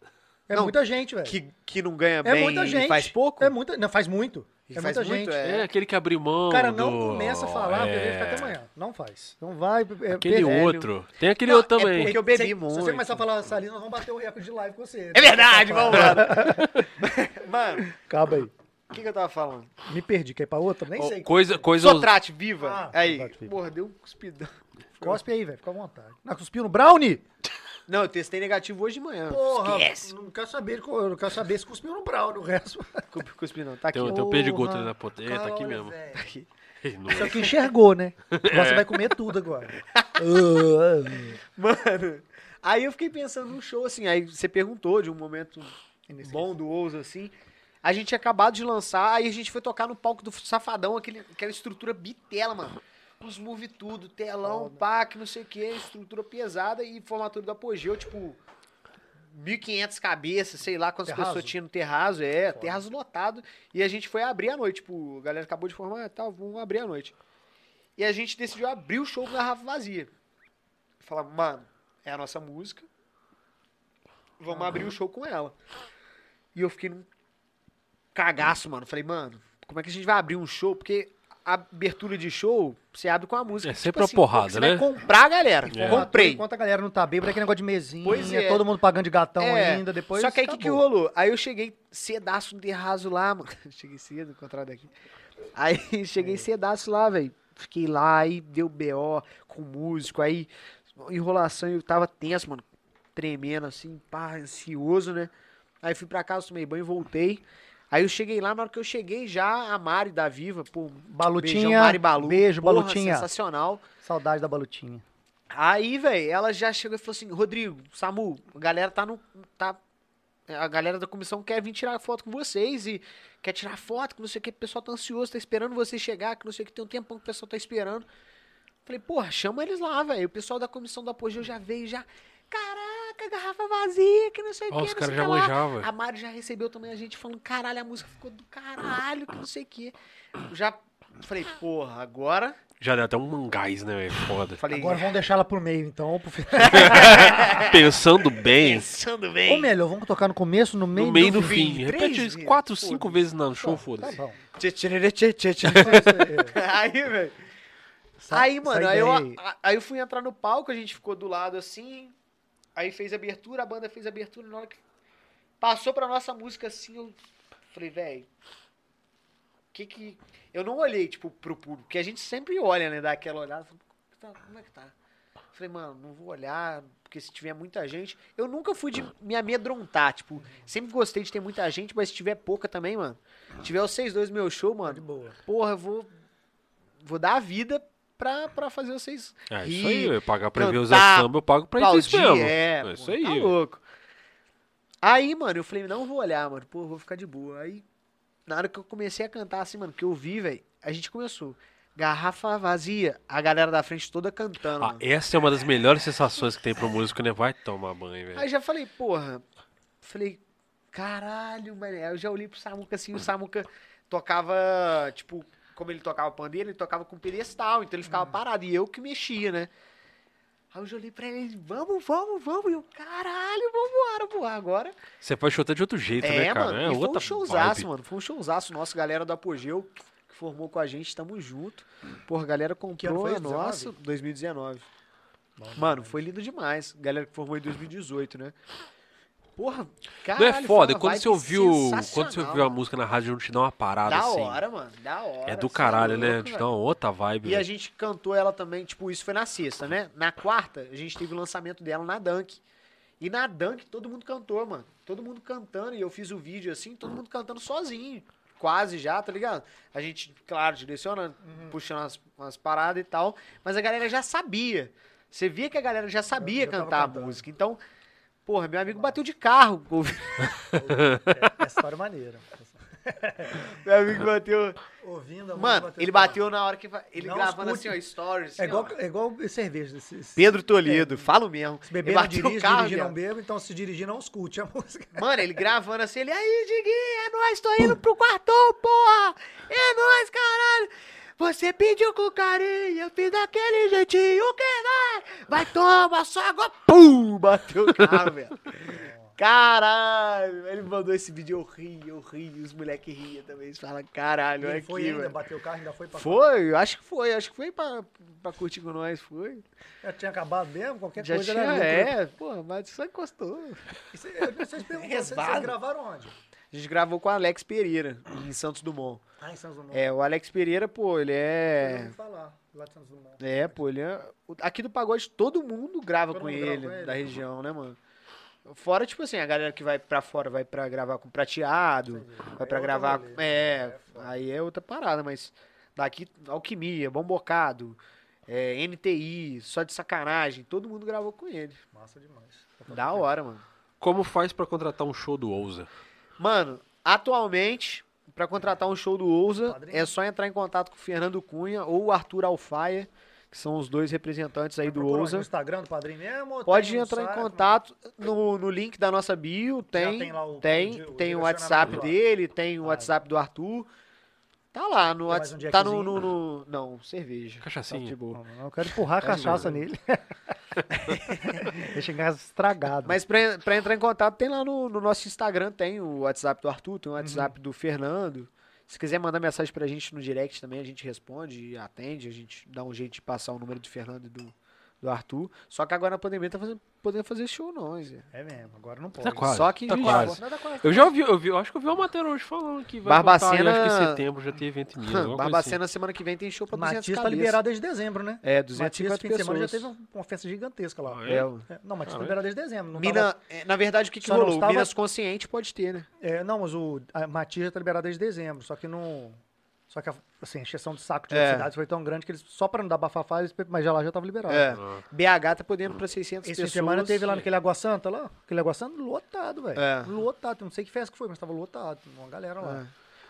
B: É
D: Não,
B: muita gente, velho.
D: que, que não ganha
B: É
D: bem
B: muita gente.
D: e faz pouco?
B: É muita. Não, faz muito.
D: E
B: é
D: faz
B: muita
D: muito,
B: gente.
D: é.
A: É, aquele que abriu mão.
B: Cara, não
A: do-
B: começa a falar, porque vai ficar até
A: É.
B: amanhã. Não faz. Não vai. É,
A: Aquele
B: per-
A: outro. Tem aquele
D: Não,
A: outro
D: é
A: também.
D: porque eu bebi
B: se, Se
D: muito.
B: você começar a falar essa lista, nós vamos bater o recorde de live com você.
D: É verdade, vamos lá. Mano,
B: Acaba aí.
D: o que, que eu tava falando?
B: Me perdi, quer ir pra outra? Nem
A: Ó,
B: sei.
A: Coisa, coisa.
D: Sotrate, viva!
B: Ah,
D: aí,
B: Sotrate, viva.
D: mordeu um cuspidão.
B: Cospe aí, velho. Fica à vontade. Não, cuspiu no brownie?
D: Não, eu testei negativo hoje de manhã.
B: Porra,
D: Esquece.
B: não quero saber, eu não quero saber se cuspiu no brownie o resto.
D: Cuspi- Cuspidão, tá aqui.
A: Tem, tem um pé de gota
B: Porra,
A: ali na ponta. É, tá aqui
B: Caralho,
A: mesmo.
B: velho.
A: Ih, não-
B: Só que enxergou, né?
D: É.
B: Agora você vai comer tudo agora. É.
D: Mano, aí eu fiquei pensando num show, assim, aí você perguntou de um momento bom do Ouso, assim. A gente tinha acabado de lançar, aí a gente foi tocar no palco do Safadão, aquele, aquela estrutura bitela, mano. Uns move tudo, telão, pá, que não sei o que, estrutura pesada e formatura do apogeu, tipo, 1.500 cabeças, sei lá quantas
B: Terraço?
D: pessoas tinha no terraço, é, terraço lotado. E a gente foi abrir à noite, tipo, a galera acabou de formar, ah, tal, vamos abrir à noite. E a gente decidiu abrir o show com garrafa vazia. Falar, mano, é a nossa música. Vamos abrir o show com ela. E eu fiquei num cagaço, mano. Falei, mano, como é que a gente vai abrir um show? Porque a abertura de show, você abre com a música. tipo assim,
A: É sempre uma porrada,
D: você
A: né?
D: vai comprar a galera.
A: É.
D: Comprei.
B: Enquanto a galera não tá bêbada, é aquele negócio de mesinha,
D: Pois é.
B: todo mundo pagando de gatão
D: É,
B: ainda, depois
D: Só que aí o que, que
B: acabou.
D: rolou? Aí eu cheguei cedaço no terraço lá, mano. Cheguei cedo, encontrado aqui.
B: É.
D: Aí cheguei cedaço lá, velho. Fiquei lá, aí deu BO com músico, aí enrolação, eu tava tenso, mano. Tremendo, assim, pá, ansioso, né? Aí fui pra casa, tomei banho, voltei. Aí eu cheguei lá, na hora que eu cheguei já, a Mari da Viva, pô,
B: Balutinha,
D: beijão, Mari Balu.
B: beijo,
D: porra,
B: Balutinha.
D: sensacional.
B: Saudade da balutinha.
D: Aí, velho, ela já chegou e falou assim: Rodrigo, Samu, a galera tá no. Tá, a galera da comissão quer vir tirar foto com vocês e quer tirar foto, que não sei o que, o pessoal tá ansioso, tá esperando você chegar, que não sei o que, tem um tempão que o pessoal tá esperando. Falei, porra, chama eles lá, velho. O pessoal da comissão do Apogeu já veio, já. Caraca, garrafa vazia, que não sei o que,
A: Ó,
D: não
A: os
D: sei o
A: caras
D: que
A: já
D: lá.
A: manjavam.
D: A Mari já recebeu também a gente falando, caralho, a música ficou do caralho, que não sei o que. Já falei, porra, agora.
A: Já deu até um gás, né, velho? Foda.
D: Falei, "Ah."
B: Agora vamos deixar ela pro meio, então. Pro final.
A: Pensando bem,
D: pensando
B: Ou
D: bem.
B: melhor, vamos tocar no começo, no meio,
A: no meio
B: e
A: do
B: fim.
A: fim.
D: três
A: Repete isso
D: vezes,
A: quatro, cinco vezes no show,
B: Tá
A: foda-se.
B: bom. É
D: Tchê, tchê, tchê, tchê, tchê.
H: Aí, velho.
B: Sa-
D: Aí, mano,
B: sai
D: aí eu,
B: daí.
D: a- aí eu fui entrar no palco, a gente ficou do lado assim. Aí fez abertura, a banda fez abertura. Na hora que passou pra nossa música assim, eu falei, velho. Que que. Eu não olhei, tipo, pro público, que a gente sempre olha, né? Dá aquela olhada. fala, "Como que tá- Como é que tá? Falei, mano, não vou olhar, porque se tiver muita gente. Eu nunca fui de me amedrontar, tipo, sempre gostei de ter muita gente, mas se tiver pouca também, mano. Se tiver os 6-2 no meu show, mano,
B: Tá De boa.
D: porra, eu vou, vou dar a vida pra, pra fazer vocês
A: É isso aí,
D: rir,
A: velho. Pagar pra ver os
D: tá cantar,
A: samba, eu pago pra
D: aplaudir.
A: isso mesmo.
D: É,
A: É
D: pô,
A: isso aí,
D: Tá
A: velho.
D: louco. Aí, mano, eu falei, não vou olhar, mano, pô, eu vou ficar de boa. Aí, na hora que eu comecei a cantar assim, mano, que eu vi, velho, a gente começou. Garrafa vazia, a galera da frente toda cantando,
A: Ah,
D: mano.
A: essa é uma das melhores sensações que tem pro músico, né? Vai tomar banho, velho.
D: Aí já falei, porra. Falei, caralho, mano. Aí eu já olhei pro Samuca assim, o Samuca tocava, tipo, como ele tocava pandeiro, ele tocava com pedestal, então ele ficava parado. E eu que mexia, né? Aí eu já olhei pra ele, vamos, vamos, vamos. E eu, caralho, vambora, porra, agora.
A: Você faz show até de outro jeito, né,
D: É,
A: cara?
D: mano,
A: é
D: e foi um
A: outra
D: showzaço,
A: vibe.
D: mano. Foi um showzaço nosso, galera do Apogeu, que formou com a gente, tamo junto. Porra, a galera
B: Que ano
D: comprou
B: foi
D: a
B: isso,
D: nossa, 2019. Mano, foi lindo demais. Galera que formou em 2018, né? Porra, cara.
A: Não é foda, quando você ouviu. Quando você ouviu a música na rádio, não te dá uma parada
D: Da
A: assim.
D: hora, mano, da hora.
A: é do
D: cê
A: caralho, né?
D: louco,
A: Te
D: velho.
A: dá uma outra vibe.
D: E a
A: velho.
D: gente cantou ela também, tipo, isso foi na sexta, né? Na quarta, a gente teve o lançamento dela na Dunk. E na Dunk, todo mundo cantou, mano. Todo mundo cantando, e eu fiz o vídeo assim, todo mundo cantando sozinho. Quase já, tá ligado? A gente, claro, direcionando,
B: Uhum.
D: puxando umas, umas paradas e tal. Mas a galera já sabia. Você via que a galera já sabia
B: já tava
D: cantar a
B: cantando.
D: música. Então, porra, meu amigo bateu de carro. ouvi-
B: É, essa história é maneira.
D: meu amigo bateu.
B: Ouvindo a música,
D: Mano, ele bateu na hora que. va- Ele
B: Não
D: gravando
B: escute.
D: assim, ó, stories.
B: É
D: assim,
B: igual,
D: ó.
B: é igual cerveja. Se, se,
D: Pedro Toledo, falo mesmo.
B: É, se
D: Ele
B: beber não
D: bateu o
B: dirige,
D: carro,
B: dirigir não
D: viado.
B: bebe, então se dirigir não escute a música.
D: Mano, ele gravando assim, ele, aí, Diguinho, é nóis, tô indo pro quartão, porra! É nóis, caralho! Você pediu com carinho, eu fiz daquele jeitinho, que vai? Vai, toma, só água, pum! Bateu o carro, velho. Caralho, ele mandou esse vídeo, eu ri, eu ri, os moleque riam também, eles falam, caralho,
B: E
D: olha
B: ele
D: é aqui,
B: foi ainda,
D: velho.
B: bateu o carro, ainda foi pra
D: Foi, eu acho que foi, acho que foi pra, pra curtir com nós, foi.
B: Já tinha acabado mesmo, qualquer
D: Já
B: coisa né?
D: tinha,
B: era lucro.
D: é, porra, mas só encostou.
B: E cê- eu- Vocês perguntaram, vocês- vocês
D: Resvado.
B: gravaram onde?
D: A gente gravou com o Alex Pereira, em Santos Dumont.
B: Ah, em Santos Dumont.
D: É, o Alex Pereira, pô, ele
B: Eu
D: é.
B: ouvi falar, lá de Santos Dumont.
D: É, pô, ele é. o- Aqui do pagode todo mundo grava
B: Todo
D: com
B: mundo grava
D: ele,
B: com ele?
D: da região, né, mano? Fora, tipo assim, a galera que vai pra fora vai pra gravar com prateado, vai
B: Aí
D: pra
B: é outro
D: gravar.
B: rolê.
D: É,
B: foda.
D: aí é outra parada, mas daqui, Alquimia, Bom Bocado, é, NTI, só de sacanagem, todo mundo gravou com ele.
B: Massa demais.
D: Da hora, mano.
A: Como faz pra contratar um show do Ousa?
D: Mano, atualmente, pra contratar um show do Ousa,
B: Padrinho.
D: é só entrar em contato com o Fernando Cunha ou o Arthur Alfaia, que são os dois representantes aí
B: Vai
D: do
B: procurar onde? No
D: Ousa.
B: Instagram do padrinho mesmo? ou
D: Pode
B: tem no
D: entrar em
B: site?
D: contato no, no link da nossa bio, tem,
B: tem
D: tem,
B: lá o-
D: tem,
B: o
D: o,
B: direcionamento
D: WhatsApp
B: lá.
D: dele, tem o
B: Ah,
D: WhatsApp do Arthur. Tá lá no
B: Tem mais
D: WhatsApp.
B: um
D: tá no,
B: jackzinho?
D: no- no- Não, cerveja.
A: Cachacinha.
D: Tá de boa.
B: Não, não, eu quero empurrar a cachaça nele. Deixa em casa estragado.
D: Mas pra, pra entrar em contato, tem lá no, no nosso Instagram, tem o WhatsApp do Arthur, tem o
B: Uhum.
D: WhatsApp do Fernando. Se quiser mandar mensagem pra gente no direct também, a gente responde e atende. A gente dá um jeito de passar o número do Fernando e do, do Arthur. Só que agora na pandemia tá fazendo, podendo fazer show não, Zé.
B: É mesmo, agora não pode.
A: Tá quase.
D: Só que
A: tá
D: em
A: quase.
B: Nada quase.
A: Eu já ouvi, eu vi, eu acho que eu vi uma matéria hoje falando que vai
D: Barbacena-
A: voltar, eu acho que em setembro já tem evento em
B: é
A: Minas. alguma coisa assim.
D: Barbacena semana que vem tem show pra 200
B: Matias tá
D: cabeças.
B: liberado desde dezembro, né?
D: É,
B: Matias,
D: 250
B: fim de
D: pessoas.
B: semana, já teve uma festa gigantesca lá.
A: Ah,
D: É,
A: é?
D: o-
B: É, Não, Matias
A: Ah,
B: tá
A: é?
B: liberado desde dezembro. Não,
D: Mina,
B: tava-
D: é, na verdade, o que, que
B: Só não
D: rolou? O
B: estava-
D: Minas consciente pode ter, né?
B: é, não mas o a Matias já tá liberado desde dezembro, só que não... Só que a, assim, a exceção de saco de
D: É.
B: outras cidades foi tão grande que eles, só pra não dar bafafá, eles, mas já lá já tava liberado.
D: É.
A: Ah.
D: BH tá podendo pra 600
B: Esse fim
D: pessoas.
B: de semana teve lá naquele Água Santa lá, aquele Água Santa lotado, velho.
D: É.
B: Lotado, não sei que festa que foi, mas tava lotado, uma galera lá.
D: É.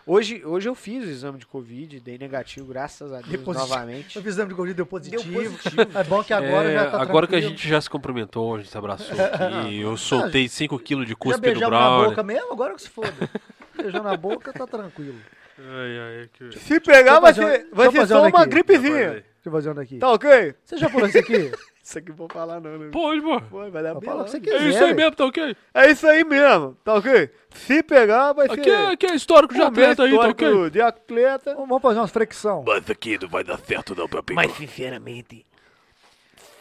D: Hoje, hoje eu fiz o exame de Covid, dei negativo, graças a Deus,
B: Deu positivo.
D: novamente.
B: Eu fiz exame de Covid, deu positivo.
D: Deu
B: É bom que agora
A: É,
B: já tá
A: agora que a
B: tranquilo.
A: gente já se cumprimentou, a gente se abraçou aqui, eu soltei 5kg de
B: Já
A: cuspe no
B: beijamos na
A: Brown.
B: boca mesmo? Agora que se foda. Beijou na boca, tá tranquilo.
D: Se pegar,
B: Tô fazendo- tô fazendo aqui. Deixa eu fazer um daqui.
D: Tá ok?
B: Você já falou isso aqui?
D: Isso aqui não vou falar não, né?
A: Pô, pô.
D: Pô, vai dar né?
B: Pô,
D: bem
B: fala o que você
A: É
B: quiser.
A: isso aí
B: velho.
A: mesmo, tá ok?
D: É isso aí mesmo, tá ok? Se pegar, vai um
A: Aqui é, aqui é histórico de atleta aí, tá ok?
D: de atleta.
B: Vamos vamos fazer umas fricção.
A: Mas aqui não vai dar certo não, papinho.
I: Mas sinceramente,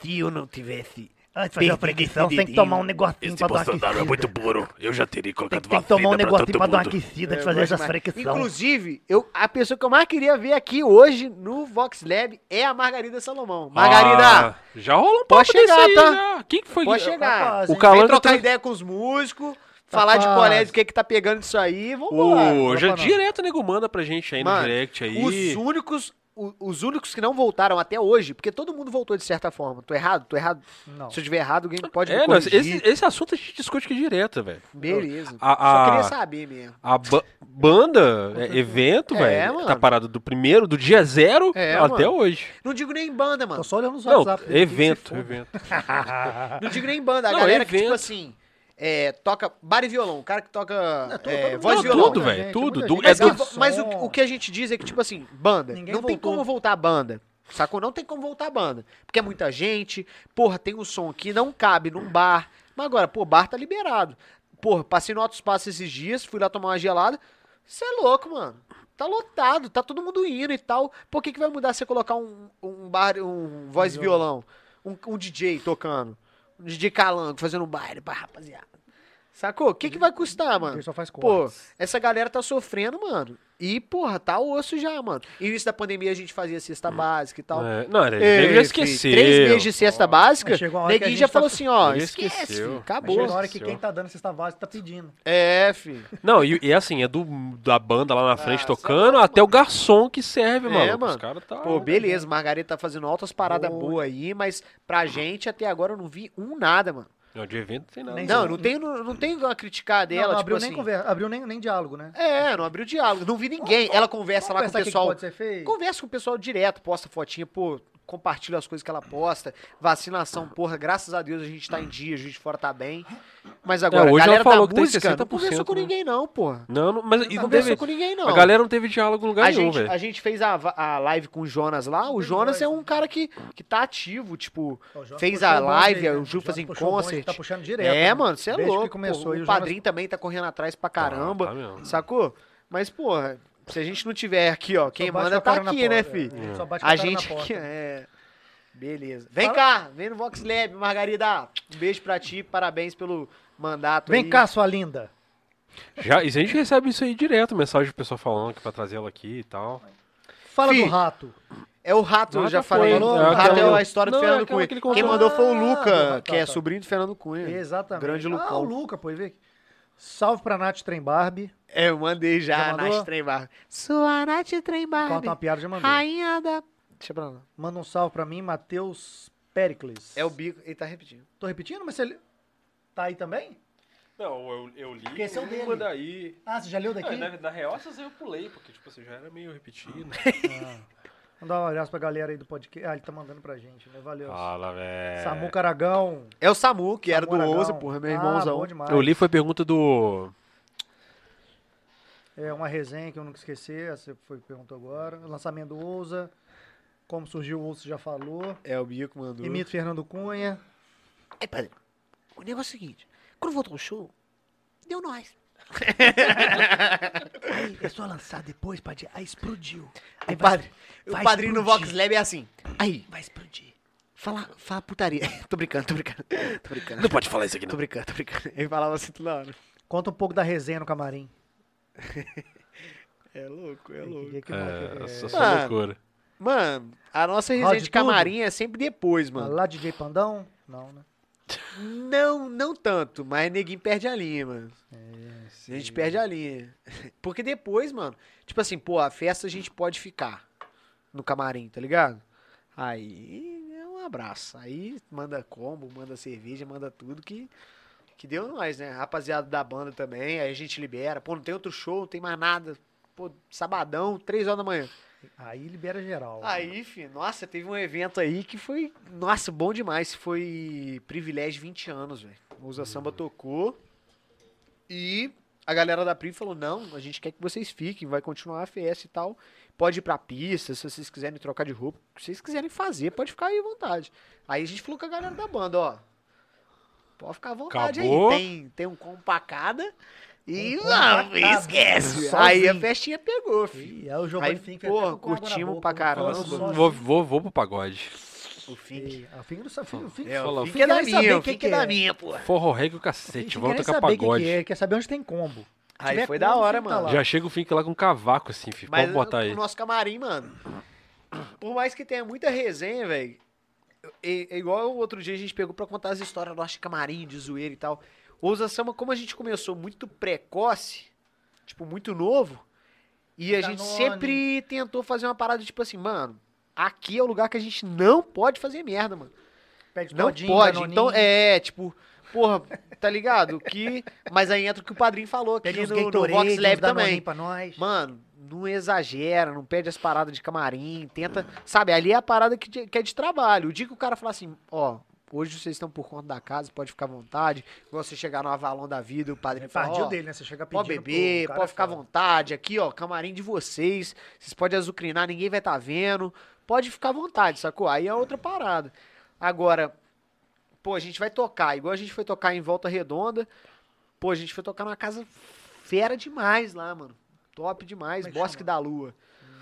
I: se eu não tivesse.
B: Antes de
I: fazer uma fricção, tem que tomar um
B: negocinho é
A: burro. Eu já teria
I: Tem,
A: colocado
I: tem que tomar um negocinho pra dar uma
B: É,
I: aquecida, de fazer essas fricções.
D: Inclusive, eu, a pessoa que eu mais queria ver aqui hoje no Vox Lab é a Margarida Salomão. Margarida,
A: já rolou um papo
D: Pode
A: desse
D: chegar,
A: aí,
D: tá?
A: já. Quem que foi?
D: pode
A: que...
D: chegar.
A: O
B: rapaz, hein?
D: Vem
A: Calango
D: trocar
A: tá-
D: ideia com os músicos, falar de
B: Rapaz.
D: colégio, o que que tá pegando disso aí, vambora.
A: Ô, já
B: Fala pra nós.
A: direto, nego, manda pra gente aí no
D: Mano,
A: direct
D: Os
A: aí.
D: únicos, o- os únicos que não voltaram até hoje, porque todo mundo voltou de certa forma. Tô errado? Tô errado?
B: Não.
D: Se eu tiver errado, alguém pode
A: É,
D: me
A: nós-
D: corrigir.
A: esse, esse assunto a gente discute aqui direto, velho.
D: Beleza.
A: A-
D: Só
A: a-
D: queria saber mesmo.
A: A ba- banda, é, evento,
D: É,
A: velho,
D: mano.
A: tá parado do primeiro, do dia zero
D: É,
A: até
D: mano.
A: hoje.
D: Não digo nem banda,
B: Tô
D: mano.
B: só olhando os
A: Não,
B: WhatsApp. dele, que se
A: evento,
B: foda.
A: evento.
D: Não digo nem banda. A
A: Não,
D: galera que,
A: evento.
D: tipo assim, é, toca bar e violão. O cara que toca
B: É, todo-
D: é,
B: todo mundo-
D: voz e
A: Não,
D: violão.
A: tudo, velho,
B: gente,
A: tudo.
B: muita
A: Do-
B: gente.
A: é
D: Mas,
A: do-
D: a vo- mas o,
B: Som.
D: o que a gente diz é que, tipo assim, banda,
B: Ninguém
D: não tem
B: voltou.
D: como voltar a banda. Sacou? Não tem como voltar a banda. Porque é muita gente. Porra, tem um som que não cabe num bar. Mas agora, pô, bar tá liberado. Porra, passei no Alto Espaço esses dias, fui lá tomar uma gelada. Você é louco, mano. Tá lotado, tá todo mundo indo e tal. Por que, que vai mudar você colocar um, um bar, um voz e violão? Um, um DJ tocando. Um DJ calango, fazendo um baile pra rapaziada. Sacou? O que, que vai custar, mano?
B: Ele só faz
D: Pô,
B: cortes.
D: essa galera tá sofrendo, mano. E, porra, tá osso já, mano. E início da pandemia a gente fazia cesta básica e tal.
A: É, não, ele
D: Ei,
A: ele já
D: filho,
A: esqueceu.
D: Três meses de cesta básica,
B: Mas chegou uma hora que a
D: neguinho
B: gente
D: já
B: tá-
D: falou assim, ó,
A: Ele
D: esquece,
A: esqueceu.
D: filho,
B: Mas chega
D: acabou.
B: a hora que
A: Senhor.
B: quem tá dando cesta básica tá pedindo.
D: É, filho.
A: Não, e, e assim, é do, da banda lá
D: Ah,
A: na frente tocando até o garçom que serve,
D: É,
A: maluco.
D: mano.
A: Os caras tá.
D: Pô, beleza, Margarida tá fazendo altas paradas boas aí, mas pra gente até agora eu não vi um nada, mano.
A: Não, de evento não tem nada.
B: Nem-
D: Não, eu não tenho, não, não tenho uma criticar
B: Não,
D: dela,
B: não
D: tipo
B: abriu
D: assim.
B: nem conversa, abriu nem, nem diálogo, né?
D: É, não abriu diálogo, não vi ninguém. Ela conversa lá
B: Vamos
D: com
B: pensar
D: o
B: o que que
D: pessoal.
B: pode ser feito?
D: Conversa com o pessoal direto, posta fotinha, pô, compartilha as coisas que ela posta. Vacinação, porra, graças a Deus a gente tá em dia, a gente fora tá bem. Mas agora,
A: É, hoje ela
D: a galera
A: falou
D: da
A: que tem
D: música não
A: 60%,
D: conversou com
A: né?
D: ninguém não, porra.
A: Não, não, mas e
D: Não
A: não
D: conversou
A: teve.
D: com ninguém não.
A: A galera não teve diálogo em lugar
D: A
A: nenhum,
D: gente,
A: velho.
D: a gente fez a, va- a live com o Jonas lá. O
B: Tem
D: Jonas
B: live,
D: é
B: né?
D: um cara que, que tá ativo, tipo.
B: Ó, o Jonas
D: Fez
B: puxou
D: a
B: o bonde
D: live,
B: aí, né?
D: o Ju
B: Jonas
D: fazendo
B: puxou o bonde,
D: concert.
B: Tá puxando direto.
D: é,
B: né?
D: mano, você é
B: Desde que
D: louco.
B: começou
D: pô.
B: aí,
D: o
B: o Jonas-
D: padrinho também tá correndo atrás pra
A: Ah,
D: caramba.
A: tá mesmo.
D: Sacou? Mas, porra, se a gente não tiver aqui, ó, quem
B: Só bate com
D: manda
B: a
D: tá
B: cara na
D: aqui, né,
B: porta,
D: fi?
B: é. Só bate com
D: A
B: cara na
D: gente
B: porta.
D: aqui, é. Beleza. Vem cá, vem no Vox Lab, Margarida. Um beijo pra ti, parabéns pelo mandato.
B: Vem
D: aí.
B: cá, sua linda.
A: Já, e a gente recebe isso aí direto, mensagem do pessoal falando que pra trazer ela aqui e tal.
B: Fala
D: Fi,
B: do rato.
D: É o rato, eu
A: Rato
D: já
A: foi,
D: falei.
B: né?
D: o rato
A: Aquela-
D: é a história do
A: Não, é
D: Fernando
A: aquela
D: Cunha.
A: que ele contou.
D: Quem mandou foi o
B: Ah,
D: Luca,
B: tá,
D: que é
B: tá.
D: sobrinho do Fernando Cunha.
B: Exatamente.
D: Grande
B: Luca. Ah,
D: Lucão.
B: o Luca, pô, vê. Salve pra Nath Trem Barbie.
D: É, eu mandei
B: Já
D: já,
B: mandou?
D: Nath Trembar. Sua Nath
B: Conta uma
D: Trembar.
B: piada, já mandou.
D: Rainha da. Deixa pra lá.
B: Manda um salve pra mim, Matheus Pericles.
D: É o bico. Ele tá repetindo.
B: Tô repetindo, mas você... Tá aí também?
A: Não, eu, eu li
B: Esse é o uma dele.
A: daí. É,
B: Ah, você já leu daqui?
D: é
A: real, essas eu pulei, porque tipo assim, já era meio repetido.
B: Mandar um abraço pra galera aí do podcast. Ah, ele tá mandando pra gente, né? Valeu.
D: Ah,
A: Fala, velho.
B: Samu Caragão.
D: É o Samu, que era do
B: Aragão.
D: Ousa, porra, meu
B: Ah,
D: irmãozão.
B: bom demais.
A: Eu li foi pergunta do.
B: É uma resenha que eu nunca esqueci, essa foi perguntou agora. Lançamento do Ousa. Como surgiu o Ousa, você já falou.
D: É, o Bico mandou.
B: Imito Fernando Cunha.
I: É, padre, o negócio é o seguinte: quando voltou o show, deu nós. Aí é só lançar depois, padre. Aí explodiu. Aí
D: O padre-
I: vai
D: o padrinho do
I: explodir.
D: Vox Lab é assim.
I: Aí vai explodir.
D: Fala, fala putaria. tô brincando, tô brincando. Tô brincando.
A: Não pode falar isso aqui,
D: Tô
A: não.
D: brincando, tô brincando. Ele falava assim toda hora.
B: Conta um pouco da resenha no camarim.
D: É louco, é
B: Que-
D: louco.
B: que- que- que-
A: É, só, só
D: Mano.
A: loucura.
D: Mano, a nossa
B: Rola
D: resenha
B: de
D: de camarim é sempre depois, mano.
B: Lá DJ Pandão? Não, né?
D: Não, não tanto, mas neguinho perde a linha, mano. a gente perde a linha. Porque depois, mano, tipo assim, pô, a festa a gente pode ficar no camarim, tá ligado? Aí é um abraço. Aí manda combo, manda cerveja, manda tudo que, que deu nós, né? Rapaziada da banda também, aí a gente libera. Pô, não tem outro show, não tem mais nada. Pô, sabadão, três horas da manhã.
B: Aí libera geral.
D: Aí, filho, nossa, teve um evento aí que foi, nossa, bom demais. Foi Privilégio 20 anos, velho. O Usa Samba tocou. E a galera da Pri falou: não, a gente quer que vocês fiquem, vai continuar a festa e tal. Pode ir pra pista, se vocês quiserem trocar de roupa, o que vocês quiserem fazer, pode ficar aí à vontade. Aí a gente falou com a galera da banda: ó, pode ficar à vontade
A: Acabou.
D: aí. Tem, tem um combo pra cada. E
B: Um combo
D: não,
B: pra cada,
D: esquece.
B: sozinho.
D: Aí a festinha pegou, filho.
B: E aí o Giovanni
D: Aí,
B: Fink
D: pô,
B: é até com água na
D: curtimos
B: boca,
D: pra
B: né? Falando
D: caramba.
B: sozinho.
A: Vou, vou, vou pro pagode.
D: O Fink.
B: E- ah, O Fink não sabe. O Fink,
D: É,
A: Fala,
D: o
B: Fink
D: Fink é da
B: quer nem saber
D: minha, o
B: quem
D: Fink é
B: que é.
D: da minha, pô.
A: Forro reggae o
B: o Fink
A: cacete,
B: quer
A: vamos
B: nem
A: tocar
B: saber o que, que
A: pagode.
B: é, quer saber onde tem combo.
D: Aí
B: tiver
D: foi
B: como,
D: da
B: o
D: hora,
B: Fink tá
D: mano.
B: lá.
A: Já chega o Fink lá com um cavaco, assim, filho.
D: Mas
A: Pode botar
D: o
A: aí.
D: nosso camarim, mano. Por mais que tenha muita resenha, velho. É, é igual o outro dia a gente pegou pra contar as histórias do nosso camarim, de zoeira e tal. O Ousa Samba, como a gente começou muito precoce, tipo, muito novo, e a
A: Tá
D: gente
B: Danone.
D: sempre tentou fazer uma parada tipo assim, mano, aqui é o lugar que a gente não pode fazer merda, mano.
B: Pede
D: Não
B: todinho,
D: pode.
B: danoninho.
D: Então, é, tipo, porra, tá ligado? Que, mas aí entra o que o padrinho falou aqui
B: Pede uns
D: no, no
B: Gatorade,
D: Vox Lab
B: uns Danoninho
D: também.
B: pra nós.
D: Mano, não exagera, não pede as paradas de camarim, tenta. Sabe, ali é a parada que, de- que é de trabalho. O dia que o cara falar assim, ó. Hoje vocês estão por conta da casa, pode ficar à vontade. Igual você chegar no Avalon da vida, o padrinho
B: É
D: fala,
B: tardio
D: ó,
B: dele, né? Você chega pedindo
D: pode beber,
B: pro cara, é
D: pode ficar à
B: fala,
D: vontade. Aqui, ó, camarim de vocês. Vocês podem azucrinar, ninguém vai estar vendo. Pode ficar à vontade, sacou? Aí é outra parada. Agora, pô, a gente vai tocar. Igual a gente foi tocar em Volta Redonda. Pô, a gente foi tocar numa casa fera demais lá, mano. Top demais.
B: Como é que
D: Bosque
B: chama?
D: da Lua.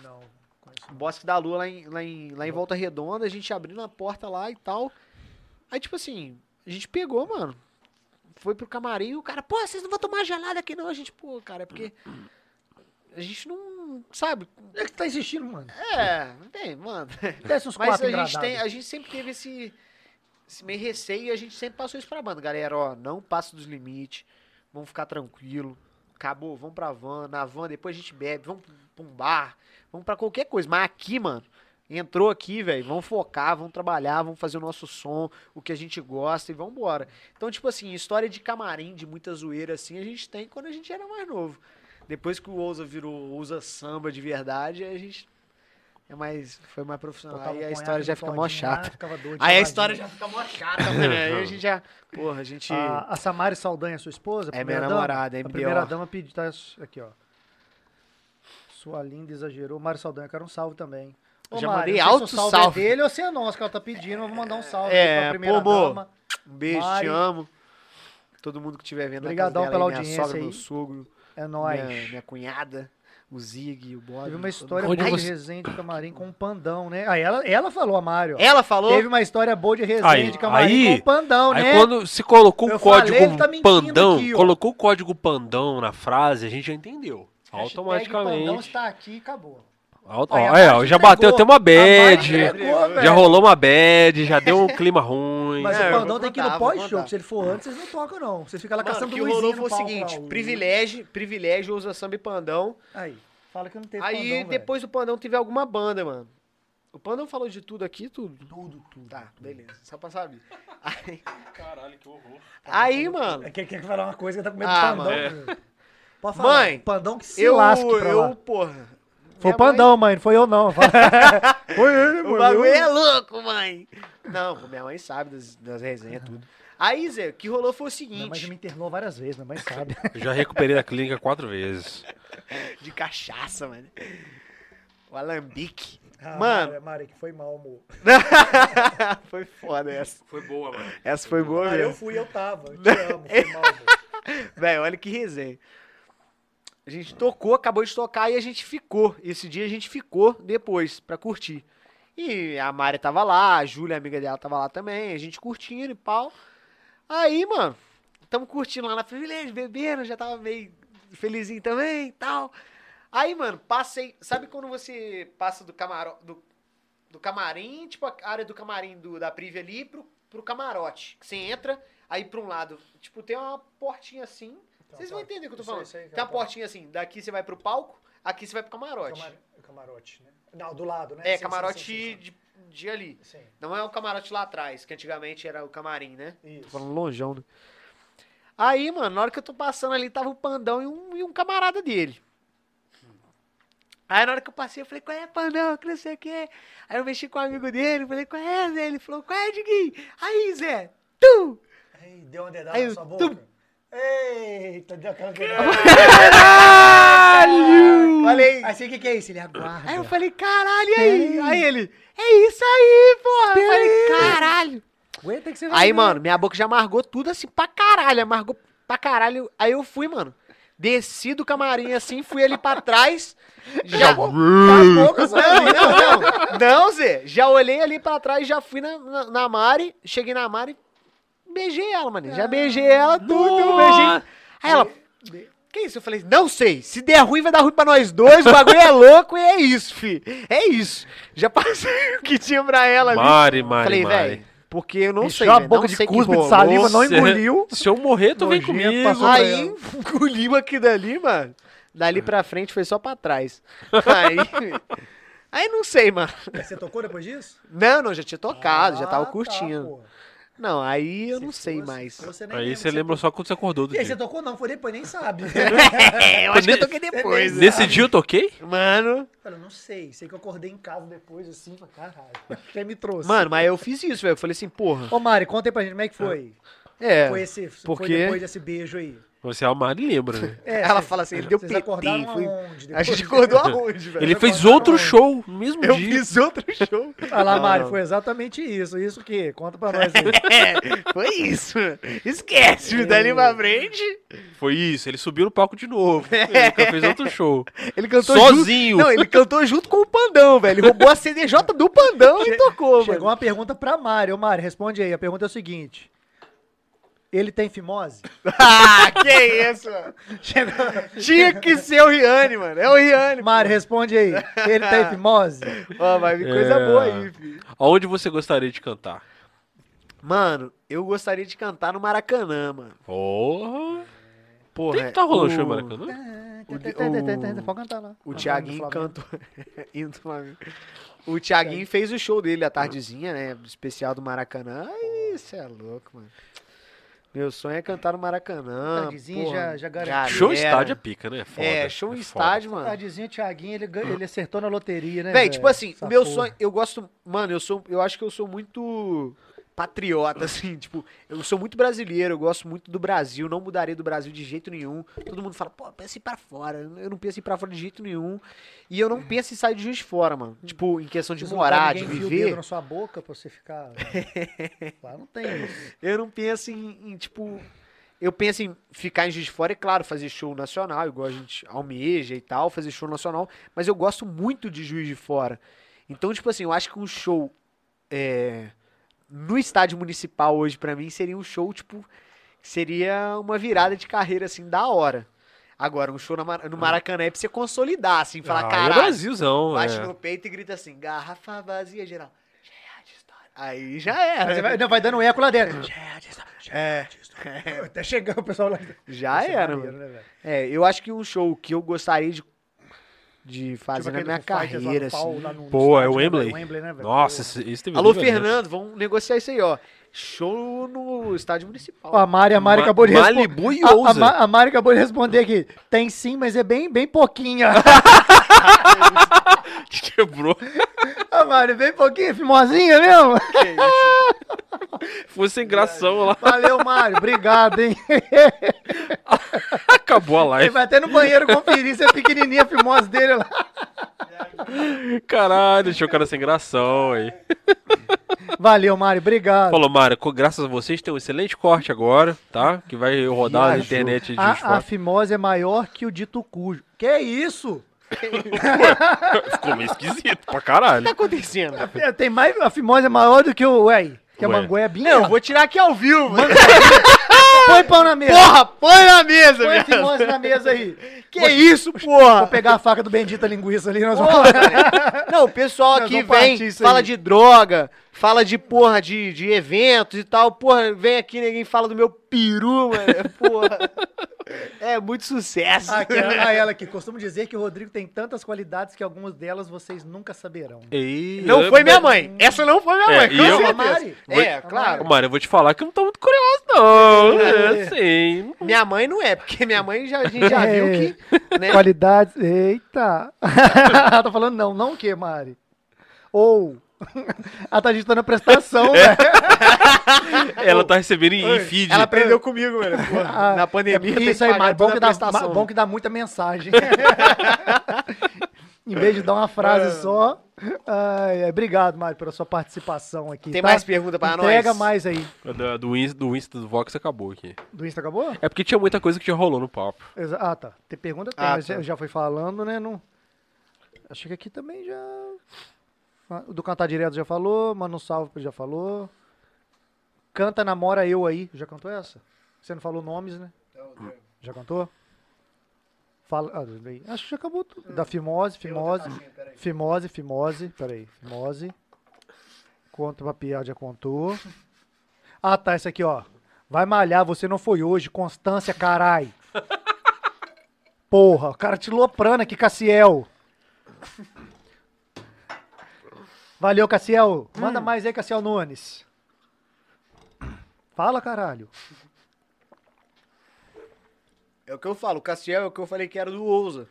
B: Não, conheço não.
D: Bosque da Lua lá em, lá em, lá em Volta Redonda. A gente abrindo a porta lá e tal. Aí, tipo assim, a gente pegou, mano. Foi pro camarim e o cara, pô, vocês não vão tomar gelada aqui não. A gente, pô, cara, é porque. A gente não. Sabe?
B: Onde é que tá existindo, mano?
D: É, não tem, mano.
B: Desce uns
D: Mas
B: quatro
D: a gente,
B: engradados.
D: tem, a gente sempre teve esse, esse meio receio e a gente sempre passou isso pra banda. Galera, ó, não passa dos limites, vamos ficar tranquilo. Acabou, vamos pra van, na van depois a gente bebe, vamos pra um bar, vamos pra qualquer coisa. Mas aqui, mano, entrou aqui, velho, vamos focar, vamos trabalhar, vamos fazer o nosso som, o que a gente gosta e vamos embora. Então, tipo assim, história de camarim, de muita zoeira assim, a gente tem quando a gente era mais novo. Depois que o Ousa virou Ousa Samba de verdade, a gente é mais, foi mais profissional.
B: Botava
D: aí a
B: um
D: história já
B: conhaque
D: fica
B: no
D: mó
B: todinho lá,
D: chata.
B: ficava doido de
D: Aí a
B: geladinho.
D: história já fica mó chata, né? Aí a gente já. Porra, a gente.
B: Ah, A, a Samari Saldanha, sua esposa, a
D: É minha
B: primeira dama,
D: namorada,
B: A
D: MBO.
B: primeira dama pediu, tá aqui, ó. Sua linda exagerou. Mário Saldanha, eu quero um salve também. Ô,
D: Já
B: Mário,
D: mandei
B: não sei se o
D: alto
B: salve,
D: salve.
B: É dele ou se é nosso que ela tá pedindo, eu vou mandar um salve
D: É,
B: aí pra primeira
D: pô, amor.
B: dama.
D: um beijo,
B: Mari.
D: te amo. Todo mundo que estiver vendo
B: Obrigadão
D: na casa
B: pela
D: dela, aí, minha
B: audiência
D: sogra,
B: aí.
D: meu sogro,
B: É nóis.
D: minha, minha cunhada, o Zig, o Bob.
B: Teve uma
D: todo
B: história
D: mundo.
B: boa de
A: você-
B: resenha de camarim com um pandão, né? Aí ela, ela falou, a Mário. ó.
D: Ela falou.
B: Teve uma história boa de resenha
A: Aí,
B: de camarim
A: aí-
B: com um pandão,
A: Aí
B: né?
A: quando se colocou
B: Eu
A: o
B: falei,
A: código
B: ele tá mentindo
A: pandão,
B: aqui, ó.
A: colocou o código pandão na frase, a gente já entendeu.
B: Hashtag Pandão
A: Automaticamente.
B: está aqui e acabou.
A: Auto,
B: Aí,
A: ó,
B: a
A: é,
B: Mari
A: ó, já
B: entregou.
A: bateu até uma
B: A
A: bad,
B: Mari entregou,
A: já
B: velho.
A: rolou uma bad, já deu um clima ruim.
B: Mas o
D: É, eu
B: Pandão
D: vou
B: tem que ir
D: contar,
B: no
D: vou
B: pós-show,
D: contar.
B: que se ele for antes, vocês não tocam, não. Vocês ficam lá
D: Mano, o
B: caçando
D: que
B: luzinha
D: rolou
B: no
D: foi o
B: palco,
D: seguinte:
B: lá, o-
D: privilégio, privilégio, usa samba e pandão.
B: Aí, fala que não teve
D: Aí
B: Pandão, velho.
D: depois do Pandão teve alguma banda, mano. O Pandão falou de tudo aqui, tudo. Tudo, tudo. Tá, beleza. Só pra saber. Aí,
A: Caralho, que horror.
D: aí, Tá, mano,
B: É que ele quer falar uma coisa que tá com medo
D: Ah,
B: de pandão.
D: mano.
B: velho. Pode falar.
D: Mãe,
B: pandão que se
D: eu,
B: lasque pra
D: eu,
B: lá.
D: porra.
B: Foi
D: minha
B: o pandão, mãe, não foi eu não. Fala- foi ele,
D: mãe- o bagulho é louco, mãe. Não, pô, minha mãe sabe das, das resenhas, tudo. Aí, Zé, o que rolou foi o
B: Minha mãe já me
D: seguinte:
B: internou várias vezes, minha mãe sabe.
A: Já recuperei da clínica quatro vezes.
D: de cachaça, mano. O alambique.
B: Ah,
D: Mano.
B: Mari, Mari, que foi mal, amor.
D: foi foda essa.
A: Foi boa, mano.
D: Essa foi boa
B: Ah,
D: mesmo.
B: eu fui, eu tava. Eu te amo, foi mal, amor.
D: Velho, olha que resenha. A gente tocou, acabou de tocar e a gente ficou. Esse dia a gente ficou depois pra curtir. E a Mari tava lá, a Júlia, amiga dela, tava lá também, a gente curtindo e pau. Aí, mano, tamo curtindo lá na privilégio, bebendo, já tava meio felizinho também e tal. Aí, mano, passei. Sabe quando você passa do camaro, do, do camarim, tipo a área do camarim do, da Prive ali, pro, pro camarote? Que você entra, aí pra um lado, tipo, tem uma portinha assim.
B: Então,
D: Vocês
B: tá.
D: vão entender o que eu tô
B: Isso aí,
D: falando.
B: isso aí,
D: Tem uma
B: tá.
D: portinha assim, daqui você vai pro palco, aqui você vai pro camarote.
B: Camar- Camarote, né? Não, do lado, né?
D: É,
B: Sim, sim,
D: camarote
B: sim, sim,
D: De, de ali.
B: sim. Sim,
D: Não é o camarote lá atrás, que antigamente era o camarim, né?
B: isso.
D: Falando longeão, né? Aí, mano, na hora que eu tô passando ali, tava o Pandão e um, e um camarada dele. Aí na hora que eu passei, eu falei, qual é, Pandão, que não sei o quê. Aí eu mexi com um amigo dele, falei, qual é, Zé? Ele falou, qual é, Diguinho? Aí, Zé, tu!
B: Ei, deu uma dedada
D: Aí
B: na
D: eu-
B: sua
D: tum.
B: boca. Eita, deu aquela dedada.
D: Caralho! Falei,
B: Aí você o que, que é isso? Ele aguarda.
D: Aí eu falei, caralho, e aí? Aí ele, é isso aí, porra! Eu falei, caralho!
B: Aguenta que você vai
D: Aí,
B: ver.
D: mano, minha boca já amargou tudo assim pra caralho, amargou pra caralho. Aí eu fui, mano, desci do camarim assim, fui ali pra trás, já...
B: Tá pouco, só-
D: Não, não, não. Não, Zé. Já olhei ali pra trás, já fui na, na, na Mari. Cheguei na Mari, beijei ela, mano. Já beijei ela, tudo, beijei. Aí ela. Que isso? Eu falei, não sei. Se der ruim, vai dar ruim pra nós dois. O bagulho é louco e é isso, fi. É isso. Já passei o que tinha pra ela ali.
A: Mari, Mari,
D: falei,
A: Mari.
D: velho, porque eu não sei.
B: Encheu a
D: velho,
B: boca
D: não
B: de
D: sei que
B: cuspe de
D: rolou.
B: saliva, não
A: Você-
B: engoliu.
A: Se eu morrer, tu vem
B: Nojento,
A: comigo.
B: passou pra
D: Aí
B: ela.
D: engoliu aqui dali, mano. Dali pra frente foi só pra trás. Aí. Aí não sei, mano.
B: Você tocou depois disso?
D: Não, não, já tinha tocado, já
B: Ah,
D: tava
B: tá,
D: curtindo.
B: porra.
D: não, aí eu
B: Se
D: não sei
B: fosse-
D: mais.
B: você nem
A: Aí
B: lembra,
A: você lembra só quando você acordou do
B: E aí, você
A: dia.
B: tocou? Não, foi depois, nem sabe.
D: É, eu acho que eu toquei depois. né?
A: é, Nesse dia eu toquei?
D: Mano,
B: Cara, eu não sei. Sei que eu acordei em casa depois, assim, falei, caralho. Quem me trouxe?
D: mano, mas eu fiz isso, velho. Eu falei assim, porra.
B: Ô, Mari, conta aí pra gente como é que foi.
D: É.
B: foi esse, foi
D: porque-
B: depois desse beijo aí.
A: Você é o Mari lembra, né?
B: É,
D: Ela
B: cê-
D: fala assim, ele deu
B: vocês
D: PT.
B: acordaram
D: foi-
B: aonde
D: A
B: depois?
D: gente acordou aonde, velho?
A: Ele fez
B: acordaram
A: outro
B: onde?
A: show no mesmo
D: Eu
A: dia.
D: fiz outro show.
B: Olha lá,
D: Não,
B: Mari,
D: não.
B: foi exatamente isso. Isso o quê? Conta pra nós aí.
D: É, foi isso. Esquece, me dali pra frente.
A: Foi isso, ele subiu no palco de novo.
B: É.
A: Ele nunca fez outro show.
D: Ele cantou junto.
A: Sozinho.
D: Não, ele cantou junto com o Pandão, velho. Ele roubou a CDJ do Pandão e tocou,
B: Chegou
D: mano.
B: uma pergunta pra Mari. Ô, Mari, responde aí. A pergunta é o seguinte. Ele tem fimose?
D: Ah, que isso, mano.
B: Chegou...
D: Tinha que ser o Riane, mano. É o Riane.
B: Mari, responde aí. Ele tem fimose?
D: Ó, vai vir coisa
A: É.
D: boa aí, filho.
A: Aonde você gostaria de cantar?
D: Mano, eu gostaria de cantar no Maracanã, mano.
A: Porra.
D: Porra,
A: Tem que tá
B: é
A: rolando
D: o-
A: show em Maracanã?
D: o-
B: Pode cantar lá.
D: O Thiaguinho cantou. Indo do Flamengo. O Thiaguinho fez o show dele à tardezinha, né? Especial do Maracanã. Ai, Isso é louco, mano. Meu sonho é cantar no Maracanã.
B: Tardezinha
D: porra.
B: já- já garantiu.
D: Galera.
A: Show em estádio é pica, né? Foda,
D: É, show
A: foda.
D: em estádio, mano.
B: Tadinho, o Thiaguinho, ele, gan- ele acertou na loteria, né?
D: Véi,
B: velho?
D: tipo assim,
B: Essa
D: o meu
B: porra.
D: sonho, eu gosto, mano, eu sou, eu acho que eu sou muito patriota assim, tipo, eu sou muito brasileiro, eu gosto muito do Brasil, não mudaria do Brasil de jeito nenhum. Todo mundo fala, pô, pensa em ir pra fora. Eu não penso em ir pra fora de jeito nenhum. E eu não penso em sair de Juiz de Fora, mano. Tipo, em questão de
B: Hum. Vocês não
D: morar,
B: querem
D: de
B: ninguém enfiar O dedo
D: viver,
B: na sua boca pra você ficar. lá não tem isso.
D: eu não penso em, em, tipo eu penso em ficar em Juiz de Fora, é claro, fazer show nacional, igual a gente almeja e tal, fazer show nacional, mas eu gosto muito de Juiz de Fora. Então, tipo assim, eu acho que um show é, no estádio municipal hoje, pra mim, seria um show, tipo, seria uma virada de carreira, assim, da hora. Agora, um show na Mar- no Maracanã é pra você consolidar, assim, falar,
A: Ah, é
D: caralho,
A: Brasilzão,
D: bate
A: é.
D: no peito e grita assim, garrafa vazia, geral, já é a de história. Aí já era. né?
B: Você vai, não, vai dando um eco lá dentro. É. Até chegar o pessoal lá. é
D: Já era, Ah, mano.
B: né,
D: É, eu acho que um show que eu gostaria de, de
B: Tipo
D: fazer na minha carreira, assim.
A: Pô,
B: né,
A: é o Wembley. Nossa,
B: Nossa.
A: esse, esse teve
D: Alô,
A: nível, né?
D: Fernando, vamos negociar isso aí, ó. Show no estádio municipal.
B: a Mari, a Mari
A: Ma-
B: acabou de responder.
A: Malibu e
B: A, a
A: Ousa.
B: Ma- a Mari acabou de responder aqui. Tem sim, mas é bem, bem pouquinha.
A: Quebrou.
B: a Mari, bem pouquinha, fimosinha mesmo.
A: Foi sem gração lá.
B: Valeu, Mário. Obrigado, hein?
A: Acabou a
B: Você
A: live.
B: vai até no banheiro conferir se é pequenininha, a fimose dele lá.
A: Caralho, deixou o cara sem gração aí.
B: Valeu, Mário. Obrigado.
A: Falou, Mário, co- graças a vocês tem um excelente corte agora, tá? Que vai rodar na
D: Viajou.
B: Ah,
A: internet de
B: A, a
A: fora.
B: fimose é maior que o de tucujo. Que isso?
A: Ficou meio esquisito pra caralho.
D: tá acontecendo?
B: É, Tem mais, a fimose é maior do que o. Ué, que a
A: Ué.
B: mangoé é bem.
D: Não, eu vou tirar aqui ao vivo.
B: Põe pão na mesa.
D: Porra, põe na mesa,
B: Põe a
D: velho.
B: fimose na mesa aí.
D: Que isso, porra?
B: Vou pegar a faca do Bendita Linguiça ali, nós vamos
D: Não, o pessoal
B: Nós
D: aqui
B: vamos partir
D: vem,
B: isso
D: fala
B: aí.
D: de droga, fala de porra de, de eventos e tal. Porra, vem aqui, ninguém fala do meu peru, mano. Porra. É muito sucesso.
B: Aquela, a ela aqui. Costumo dizer que o Rodrigo tem tantas qualidades que algumas delas vocês nunca saberão.
D: Não foi minha mãe. Essa não foi minha
A: É,
D: mãe.
A: e
D: com
A: eu-
D: certeza.
B: Mari,
D: É,
B: Vou-
D: claro.
A: Mano, eu vou te falar que eu não tô muito curioso, não. É, sim.
D: Minha mãe não é, porque minha mãe já, a gente já
B: É.
D: viu que. Né?
B: Qualidades. Eita! Ela tá falando não, não o quê, Mari? Ou. Ela tá digitando a prestação,
D: É,
B: né? velho.
A: Ela tá recebendo em em feed.
D: Ela aprendeu comigo, velho. porra.
B: É. Ah,
D: na pandemia,
B: é
D: tem
B: isso aí,
D: pagar
B: Mari. Bom
D: toda
B: que,
D: a
B: dá,
D: prestação.
B: bom que dá muita mensagem. em vez de dar uma
D: É.
B: frase só. Ai, ai, obrigado, Mari, pela sua participação aqui.
D: Tem
B: tá?
D: mais pergunta pra nós?
B: Entrega mais aí.
A: Da- Do Insta, do Insta do Vox acabou aqui.
B: Do Insta acabou?
A: É porque tinha muita coisa que já rolou no papo.
B: Exa- Ah, tá. Tem pergunta? Tem,
D: Ah,
B: mas
D: tá.
B: eu já fui falando, né? Não... Acho que aqui também já. Ah, O do Cantar Direto já falou, Mano Salve já falou. Canta Namora Eu aí. Já cantou essa? Você não falou nomes, né? Já cantou? Fala... ah, tudo bem. acho que já acabou tudo. Da Fimose, Fimose. Fimose, Fimose. Peraí. Fimose. Conta uma piada, já contou. Ah, tá. Essa aqui, ó. Vai malhar, você não foi hoje. Constância, carai. Porra, o cara te loprando aqui, Cassiel. Valeu, Cassiel. Manda mais aí, Cassiel Nunes. Fala, caralho.
D: É o que eu falo, o Castiel é o que eu falei que era do Ousa.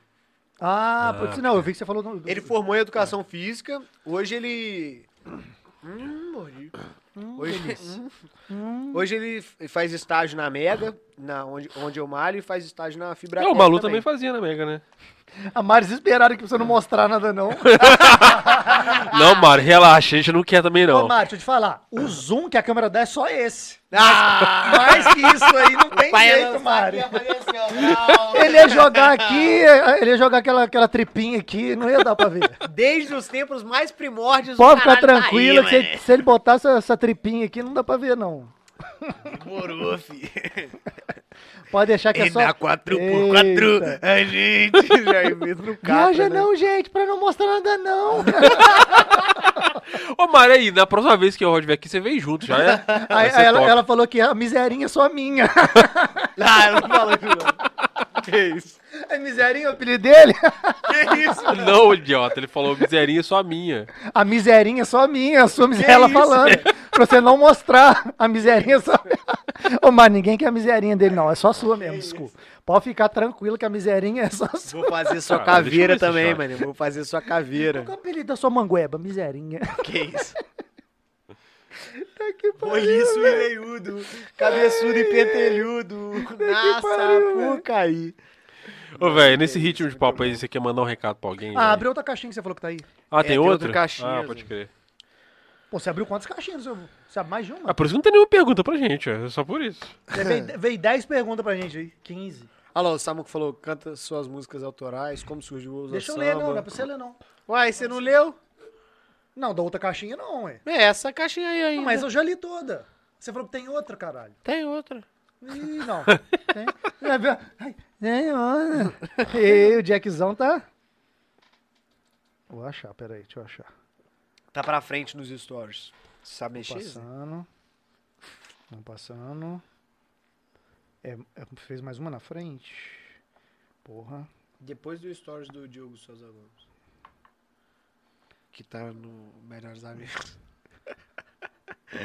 B: Ah, putz, não, eu vi que você falou. do- do-
D: Ele formou em educação física, hoje ele. Hum, mordi. Hoje, Hum. Hoje ele f- faz estágio na Mega, na onde, onde eu malho, e faz estágio na Fibra.
A: Não, É, o Malu também fazia na Mega, né?
B: A Mari desesperada aqui pra você não mostrar nada, não.
A: Não, Mário, relaxa, a gente não quer também,
B: Ô,
A: não.
B: Mari, deixa eu te falar. O zoom que a câmera dá é só esse.
D: Ah!
B: Mais que isso aí, não tem
D: Pai,
B: jeito,
D: ela-
B: Mari.
D: Apareceu, não.
B: Ele ia jogar aqui, ele ia jogar aquela, aquela tripinha aqui, não ia dar pra ver.
D: Desde os tempos mais primórdios
B: Pode ficar
D: caralho tá
B: tranquila
D: aí,
B: que se- se ele botar essa, essa tripinha aqui, não dá pra ver, não.
D: mano. Morou, fi.
B: Pode deixar que é
D: E
B: só...
D: na 4 por
B: Eita.
D: 4 a gente já é inventa no carro.
B: Viaja não, gente, pra não mostrar nada, não.
A: Ô, Mário, aí, na próxima vez que o Rod vier aqui, você vem junto, já é?
B: Aí,
A: Vai ser
B: aí ela,
A: top.
B: ela falou que a miserinha é só minha.
D: Ah, eu não falo isso, não. Que isso?
B: A miserinha é o apelido dele?
D: Que isso?
A: Não, idiota, ele falou miserinha é só minha.
B: A miserinha é só minha, a sua miséria ela
D: isso? né?
B: falando. Pra você não mostrar a miserinha é só minha. Ô, mas ninguém quer a miserinha dele, não. É só a sua mesmo, desculpa. Pode ficar tranquilo que a miserinha é só a sua.
D: Vou fazer sua
A: Cara,
D: caveira
A: deixa eu ver esse
D: também,
A: chat.
D: mano. Vou fazer sua
B: Qual
D: caveira.
B: que é o apelido da sua mangueba? Miserinha.
D: Que isso?
B: Tá que
D: Roliço e veiudo, cabeçudo e pentelhudo, na Sapucaí.
A: Ô, velho, nesse ritmo de papo aí, você quer mandar um recado pra alguém?
B: Ah,
A: velho?
B: abre outra caixinha que você falou que tá aí.
A: Ah,
D: É,
A: tem
D: tem outra
A: outra?
D: caixinha,
A: ah, pode
D: velho.
A: crer.
B: Pô, você abriu quantas caixinhas? seu- Você abre mais de uma?
A: Ah, por isso que não tem nenhuma pergunta pra gente, é só por isso.
B: Você veio, veio 10 perguntas pra gente aí. 15.
D: Olha lá, o Samuco falou, canta suas músicas autorais, como surgiu o Ousa
B: Deixa eu
D: Samba.
B: ler, não, não é pra você ler, não.
D: Uai, você não leu?
B: Não, da outra caixinha não, ué.
D: É, essa caixinha aí ainda.
B: Mas eu já li toda. Você falou que tem outra, caralho.
D: Tem outra.
B: Ih, não. tem. Já viu? Ai, tem outra. Ei, o Jackzão tá. Vou achar, peraí, deixa eu achar.
D: Tá pra frente nos stories. Sabe mexer? Zé?
B: Passando. Não passando. É, é, fez mais uma na frente. Porra.
D: Depois do stories do Diogo Souza Gomes. Que tá no Melhores Amigos.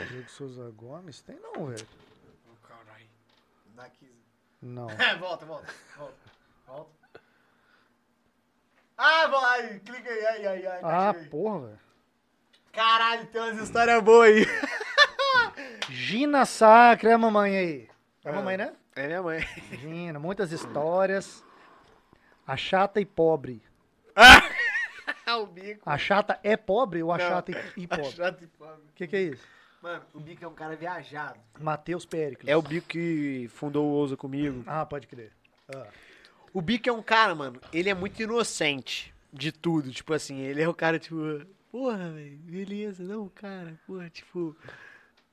B: Diego Souza Gomes? Tem não, velho.
D: Caralho. Dá 15.
B: Não.
D: volta, volta, volta. Volta. Ah, vou aí, clica aí, aí, aí, aí.
B: Ah,
D: aí.
B: porra, velho.
D: Caralho, tem umas histórias boas aí.
B: Gina Sacra, é a mamãe aí. É a mamãe, né?
D: É minha mãe.
B: Gina, muitas histórias. A chata e pobre.
D: Ah, o bico.
B: A chata é pobre ou a chata e, e pobre?
D: Chato e pobre.
B: O que, que é isso?
D: Mano, o bico é um cara viajado.
B: Matheus Péricles.
D: É o bico que fundou o Ousa comigo.
B: Ah, pode crer. Ah.
D: O Bico é um cara, mano, ele é muito inocente de tudo. Tipo assim, ele é o cara, tipo, porra, velho, beleza, não, cara, porra, tipo.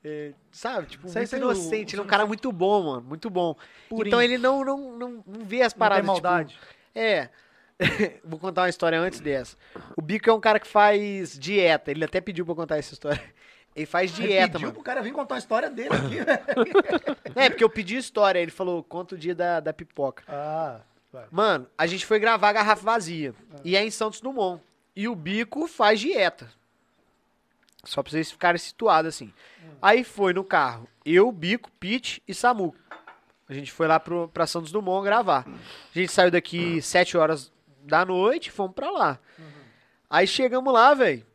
D: é, sabe, tipo,
B: Sei,
D: muito
B: sei, o-
D: inocente. Ele é um cara muito bom, mano, muito bom.
B: Purinho.
D: Então ele não, não, não, não vê as paradas.
B: não tem maldade.
D: Tipo, é. Vou contar uma história antes dessa. O Bico é um cara que faz dieta. Ele até pediu pra eu contar essa história. Ele faz
B: Ele
D: dieta,
B: pediu
D: mano.
B: pro cara vir contar a história dele aqui.
D: É, porque eu pedi história. Ele falou, conta o dia da, da pipoca.
B: ah,
D: Mano, a gente foi gravar a garrafa vazia. E é em Santos Dumont. E o bico faz dieta. Só pra vocês ficarem situados assim. Aí foi no carro. Eu, Bico, Pete e Samu. A gente foi lá pro, pra Santos Dumont gravar. A gente saiu daqui sete horas da noite e fomos pra lá. Aí chegamos lá, velho.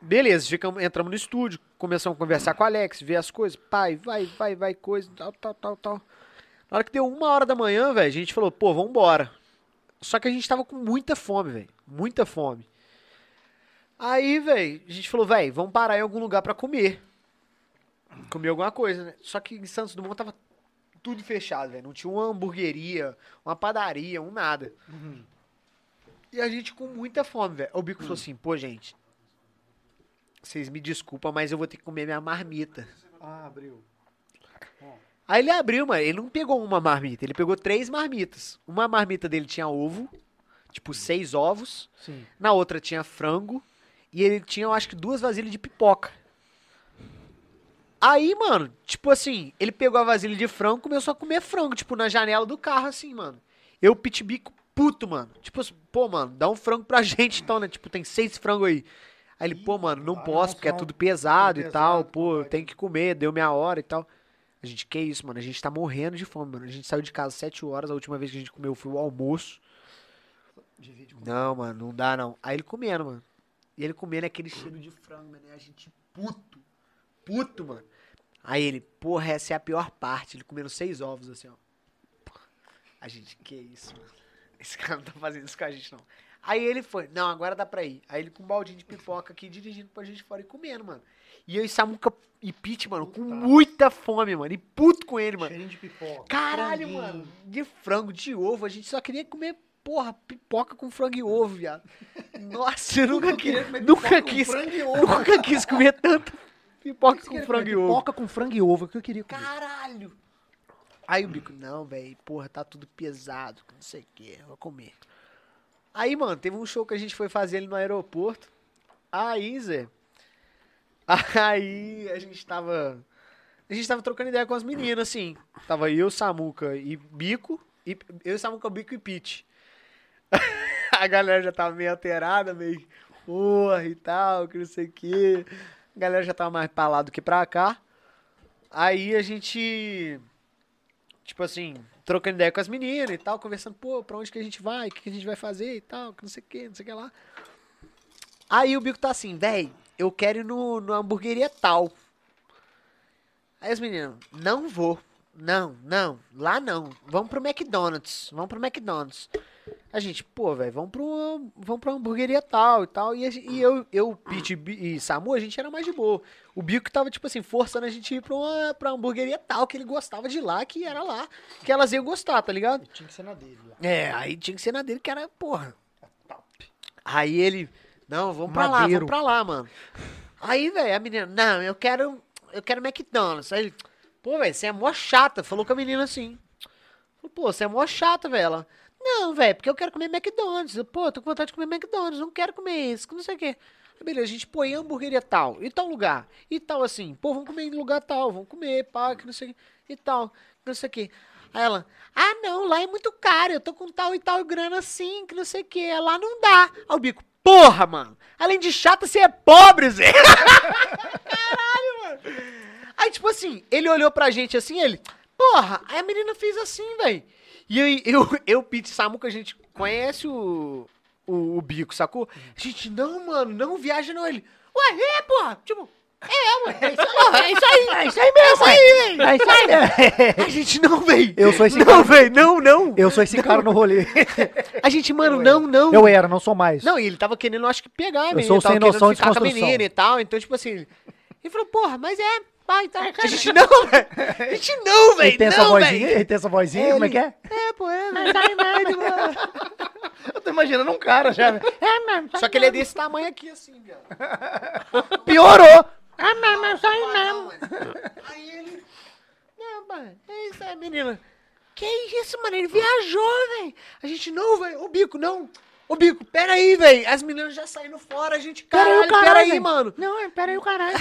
D: Beleza, ficamos, entramos no estúdio, começamos a conversar com o Alex, ver as coisas. Pai, vai, vai, vai, coisa, tal, tal, tal, tal. Na hora que deu uma hora da manhã, velho, a gente falou, pô, vambora. Só que a gente tava com muita fome, velho. Muita fome. Aí, velho, a gente falou, velho, vamos parar em algum lugar pra comer. Comer alguma coisa, né? Só que em Santos Dumont tava tudo fechado, velho. Não tinha uma hamburgueria, uma padaria, um nada. E a gente com muita fome, velho. O Bico falou assim, pô, gente, vocês me desculpam, mas eu vou ter que comer minha marmita.
B: ah, abriu.
D: Aí ele abriu, mano. Ele não pegou uma marmita, ele pegou três marmitas. Uma marmita dele tinha ovo, tipo seis ovos.
B: Sim.
D: Na outra tinha frango. E ele tinha, eu acho que, duas vasilhas de pipoca. Aí, mano, tipo assim, ele pegou a vasilha de frango e começou a comer frango, tipo, na janela do carro, assim, mano. Eu, pitbico, puto, mano. Tipo assim, pô, mano, dá um frango pra gente então, né? Tipo, tem seis frangos aí. Aí ele, pô, mano, não
B: Ah,
D: posso,
B: não,
D: porque é
B: não.
D: tudo pesado
B: Tudo
D: e tal.
B: pesado,
D: Pô, eu
B: pode.
D: tenho que comer, deu minha hora e tal. A gente, que isso, mano? A gente tá morrendo de fome, mano. A gente saiu de casa às 7 horas, a última vez que a gente comeu foi o almoço.
B: Divide com
D: Não, mano, não dá não. Aí ele comendo, mano. E ele comendo aquele cheiro de frango, mano. E a gente puto. Puto, mano. Aí ele, porra, essa é a pior parte. Ele comendo seis ovos, assim, ó. A gente, que isso, mano. Esse cara não tá fazendo isso com a gente, não. Aí ele foi, não, agora dá pra ir. Aí ele com um baldinho de pipoca aqui, dirigindo pra gente fora e comendo, mano. E eu e Samuca e Pete, mano, com muita fome, mano. E puto com ele, mano.
B: cheirinho de pipoca.
D: Caralho,
B: franguinho.
D: mano. De frango, de ovo. A gente só queria comer, porra, pipoca com frango e ovo, viado. Nossa, eu nunca, quis,
B: queria comer
D: nunca,
B: pipoca com
D: quis,
B: frango e ovo.
D: nunca quis comer tanto pipoca
B: Você
D: com
B: queria
D: frango
B: comer
D: e ovo.
B: Pipoca com frango e ovo, é o que eu queria comer.
D: Caralho. Aí o bico, não, velho, porra, tá tudo pesado, não sei o que, vou comer. Aí, mano, teve um show que a gente foi fazer ali no aeroporto. Aí, Zé. Aí a gente tava. A gente tava trocando ideia com as meninas, assim. Tava eu, Samuca e Bico. E, eu, Samuca, Bico e Pete. a galera já tava meio alterada, meio. Porra e tal, que não sei o que. A galera já tava mais pra lá do que pra cá. Aí a gente. Tipo assim, trocando ideia com as meninas e tal, conversando, pô, pra onde que a gente vai, o que, que a gente vai fazer e tal, que não sei o que, não sei o que lá. Aí o Bico tá assim, véi, eu quero ir no, no hamburgueria tal. Aí as meninas, não vou. Não, não, lá não. Vamos pro McDonald's. Vamos pro McDonald's. A gente, pô, velho, vamos pro, vamos pra hamburgueria tal e tal. E, a gen- e eu, eu, Pete e Bi- e Samu, a gente era mais de boa. O Bico tava, tipo assim, forçando a gente ir pra uma, pra uma hamburgueria tal, que ele gostava de lá, que era lá, que elas iam gostar, tá ligado?
B: Tinha que ser na dele lá.
D: É, aí tinha que ser na dele, que era, porra. Aí ele, não, vamos pra lá,
B: Madeiro.
D: vamos pra lá, mano. Aí, velho, a menina, não, eu quero, eu quero McDonald's. Aí ele, pô, velho, você é mó chata. Falou com a menina assim. Falou, pô, você é mó chata, velho. Ela, não, velho, porque eu quero comer McDonald's. Eu, pô, tô com vontade de comer McDonald's, não quero comer isso, que não sei o quê. Aí, Ah, beleza, a gente põe hamburgueria tal, e tal lugar, e tal assim. Pô, vamos comer em lugar tal, vamos comer, pá, que não sei o quê, e tal, que não sei o quê. Aí ela, ah, não, lá é muito caro, eu tô com tal e tal grana assim, que não sei o quê, lá não dá. Aí o bico, porra, mano, além de chata, você é pobre, Zé. Aí, tipo assim, ele olhou pra gente assim, ele. Porra, aí a menina fez assim, velho. E aí, eu, eu, Pete e Samuca, a gente conhece o, o, o bico, sacou? A gente, não, mano, não viaja não. Ele, ué, é, porra. Tipo, é, ué, é isso aí, porra, é isso aí, é isso aí mesmo, aí, velho. É isso aí, velho. A gente, não, velho.
B: Eu sou assim. esse
D: Não, velho, não, não.
B: Eu sou esse cara no rolê.
D: A gente, mano,
B: Eu
D: não, não.
B: Eu era, não sou mais.
D: Não, e ele tava querendo, eu acho que pegar a
B: Eu
D: menina.
B: sou
D: tava
B: sem
D: querendo
B: noção de
D: ficar com a
B: construção.
D: menina e tal. Então, tipo assim, ele falou, porra, mas é, pá,
I: pai, tá
D: A gente não, velho. A gente não,
B: Ele
D: velho.
B: tem essa
D: Não,
B: vozinha?
D: velho.
B: Ele tem essa vozinha? Como é que é?
I: É, pô, é, mas tá animado, mano.
B: Eu tô imaginando um cara já. velho.
I: É, mano, tá
D: Só que ele é desse tamanho aqui, assim, viado.
B: Piorou!
I: Ah, mas, mas só aí mesmo. Não, mano, é isso aí, menina. Que é isso, mano, ele viajou, velho. A gente não, velho. Ô, Bico, não. Ô, Bico, pera aí, velho. As meninas já saíram fora, a gente... Caralho, pera aí,
D: velho.
I: mano.
F: Não, é, peraí o caralho.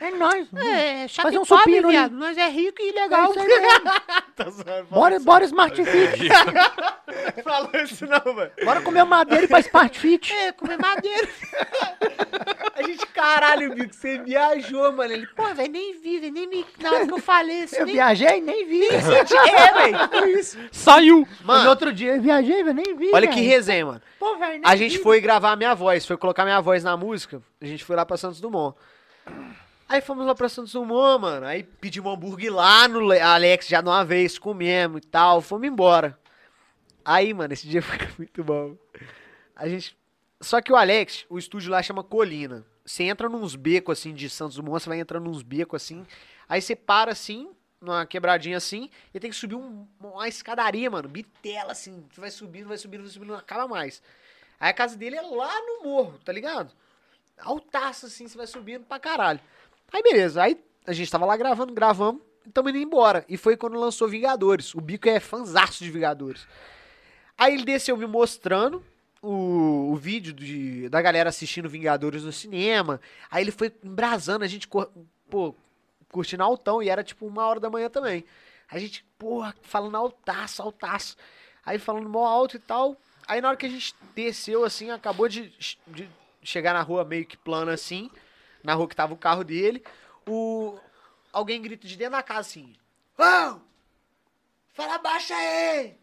I: É nós. É, chato
B: Fazer
I: e
B: um
I: pobre,
B: supino ali.
I: viado. Nós é rico e legal.
D: Tá zoando, fala-
B: Bora, bora Smartfit!
D: Falou isso não, velho.
B: Bora comer madeira e faz Smartfit!
I: É, comer madeira.
D: A gente, caralho, Bico, você viajou, mano. Ele...
I: Pô, velho, nem vi, velho. Nem me... Na hora que eu falei isso,
B: Eu
I: nem...
B: viajei, nem vi.
D: É, velho. Foi isso.
A: Saiu!
B: Mas
D: Mano,
B: outro dia eu viajei, velho, nem vi.
D: olha que
B: velho.
D: resenha, mano.
B: Pô, velho, nem
D: A gente
B: vi.
D: foi gravar a minha voz, foi colocar minha voz na música. A gente foi lá pra Santos Dumont. Aí fomos lá pra Santos Dumont, mano. Aí pedimos um hambúrguer lá no Le- Alex já de uma vez, comemos e tal. Fomos embora. Aí, mano, esse dia foi muito bom. A gente. Só que o Alex, o estúdio lá chama Colina. Você entra nos becos assim de Santos Dumont, você vai entrando nos becos assim. Aí você para assim, numa quebradinha assim, e tem que subir um- uma escadaria, mano. Bitela assim. Você vai subindo, vai subindo, vai subindo, não acaba mais. Aí a casa dele é lá no morro, tá ligado? Altaço assim, você vai subindo pra caralho. Aí beleza, aí a gente tava lá gravando, gravamos, e tamo indo embora. E foi quando lançou Vingadores. O Bico é fanzaço de Vingadores. Aí ele desceu me mostrando o, o vídeo de- da galera assistindo Vingadores no cinema. Aí ele foi embrasando, a gente, cor- pô, curtindo altão, e era tipo uma hora da manhã também. A gente, porra, falando altaço, altaço. Aí falando mó alto e tal. Aí na hora que a gente desceu, assim, acabou de, de chegar na rua meio que plana, assim, na rua que tava o carro dele, o... alguém grita de dentro da casa, assim, Ô! Fala baixo aí!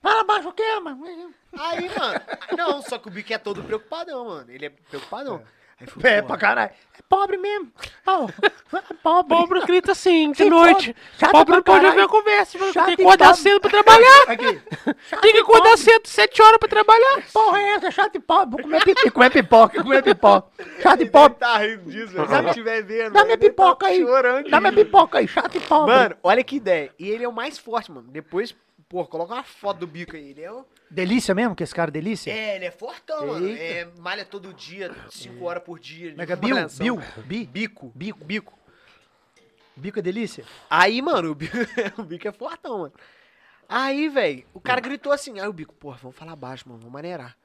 I: Fala baixo o quê, mano?
D: Aí, mano, não, só que o Bico é todo preocupadão, mano, ele é preocupadão. Aí falou,
B: É,
D: "Pô,
B: pra caralho.
I: É pobre mesmo. Pô, é pobre.
A: Pobre grita assim, de
I: Que
A: noite.
I: Chato
A: Pobre não
I: pra
A: pode ouvir
I: caralho.
A: a conversa. mano, Tem
B: Chato
A: que
B: e
A: acordar
B: pobre.
A: cedo pra trabalhar.
B: Aqui.
A: Tem que acordar cedo, sete horas pra trabalhar.
B: Porra, é essa? Chato e pobre. Vou comer pipoca, comer pipoca, comer pipoca. Chato e pobre.
D: Tá rindo disso, velho, se
B: Dá
D: ele estiver vendo.
B: Dá minha
D: ele tá
B: pipoca aí.
D: Chorando.
B: Dá minha pipoca aí, chato e pobre.
D: Mano, olha que ideia. E ele é o mais forte, mano. Depois, pô, coloca uma foto do bico aí. Ele é, o...
B: Delícia mesmo, que esse cara é delícia?
D: é, ele é fortão, mano.
B: Eita.
D: É, malha todo dia, 5 horas por dia.
B: Mega
D: de
B: é? Bill,
D: malhação.
B: Bill, Bi,
D: Bico. Bico. Bico.
B: Bico é delícia?
D: Aí, mano, o bico, o bico é fortão, mano. Aí, velho, o cara gritou assim. Aí o bico, porra, vamos falar baixo, mano. Vamos maneirar.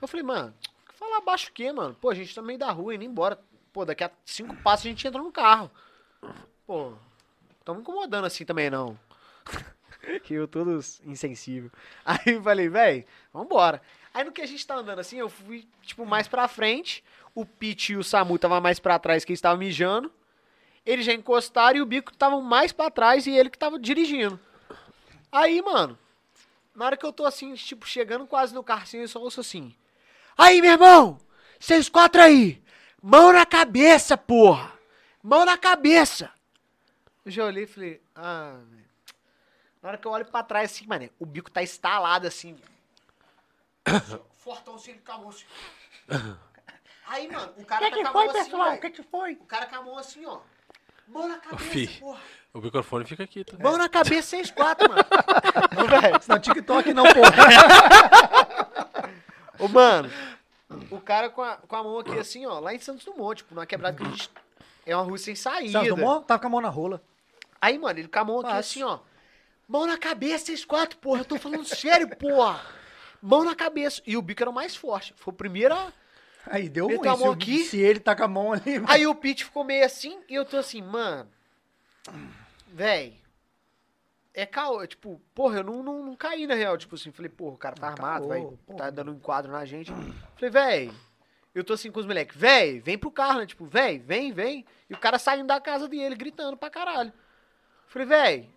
D: Eu falei, mano, falar baixo o quê, mano? Pô, a gente tá no meio da rua, indo embora. Pô, daqui a cinco passos a gente entra no carro. Pô, tamo incomodando assim também, não. que eu todos insensível. Aí eu falei, véi, vambora. Aí no que a gente tá andando assim, eu fui, tipo, mais pra frente. O Pete e o Samu tava mais pra trás que eles estavam mijando. Eles já encostaram e o Bico tava mais pra trás e ele que tava dirigindo. Aí, mano, na hora que eu tô assim, tipo, chegando quase no carro, assim, eu só ouço assim. Aí, meu irmão! Vocês quatro aí! Mão na cabeça, porra! Mão na cabeça! Eu já olhei e falei, ah, velho. Na hora que eu olho pra trás, assim, mano, o bico tá estalado, assim. Fortão, assim, ele com a mão, assim. Aí, mano, o cara
I: O que,
D: tá com
I: que
D: a mão
I: foi,
D: assim,
I: pessoal? O
D: velho.
I: que, que foi?
D: O cara com a mão assim, ó. Mão na cabeça,
A: fi.
D: porra.
A: O microfone fica aqui, tá?
D: Mão na cabeça, 6-4, mano.
B: Não, TikTok não, porra.
D: Ô, mano, o cara com a, com a mão aqui assim, ó, lá em Santos Dumont, tipo, numa quebrada que a gente. É uma rua sem saída.
B: Sabe, tomou? Tava com a mão na rola.
D: Aí, mano, ele com a mão aqui
B: Fácil.
D: assim, ó. Mão na cabeça, 6-4, porra. Eu tô falando sério, porra. Mão na cabeça. E o bico era o mais forte. Foi o primeiro. a-
B: Aí deu
D: Ele
B: ruim.
D: tem a
B: se
D: mão
B: o-
D: aqui.
B: Se ele tá com a mão ali...
D: Aí o Pete ficou meio assim e eu tô assim, mano. Véi. É caô, tipo, porra, eu não, não, não caí na real. Tipo assim, falei, porra, o cara tá
B: Não, caô,
D: armado, vai,
B: porra.
D: tá dando um enquadro na gente. Falei, véi. Eu tô assim com os moleques, véi, vem pro carro, né? Tipo, véi, vem, vem. E o cara saindo da casa dele, gritando pra caralho. Falei, véi,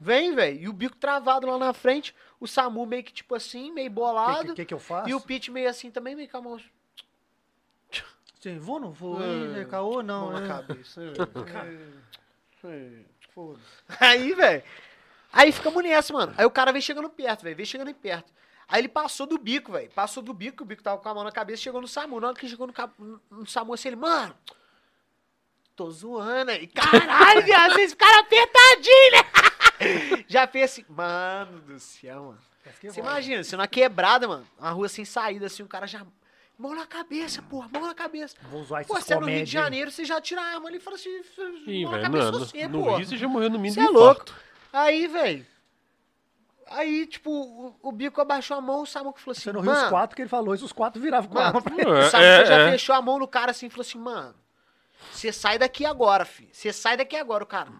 D: vem, véi. E o bico travado lá na frente, o Samu meio que, tipo assim, meio
B: O
D: bolado.
B: que, que, que eu faço?
D: E o Pete meio assim também, meio com a mão
B: Sim, vou não vou?
D: Hum.
B: É, caô não,
D: Mão na
B: é.
D: cabeça. né, É, Aí, velho. Aí ficamos nessa, mano. Aí o cara vem chegando perto, velho. Vem chegando perto. Aí ele passou do bico, velho. Passou do bico, o bico tava com a mão na cabeça, chegou no Samu. Na hora que chegou no, ca- no Samu, assim, ele, mano, tô zoando aí. Caralho, viado, vocês ficaram apertadinhos, né? Já fez assim, mano do céu, mano. Você imagina, se na quebrada, mano, uma rua sem saída, assim, o cara já. Mão na cabeça, porra, mão na cabeça.
B: Vou usar esse
D: Pô, você é no Rio de
B: comédia, hein?
D: Janeiro, você já tira a arma ali e fala assim,
A: Ih,
D: mão na
A: velho,
D: cabeça
A: mano.
D: você,
A: no
D: porra.
A: Rio você já morreu no mínimo
D: Você é
A: de infarto.
D: Aí, velho. Aí, tipo, o, o bico abaixou a mão, o Samuco falou assim.
B: Você é não viu
D: mano,
B: os quatro que ele falou, isso os quatro viravam com a
D: Mano,
B: arma.
A: É,
D: o Samuco
A: é,
D: já
A: é.
D: fechou a mão no cara assim e falou assim, mano. Você sai daqui agora, filho. Você sai daqui agora, o cara.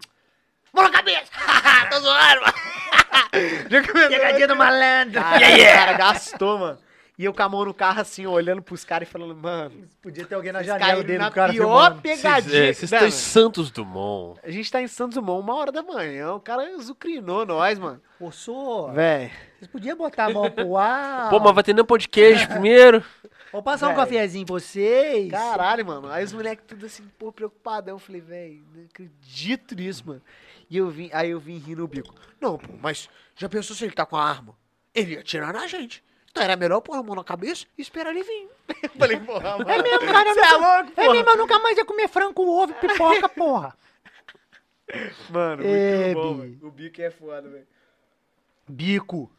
D: Mão na cabeça! Tô zoando, mano! Já começou.
B: Pegadinha do malandro.
D: Cara, O cara gastou, mano. E eu com a mão no carro, assim, olhando pros caras e falando, mano,
B: Podia ter alguém na
D: vocês
B: janela
D: caíram
B: dele,
D: na
B: o cara
D: pior
B: filmando.
D: pegadinha. né,
A: É, vocês
D: Não,
A: estão em
D: mano,
A: Santos Dumont.
D: A gente tá em Santos Dumont, uma hora da manhã. O cara zucrinou nós, mano.
B: Ô, sô,
D: Véi.
B: vocês podiam botar a mão pro ar?
A: Pô, mas vai ter nem pão de queijo primeiro.
B: Vou passar um
D: Véi.
B: cafezinho pra vocês.
D: Caralho, mano. Aí os moleques tudo assim, pô, preocupadão. Eu falei, velho, não acredito nisso, mano. E eu vim, aí eu vim rindo o bico. Não, pô, mas já pensou se ele tá com a arma? Ele ia atirar na gente. Então era melhor pôr a mão na cabeça e esperar ele vir. Eu falei, porra, mano.
B: É mesmo, cara. eu nunca- é mesmo, eu nunca mais ia comer frango com ovo e pipoca, porra.
D: Mano, muito
B: É,
D: bom,
B: bi.
D: velho. O bico é foda, velho. Bico.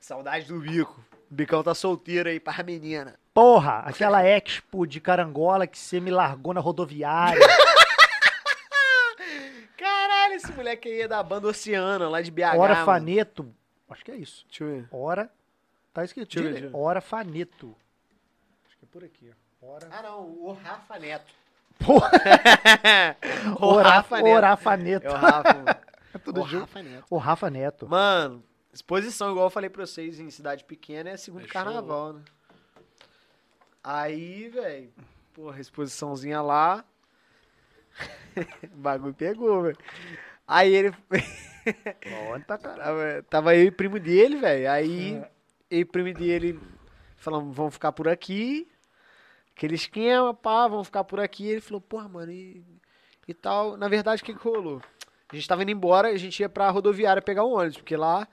D: Saudade do bico. O bicão tá solteiro aí pra menina.
B: Porra, aquela expo de carangola que você me largou na rodoviária.
D: Caralho, esse moleque aí é da banda Oceana, lá de BH. mano.
B: Orafaneto. Acho que é isso.
D: Deixa eu ver.
B: Hora. Tá escrito.
D: Deixa eu ver,
B: dire-
D: deixa
B: Orafaneto. Acho que é por aqui. ó. Ora...
D: Ah, não, o Rafa Neto.
B: Porra.
D: o Rafa Neto.
B: Orafaneto.
D: É o Rafa. mano.
B: É tudo
D: o
B: junto.
D: Rafa Neto.
B: O Rafa Neto.
D: Mano, exposição, igual eu falei pra vocês, em cidade pequena é segundo
A: Fechou.
D: carnaval, né? Aí, velho, porra, exposiçãozinha lá. o bagulho pegou, velho. Aí ele.
B: Bom, tá caralho.
D: Tava, tava eu e o primo dele, velho. Aí eu e o primo dele falamos, vamos ficar por aqui. Aquele esquema, pá, vamos ficar por aqui. Ele falou, porra, mano, e, e tal. Na verdade, o que, que rolou? A gente tava indo embora, a gente ia pra rodoviária pegar o ônibus, porque lá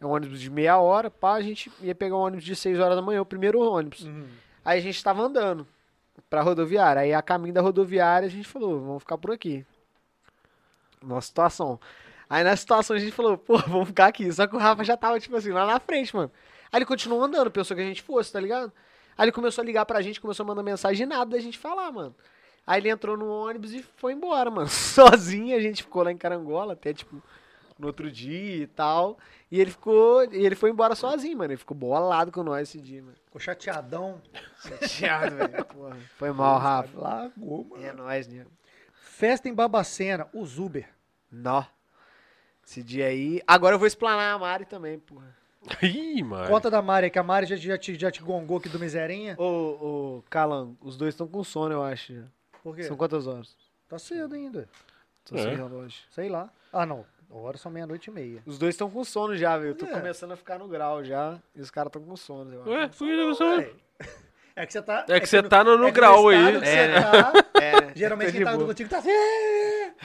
D: é um ônibus de meia hora, pá, a gente ia pegar um ônibus de 6 horas da manhã, o primeiro ônibus. Aí a gente tava andando pra rodoviária. Aí a caminho da rodoviária a gente falou, vamos ficar por aqui. Nossa situação. Aí na situação a gente falou, pô, vamos ficar aqui. Só que o Rafa já tava, tipo assim, lá na frente, mano. Aí ele continuou andando, pensou que a gente fosse, tá ligado? Aí ele começou a ligar pra gente, começou a mandar mensagem e nada da gente falar, mano. Aí ele entrou no ônibus e foi embora, mano. Sozinho a gente ficou lá em Carangola até, tipo, no outro dia e tal. E ele ficou. E ele foi embora sozinho, mano. Ele ficou bolado com nós esse dia, mano.
B: Ficou chateadão.
D: Chateado, velho. Porra. Foi mal, Rafa.
B: Largou, mano.
D: É nóis, né?
B: Festa em Babacena, o Zuber.
D: Nó. Esse dia aí. Agora eu vou explanar a Mari também, porra.
A: Ih, mano.
B: Conta da Mari, é que a Mari já, já, te, já te gongou aqui do Miserinha.
D: Ô, ô, Calan, os dois estão com sono, eu acho.
B: Por quê?
D: São quantas horas?
B: Tá cedo ainda.
D: Tô
A: É.
D: sem relógio.
B: Sei lá. Ah, não. Agora são meia-noite e meia.
D: Os dois estão com sono já, velho. Eu tô
B: É.
D: começando a ficar no grau já. E os caras estão com sono, eu acho.
A: Ué, por que você-
B: É que você tá.
A: É que você tá no, no grau aí.
B: É.
A: É.
D: É,
B: geralmente
D: tô
B: quem
D: de
B: tá
D: boa.
B: contigo tá.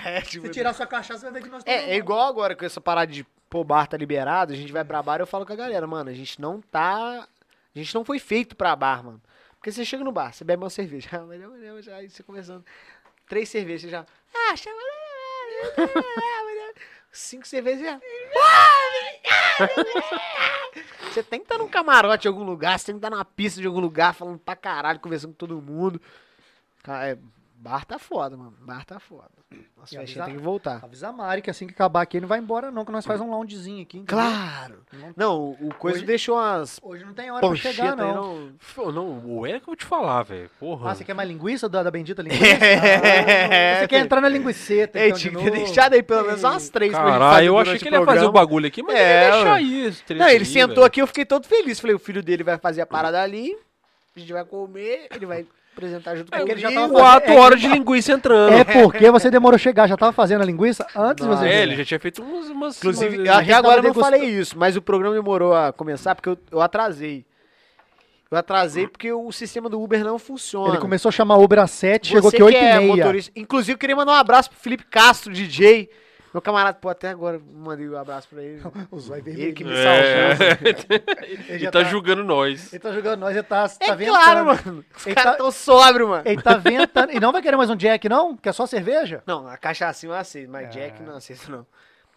D: É, tipo,
B: Se tirar sua cachaça, você vai ver que nós
D: é, é igual agora com essa parada de pô, bar tá liberado, a gente vai pra bar eu falo com a galera, mano, a gente não tá. A gente não foi feito pra bar, mano. Porque você chega no bar, você bebe uma cerveja. Ah, melhor, melhor, já, aí você começando. Três cervejas você já. Ah, chama. Cinco cervejas já. Você tem que estar num camarote de algum lugar, você tem que estar numa pista de algum lugar, falando pra caralho, conversando com todo mundo. Cara, é, bar tá foda, mano. Bar tá foda. Nossa,
B: E
D: a gente tá
B: avisar-
D: tem que voltar.
B: Avisa a Mari que assim que acabar aqui, ele não vai embora, não, que nós faz um loungezinho aqui. entendeu?
D: Claro!
B: Não-
D: Não, o, o Coisa
B: Hoje-
D: deixou umas
B: Hoje não tem hora pra
D: panchetas aí,
B: chegar, não.
D: não.
A: Pô, não, o Eric eu vou te falar, velho. Porra.
B: Ah, você quer mais linguiça da, da bendita linguiça?
D: É.
B: Ah, você quer entrar na linguiceta,
D: Ei,
B: então,
D: tinha
B: de
D: que
B: novo.
D: ter deixado aí pelo menos
B: Ei.
D: umas três pra gente
A: Caralho,
D: fazer
A: eu
D: durante
A: achei que ele ia fazer o
D: programa.
A: bagulho aqui, mas
D: É,
A: ele ia deixar
D: ué.
A: isso.
D: Não, ele sentou aqui, eu fiquei todo feliz. Falei, o filho dele vai
A: Hum.
D: fazer a parada ali, a gente vai comer, ele vai apresentar junto
B: É,
D: com
B: que ele já
D: comigo.
B: tava
A: Quatro horas de linguiça entrando.
B: É porque você demorou a chegar, já tava fazendo a linguiça antes de
D: Não,
B: você.
A: É,
B: chegar.
A: ele já tinha feito umas. umas
D: Inclusive,
A: umas-
D: eu até
B: gente
D: agora eu
B: tava
D: não
B: degustando-
D: falei isso, mas o programa demorou a começar porque eu, eu atrasei. Eu atrasei
A: Hum.
D: porque o sistema do Uber não funciona.
B: Ele começou a chamar Uber às 7, chegou
D: Você
B: aqui 8
D: que
B: e
D: é
B: meia.
D: motorista. Inclusive, eu queria mandar um abraço pro Felipe Castro, DJ, Meu camarada, pô, até agora mandei um abraço pra ele.
B: O zóio
D: Ele
B: vermelho.
D: que me
A: É.
D: salvou.
B: Ele
A: E
B: já
A: tá julgando nós.
B: Ele tá jogando nós, ele tá,
D: É
B: tá
D: claro,
B: ventando.
D: mano. Os
B: Ele
D: caras
B: tá-
D: tão sóbrios, mano.
B: Ele tá ventando. E não vai querer mais um Jack, não? Quer só cerveja?
D: Não, a cachaça eu aceito,
B: Ah.
D: mas Jack não aceito, não.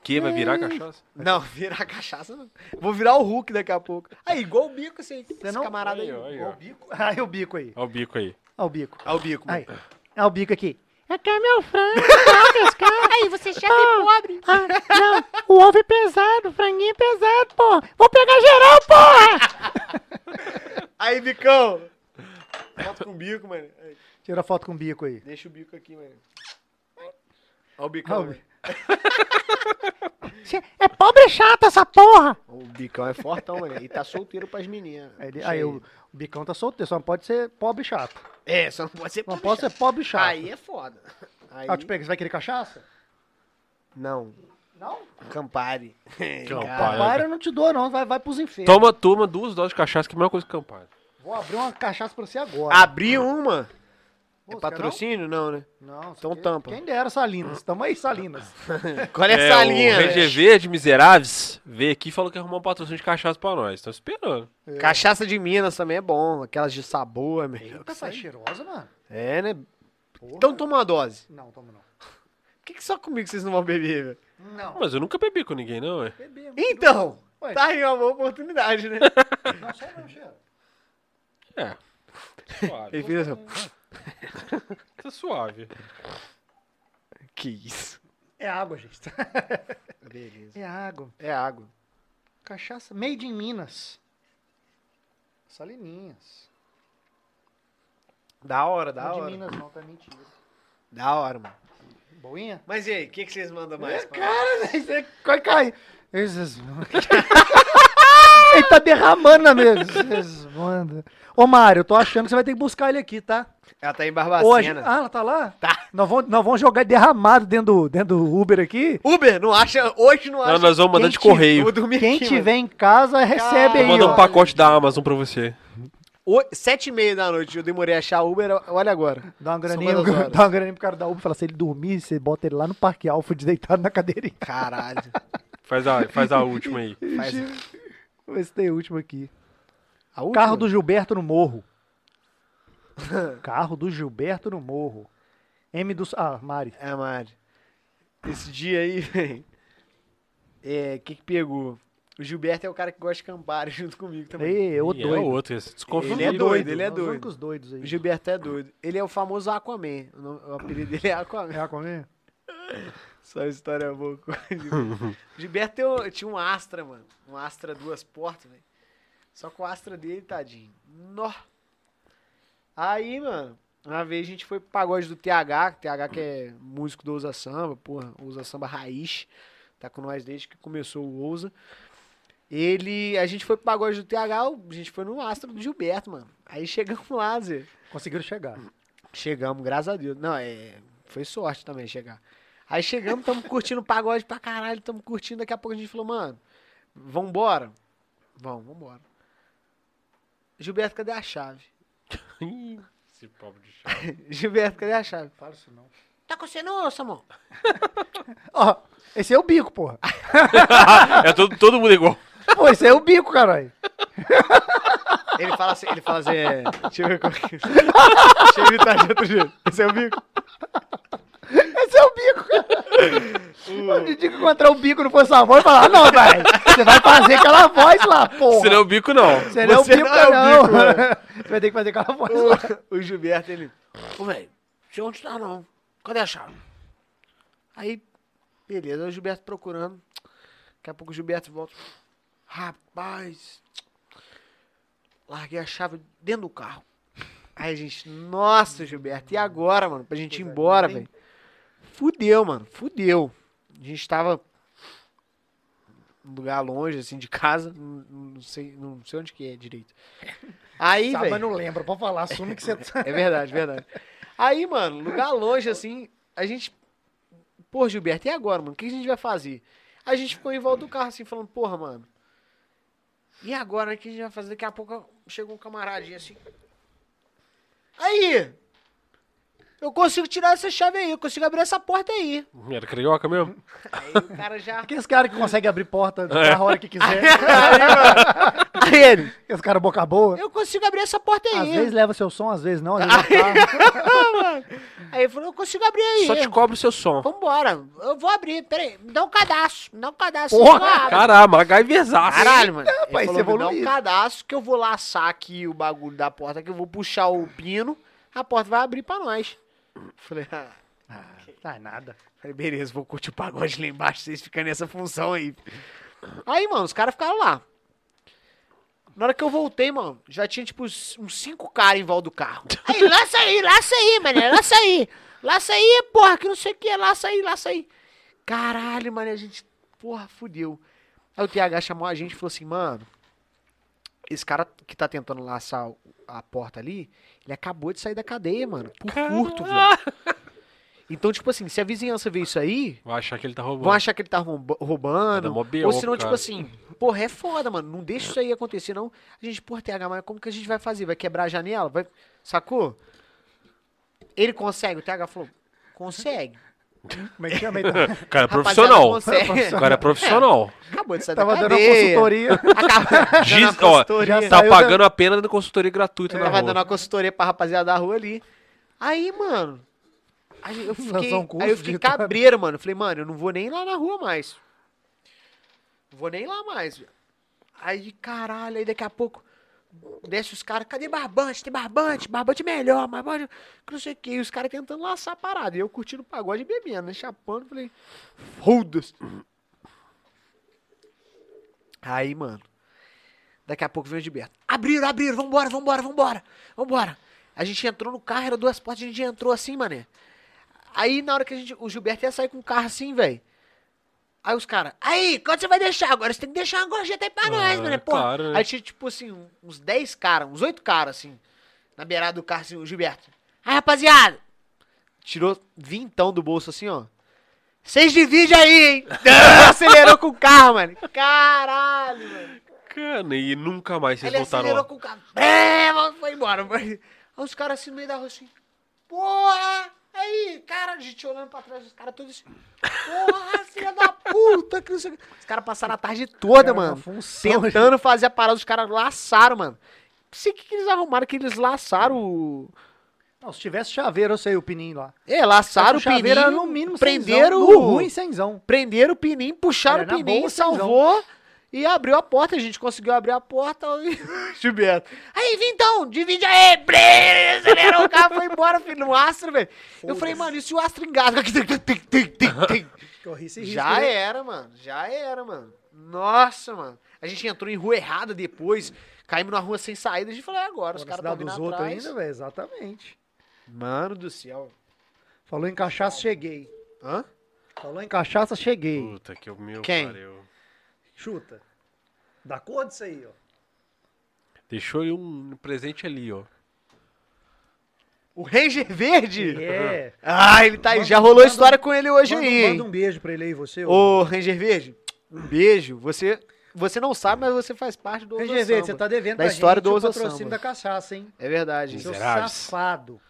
A: Que? Vai virar cachaça?
D: Não, virar cachaça não. Vou virar o Hulk daqui a pouco. Aí, igual o bico, esse, esse
B: não-
D: camarada aí.
A: Aí, ó, aí,
B: Olha
A: ó.
B: o bico. Ai, o bico aí.
A: Olha o bico aí.
B: Olha o bico.
D: Ah, o bico, mano.
B: Aí. Olha o bico aqui.
J: Eu quero meu frango, tá, meus caras. Aí, você chega
B: Ah,
J: e pobre. não, o ovo é pesado, o franguinho é pesado, porra. Vou pegar geral, porra!
D: Aí, bicão. Bota com o bico, mano. Aí,
B: Tira foto com o bico aí.
D: deixa o bico aqui, mano. Olha o
B: Olha
D: bicão.
B: o
D: velho.
J: Cê- É pobre chata essa porra.
D: o bicão é fortão, mano. E tá solteiro pras meninas.
B: Aí, ele-
D: Deixa
B: aí
D: ele.
B: o, o bicão tá solteiro, só não pode ser pobre e chato.
D: É, só não pode ser
B: Não
D: pra
B: pode
D: bichar.
B: ser pobre e chato.
D: Aí é foda. Aí...
B: Ah, eu te pego, você vai querer cachaça?
D: Não.
B: Não?
D: Campari. é
A: Campari.
B: Para, Ah, eu não te dou, não. Vai, vai pros infernos.
A: Toma, turma, duas doses de cachaça, que é a melhor coisa que campar.
D: Então-
B: Vou abrir uma cachaça pra você agora.
D: Abri uma.
B: Pô, você
D: É
B: quer
D: patrocínio? Não, né?
B: Não, Não, isso
D: Então
B: aqui- é
D: tampa.
B: Quem dera, Salinas. Tamo aí, Salinas.
D: Qual é essa linha?
A: O
D: velho?
A: RGV de Miseráveis veio aqui e falou que arrumou um patrocínio de cachaça pra nós. Estão esperando.
D: Cachaça de Minas também é bom. Aquelas de sabor, meu.
B: É. Eita, sai tá cheirosa, mano.
D: É, né?
B: Porra.
D: Então toma uma dose.
B: Não, toma não.
D: Por que, que só comigo vocês não vão beber, velho?
B: Não.
A: Mas eu nunca bebi com ninguém, não, é?
B: Bebemos.
D: Então,
B: Ué.
D: tá aí uma boa oportunidade, né?
B: Não, só não, cheiro.
A: É.
D: Ele
A: Suave.
D: vira assim, ó,
A: Tá suave.
D: que isso.
B: É água, gente.
D: Beleza.
B: É água.
D: É água.
B: Cachaça. Made in Minas. Salininhas.
D: Da hora,
B: não
D: da hora.
B: de Minas não, tá mentira.
D: Da hora, mano.
B: Boinha?
D: Mas e aí, o que, que vocês mandam
B: É,
D: mais? pra-
B: Você Vai cair. Esses- ele tá derramando na mesa. Vocês mandam. Ô, Mário, eu tô achando que você vai ter que buscar ele aqui, tá?
D: Ela tá em
B: Hoje.
D: Barbacena.
B: Ah, ela tá lá? Tá. Nós vamos, nós vamos jogar derramado dentro do, dentro do Uber aqui.
D: Uber, não acha? Hoje não acha.
A: Não, nós vamos mandar de
B: Quem te-
D: Eu
A: correio.
D: vou dormir
B: Quem
D: aqui,
B: tiver em casa, recebe
A: Vou
B: aí,
A: mandar um
B: ó.
A: pacote da Amazon pra você.
D: mano. O- Sete e meia da noite, eu demorei a achar Uber, olha agora.
B: Dá uma graninha,
D: São quantas horas?
B: dá uma graninha pro cara da Uber e fala, se ele dormir, você bota ele lá no Parque Alfred deitado na cadeirinha.
D: Caralho.
A: Faz a, faz a última aí.
D: Faz...
B: Vamos ver se tem último aqui.
D: A última?
B: Carro do Gilberto no morro. Carro do Gilberto no morro. M dos... Ah, Mari.
D: É, Mari. Esse dia aí, velho. É, o que que pegou? O Gilberto é o cara que gosta de Campari junto comigo também.
B: Ei, ô
A: E é
B: doido.
A: outro, esse desconfio.
D: Ele é doido, ele é
B: Nós vamos
D: doido.
B: com os doidos aí.
D: O Gilberto é doido. Ele é o famoso Aquaman. O, nome- o apelido dele é Aquaman.
B: Quer comer?
D: Só história boa. com o Gilberto. O Gilberto tem um- tinha um Astra, mano. Um Astra duas portas, velho. Só que o Astra dele, tadinho. Nó. Aí, mano, uma vez a gente foi pro pagode do TH, que TH que é músico do Ousa Samba, porra, Ousa Samba Raiz. Tá com nós desde que começou o Ousa. Ele. A gente foi pro pagode do TH, a gente foi no Astra do Gilberto, mano. Aí chegamos lá, Zé.
B: Conseguiram chegar.
D: Chegamos, graças a Deus. Não, é. Foi sorte também chegar. Aí chegamos, estamos curtindo o pagode pra caralho, estamos curtindo. Daqui a pouco a gente falou, mano, vambora? Vamos, vambora. Gilberto, cadê a chave?
A: Ih, Esse pobre de chá.
D: Gilberto, cadê a chave?
B: Fala isso não.
J: Tá com você não, Samuel?
B: Ó, esse é o bico, porra.
A: É todo, todo mundo igual.
B: Pô, esse é o bico, caralho.
D: Ele fala assim, ele fala assim, é, deixa eu ver como é que. Deixa eu imitar de outro jeito. Esse é o bico.
B: Esse é o bico,
D: Uh.
B: cara. O dia que encontrar o bico não fosse a voz, eu falar, ah, não, velho. Você vai fazer aquela voz lá, porra.
A: Se não é o bico, não.
B: Você não é o
D: você
B: bico,
D: não é o
B: não.
D: bico, né? velho.
B: Você vai ter que fazer aquela voz lá.
D: O, o Gilberto, ele.
J: Ô, velho, você
D: é
J: onde tá não?
D: Cadê a chave? Aí, beleza, o Gilberto procurando. Daqui a pouco o Gilberto volta. Rapaz, larguei a chave dentro do carro. Aí, gente, nossa, Gilberto, e agora, mano? Pra gente ir embora, velho. Fudeu, mano, fudeu. A gente tava num lugar longe, assim, de casa. Não, não sei, não sei onde que é direito. Aí,
B: Sabe,
D: velho.
B: mas não lembra. Pode falar, assume que você tá.
D: É verdade, verdade. Aí, mano, lugar longe, assim, a gente. Pô, Gilberto, e agora, mano? O que a gente vai fazer? A gente ficou em volta do carro, assim, falando, porra, mano. E agora, né? O que a gente vai fazer? Daqui a pouco chegou um camaradinho assim. Aí! Eu consigo tirar essa chave aí, eu consigo abrir essa porta aí.
A: Era carioca mesmo?
D: Aí o cara já.
B: Aqueles caras que conseguem abrir porta de carro a hora que quiser.
D: Aí ele.
B: Aqueles caras boca boa.
D: Eu consigo abrir essa porta aí.
B: Às vezes leva seu som, às vezes não. Às vezes não tá.
D: Aí ele falou, eu consigo abrir aí.
A: Só te cobra o seu som.
D: Vambora, eu vou abrir, peraí, me dá um cadastro, me dá um cadastro.
B: Porra,
D: eu abro.
A: Caramba, MacGyverzaço.
D: Caralho, mano. Ele
B: pai, você
D: falou, me dá um
B: evoluiu.
D: cadastro que eu vou laçar aqui o bagulho da porta, que eu vou puxar o pino, a porta vai abrir pra nós. Falei, ah,
B: Tá nada.
D: falei, beleza, vou curtir o pagode lá embaixo, vocês ficam nessa função aí. Aí, mano, os caras ficaram lá. Na hora que eu voltei, mano, já tinha, tipo, uns uns cinco caras em volta do carro. Aí, laça aí, laça aí, mané, laça aí. Laça aí, porra, que não sei o que, laça aí, laça aí. Caralho, mané, a gente, porra, fudeu. Aí o TH chamou a gente e falou assim, mano, esse cara que tá tentando laçar o- a porta ali, ele acabou de sair da cadeia, mano, por furto, velho. Então, tipo assim, se a vizinhança vê isso aí,
A: Vai achar que ele tá
D: vão
A: roubando.
D: achar que ele tá rouba-
A: Vai dar
D: roubando.
A: mó B.O.
D: Ou senão,
A: pro
D: tipo
A: cara.
D: assim, porra, é foda, mano. Não deixa isso aí acontecer, não. A gente, porra, TH, mas como que a gente vai fazer? Vai quebrar a janela? Vai... Sacou? Ele consegue, o TH falou, consegue.
B: Mas tinha meio também.
A: O cara é
D: Rapaziada,
A: profissional.
D: consegue.
A: O cara é profissional.
D: Acabou de sair
B: Tava
D: da
B: dando uma
D: cadeia.
B: consultoria.
D: Acabou-
A: Giz-
D: dando uma
A: ó,
D: consultoria.
B: já
A: Tá
B: Tá Saiu da- É,
A: pagando a pena da consultoria gratuita na
D: Tava
A: rua.
D: dando uma consultoria pra rapaziada da rua ali. Aí, mano. Aí eu fiquei,
B: Lançou um curso
D: aí eu fiquei
B: de-
D: cabreiro, mano. Eu Falei, mano, eu não vou nem lá na rua mais. Não vou nem lá mais. velho. Aí, caralho, aí daqui a pouco desce os caras, cadê barbante? Tem barbante, barbante melhor, barbante, que não sei o que. E os caras tentando laçar a parada. E eu curtindo o pagode e bebendo, né? Chapando, falei, foda-se. Aí, mano. Daqui a pouco vem o Gilberto. Abriram, abriram, vambora, vambora, vambora, vambora. A gente entrou no carro, era duas portas, a gente entrou assim, mané. Aí na hora que a gente, o Gilberto ia sair com o carro assim, velho. Aí os caras, aí, quando você vai deixar agora? Você tem que deixar uma gorjeta aí pra nós, mané, pô.
A: Ah, claro, né?
D: Aí tinha, tipo assim, um- uns 10 caras, uns 8 caras, assim, na beirada do carro, assim, o Gilberto. Aí, rapaziada, tirou vintão do bolso, assim, ó. Vocês dividem aí, hein? acelerou com o carro, mano. Caralho, mano.
A: Cara, e nunca mais vocês
D: Ele
A: voltaram
D: acelerou
A: lá.
D: com o carro. É, mas foi embora. mas- Aí os caras assim no meio da rua assim. Porra! Aí, cara, a gente olhando pra trás, os caras todos assim. Porra, filha da puta! Que não sei... o quê." Os caras passaram a tarde toda,
B: Era uma
D: mano.
B: função.
D: Tentando fazer a parada, os caras laçaram, mano. Não sei o que, que eles arrumaram, que eles laçaram o.
B: Não, se tivesse chaveiro, eu sei, o pininho lá.
D: É, laçaram o
B: chaveiro
D: pininho.
B: era no mínimo
D: prenderam
B: cenzão. No
D: o-
B: ruim, cenzão.
D: Prenderam o pininho, puxaram
B: Era
D: o
B: na
D: pininho,
B: boa,
D: salvou e abriu a porta. A gente conseguiu abrir a porta e. Gilberto. Aí, vim então, divide aí, brê, acelerou o carro, foi embora, filho, no astro, velho. Eu falei, mano, e se o astro engasga? Tic, tic, tic, tic, tic, tic.
B: Que eu ri esse risco,
D: já
B: né?
D: era, mano, já era, mano. Nossa, mano. A gente entrou em rua errada depois, caímos na rua sem saída. A gente falou, é agora, os
B: Agora, cidade
D: caras estão vindo
B: dos outros
D: atrás.
B: ainda, velho. Exatamente.
D: Mano do céu.
B: Falou em cachaça, cheguei.
D: Hã?
B: Falou em cachaça, cheguei.
A: Puta que o meu
D: Quem?
A: pariu.
B: Chuta. Da cor disso aí, ó.
A: Deixou ele um presente ali, ó.
D: O Ranger Verde?
B: É.
D: Ah, ele tá aí.
B: Manda- um-
D: Já rolou
B: manda-
D: história com ele hoje
B: Manda,
D: aí.
B: um-
D: hein?
B: manda um beijo pra ele aí, você. ô.
D: Ô, Ranger Verde, um beijo. Você, você não sabe, mas você faz parte do Ousa
B: Ranger Verde, você
D: Samba.
B: tá devendo
D: Da
B: pra
D: história
B: gente
D: do
B: o
D: Ousa
B: patrocínio
D: Samba.
B: da cachaça, hein?
D: É verdade.
A: Isso.
B: Seu
A: Miseráveis.
B: safado.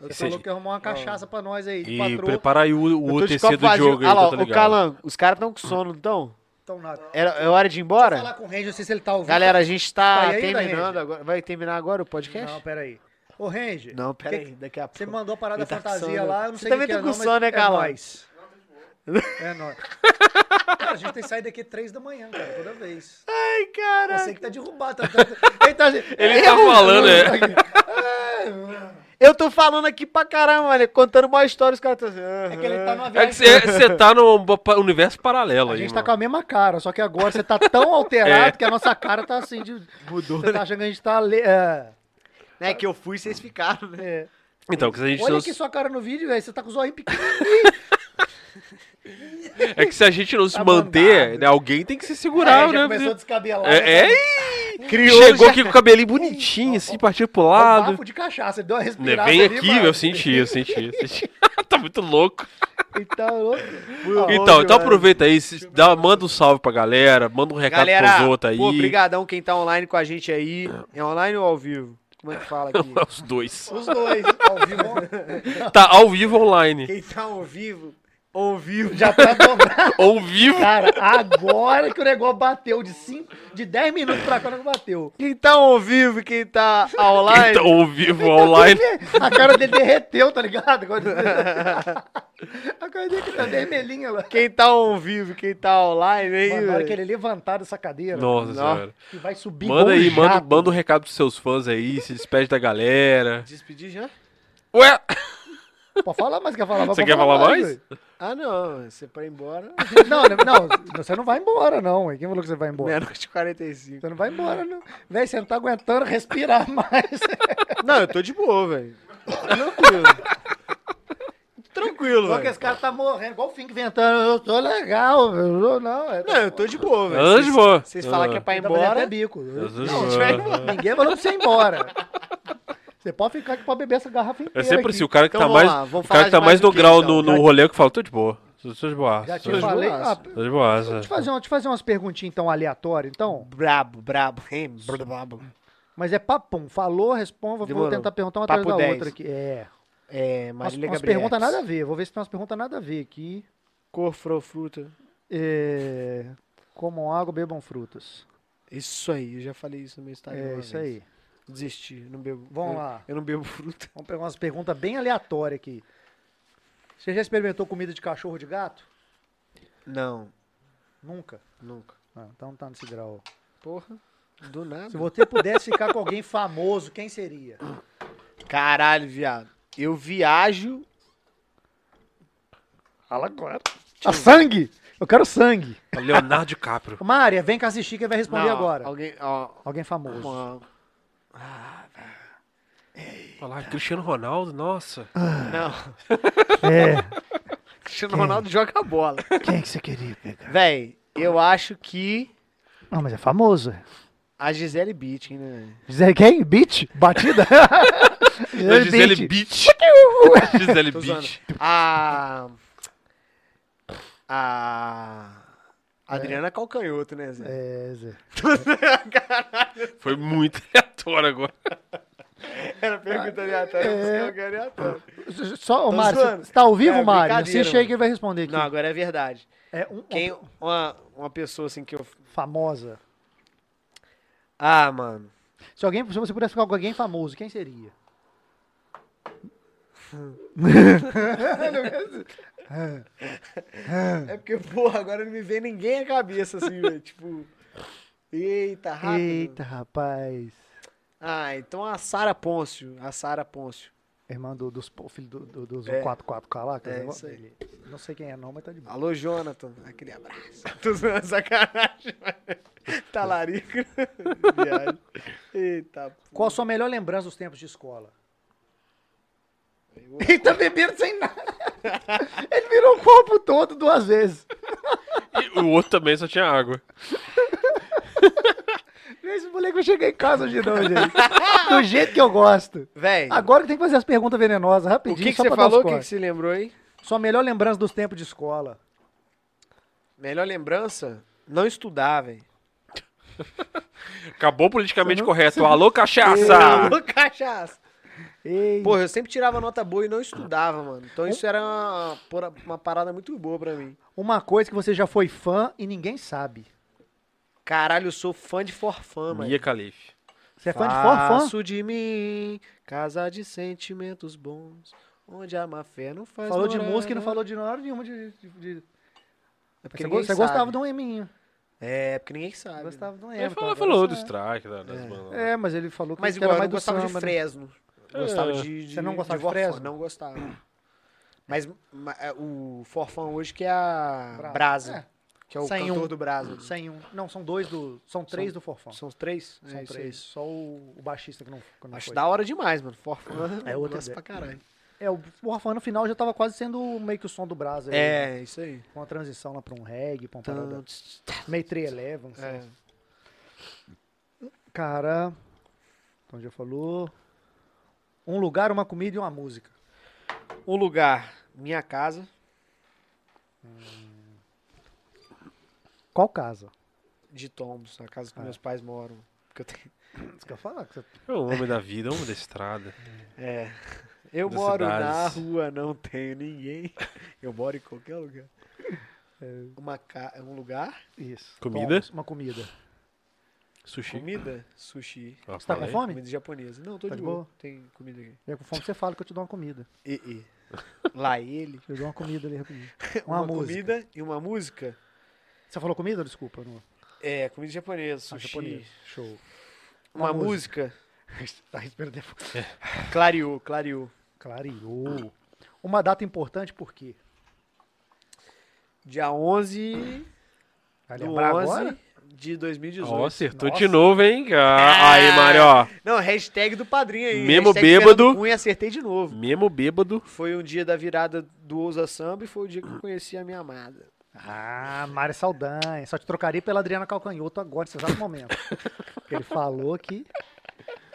B: Você
A: Esse-
B: falou que arrumou uma cachaça pra nós aí, de
A: E
B: patrô.
A: prepara aí o,
D: Eu
A: o
D: tô de
A: UTC
D: copo
A: do
D: vazio.
A: jogo aí,
D: Ah
A: que eu
D: lá,
A: tô
D: ô
A: ligado.
D: Calango, os caras tão com sono, então?
B: Então, nada.
D: É, é hora de ir
B: Vou falar
D: embora?
B: com o Ranger, não sei se ele tá ouvindo.
D: Galera, a gente tá
B: Tá aí ainda,
D: terminando
B: Ranger?
D: agora. Vai terminar agora o
B: Não,
D: podcast?
B: peraí. Ô, Ranger,
D: Não, pera
B: Que-
D: aí, daqui a pouco.
B: você me mandou a parada
D: Ele tá com
B: fantasia
D: sono.
B: lá, eu não sei o
D: Você
B: que
D: também
B: que
D: tá
B: é
D: com
B: não, mas
D: sono, né,
B: é
D: Calão?
B: nóis. É nóis. Cara, a gente tem que sair daqui três da manhã, cara, toda vez.
D: Ai, cara.
B: Você que tá derrubado. Tá, tá- ele tá... né?
A: Ele tá falando, é.
D: Eu tô falando aqui pra caramba, olha, contando uma história, os caras tão assim.
B: É que ele tá numa
A: É
B: viagem.
A: que você tá num bo- pa- universo paralelo
B: A
A: aí,
B: gente tá
A: mano.
B: com a mesma cara, só que agora você tá tão alterado
A: É.
B: que a nossa cara tá assim de...
D: Mudou,
A: né?
B: Você tá achando que a gente tá... le- é,
D: né? Que eu fui e vocês ficaram, né?
B: é.
A: Então, que se a gente
B: Olha
A: não...
B: aqui sua cara no vídeo, velho. Você tá com o zoinho pequeno.
A: É que se a gente não se
B: Tá
A: manter,
B: mandado.
A: né, alguém tem que se segurar,
B: Aí É, já
A: né?
B: começou a descabelar. né?
A: É, é,
D: Criou
A: chegou
D: já-
A: aqui com o cabelinho bonitinho, assim, partiu pro
B: É um
A: lado.
B: bafo de cachaça, ele deu uma
A: Né,
B: respirada
A: vem
B: ali,
A: aqui,
B: mano.
A: eu senti, eu senti, eu senti. tá muito louco.
D: Então,
A: Então, então
D: aproveita.
A: aproveita aí, se dá, manda um salve pra galera, manda um recado
D: Galera,
A: pros outros aí.
D: pô, brigadão quem tá online com a gente aí. É online ou ao vivo? Como é que fala aqui?
A: Os dois.
D: Os dois.
B: Ao vivo,
A: Tá ao vivo online.
D: Quem tá ao vivo, ao vivo.
B: já tá dobrado.
A: Ao vivo.
B: Cara, agora que o negócio bateu de 5, de 10 minutos pra cá, o negócio bateu.
D: Quem tá ao vivo, e quem tá online.
A: Quem tá ao vivo online.
B: A cara dele derreteu, tá ligado? Agora- A cara dele tá vermelhinha lá.
D: Quem tá ao vivo, e quem tá online, hein?
B: Mano, na hora
D: velho?
B: que ele levantar dessa cadeira,
A: Nossa
D: Não.
A: senhora.
B: que vai subir
A: Manda
B: igual um
A: aí, manda,
B: jato.
A: manda um recado pros seus fãs aí, se despede da galera.
D: Despedir já?
A: Ué!
B: Pode falar mais, quer falar mais?
A: Você
B: Pode
A: quer falar mais?
B: ué.
D: Ah, não. Você pra ir embora.
B: Não, não, não, você não vai embora, não. ué. Quem falou que você vai embora?
A: Né?
D: Meia-noite e 45.
B: Você não vai embora, não. Véi, você não tá aguentando respirar mais.
D: Não, eu tô de boa, velho. Tranquilo. Tranquilo,
B: Só que
D: velho.
B: esse cara tá morrendo, igual o Fink inventando. Eu tô legal, eu tô- não. É,
D: Não, eu tô de boa, velho.
A: Anjo, boa.
D: Vocês falam que é pra ir
B: Tá fazendo até
D: embora.
B: bico.
A: Jesus,
B: Não,
A: mano.
D: tiver embora.
B: Ninguém falou pra você ir embora. Você pode ficar aqui pra beber essa garrafa inteira.
A: É sempre
B: aqui.
A: assim, o cara que
D: Então
A: tá
D: vamos
A: mais.
D: lá, vamos
A: o cara
D: falar
A: que
D: de
A: tá mais
D: mais
A: no
D: o quê,
A: grau
D: então?
A: no, no rolê que fala, tô de boa. Tô tô de boa.
B: Já
A: Tô
B: te
A: de boa.
B: falei.
D: boas.
B: Ah,
A: Tô de boa.
B: deixa eu te fazer, uma- deixa eu fazer umas perguntinhas, então, aleatórias, então.
D: Brabo, brabo. Hein, brabo.
B: Mas é papum. Falou, responde. vou- Vou
D: Demorou.
B: tentar perguntar uma
D: Papo
B: atrás da
D: 10.
B: outra aqui. É.
D: É,
B: Umas,
D: Marília
B: umas
D: Gabriel.
B: perguntas nada a ver. Vou ver se tem umas perguntas nada a ver aqui.
D: Cor, flor, fruta.
B: É, comam água, bebam frutas.
D: Isso aí, eu já falei isso no meu Instagram.
B: É
D: uma
B: isso
D: vez.
B: aí.
D: Desisti, não bebo.
B: Vamos
D: eu,
B: lá.
D: Eu não bebo fruta.
B: Vamos pegar umas perguntas bem aleatórias aqui. Você já experimentou comida de cachorro de gato?
D: Não,
B: Nunca.
D: nunca.
B: Ah, então não tá nesse grau.
D: Porra, do nada.
B: Se você pudesse ficar com alguém famoso, quem seria?
D: Caralho, viado. Eu viajo.
B: Fala agora. A sangue? Eu quero sangue.
A: Leonardo DiCaprio.
B: Mária, vem cá assistir que vai responder
D: Não,
B: agora.
D: Alguém, ó,
B: Alguém famoso.
D: uma-
A: Olha lá, Cristiano Ronaldo, nossa.
D: Não,
B: É.
D: Cristiano Ronaldo joga a bola.
B: Quem que você queria pegar?
D: Véi, eu acho que
B: Não, mas é famoso.
D: a Gisele Bittin, né? velho?
B: Gisele quem? Beat? Batida?
D: é
A: Da Gisele Beach. Gisele Beach.
D: A. A. Adriana Calcanhoto, né, Zé?
B: É, Zé.
A: Foi muito aleatório agora.
D: Era pergunta aleatória, é... calcanhoto aleatório.
B: Só, ô,
D: Tô
B: Mário,
D: zoando.
B: você tá ao vivo,
D: É,
B: Mário?
D: brincadeira,
B: Assiste aí
D: mano.
B: que ele vai responder aqui.
D: Não, agora é verdade.
B: É um,
D: Quem,
B: uma
D: uma, uma pessoa assim que eu.
B: famosa.
D: Ah, mano.
B: Se, alguém, se você pudesse ficar com alguém famoso, quem seria?
D: É porque, porra, agora não me vem ninguém a cabeça assim, velho. Tipo. Eita, rápido.
B: Eita, rapaz.
D: Ah, então a Sara Pôncio. A Sara Pôncio.
B: Irmã do, dos po- filho do, do, dos
D: É.
B: 44K lá. que
D: É,
B: negócio?
D: isso aí.
B: Não sei quem é não, mas tá de boa.
D: Alô, Jonathan. Aquele abraço. Tô zoando sacanagem, mas- Talarico. Viagem. Eita, porra.
B: Qual a sua melhor lembrança dos tempos de escola?
D: Ele tá bebendo sem nada.
B: Ele virou o corpo todo duas vezes.
A: E o outro também só tinha água.
B: Esse moleque vai chegar em casa hoje não, gente. Do jeito que eu gosto.
D: Véi,
B: Agora que tem que fazer as perguntas venenosas,
D: o
B: rapidinho,
D: que, que
B: só
D: você
B: pra dar uns
D: falou? O que, que
B: cortes.
D: você lembrou aí?
B: Sua melhor lembrança dos tempos de escola.
D: Melhor lembrança? Não estudar, velho.
A: Acabou politicamente correto. Alô, cachaça!
D: Ô, cachaça.
B: Ei,
D: Porra, eu sempre tirava nota boa e não estudava, mano. Então isso era uma, por- uma parada muito boa pra mim.
B: uma coisa que você já foi fã e ninguém sabe.
D: Caralho, eu sou fã de forfã, mano.
A: Mia Calife.
B: Você é fã de forfã?
D: Faço de mim, casa de sentimentos bons, onde a má fé não faz
B: Falou de
D: morada.
B: música e não falou de hora nenhuma de... de- de-
D: É
B: Você,
D: porque ninguém
B: go- você gostava
D: sabe.
B: de um eminho.
D: É, porque ninguém sabe.
B: Gostava de um
A: Ele
B: emo.
A: falou,
B: cara,
A: falou
B: agora
A: do
B: sabe.
A: strike, da- das bandas.
B: É, mas ele falou que que
D: Mas
B: era
D: igual, eu não
B: mais do
D: gostava de
B: samba, né?
D: Fresno. Gostava de, de.
B: Você não gostava de
D: forfã,
B: Fresno? Hum.
D: Não gostava. Mas ma- é, o Forfão hoje que é a
B: Brasa.
D: Brasa.
B: É.
D: Que é o
B: Sem
D: cantor
B: um.
D: do Brasa.
B: Sem um. Não, são dois do. São três do Forfão.
D: São os três?
B: São
D: É, isso
B: três.
D: aí.
B: Só o, o baixista que não, que não
D: Acho
B: foi.
D: da hora demais, mano. Forfã
B: É outra
D: gosto
B: ideia.
D: pra caralho.
B: É, o Forfão no final já tava quase sendo meio que o som do Brasa. aí, né?
D: É, isso aí.
B: Com a transição lá pra um reggae, pra uma parada
D: Então,
B: meio treleva.
D: é.
B: Cara. Então já falou. Um lugar, uma comida e uma música.
D: Um lugar, minha casa,
B: Qual casa? Ah.
D: de tombos, a casa que meus pais moram. que eu tenho.
B: Isso que eu ia falar. que você-
A: É o homem da vida, é o homem da estrada.
D: É. Eu
A: Das
D: moro na
A: cidades.
D: rua, não tenho ninguém. Eu moro em qualquer lugar.
B: É.
D: Uma ca... Um lugar,
B: Isso.
A: Comida?
B: Toma Uma comida.
A: Sushi.
D: comida, sushi,
A: Ah,
B: Você tá com
A: falei.
B: fome?
D: comida japonesa. Não, tô
B: Tá
D: de
B: de
D: boa.
B: boa?
D: Tem comida aqui.
B: Eu com fome, você fala que eu te dou uma comida.
D: E, e. Lá ele.
B: Eu dou uma comida ali rapidinho. Uma,
D: Uma,
B: música.
D: comida e uma música.
B: Você falou comida? Desculpa. Não. Ah,
D: É, comida japonesa, sushi.
B: japonês. Show.
D: Uma,
B: Uma
D: música.
B: Tá respirando depois.
D: Clareou, clareou.
B: Clareou. Uma data importante por quê?
D: Dia 11
B: Vai
D: do
B: lembrar
D: 11
B: agora?
D: de 2018.
A: Ó, acertou de
B: Nossa.
A: novo, hein? Ah, aí, Mário, ó.
D: Não, hashtag do padrinho aí.
A: Mesmo
D: hashtag Fernando
A: bêbado.
D: Cunha, acertei de novo.
A: Mesmo bêbado.
D: Foi um dia da virada do Ousa Samba e foi o dia que eu conheci a minha amada.
B: Ah, Mário Saldanha. Só te trocaria pela Adriana Calcanhoto agora, nesse exato momento. Porque ele falou que,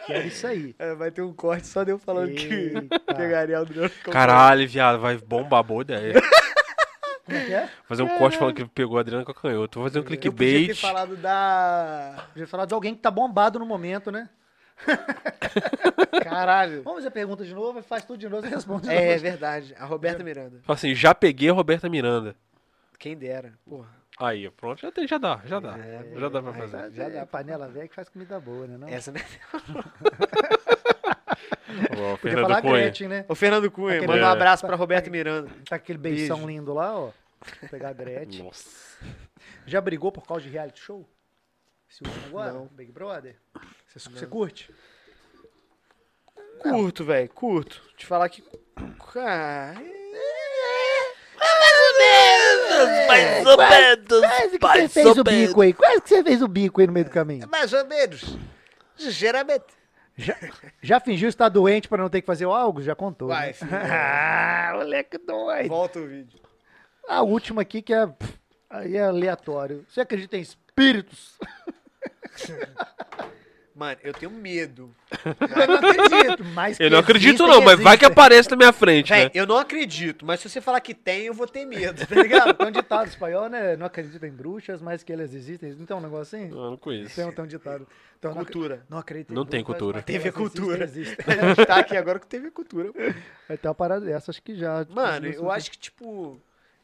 B: que era isso aí.
D: É, vai ter um corte só de eu falando que
B: Eita.
D: pegaria o drone.
A: Caralho, viado, vai bombar boa ideia.
B: Como é que é?
A: Fazer um corte falando que pegou a Adriana com a canhota. Vou fazer um
D: Eu podia ter
A: clickbait.
D: falado da...
B: Podia falar de alguém que tá bombado no momento, né?
D: Caralho.
B: Vamos fazer a pergunta de novo, faz tudo de novo e responde. de
D: É, é
B: novo.
D: verdade. A Roberta Miranda.
A: Fala assim, já peguei a Roberta Miranda.
D: Quem dera. Porra.
A: Aí, pronto, já, tem- já dá, já dá. já dá pra
D: mas
A: fazer.
D: é-
B: Já dá panela velha que faz comida boa, né? Não?
D: Essa, né?
A: Ó,
B: Podia
A: Fernando
B: falar
A: Cunha.
B: Gretchen, né?
D: O Fernando Cunha.
B: Aquele-
D: Manda um
A: É.
D: abraço pra Roberta Miranda.
B: Tá aquele beição lindo lá, ó. Vou pegar a Gretchen.
A: Nossa.
B: Já brigou por causa de reality show? Esse último agora?
D: Não.
B: Big Brother?
D: é
B: Você, você curte?
D: Curto, velho. Curto. Te falar que... é, Ah,
B: É, Quase que você fez o bico aí. Quase que você fez o bico aí no meio do caminho.
D: É mais ou menos. Geralmente.
B: Já, já fingiu estar doente pra não ter que fazer algo? Já contou. né?
D: Vai, é. filho.
B: ah, moleque doido.
D: Volta o vídeo.
B: A última aqui que é. pff, Aí é aleatório. Você acredita em espíritos?
D: Mano, eu tenho medo.
B: Eu não acredito. Mas
A: Eu não
B: que
A: acredito
B: existem,
A: não, mas vai que
B: existem.
A: aparece na minha
B: É.
A: frente,
D: Véi,
A: né?
D: eu não acredito, mas se você falar que tem, eu vou ter medo, tá ligado?
B: Cara, tem um ditado espanhol, né? Não acredito em bruxas, mas que elas existem. Não tem um negócio assim?
A: Eu não conheço.
B: Tem um, tem um ditado. Então, não ac-
D: Cultura.
B: Não acredito em
A: Não tem
B: bruxas,
A: cultura.
B: mas que
D: TV
B: elas existem,
D: cultura.
B: existem.
D: A gente tá aqui agora com TV Cultura.
B: Vai ter uma parada dessa, acho que já.
D: Mano, eu acho que, tipo,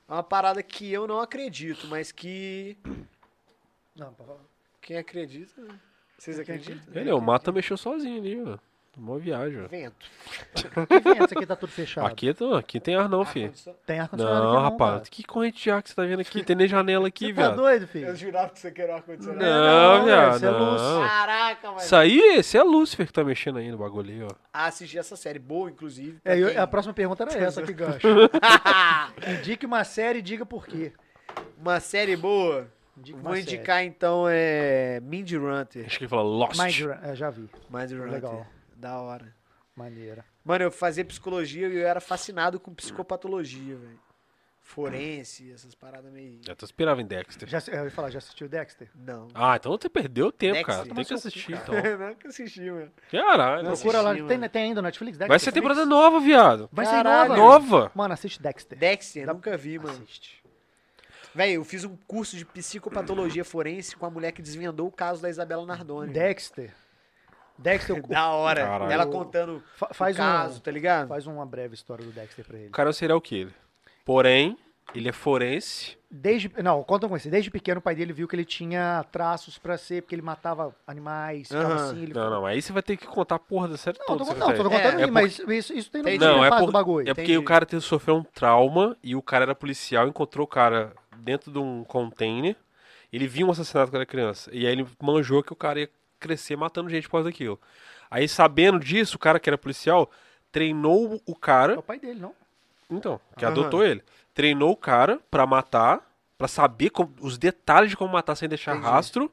D: é uma parada que eu não acredito, mas que
B: Não, pra falar.
D: quem acredita, né? Vocês acreditam?
A: Ele, o mato mexeu sozinho ali, ó. Uma viagem, ó.
D: Vento.
B: Que vento, isso aqui tá tudo fechado.
A: Aqui, tá- aqui tem ar não, filho.
D: Ar-condicionado.
B: Tem ar-condicionado
A: Não,
B: tá aqui
A: rapaz,
B: cara.
A: que corrente de ar que você tá vendo aqui? Tem nem janela aqui,
B: Você tá
A: viado.
B: doido,
D: Eu
B: filho?
D: jurava que você queria um ar-condicionado.
A: Não,
B: Não,
A: viado,
B: isso é luz.
A: não. Ah,
D: Caraca, mas.
A: Isso aí, esse é Lúcifer que tá mexendo aí no bagulho ali, ó.
D: Assisti essa série boa, inclusive. pra
B: É, eu-
D: quem- é.
B: a próxima pergunta era essa que gancho. Indique uma série e diga por quê.
D: uma série boa.
B: Indique
D: Vou
B: uma
D: indicar, então, é. Mind Runter.
A: Acho que ele fala Lost.
B: série. Mind Run- é, já vi.
D: Mind Runter.
B: Legal.
D: Da hora.
B: Maneira.
D: Mano, eu fazia psicologia e eu era fascinado com psicopatologia, velho. Forense, essas paradas meio.
A: Já tô esperava em Dexter.
B: Já, eu ia falar, já assistiu Dexter?
D: Não.
A: É. Ah, então você perdeu tempo,
D: Dexter.
A: cara. Tem que assistir, então.
D: Não que assisti, mano.
A: Caralho.
D: Não,
B: Procura lá.
D: assisti,
B: Tem,
D: mano.
B: tem ainda Netflix? Dexter?
A: Vai ser temporada é nova, viado.
B: Vai
D: Caralho.
B: ser nova.
A: Nova.
B: Mano, assiste Dexter.
D: Dexter,
B: Dá-
D: nunca vi, mano.
B: Assiste.
D: Velho, eu fiz um curso de psicopatologia forense com a mulher que desvendou o caso da Isabela Nardoni.
B: Dexter. Dexter, o-
D: Da hora.
A: Caralho.
D: Ela contando
B: fa- faz,
D: o caso,
B: um,
D: tá ligado?
B: faz uma breve história do Dexter pra ele.
A: O cara é um serial killer. Porém, ele é forense.
B: Desde, não, conta com isso. Desde pequeno, o pai dele viu que ele tinha traços pra ser, porque ele matava animais, ficava
D: Aham.
B: assim. Ele
A: Não, não, aí você vai ter que contar a porra da série
B: Não,
A: toda.
B: tô,
A: você
B: contando-
A: vai
B: não, tô
A: ter.
B: contando
D: É,
B: aí,
A: por-
B: mas isso, isso tem no
D: Entendi.
A: Não,
B: na
A: é,
B: fase
A: por-
B: do bagulho.
A: é porque
D: entendi.
A: o cara teve, sofreu um trauma e o cara era policial, encontrou o cara dentro de um container. Ele viu um assassinato quando era criança. E aí ele manjou que o cara ia crescer matando gente por causa daquilo. Aí, sabendo disso, o cara que era policial treinou o
B: É
A: cara.
B: o pai dele, não?
A: Então, que
D: Aham.
A: adotou ele. Treinou o cara pra matar, pra saber como- os detalhes de como matar sem deixar rastro,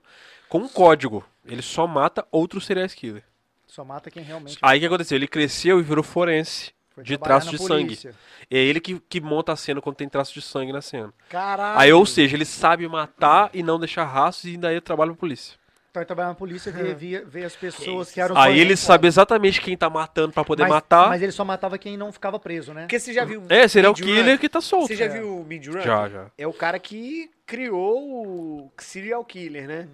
A: com um código. Ele só mata outro serial killer.
B: Só mata quem realmente
A: Aí o que aconteceu? Ele cresceu e virou forense
B: foi
A: de
B: trabalhar
A: traço
B: na
A: de sangue.
B: polícia.
A: É ele que, que monta a cena quando tem traço de sangue na cena.
D: Caralho.
A: Aí, ou seja, ele sabe matar e não deixar rastros e ainda ele trabalha pra polícia.
B: Então ele trabalhava na polícia,
D: É.
B: vê, via, vê as pessoas que
D: um
B: eram...
A: Aí
B: forenses.
A: ele sabe exatamente quem tá matando pra poder
B: mas,
A: matar.
B: Mas ele só matava quem não ficava preso, né?
D: Porque você já viu.
A: É, seria o
D: Mind
A: killer
D: Runter?
A: que tá solto.
D: Você já
A: É.
D: viu o Mid Runter?
A: Já, já.
D: é o cara que criou o serial killer, né?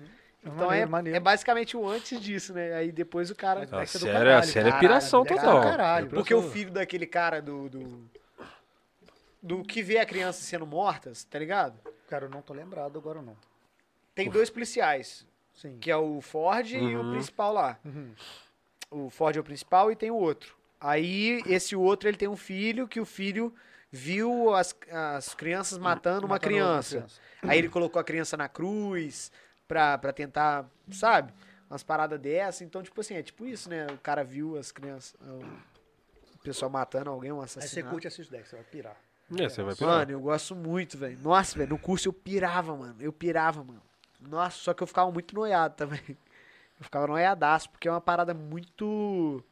D: Então é,
B: maneiro.
D: é basicamente o antes disso, né? Aí depois o cara.
A: A
D: vai ser do
A: série, a
D: caralho,
A: série é
D: cara.
A: piração
D: Caralho,
A: total.
B: caralho,
A: É
D: Porque o
A: piração.
D: filho daquele cara do. do... do que vê a criança sendo morta, tá ligado?
B: Cara, eu não tô lembrado agora, não.
D: Tem dois policiais,
B: Sim. Uhum.
D: que é o Ford e
A: Uhum.
D: o principal lá. O Ford é o principal e tem o outro. Aí, esse outro, ele tem um filho que o filho viu as, as crianças matando uma
B: Mataram
D: criança.
B: outra
D: Aí ele colocou a criança na cruz pra, pra tentar, sabe? Umas paradas dessa. Então, tipo assim, é tipo isso, né? O cara viu as crianças. O pessoal matando alguém, um
B: Aí você
D: assassinato.
B: curte e assiste 10, você vai pirar.
A: É, você vai pirar.
D: Mano, eu gosto muito, velho. Nossa, velho, no curso eu pirava, mano. Eu pirava, mano. Nossa, só que eu ficava muito noiado também. Eu ficava noiadaço, porque é uma parada muito.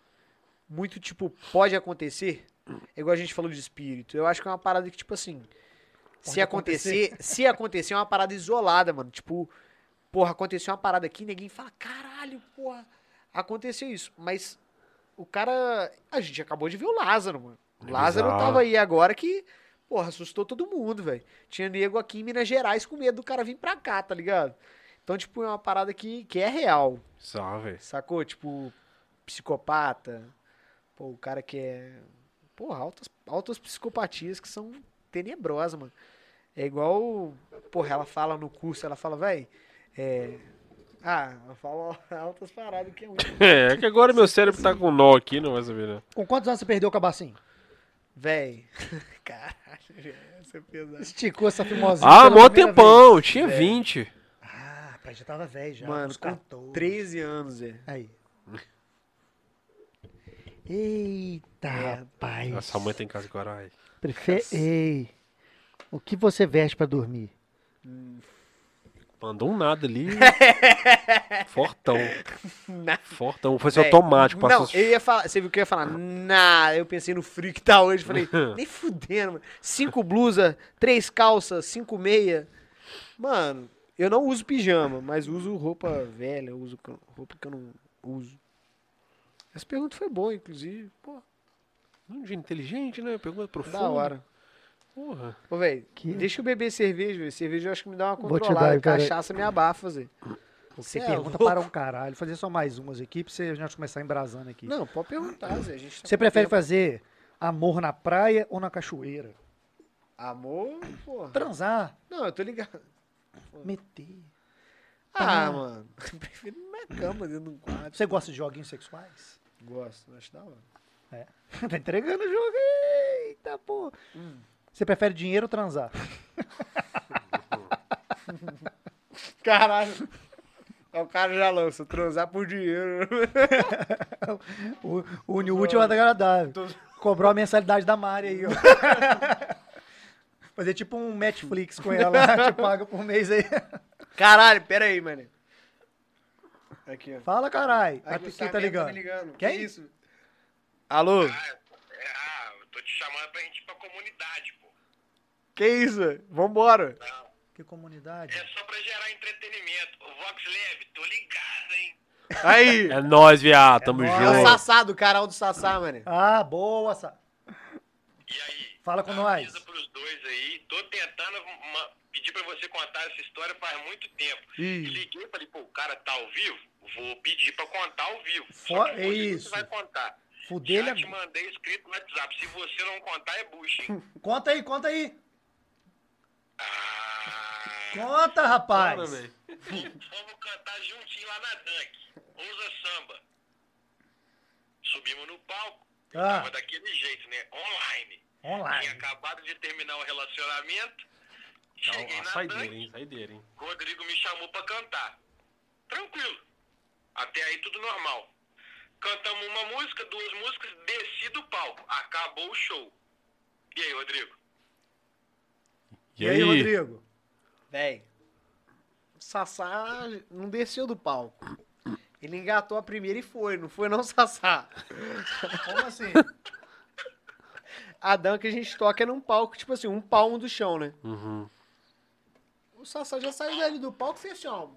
D: Muito tipo, pode acontecer. É igual a gente falou de espírito. Eu acho que é uma parada que, tipo assim. se acontecer, se acontecer, é uma parada isolada, mano. Tipo, porra, aconteceu uma parada aqui, ninguém fala, caralho, porra, aconteceu isso. Mas o cara. A gente acabou de ver o Lázaro, mano. O
A: É
D: Lázaro
A: bizarro.
D: tava aí agora que, porra, assustou todo mundo, velho. Tinha nego aqui em Minas Gerais com medo do cara vir pra cá, tá ligado? Então, tipo, é uma parada que, que é real,
A: Bizarro, velho.
D: sacou? Tipo, psicopata. Pô, o cara que é. Porra, altas, altas psicopatias que são tenebrosas, mano. É igual. Porra, ela fala no curso, ela fala, velho. É. Ah, ela fala altas paradas que é muito.
A: É, é que agora meu cérebro tá com nó aqui, não vai saber, né?
B: Com quantos anos você perdeu o cabacinho?
D: Véi. Caralho, essa é pesada.
B: Esticou essa fimosinha.
D: é
A: Ah,
B: pela
A: mó
B: primeira
A: tempão, tinha 20.
B: vez. Ah, rapaz, já tava velho já.
D: Mano,
B: uns
D: com
B: 14.
D: 13 anos, velho.
B: Aí. Eita,
A: É.
B: rapaz.
A: Nossa, a mãe tá em casa agora, ai.
B: Prefe... Ei, o que você veste pra dormir?
A: Mandou um nada ali. Fortão.
D: Nada.
A: Fortão. Foi ser
D: Véi,
A: é automático.
D: Não,
A: Passou... os-
D: eu ia falar. Você viu o que eu ia falar? Nah, eu pensei no frio que tá hoje. Falei, nem fudendo, mano. Cinco blusas, três calças, cinco meia. Mano, eu não uso pijama, mas uso roupa velha, uso que eu- roupa que eu não uso. Essa pergunta foi boa, inclusive. Pô,
A: Hum, gente inteligente, né? Pergunta profunda.
D: da hora.
A: Porra.
D: Ô, velho,
B: Que-
D: deixa eu beber cerveja, velho. Cerveja eu acho que me dá uma
B: Vou te dar,
D: controlada.
B: cara.
D: cachaça me abafa, Zé.
B: Você
D: Cê é
B: pergunta
D: louco.
B: para um caralho. Fazer só mais umas aqui pra você- a gente começar embrasando aqui.
D: Não, pode perguntar, Zé. A gente tá
B: Você
D: com
B: prefere
D: tempo.
B: fazer amor na praia ou na cachoeira?
D: Amor, porra.
B: Transar,
D: Não, eu tô ligado.
B: meter.
D: Ah,
B: Ah.
D: mano. Eu prefiro na cama, dentro de um quarto.
B: Você gosta de joguinhos sexuais?
D: Gosto, acho da hora.
B: tá entregando o jogo. Eita, pô.
D: Hum.
B: Você prefere dinheiro ou transar?
D: Caralho. Aí O cara já lança, transar por dinheiro.
B: O, une o útil ao agradável. Cobrou a mensalidade da Mari aí, ó. Fazer tipo um Netflix com ela lá, te paga por mês aí.
D: Caralho, pera aí, mano. Aqui, ó.
B: Fala, caralho.
D: Aqui,
B: Aqui
D: o
B: quem
D: Sarmento
B: tá ligando?
D: me ligando.
B: Quem?
D: Que isso? Alô?
K: Ah, eu tô te chamando pra gente ir pra comunidade, pô.
D: Que isso? Vambora.
B: Que comunidade?
K: É só pra gerar entretenimento. O Vox Leve, tô ligado, hein?
D: Aí.
A: É nóis, viado. Tamo
D: É o
A: junto.
D: Sassá, do canal do Sassá, mano.
B: Ah, boa, Sa.
K: E aí?
B: Fala com
K: avisa
B: nós.
K: pros dois aí. Tô tentando ma- pedir pra você contar essa história faz muito tempo. Liguei e falei, pô, o cara tá ao vivo? Vou pedir pra contar ao vivo.
B: Fo-
K: que você
B: isso.
K: não vai contar.
B: Fudeu
K: Já te
B: ele. é
K: mandei escrito no WhatsApp. Se você não contar, é bucha, hein?
B: Conta aí, conta aí.
K: ah,
B: Conta, rapaz.
K: Vamos cantar juntinho lá na Dunk. Ousa samba. Subimos no palco. Eu
B: Ah.
K: Tava daquele jeito, né? Online. Tinha
B: Online.
K: acabado de terminar o relacionamento. Cheguei
B: ah,
A: Dá uma
K: na
A: Saideira,
K: Dunk.
A: hein? Saideira, hein?
K: Rodrigo me chamou pra cantar. Tranquilo. Até aí tudo normal. Cantamos uma música, duas músicas, desci do palco. Acabou o show. E aí, Rodrigo?
A: E, aí,
B: Rodrigo?
D: Véi. O Sassá não desceu do palco. Ele engatou a primeira e foi. Não foi não, Sassá.
B: Como assim?
D: A dan que a gente toca é num palco, tipo assim, um palmo do chão, né?
A: Uhum.
D: O Sassá já saiu dali do palco e fez assim, ó.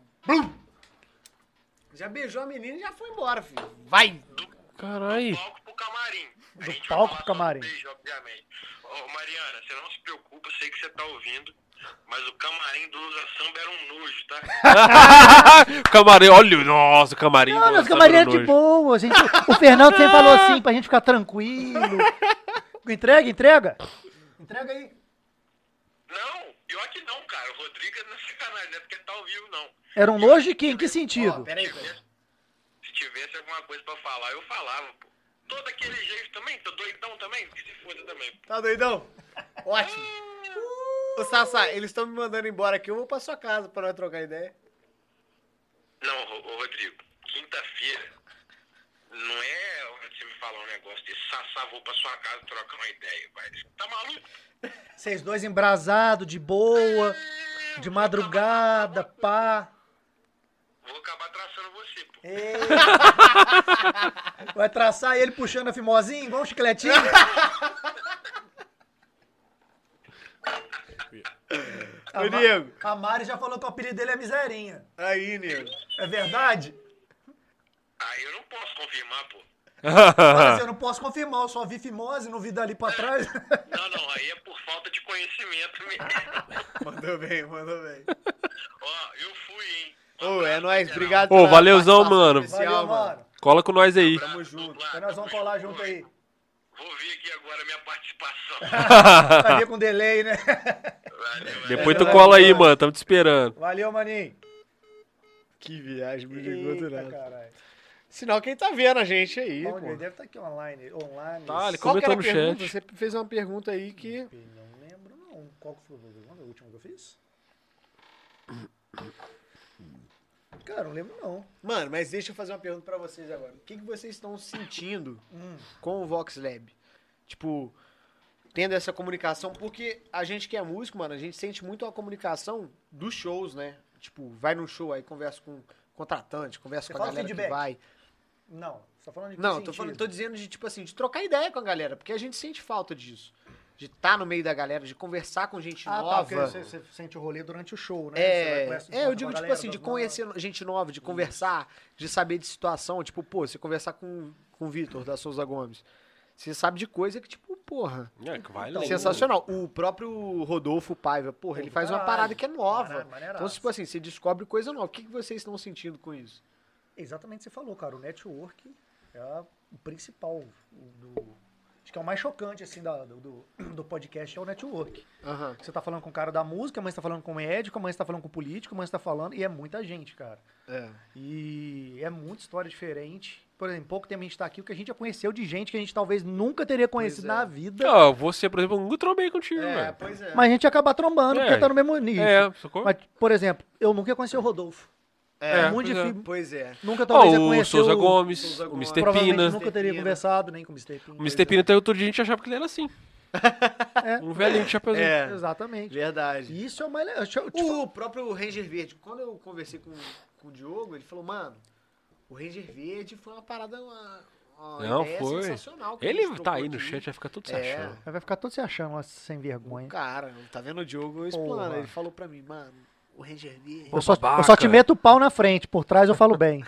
D: Já beijou a menina e já foi embora, filho. Vai!
A: Caralho.
K: palco pro camarim. A gente vai
B: palco
K: falar
B: pro camarim.
K: sobre o Beijo, obviamente. Ô, Mariana, você não se preocupa, eu sei que você tá ouvindo. Mas o camarim do Usa Samba era um nojo, tá?
A: camarim, olha, nossa, o camarim.
B: Não,
A: nossa,
B: nossa camarim é
A: Bruno
B: de
A: Nojo.
B: boa. a gente- o Fernando sempre falou assim, pra gente ficar tranquilo. Entrega, entrega. Entrega aí.
K: Não, pior que não, cara. O Rodrigo não é sacanagem, não é porque tá ao vivo, não.
B: Era um nojo de quê? Em que sentido?
K: Se tivesse- Se tivesse alguma coisa pra falar, eu falava, pô. Todo aquele jeito também, tô doidão também, que se foda também.
D: Tá doidão? Ótimo. Ô, Sassá, eles estão me mandando embora aqui. Eu vou pra sua casa pra nós trocar ideia.
K: Não, Ro- ô, Rodrigo, quinta-feira não é você me falar um negócio desse, Sassá, vou pra sua casa trocar uma ideia, vai. Tá maluco?
B: Vocês dois embrasados, de boa, de madrugada, pá.
K: Vou acabar traçando você, pô.
B: Ei. Vai traçar ele puxando a fimosinha, igual um chicletinho. A,
D: Ô,
B: Ma-
D: Diego.
B: a Mari já falou que o apelido dele é Miserinha.
D: Aí, nego.
B: É verdade?
K: Aí eu não posso confirmar, pô.
B: Mas eu não posso confirmar, eu só vi fimose, não vi dali pra trás.
K: Não, não, aí é por falta de conhecimento mesmo.
D: Mandou bem, mandou bem.
K: Ó, eu fui, hein?
D: Ô, é nóis. Obrigado.
A: Ô,
D: pela
A: valeuzão,
D: participação
A: mano.
D: especial,
B: Valeu, mano.
A: Cola com nós aí.
D: Tamo junto.
B: Então nós vamos colar junto aí.
K: Vou ver aqui agora a minha participação.
B: Vai ver com delay, né?
A: Depois tu cola aí, mano. Tamo te esperando.
B: Valeu, maninho.
D: Que viagem, me ligou do
B: Eita,
D: nada.
B: caralho.
D: Sinal quem tá vendo a gente aí,
B: Bom,
D: né? pô.
B: ele deve estar aqui online. online.
A: Tá, ele
I: Qual que era a
A: comentou no
I: pergunta?
A: chat.
I: Você fez uma pergunta aí que...
B: Não lembro, não. Qual que foi o último que eu fiz? Cara, não lembro, não.
D: Mano, mas deixa eu fazer uma pergunta pra vocês agora. O que, que vocês estão sentindo
B: Hum.
D: com o Vox Lab? Tipo, tendo essa comunicação, porque a gente que é músico, mano, a gente sente muito a comunicação dos shows, né? Tipo, vai no show aí, conversa com o contratante, conversa
B: Você
D: com a
B: fala
D: galera
B: feedback.
D: que vai.
B: Não, você tá falando de que
D: Não, tô,
B: sentido?
D: falando, tô dizendo de, tipo assim, de trocar ideia com a galera, porque a gente sente falta disso. De estar no meio da galera, de conversar com gente
B: Ah, tá,
D: nova.
B: porque você, você sente o rolê durante o show, né?
D: É,
B: Você vai conversando
D: é,
B: com
D: eu
B: a
D: digo, tipo
B: galera,
D: assim, de
B: das novas.
D: conhecer no- gente nova, de conversar, de saber de situação. Tipo, pô, você conversar com, com o Vitor da Souza Gomes. Você sabe de coisa que, tipo, porra.
A: É, que vai
D: Então,
A: lá.
D: sensacional. O próprio Rodolfo Paiva, porra, ele
B: do
D: faz uma
B: caralho.
D: parada que é nova.
B: Maneira- maneiraço.
D: Então, tipo assim, você descobre coisa nova. O que, que vocês estão sentindo com isso?
B: Exatamente o que você falou, cara. O network é a- o principal. o do- acho que é o mais chocante, assim, da- do, do- do podcast é o network.
D: Aham.
B: Você tá falando com o cara da música, amanhã você tá falando com o médico, amanhã você tá falando com o político, amanhã você tá falando... E é muita gente, cara.
D: É.
B: E é muita história diferente. Por exemplo, pouco tempo a gente tá aqui, o que a gente já conheceu de gente que a gente talvez nunca teria conhecido
D: é.
B: na vida.
A: Não, você, por exemplo, eu nunca trombei contigo, velho.
D: pois é.
B: Mas a gente ia acabar trombando,
A: É.
B: porque tá no mesmo nível.
A: É, sacou?
B: Mas, por exemplo, eu nunca ia conhecer o Rodolfo.
A: É,
B: muito
A: pois é.
B: difícil.
D: Pois é.
B: Nunca
A: Ó,
B: talvez ia
A: o
B: conhecer
A: Souza
B: o...
A: Gomes,
D: Souza
A: o
D: Gomes.
A: Mr.
B: Provavelmente
A: Pina.
B: nunca teria
D: Pina.
B: conversado nem com o Mr. Pina.
A: O Mr. Pina até outro dia a gente achava que ele era assim.
B: É.
A: Um velhinho de chapeuzinho.
D: É.
B: Exatamente.
D: Verdade.
B: E Isso é o mais legal. Deixa eu- deixa eu
D: tipo, O próprio Ranger Verde, quando eu conversei com, com o Diogo, ele falou, mano, o Ranger Verde foi uma parada, uma, uma
A: Não,
D: ideia
A: foi.
D: sensacional. que a gente
A: Ele tá
D: trocou
A: aí no
D: aqui."
A: chat, vai ficar todo se
D: É.
A: achando.
B: Vai ficar todo se achando ó, sem vergonha.
D: Cara, tá vendo o Diogo, eu explano.
B: Porra.
D: Ele falou pra mim, mano, o Ranger Verde...
B: Eu só,
A: babaca.
B: eu só te meto o pau na frente, por trás eu falo bem.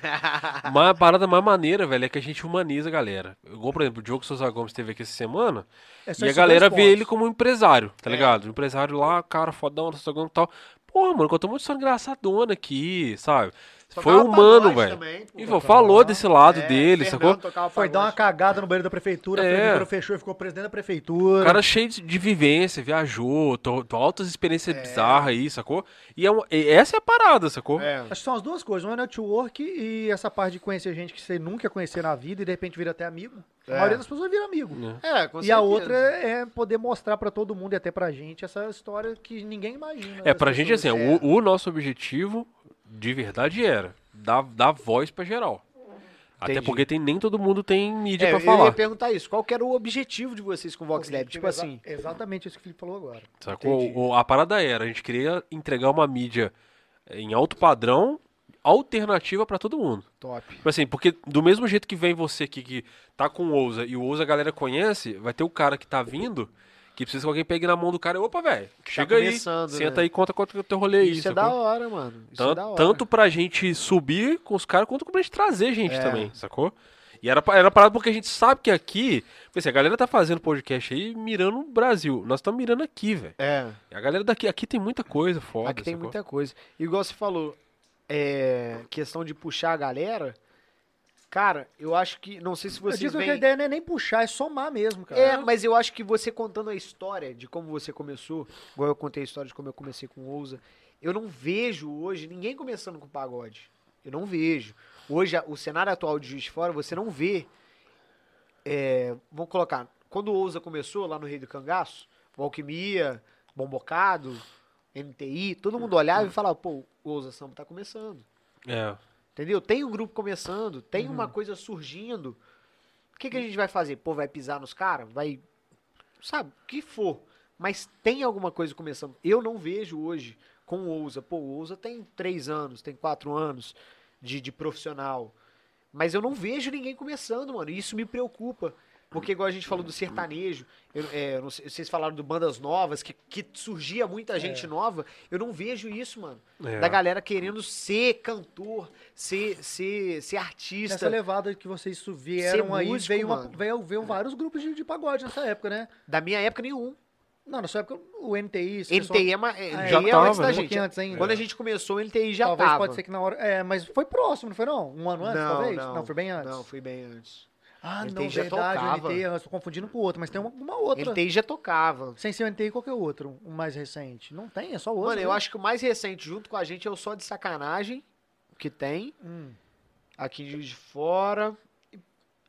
A: Mas a parada mais maneira, velho, é que a gente humaniza a galera. Igual, por exemplo, o Diogo Souza Gomes esteve aqui essa semana
B: É só
A: e a
B: esses
A: galera
B: dois
A: vê
B: pontos. É.
A: ele como um empresário, tá ligado? Um empresário lá, cara, fodão, Souza Gomes e tal. Porra, mano, contou muito história engraçadona aqui, sabe? Foi
D: Tocava
A: humano,
D: pagode
A: velho.
D: também, pô.
A: E pô, falou desse lado
D: É,
A: dele,
D: Fernando
A: sacou?
D: tocava
B: Foi dar uma
D: pagode.
B: cagada no banheiro da prefeitura,
A: É.
B: a prefeitura fechou e ficou presidente da prefeitura.
A: O cara cheio de de vivência, viajou, to- to- altas
B: É.
A: experiências bizarras aí, sacou? E, é um- e essa é a parada, sacou?
D: É.
B: Acho que são as duas coisas, uma é network e essa parte de conhecer gente que você nunca ia conhecer na vida e de repente vira até amigo. A
D: É.
B: maioria das pessoas vira amigo.
D: É, com
B: E a
D: certeza.
B: outra é poder mostrar pra todo mundo e até pra gente essa história que ninguém imagina.
A: É,
B: das
A: pra gente, assim,
B: pessoas.
A: o, o nosso objetivo de verdade era dar, dar voz pra geral. Até
D: Entendi.
A: porque tem, nem todo mundo tem mídia
D: É,
A: pra
D: eu falar. ia
A: falar.
D: perguntar isso. Qual que era o objetivo de vocês com o Vox Lab? Tipo
B: É. Exa-
D: assim...
B: Exatamente isso que o Felipe falou agora.
A: Sacou? O- a parada era, a gente queria entregar uma mídia eh, em alto padrão, alternativa pra todo mundo.
D: Top.
A: Tipo assim, porque do mesmo jeito que vem você aqui que tá com o Ousa e o Ousa a galera conhece, vai ter o cara que tá vindo que precisa que alguém pegue na mão do cara e opa, velho, chega aí,
D: tá começando,
A: senta
D: né?
A: aí, conta quanto que é o teu rolê aí.
D: Isso
A: sacou?
D: é da hora, mano. Isso
A: Tan-
D: é da hora.
B: É.
A: Tanto pra gente subir com os caras, quanto pra gente trazer gente também, sacou? E era, pa- era parado porque a gente sabe que aqui. Tipo assim, a galera tá fazendo podcast aí mirando o Brasil. Nós estamos mirando aqui, velho.
D: É.
A: A galera daqui. Aqui tem muita coisa foda.
D: Aqui tem
A: sacou?
D: muita coisa. Igual você falou, é, questão de puxar a galera. Cara, eu acho que. Não sei se
B: Eu
D: vocês
B: digo
D: veem.
B: que a ideia não é nem puxar, é somar mesmo, cara.
D: É, mas eu acho que você contando a história de como você começou, igual eu contei a história de como eu comecei com o Ousa, eu não vejo hoje ninguém começando com pagode. Eu não vejo. Hoje, a- o cenário atual de Juiz de Fora, você não vê. É, vamos colocar, quando o Ousa começou lá no Rei do Cangaço, o Alquimia, Bom Bocado, MTI, todo mundo olhava e falava, pô, o Ousa Samba tá começando.
A: É.
D: Entendeu? Tem um grupo começando, tem uma coisa surgindo. O que, que a gente vai fazer? Pô, vai pisar nos caras? Vai. Sabe, o que for. Mas tem alguma coisa começando. Eu não vejo hoje com o Ousa. Pô, o Ousa tem três anos, tem quatro anos de, de profissional. Mas eu não vejo ninguém começando, mano. E isso me preocupa. Porque, igual a gente falou do sertanejo, eu- é, eu não sei- vocês falaram do bandas novas, que, que surgia muita gente nova. Eu não vejo isso, mano
A: É.
D: da galera querendo ser cantor, ser, ser, ser
B: Nessa
D: artista.
B: levada que vocês su- vieram
D: Ser
B: aí,
D: músico,
B: veio, uma-
D: mano.
B: veio, veio vários grupos de, de pagode nessa época, né?
D: Da minha época, nenhum.
B: Não, na sua época, o NTI... esse pessoal-
D: NTI é, ma- é,
B: Ah,
D: NTI
A: já
D: é
A: tava,
D: antes da
A: né?
D: gente.
B: Um pouquinho antes ainda.
D: Quando a gente começou, o NTI já
B: talvez
D: tava.
B: pode ser que na hora... É, mas foi próximo, não foi não? Um ano antes,
D: Não,
B: talvez?
D: não.
B: foi bem antes.
D: Não, foi bem antes.
B: Ah,
D: NTI
B: não,
D: já
B: verdade,
D: tocava.
B: o NTI, eu estou confundindo com o outro, mas tem uma, uma outra.
D: NTI já tocava.
B: Sem ser o NTI, qual que é o outro? O mais recente? Não tem, é só o outro.
D: Mano, eu
B: né?
D: acho que o mais recente junto com a gente é o Só de Sacanagem, que tem,
B: Hum.
D: aqui em Juiz de Fora. E,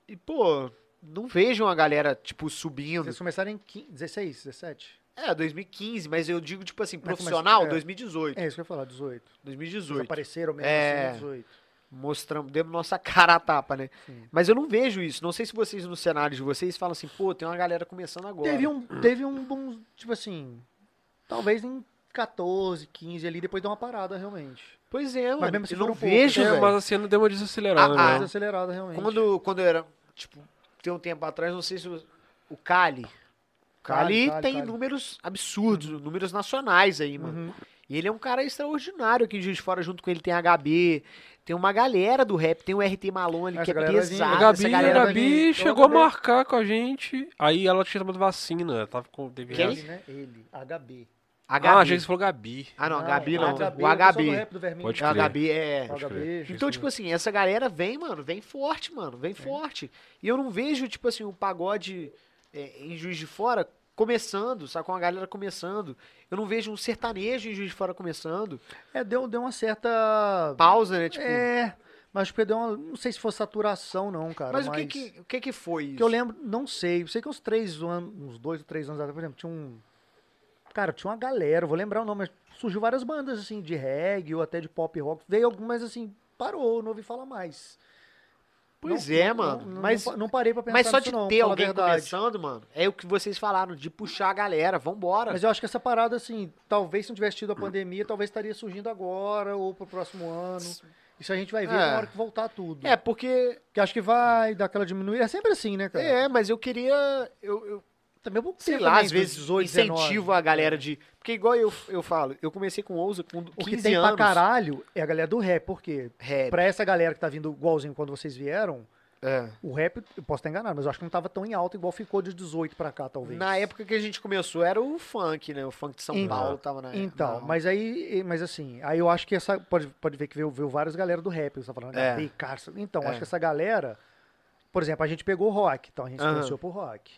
D: e, pô, não vejo uma galera, tipo, subindo.
B: Vocês começaram em 15, 16, 17?
D: É, 2015, mas eu digo, tipo assim,
B: Mas começou-
D: profissional,
B: é.
D: 2018.
B: É isso que eu ia falar, 18.
D: 2018.
B: Vocês apareceram mesmo
D: É.
B: assim, 18.
D: mostramos, demos nossa cara a tapa, né?
B: Sim.
D: Mas eu não vejo isso. Não sei se vocês, no cenário de vocês, falam assim, pô, tem uma galera começando agora.
B: Teve um, teve um bom, tipo assim, talvez em 14, 15 ali, depois deu uma parada realmente.
D: Pois é, mano.
B: mesmo assim
D: eu não
B: foram poucos,
D: vejo,
B: né?
A: É,
D: velho.
A: mas a cena deu uma desacelerada,
D: Ah,
A: né?
D: ah,
B: Mais acelerada realmente.
D: Quando, quando eu era, tipo, tem um tempo atrás, não sei se o, o Cali. O Cali,
B: Cali, Cali,
D: tem
B: Cali.
D: números absurdos, números nacionais aí, mano.
B: Uhum.
D: E ele é um cara extraordinário aqui em Juiz de Fora, junto com ele tem a HB, tem uma galera do rap, tem o RT Malone,
B: Essa
D: que é
B: galera vai vir,
D: pesado,
A: A
B: Ah,
A: Gabi,
D: essa
A: a
D: galera... é
B: vai vir,
A: Gabi
B: então
A: chegou a
B: também.
A: marcar com a gente. Aí ela tinha tomado vacina. ela Tava com. Teve
D: Quem?
B: Ele, né? Ele, HB.
D: HB.
A: Ah, achei que você falou Gabi.
D: Ah, não, a Gabi
B: HB,
D: não. o
B: pessoal do
D: HB.
B: rap do Vermelho.
A: Pode
D: A
A: crer.
D: Gabi é.
A: Pode
B: HB.
A: crer.
D: Então,
B: né?
D: tipo assim, essa galera vem, mano, vem forte, mano, vem forte. E eu não vejo, tipo assim, o pagode é, em Juiz de Fora começando, sabe? Com a galera começando. Eu não vejo um sertanejo em Juiz de Fora começando.
B: É, deu, deu uma certa...
D: Pausa, né? Tipo,
B: É, mas porque deu uma... Não sei se foi saturação não, cara.
D: mas o que que, o que que foi isso?
B: Que eu lembro, não sei, sei que uns três anos, uns dois ou três anos atrás, por exemplo, tinha um. Cara, tinha uma galera, eu vou lembrar o nome, mas surgiu várias bandas, assim, de reggae ou até de pop rock. Veio algumas, assim, parou, não ouvi falar mais.
D: Pois
B: Não-
D: é,
B: não-
D: mano.
B: Não,
D: mas,
B: não, não parei pra pensar
D: mas só
B: nisso,
D: de
B: não,
D: ter
B: falar a
D: alguém
B: verdade.
D: começando, mano, é o que vocês falaram, de puxar a galera, vambora.
B: Mas eu acho que essa parada, assim, talvez se não tivesse tido a pandemia, talvez estaria surgindo agora ou pro próximo ano. Isso a gente vai ver
D: É.
B: na hora que voltar tudo.
D: É, porque.
B: Porque acho que vai dar aquela diminuída. É sempre assim, né, cara? Tá
D: É, mas eu queria. eu- eu,
B: Também vou
D: sei lá, às vezes incentivo a galera de. Porque igual eu, eu falo, eu comecei com Ousa com 15
B: O que tem
D: anos.
B: pra caralho é a galera do rap, porque
D: Rap.
B: pra essa galera que tá vindo igualzinho quando vocês vieram,
D: É.
B: o rap, eu posso estar enganado, mas eu acho que não tava tão em alta igual ficou de 18 pra cá, talvez.
D: Na época que a gente começou era o funk, né? O funk de São
B: Então,
D: Paulo tava na
B: Então,
D: na-
B: mas aí, mas assim, aí eu acho que essa, pode, pode ver que veio, veio várias galera do rap, você tá falando,
D: É.
B: HB, Carson. Então,
D: É.
B: acho que essa galera, por exemplo, a gente pegou o rock, então a gente se
D: Aham.
B: influenciou pro rock.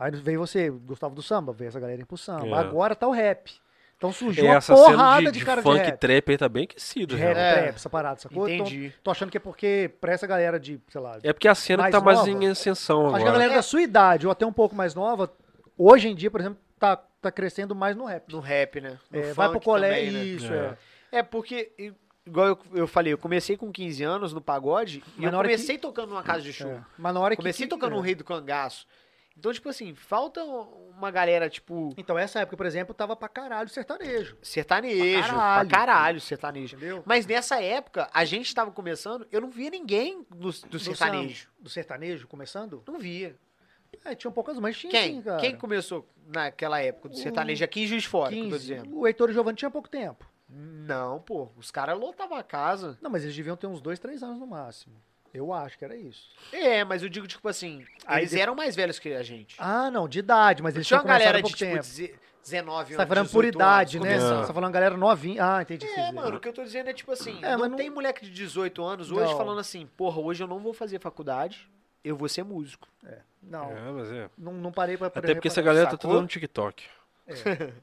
B: Aí veio você, Gustavo do Samba, veio essa galera ir pro samba.
A: É.
B: Agora tá o rap. Então surgiu
A: É,
B: uma
A: essa cena
B: porrada
A: de,
B: de,
A: de
B: cara
A: funk
B: de rap.
A: trap aí tá bem aquecido,
B: De
A: já.
B: rap,
A: né?
D: É.
B: trap, essa parada, sacou? Então,
D: Entendi.
B: Tô achando que é porque, pra essa galera de, sei lá.
A: É porque a cena
B: Mais
A: tá mais
B: nova?
A: em ascensão
B: Acho
A: agora.
B: que a galera da sua idade, ou até um pouco mais nova, hoje em dia, por exemplo, tá, tá crescendo mais no rap.
D: No rap, né? No
B: É,
D: funk
B: vai pro colégio.
D: também, né?
B: Isso,
A: É.
B: é.
D: É porque, i- igual eu, eu falei, eu comecei com 15 anos no pagode e
B: Mas
D: eu
B: na hora que-
D: comecei tocando numa casa de show.
B: É. Mas na hora que.
D: Comecei
B: que-
D: tocando no
B: é.
D: Rei do Cangaço. Então, tipo assim, falta uma galera, tipo,
B: Então, essa época, por exemplo, tava pra caralho sertanejo.
D: sertanejo.
B: Pra
D: Pra
B: caralho.
D: caralho, sertanejo.
B: Entendeu?
D: Mas nessa época, a gente tava começando, eu não via ninguém do, do sertanejo.
B: samba, Do sertanejo, começando?
D: Não via.
B: É, tinham poucas, mas tinha
D: Quem?
B: sim, cara.
D: Quem começou naquela época do sertanejo aqui em Juiz de Fora, que eu tô
B: 15.
D: dizendo?
B: O Heitor e Giovanni tinha pouco tempo.
D: Não, pô. Os caras lotavam a casa.
B: Não, mas eles deviam ter uns dois, três anos no máximo. Eu acho que era isso.
D: É, mas eu digo, tipo assim,
B: Aí
D: eles
B: de-
D: eram mais velhos que a gente.
B: Ah, não, de idade, mas eles
D: Tinha
B: tinham
D: uma
B: começado
D: galera
B: há
D: de,
B: pouco
D: tipo,
B: tempo.
D: 19
B: Você
D: anos,
B: tá falando por
D: 18
B: idade,
D: anos,
B: né?
D: começando.
B: Você tá falando galera novinha. Ah, entendi. o que você
D: É,
B: quis dizer.
D: mano, o que eu tô dizendo é tipo assim,
B: É, mas
D: não,
B: não-
D: tem moleque de 18 anos hoje
B: Não.
D: falando assim, porra, hoje eu não vou fazer faculdade, eu vou ser músico.
B: Não,
A: É, mas é.
B: não, não parei pra pra
A: Até porque essa
B: reparar.
A: galera tá
D: sacou?
A: toda no TikTok.
B: Tá-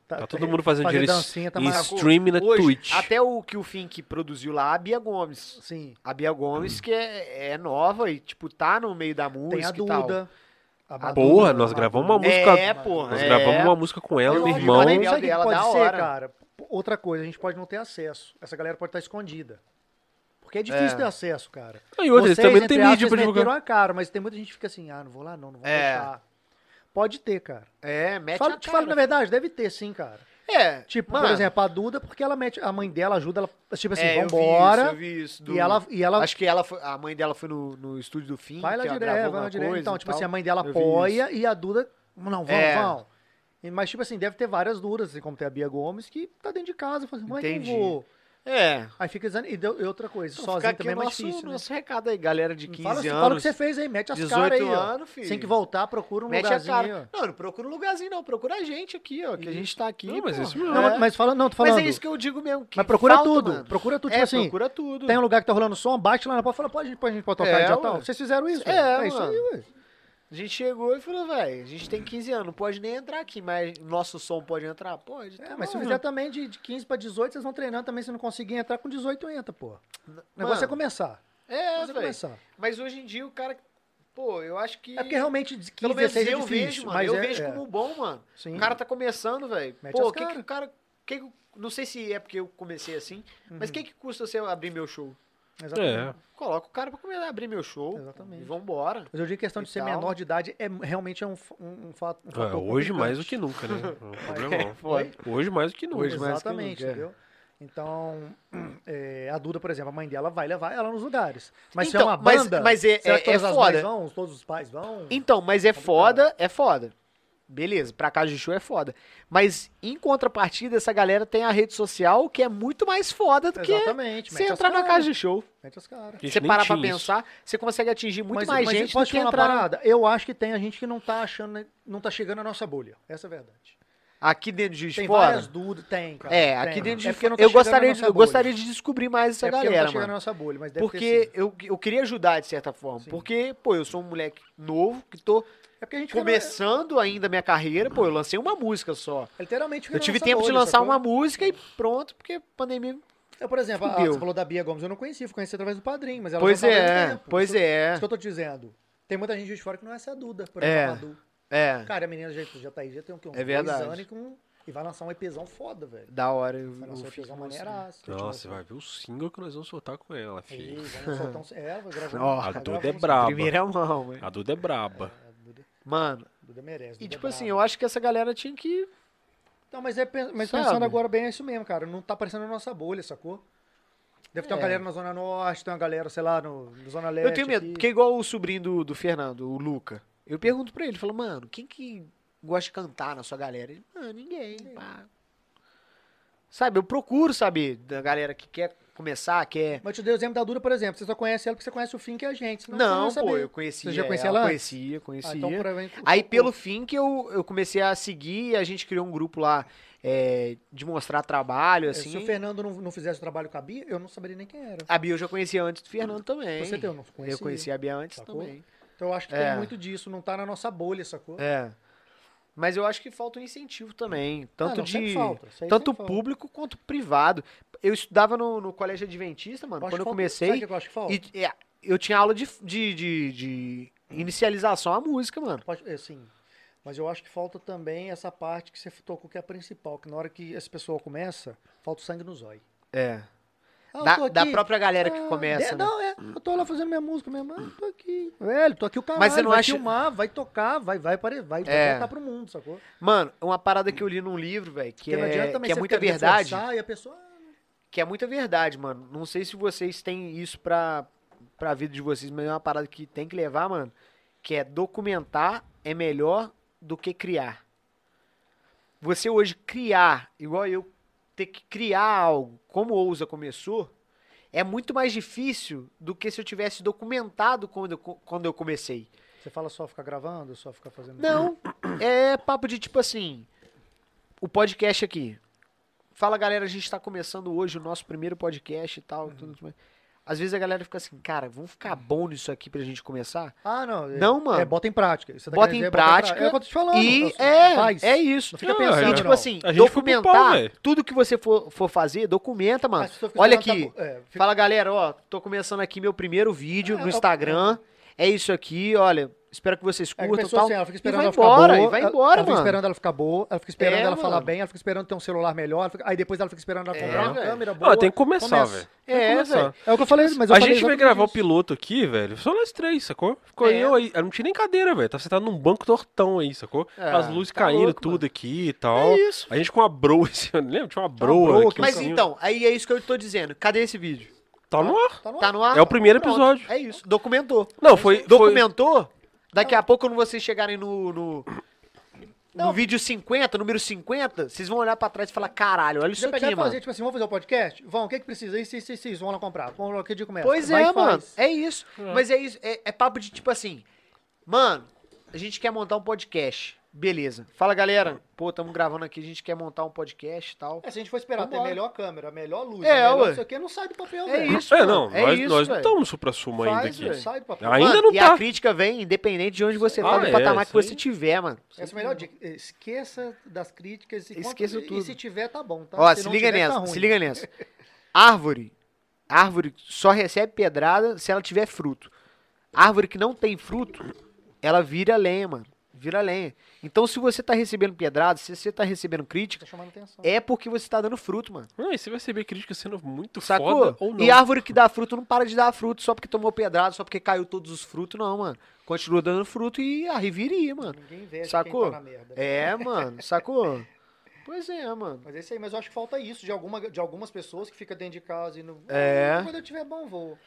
A: Tá
B: tá-
A: todo mundo fazendo
B: fazer
A: dinheiro em-
B: dancinha, tá
A: em
B: mais-
A: streaming na
D: Hoje,
A: Twitch.
D: Até o que o Fink produziu lá, a Bia Gomes.
B: Sim,
D: A Bia Gomes, que é, é nova e, tipo, tá no meio da música
B: tem a
D: e tal.
B: Duda. A Badu,
A: Porra, nós gravamos uma música.
D: É, porra.
A: Nós
D: é.
A: gravamos uma música com ela,
D: Eu
A: meu
D: acho
A: irmão.
D: que
B: Sabe o que
D: dela,
B: pode
D: da
B: ser,
D: hora.
B: cara? P- Outra coisa, a gente pode não ter acesso. Essa galera pode estar escondida. Porque é difícil ter acesso, cara.
A: E outra, eles
B: Vocês,
A: também não tem
B: entre aspas,
A: mídia pra divulgar.
B: meteram a cara, mas tem muita gente que fica assim, ah, não vou lá não, não vou
D: É.
B: deixar. Pode ter, cara.
D: É, mete
B: Fala-
D: a
B: te falo na
D: cara.
B: verdade, deve ter sim, cara.
D: É,
B: Tipo,
D: mano,
B: por exemplo, a Duda, porque ela mete, a mãe dela ajuda ela, tipo assim,
D: é, eu vi isso,
B: vambora.
D: eu vi isso do-
B: E ela, e ela
D: Acho que ela foi- a mãe dela foi no, no estúdio do Fink,
B: vai lá
D: ela
B: direto,
D: gravou
B: vai
D: alguma
B: lá direto.
D: coisa
B: Então,
D: e
B: tipo
D: tal.
B: assim, a mãe dela
D: Eu vi
B: apoia e a Duda, não, vão,
D: É.
B: vão. E- Mas, tipo assim, deve ter várias duras, assim, como tem a Bia Gomes, que tá dentro de casa, fala assim, mãe, que eu
D: Entendi.
B: vou.
D: É.
B: Aí fica dizendo, e, deu- e outra coisa,
D: Então, fica
B: sozinho
D: aqui
B: também é
D: o
B: mais
D: nosso,
B: difícil, né?
D: nosso recado aí, galera de 15
B: Fala, assim,
D: anos.
B: fala o que você fez aí, mete as caras aí,
D: 18
B: ó.
D: anos, filho.
B: Tem que voltar, procura um
D: Mete a
B: lugarzinho aí, ó.
D: cara. Não, não procura um lugarzinho, não. Procura a gente aqui, ó. Que a gente tá aqui.
A: Não, mas
D: pô.
A: isso
B: Não, mas- mas fala, não, tô
D: Mas
B: falando.
D: é isso que eu digo mesmo. que
B: Mas procura
D: falta,
B: tudo,
D: mano.
B: procura tudo,
D: é,
B: tipo assim,
D: procura tudo.
B: tem um lugar que tá rolando som, bate lá na porta, fala, pode, a gente- pode, a gente pode tocar
D: É,
B: aí já tal.
D: ué.
B: Vocês fizeram isso,
D: É,
B: velho. isso
D: mano.
B: aí, ué.
D: A gente chegou e falou, velho, a gente tem 15 anos, não pode nem entrar aqui, mas nosso som pode entrar? Pode.
B: É,
D: então
B: mas se
D: vai.
B: fizer também de, de 15 pra 18, vocês vão treinando também, se não conseguir entrar com 18, entra, pô. O negócio é
D: Mano,
B: começar.
D: É,
B: Mas é
D: velho.
B: começar.
D: Mas hoje em dia o cara. Pô, eu acho que.
B: É porque realmente de 15,
D: Pelo menos
B: 16 é
D: eu
B: difícil.
D: vejo, mano.
B: mas
D: Eu
B: é-
D: vejo
B: é.
D: como bom, mano.
B: Sim.
D: O cara tá começando, velho.
B: Mete
D: Pô,
B: as
D: o que, que
B: cara.
D: o cara. que que- não sei se é porque eu comecei assim,
B: Uhum.
D: mas o que, que custa você abrir meu show?
A: É.
D: né?
B: Exatamente.
D: Coloca o cara pra começar a abrir meu show.
B: Exatamente.
D: E vambora.
B: Mas eu digo que questão
D: E
B: de ser
D: tal.
B: menor de idade é realmente é um, fa- um, um fato. Um
A: É,
B: fator
A: hoje
B: complicante.
A: mais do que nunca, né? É um problemão.
B: Oi?
A: Hoje mais do que nunca.
D: Hoje mais do que
B: Exatamente,
D: nunca, é.
B: entendeu? Então, é, a Duda, por exemplo, a mãe dela vai levar ela nos lugares. Mas se é
D: Então,
B: uma
D: mas-
B: banda,
D: mas é-
B: será
D: é-
B: que todas
D: é
B: as
D: foda.
B: mães vão? Todos os pais vão?
D: Então, mas é foda, é foda. Beleza, pra casa de show é foda. Mas em contrapartida, essa galera tem a rede social que é muito mais foda do que
B: Exatamente.
D: você
B: mete as
D: entrar na
B: cara,
D: casa de show.
B: Mete as caras.
A: Que a gente
D: Você
A: nem
D: parar pra
A: tinha isso.
D: pensar, você consegue atingir muito
B: Mas-
D: mais
B: mas
D: gente
B: posso
D: do
B: te
D: que
B: falar uma
D: entrar
B: parada? Eu acho que tem a gente que não tá achando, não tá chegando à nossa bolha. Essa é a verdade.
D: aqui dentro de
B: Tem
D: fora.
B: várias dúvidas, tem, cara.
D: É,
B: tem.
D: aqui dentro de
B: É porque não tá
D: eu
B: chegando
D: gostaria
B: na
D: de,
B: nossa
D: eu
B: bolha.
D: gostaria de descobrir mais essa
B: É porque não tá
D: galera,
B: chegando
D: mano.
B: na nossa bolha, mas deve ter
D: Porque
B: sido.
D: eu, eu queria ajudar de certa forma.
B: Sim.
D: Porque, pô, eu sou um moleque novo que tô
B: É porque a gente fica na-
D: começando ainda a minha carreira. Pô, eu lancei uma música só.
B: é literalmente fica
D: Eu
B: na
D: tive
B: nossa
D: tempo de
B: bolha,
D: lançar
B: sacou?
D: uma música e pronto, porque pandemia.
B: Eu, por exemplo, a,
D: Fudeu.
B: você falou da Bia Gomes, eu não conhecia, eu conheci através do padrinho, mas ela
D: Pois
B: já tava há
D: é,
B: muito tempo.
D: pois
B: isso,
D: é.
B: Isso que eu tô te dizendo. Tem muita gente de fora que não é essa Duda, por
D: É.
B: exemplo, a Madu.
D: É,
B: Cara, a menina já, já tá aí, já tem o quê? Uns
D: É verdade.
B: dois anos e, com- e vai lançar um EPzão foda, velho.
D: da hora. Eu,
B: Vai lançar um
D: eu fico
B: EPzão
D: assim.
B: maneiraço.
A: Nossa, vai ver o single que nós vamos soltar com
D: É
A: ela,
B: Ih,
A: filho.
B: vamos soltar um... É, vai gravar
D: Ó,
B: vai
A: a
B: gravar
A: Duda é
B: um-
A: braba.
D: Primeira mão, velho.
A: A Duda é braba.
B: A Duda,
D: Mano,
B: Duda merece.
D: e
B: Duda
D: tipo
B: é
D: assim,
B: braba.
D: eu acho que essa galera tinha que.
B: Então, mas, é, pen- mas
D: Sabe?
B: pensando agora bem, é isso mesmo, cara. Não tá aparecendo na nossa bolha, sacou? Deve ter uma
D: É.
B: galera na Zona Norte, tem uma galera, sei lá, no, no Zona Leste.
D: Eu tenho medo,
B: aqui.
D: porque é igual o sobrinho do, do Fernando, o Luca. Eu pergunto pra ele, falo, mano, quem que gosta de cantar na sua galera? Ele, mano, ninguém. pá." Sabe, eu procuro saber da galera que quer começar, quer.
B: Mas eu te dei o exemplo da Dura, por exemplo. Você só conhece ela porque você conhece o Fink e a gente. senão você
D: Não,
B: ia
D: pô,
B: saber.
D: eu conhecia.
B: Você já conhecia
D: ela?
B: ela?
D: Conhecia, conhecia.
B: Ah, então, provavelmente,
D: Aí
B: o-
D: pelo fim que eu, eu comecei a seguir e a gente criou um grupo lá é, de mostrar trabalho,
B: é, Se o
D: assim.
B: Fernando não, não fizesse o trabalho com a Bia, eu não saberia nem quem era.
D: A Bia eu já conhecia antes do Fernando também.
B: Você tem, eu não conhecia.
D: Eu conhecia a Bia antes
B: Sacou?
D: também.
B: Então eu acho que
D: É.
B: tem muito disso. Não tá na nossa bolha, sacou?
D: É. Mas eu acho que falta um incentivo também. Tanto
B: Ah, não, sempre
D: de.
B: falta, isso aí
D: Tanto
B: sempre falta.
D: público quanto privado. Eu estudava no, no colégio adventista, mano,
B: acho
D: quando
B: que
D: eu
B: falta-
D: comecei.
B: sabe o que eu acho que falta?
D: E, é, eu tinha aula de, de, de, de inicialização à música, mano.
B: Pode, é, sim. Mas eu acho que falta também essa parte que você tocou, que é a principal. Que na hora que esse pessoal começa, falta o sangue no zóio.
D: É.
B: Ah, eu
D: da,
B: tô
D: da
B: aqui.
D: própria galera que
B: Ah,
D: começa.
B: é,
D: né?
B: Não, é, eu tô lá fazendo minha música, minha mãe, tô aqui. Velho, tô aqui o caralho,
D: Mas você não
B: vai
D: acha-
B: filmar, vai tocar, vai, vai, vai, vai, vai
D: É.
B: voltar pro mundo, sacou?
D: Mano, uma parada que eu li num livro, velho, que,
B: não adianta
D: é,
B: também
D: que é
B: você
D: muita
B: ficar querendo
D: verdade.
B: forçar E a pessoa... ah,
D: Que é muita verdade, mano. Não sei se vocês têm isso pra, pra vida de vocês, mas é uma parada que tem que levar, mano. Que é documentar é melhor do que criar. Você hoje criar, igual eu, ter que criar algo, como o Ousa começou, é muito mais difícil do que se eu tivesse documentado quando eu, co- quando eu comecei.
B: Você fala só ficar gravando, só ficar fazendo.
D: Não, é papo de tipo assim, o podcast aqui. Fala galera, a gente tá começando hoje o nosso primeiro podcast e tal.
B: Uhum.
D: Tudo mais. Às vezes a galera fica assim, cara, vamos ficar bom nisso aqui pra gente começar?
B: Ah, não. é-
D: Não, mano.
B: É, bota em prática. Isso tá
D: Bota
B: querendo
D: em
B: dizer,
D: prática
B: É o que eu tô te falando.
D: E
B: Nossa,
D: é,
B: faz.
D: é isso.
B: Não fica
A: Não,
B: pensando.
A: é,
D: E tipo
A: não.
D: assim,
A: A gente foi pro
D: documentar
A: pau, velho.
D: tudo que você for, for fazer, documenta, mano.
B: As pessoas ficam
D: Olha
B: falando,
D: aqui.
B: tá bom, é, fica-
D: Fala, galera, ó, tô começando aqui meu primeiro vídeo
B: É,
D: no
B: é,
D: Instagram. É isso aqui, olha, espero que vocês
B: É que a
D: curtam e
B: pessoa,
D: tal.
B: assim, ela fica
D: e
B: esperando
D: vai
B: ela ficar
D: embora,
B: boa,
D: e vai
B: ela-
D: embora,
B: Ela fica
D: mano.
B: esperando ela ficar boa, ela fica esperando
D: É,
B: ela falar
D: mano. É,
B: bem, ela fica esperando ter um celular melhor, ela fica- aí depois ela fica esperando ela comprar é uma
D: velho.
B: câmera boa.
A: Ah, tem que começar,
B: Começa.
A: velho. Tem que
D: Tá É,
A: começar.
D: velho.
B: É o que eu falei, mas eu
A: A
B: falei
A: gente veio
B: exatamente
A: gravar o
B: isso.
A: piloto aqui, velho. Só nós três, sacou? Ficou
D: É.
A: eu aí. Ah, Não tinha nem cadeira, velho. Tá sentado num banco tortão aí, sacou?
D: É,
A: As luzes
D: tá
A: caindo,
D: louco,
A: tudo
D: mano.
A: aqui e tal.
D: É isso.
A: A gente com uma broa esse ano. Lembra? Tinha uma broa.
B: broa
A: aqui,
B: que
A: em
D: Mas
A: cima.
D: então, aí é isso que eu tô dizendo. Cadê esse vídeo?
A: Tá no ar.
B: Tá no
D: Tá no ar?
A: É o primeiro
D: Pronto.
A: episódio.
D: É isso, documentou.
A: Não, foi. foi...
D: Documentou? Daqui a pouco, quando vocês chegarem no. no... No vídeo 50, número 50, vocês vão olhar pra trás e falar, caralho, olha isso
B: Você pegar
D: aqui,
B: e
D: mano.
B: fazer, tipo assim, vamos fazer o podcast? Vão, o que que precisa? Isso, isso, isso, isso, vamos lá comprar. Vamos lá, que dia começa.
D: Pois
B: tipo Vai
D: é,
B: e faz.
D: mano. É isso. Mas é isso. É, é papo de tipo assim. Mano, a gente quer montar um podcast. Beleza. Fala, galera. Pô, tamo gravando aqui, a gente quer montar um podcast e tal.
B: É, se a gente for esperar ter
D: Vambora.
B: melhor câmera, melhor luz,
D: É,
B: é, melhor
D: ué.
B: isso aqui, não sai do papel,
D: É
B: velho.
D: isso,
A: É,
D: mano.
A: não.
D: É
A: nós
D: isso,
A: nós não
D: velho.
A: estamos supra sumo ainda
B: Faz,
A: aqui.
B: velho, sai do papel.
A: Ainda
D: Mano,
A: não
D: e
A: tá.
D: a crítica vem, independente de onde você
A: Ah,
D: tá, do
A: é,
D: patamar que
A: isso aí.
D: você tiver, mano.
B: Essa é a melhor dica. Esqueça das críticas. e
D: Esqueça
B: quando-
D: tudo.
B: E se tiver, tá bom, tá?
D: Ó, se,
B: não
D: liga
B: tiver, tá
D: nessa,
B: ruim.
D: se liga nessa. Árvore. Árvore só recebe pedrada se ela tiver fruto. Árvore que não tem fruto, ela vira lenha, mano. Vira lenha. Então, se você tá recebendo pedrada, se você tá recebendo crítica,
B: Tá chamando atenção.
D: é porque você tá dando fruto, mano.
A: Não, e você vai receber crítica sendo muito
D: Sacou?
A: foda ou não. né?
D: E árvore que dá fruto não para de dar fruto só porque tomou pedrada, só porque caiu todos os frutos, não, mano. Continua dando fruto e a reviria, mano.
B: Ninguém vê
D: É, Sacou?
B: quem tá na merda.
D: É, mano, sacou? Pois é, mano.
B: Mas é isso aí, mas eu acho que falta isso de, alguma, de algumas pessoas que ficam dentro de casa e não.
D: É.
B: Ah, Quando eu tiver bom, vou.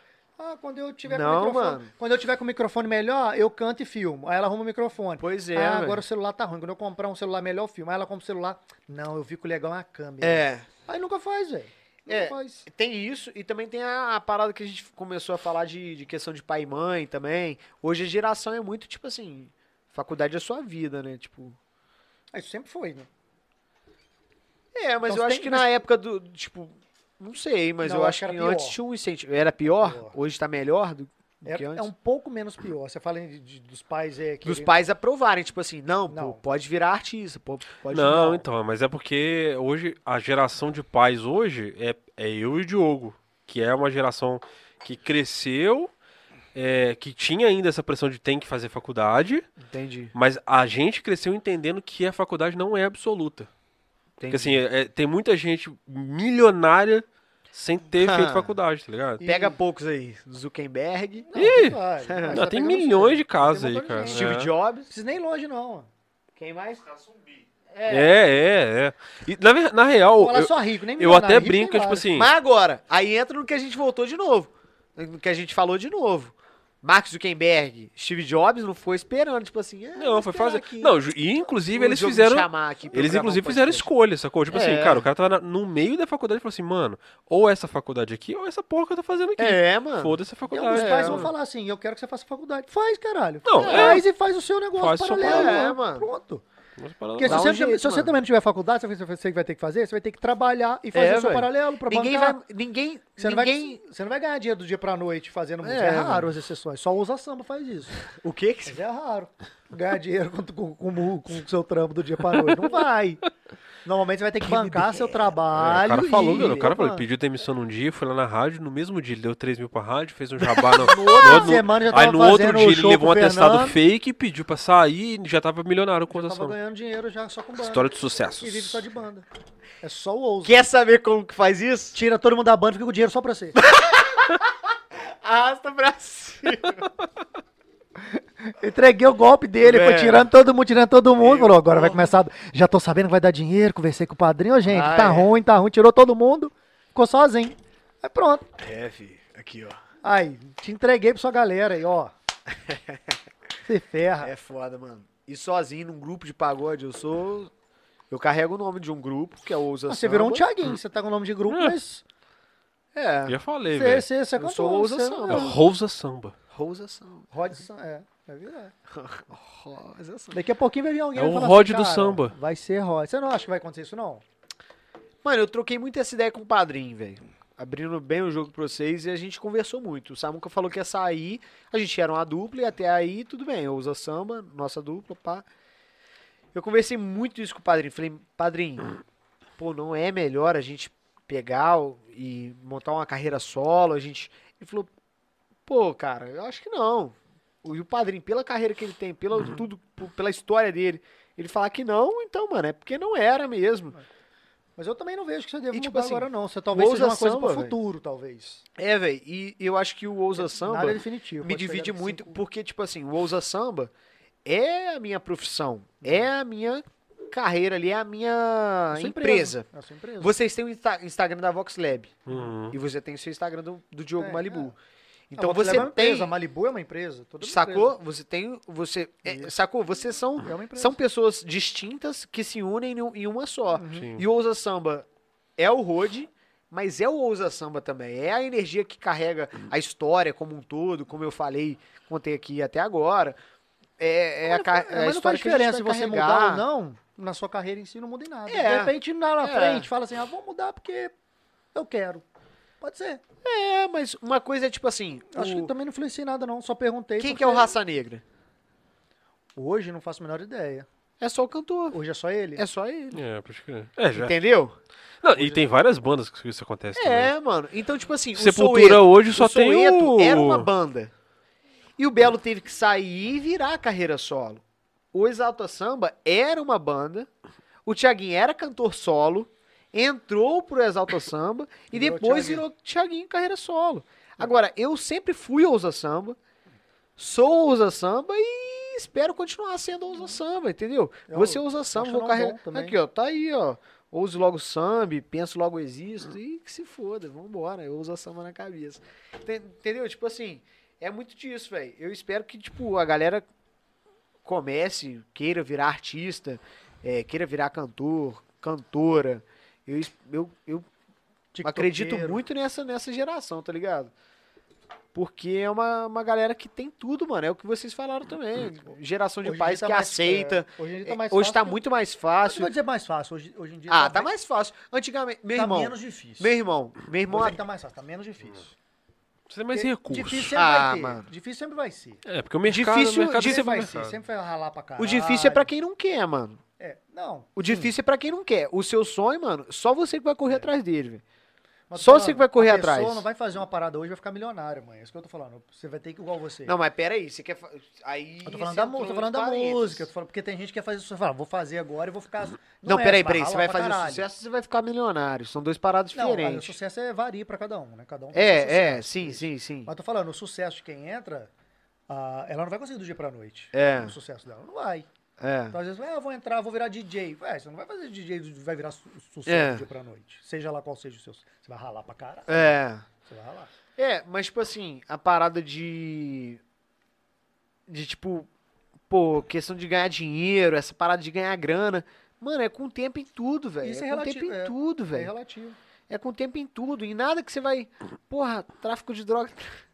B: Ah, quando eu tiver
D: Não,
B: com o microfone.
D: mano.
B: Quando eu tiver com o microfone melhor, eu canto e filmo. Aí ela arruma o microfone.
D: Pois é.
B: ah, agora
D: velho.
B: o celular tá ruim. Quando eu comprar um celular melhor, eu filmo. Aí ela compra o celular. Não, eu vi que o legal é uma câmera.
D: É.
B: Aí nunca faz, velho. Nunca
D: É.
B: faz.
D: Tem isso e também tem a, a parada que a gente começou a falar de, de questão de pai e mãe também. Hoje a geração é muito, tipo assim, faculdade é sua vida, né? Tipo.
B: Ah, isso sempre foi, né?
D: É,
B: Então,
D: mas eu
B: você
D: acho
B: tem-
D: que na época do. Tipo, não sei, mas
B: Não,
D: eu
B: eu
D: acho
B: acho
D: que,
B: que era
D: antes
B: pior.
D: tinha um incentivo. Era pior?
B: Pior.
D: Hoje tá melhor do, do
B: É,
D: que antes?
B: é um pouco menos pior. Você fala de- de- dos pais é, que.
D: Dos pais aprovarem, tipo assim, não,
B: Não.
D: Pô, pode virar artista, pô, pode
A: Não, então, mas é porque hoje a geração de pais hoje é, é eu e o Diogo, que é uma geração que cresceu, é, que tinha ainda essa pressão de tem que fazer faculdade,
D: Entendi.
A: mas a gente cresceu entendendo que a faculdade não é absoluta.
D: entendi.
A: Porque assim, é- é- tem muita gente milionária sem ter
D: Ah.
A: feito faculdade, tá ligado?
D: Pega poucos aí. Zuckerberg,
B: Não, tem vários, mas
A: Não,
B: tá
A: Ah, tem
B: pegando
A: milhões
B: cedo.
A: de casos
B: Tem um
A: aí,
B: montão de
A: cara.
B: gente.
D: Steve
A: É.
B: Não
D: Jobs.
B: precisa nem ir longe, não.
D: Quem mais?
A: É, é, é. E, na, ver- na real,
B: Fala
A: eu,
B: só rico, nem
A: eu até
B: milionário, rico tem
A: brinco, tipo
B: vários.
A: assim.
D: Mas agora, aí entra no que a gente voltou de novo. No que a gente falou de novo. Mark Zuckerberg, Steve Jobs não foi esperando, tipo assim. ah, vou
A: Não, foi
D: esperar
A: fazer.
D: aqui.
A: Não, ju- e inclusive
D: O
A: eles
D: Diogo me
A: fizeram.
D: chamar aqui pra
A: Eles,
D: gravar um
A: inclusive, fizeram
D: podcast.
A: escolha, sacou? Tipo
D: É.
A: assim, cara, o cara tava na- no meio da faculdade e falou assim, mano, ou essa faculdade aqui, ou essa porra que eu tô fazendo aqui.
D: É, mano.
A: Foda-se a
B: E
A: faculdade.
B: alguns
A: É,
B: pais vão
A: mano.
B: falar assim, eu quero que você faça faculdade. Faz, caralho.
A: Não, é.
B: faz e faz o seu negócio
A: Faz o seu
B: paralelo.
D: paralelo,
B: É,
D: mano.
B: mano. Pronto.
A: Vamos parar
B: Porque
A: lá.
B: se,
D: Dá um
B: você,
D: jeito,
B: se você
D: mano.
B: também não tiver faculdade, sabe o que você vai ter que fazer? Você vai ter que trabalhar e fazer
D: É,
B: o seu
D: velho.
B: paralelo pra
D: Ninguém
B: bancar.
D: vai. Ninguém.
B: Você,
D: ninguém...
B: não vai, você não vai ganhar dinheiro do dia pra noite fazendo música.
D: É,
B: É, raro as exceções. Só usa samba faz isso.
D: O que que
B: Mas é raro. Ganhar dinheiro com o com, com, com o seu trampo do dia pra noite. Não vai. Normalmente você vai ter que bancar seu
A: É,
B: trabalho.
A: o cara falou,
B: e-
A: mano, o cara falou, ele
B: Opa.
A: pediu demissão num dia, foi lá na rádio, no mesmo dia ele deu 3 mil pra rádio, fez um jabá no, no outro-
B: semana já
A: aí
B: tava
A: no outro
B: fazendo
A: dia
B: o
A: ele
B: show
A: levou um
B: com o
A: atestado
B: Fernando.
A: fake, pediu pra sair, já tava milionário com a
B: Tava
A: ação.
B: ganhando dinheiro já só com banda.
A: História de
B: E vive
A: sucessos.
B: só de banda. É só o ouso.
D: Quer saber como que faz isso?
B: Tira todo mundo da banda e fica com o dinheiro só pra você.
D: Arrasta pra cima.
B: Entreguei o golpe dele, foi
D: É.
B: tirando todo mundo, tirando todo mundo. Falou, agora vai começar. Já tô sabendo que vai dar dinheiro, conversei com o padrinho, Ô, gente.
D: Ah,
B: tá
D: é.
B: ruim, tá ruim. Tirou todo mundo, ficou sozinho. Aí pronto.
D: É, fi. Aqui, ó.
B: Aí, te entreguei pra sua galera aí, ó. Se ferra.
D: É foda, mano. E sozinho, num grupo de pagode, eu sou. Eu carrego o nome de um grupo, que é o Ousa
B: Ah, você virou um Ah,
D: Samba.
B: Thiaguinho, você é tá com o nome de grupo, mas.
D: É.
A: Já falei,
D: Cê-
A: velho.
D: cê- cê
A: Eu
D: cantou,
A: sou Rousa
D: cê-
A: Samba. Rousa Samba.
D: Rosa são.
B: Rod Samba, é. Vai virar.
D: Rosa são.
B: Daqui a pouquinho vai vir alguém
A: É
B: e
A: o
B: vai falar
A: Rod
B: assim,
A: do
B: cara,
A: samba.
B: Vai ser Rod. Você não acha que vai acontecer isso, não?
D: Mano, eu troquei muito essa ideia com o padrinho, velho. Abrindo bem o jogo pra vocês e a gente conversou muito. O Samuca falou que ia sair, a gente era uma dupla e até aí tudo bem. Ousa samba, nossa dupla, pá. Eu conversei muito isso com o padrinho. Falei, padrinho, pô, não é melhor a gente pegar o- e montar uma carreira solo? A gente. Ele falou, pô, cara, eu acho que não. O- E o padrinho, pela carreira que ele tem, pela, tudo, p- pela história dele, ele falar que não, então, mano, é porque não era mesmo.
B: Mas eu também não vejo que você deva
D: E, tipo
B: mudar
D: assim,
B: agora, não. Você talvez seja
D: Ousa
B: uma coisa
D: Samba,
B: pro
D: velho.
B: futuro, talvez.
D: É, velho, e eu acho que o Ousa Samba
B: Nada é definitivo.
D: me
B: pode pegar É
D: divide
B: daqui
D: muito,
B: cinco-
D: porque, tipo assim, o Ousa Samba é a minha
B: Uhum.
D: profissão, é a minha carreira ali, é a minha
B: É sua
D: empresa.
B: É a sua empresa.
D: Vocês têm o Insta- Instagram da Vox Lab
A: Uhum.
D: e você tem o seu Instagram do, do Diogo
B: É,
D: Malibu.
B: Não,
D: Então
B: Vox Lab
D: você
B: é uma
D: tem,
B: Empresa. Malibu é uma empresa. toda uma
D: sacou? Você tem, você, é, sacou? Vocês são,
B: empresa. É uma empresa.
D: são pessoas distintas que se unem em um- em uma só.
B: Uhum.
A: Sim.
D: E o Ousa Samba é o Road, mas é o Ousa Samba também. É a energia que carrega a história como um todo, como eu falei, contei aqui até agora. É, é a, ca- é a
B: mas não faz
D: história que a gente
B: diferença se
D: vai
B: você mudar
D: carregar.
B: ou não, na sua carreira em si não muda em nada.
D: É.
B: De repente, lá na
D: É.
B: frente, fala assim, ah, vou mudar porque eu quero. Pode ser.
D: É, mas uma coisa é tipo assim,
B: Acho
D: o-
B: que também não influencia em nada, não. Só perguntei.
D: quem
B: porque
D: que é o Raça Negra?
B: Hoje não faço a menor ideia.
D: É só o cantor.
B: Hoje é só ele.
D: É só ele.
A: É, pode crer. É, já.
D: Entendeu?
A: Não, e
B: né?
A: tem várias bandas que isso acontece também.
D: É, mano. Então, tipo assim,
A: Sepultura
D: o Soweto,
A: hoje só
D: o
A: tem
D: Soweto
A: o-
D: era uma banda. E o Belo teve que sair e virar a carreira solo. O Exalta Samba era uma banda. O Thiaguinho era cantor solo. Entrou pro Exalta Samba e
B: Virou
D: depois
B: Thiaguinho.
D: virou Thiaguinho carreira solo. Agora, eu sempre fui Ousa Samba. Sou Ousa Samba e espero continuar sendo Ousa Samba, entendeu?
B: Eu
D: Você é Ousa Samba,
B: acho
D: vou
B: não é
D: carregar.
B: bom também.
D: Aqui, ó, tá aí, ó. Ouse logo samba, penso logo existo. E que se foda, vambora. Eu uso a samba na cabeça. Ente- Entendeu? Tipo assim, é muito disso, velho. Eu espero que, tipo, a galera comece, queira virar artista, é, queira virar cantor, cantora. Eu, es- eu, eu acredito
B: Tiktokeiro.
D: muito nessa, nessa geração, tá ligado? Porque é uma, uma galera que tem tudo, mano. É o que vocês falaram também. Geração de
B: Hoje em
D: pais
B: dia tá
D: que
B: mais-
D: aceita.
B: é, Hoje em dia
D: É,
B: tá mais
D: Hoje
B: fácil
D: tá
B: que-
D: muito mais
B: Eu Não
D: fácil.
B: vou dizer mais fácil. Hoje, hoje em dia
D: Ah,
B: tá,
D: tá
B: bem-
D: mais fácil. Antigamente, meu
B: tá
D: irmão,
B: menos difícil.
D: meu irmão, meu irmão, é
B: Hoje em dia tá mais fácil, tá menos difícil.
A: Você tem mais
B: Porque
A: recursos.
B: Difícil sempre
D: Ah,
B: vai ter.
D: mano.
B: Difícil sempre vai ser.
A: É, porque o mercado...
D: Difícil-
A: o mercado é
D: difícil é
A: sempre
B: Sempre vai
A: mercado.
B: ser, sempre vai ralar pra caralho.
D: o difícil é pra quem não quer, mano.
B: É, não.
D: O difícil é pra quem não quer. O seu sonho, mano, só você que vai
B: É.
D: correr atrás dele, velho.
B: Mas,
D: Só
B: mano,
D: você que vai correr
B: a
D: atrás.
B: pessoa não vai fazer uma parada hoje e vai ficar milionário, mãe. É isso que eu tô falando. Você vai ter que igual você.
D: Não, mas pera aí, você quer fa- aí
B: eu tô
D: esse
B: falando
D: é
B: da,
D: um
B: mu- tô
D: problema
B: falando
D: de
B: da
D: parentes.
B: música. Eu tô falando, porque tem gente que quer fazer sucesso. Fala, "Ah, vou fazer agora e vou ficar.
D: Não,
B: é,
D: pera aí,
B: vai
D: pera aí, você
B: ralar
D: vai
B: pra
D: fazer um
B: caralho.
D: sucesso, você vai ficar milionário. São dois paradas
B: Não, cara, o
D: diferentes.
B: sucesso é varia pra cada um, né? Cada um tem seu
D: é, é,
B: sucesso.
D: sim, sim, sim.
B: Mas tô falando, o sucesso de quem entra, ah, ela não vai conseguir do dia pra noite.
D: É.
B: O sucesso dela não vai.
D: É.
B: Então, às vezes, ah, eu vou entrar, vou virar DJ. Ué, você não vai fazer DJ, vai virar su- sucesso
D: É.
B: do dia pra noite. Seja lá qual seja o seu. Você vai ralar pra caralho.
D: É.
B: Você vai ralar.
D: É, mas tipo assim, a parada de. De tipo. Pô, questão de ganhar dinheiro, essa parada de ganhar grana. Mano, é com tempo em tudo, velho.
B: Isso
D: É,
B: é
D: com
B: relativo,
D: tempo em
B: é.
D: tudo,
B: É
D: velho.
B: relativo.
D: É com tempo em tudo. Em nada que você vai. Porra, tráfico de droga.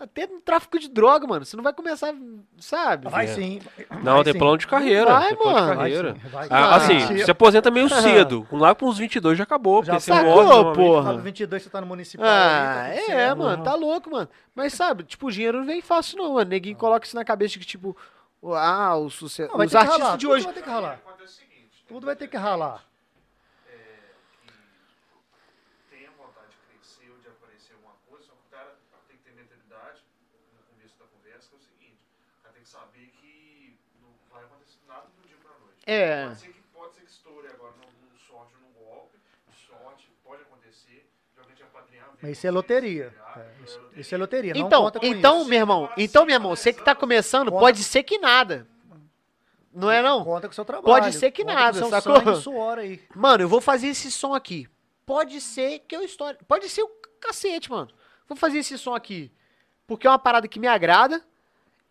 D: Até no tráfico de droga, mano. Você não vai começar, sabe?
B: Vai
A: É.
B: sim.
A: Não,
B: vai
A: tem
B: sim.
A: plano de carreira.
D: Vai,
A: tem plano
D: mano.
A: de carreira.
B: Vai sim.
A: Ah,
D: Ah,
A: assim,
D: sim.
A: você aposenta meio cedo. Lá com uns 22 já acabou.
B: Já
A: porque você
B: sacou,
A: morre normalmente.
B: Ah,
D: porra.
B: 22 você tá no municipal.
D: Ah,
B: ali, tá tudo
D: é,
B: certo.
D: mano, tá louco, mano. Mas sabe, tipo, o dinheiro não vem fácil, não, mano. Neguinho coloca isso na cabeça de que, tipo, o- ah, o sucesso.
B: Não, vai
D: Os
B: ter que ralar,
D: artistas de hoje.
B: Tudo vai ter que ralar. Tudo vai ter que ralar.
L: Tem a vontade de crescer ou de aparecer alguma coisa, só que o cara tem que ter mentalidade, no começo da conversa, que é o seguinte, o cara tem que saber que não vai acontecer nada do dia pra noite.
D: É.
L: Pode ser que, pode ser que estoure agora num, num sorte ou num golpe, sorte, pode acontecer, de alguém te apadrinhar. ver
B: Mas isso
L: você,
B: é loteria.
L: te apoiar,
B: É, isso, isso é loteria. não
D: Então,
B: conta com
D: então,
B: isso.
D: meu irmão, então, meu irmão, você que tá começando,
B: Conta.
D: pode ser que nada. Não é não?
B: Conta com o seu trabalho.
D: Pode ser que
B: conta
D: nada,
B: com o seu
D: sacou?
B: sangue e suor aí.
D: Mano, eu vou fazer esse som aqui. Pode ser que eu estoure. Pode ser o cacete, mano. Vou fazer esse som aqui. Porque é uma parada que me agrada.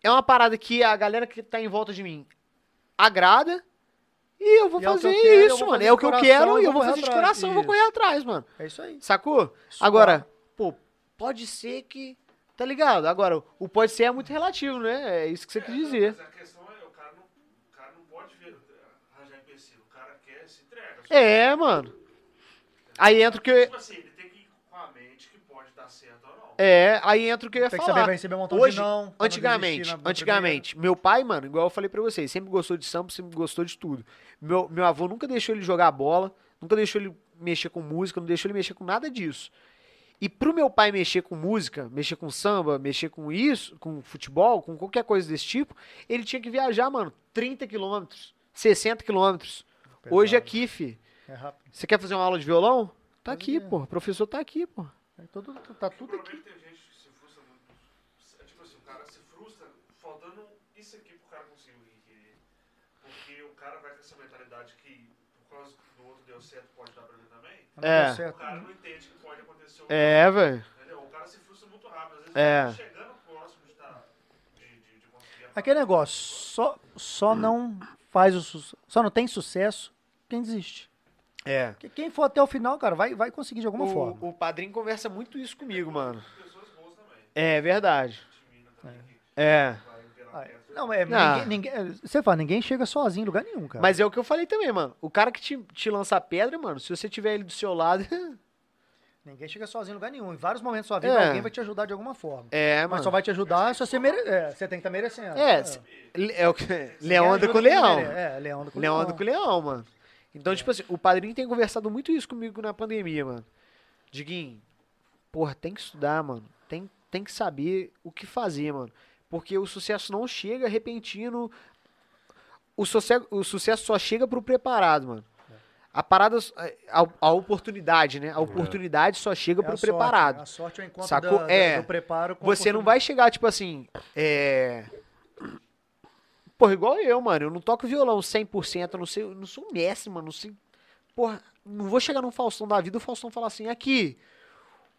D: É uma parada que a galera que tá em volta de mim agrada. E eu vou
B: E é o que
D: fazer
B: eu quero, eu
D: isso,
B: vou
D: mano.
B: fazer
D: É
B: de
D: o que eu
B: coração,
D: quero
B: eu
D: e
B: vou
D: eu vou
B: correr
D: fazer de
B: atrás.
D: coração, eu vou correr atrás, mano.
B: É isso aí.
D: Sacou?
B: Suar.
D: Agora, pô, pode ser que. Tá ligado? Agora, o pode ser é muito relativo, né? É isso que você quis dizer.
K: Mas a questão é, o cara não, o cara não pode ver, arranjar empecilho. O cara quer se entrega. Só
D: É, mano. Aí entra o que
K: que,
D: eu,
K: Tipo assim, ele tem que ir com a mente que pode dar certo ou não.
D: É, aí entra o que eu ia
B: Tem que
D: falar.
B: saber vencer um montão de
D: Hoje,
B: não, pra não
D: antigamente,
B: desistir na- na
D: antigamente, meu pai, mano, igual eu falei pra vocês, sempre gostou de samba, sempre gostou de tudo. Meu, meu avô nunca deixou ele jogar bola, nunca deixou ele mexer com música, não deixou ele mexer com nada disso. E pro meu pai mexer com música, mexer com samba, mexer com isso, com futebol, com qualquer coisa desse tipo, ele tinha que viajar, mano, 30 quilômetros, 60 quilômetros. Hoje aqui, fi.
B: É rápido.
D: Você quer fazer uma aula de violão? Tá aqui,
B: Fazer.
D: pô. O professor tá aqui, pô.
B: É todo, tá
K: O
B: tudo aqui.
K: problema é que tem gente que se frustra muito. É Tipo assim, o cara se frustra faltando isso aqui pro cara conseguir o que querer. Porque o cara vai com essa mentalidade que por causa do outro deu certo, pode dar pra mim também.
B: Não
D: É.
B: deu
K: O
B: certo.
K: cara não entende que pode acontecer o
D: É, velho.
K: Entendeu? O cara se frustra muito rápido. Às vezes
D: É.
K: ele tá chegando próximo de, tá, de, de, de conseguir a
B: Aquele negócio, só, só não faz o su- só não tem sucesso quem desiste.
D: É.
B: Porque Quem for até o final, cara, vai, vai conseguir de alguma forma.
D: O, o padrinho conversa muito isso comigo, mano. É verdade. É.
B: Ah, Não, é,
D: Ah.
B: ninguém- ninguém- você fala, ninguém chega sozinho em lugar nenhum, cara.
D: Mas é o que eu falei também, mano. O cara que te, te lança a pedra, mano, se você tiver ele do seu lado.
B: Ninguém chega sozinho em lugar nenhum. Em vários momentos da sua vida,
D: É.
B: alguém vai te ajudar de alguma forma.
D: É,
B: Mas só vai te ajudar se você mere- é, você tem que estar merecendo.
D: É, se- le- é o que. Leão anda
B: ajuda
D: com
B: quem
D: leão.
B: mere- É, leão anda com
D: Leão
B: leão.
D: anda com leão, mano. Então, tipo assim, o padrinho tem conversado muito isso comigo na pandemia, mano. Diguinho, porra, tem que estudar, mano. Tem, tem que saber o que fazer, mano. Porque o sucesso não chega repentino. O, sossego- o sucesso só chega pro preparado, mano. A parada, a, a oportunidade, né? A oportunidade só chega
B: É a
D: pro
B: sorte,
D: preparado.
B: A sorte é o encontro
D: Sacou?
B: da- da-
D: É.
B: do preparo com a
D: Você não
B: oportunidade.
D: vai chegar, tipo assim, é... Porra, igual eu, mano. Eu não toco violão 100%, eu não sei, eu não sou um mestre, mano. Não sei... Porra, não vou chegar num Faustão da vida e o Faustão falar assim, aqui,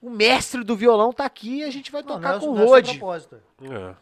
D: o mestre do violão tá aqui e a gente vai
B: Não,
D: tocar
B: não é-
D: com o
B: não é seu
D: Rode,
B: propósito.
A: É.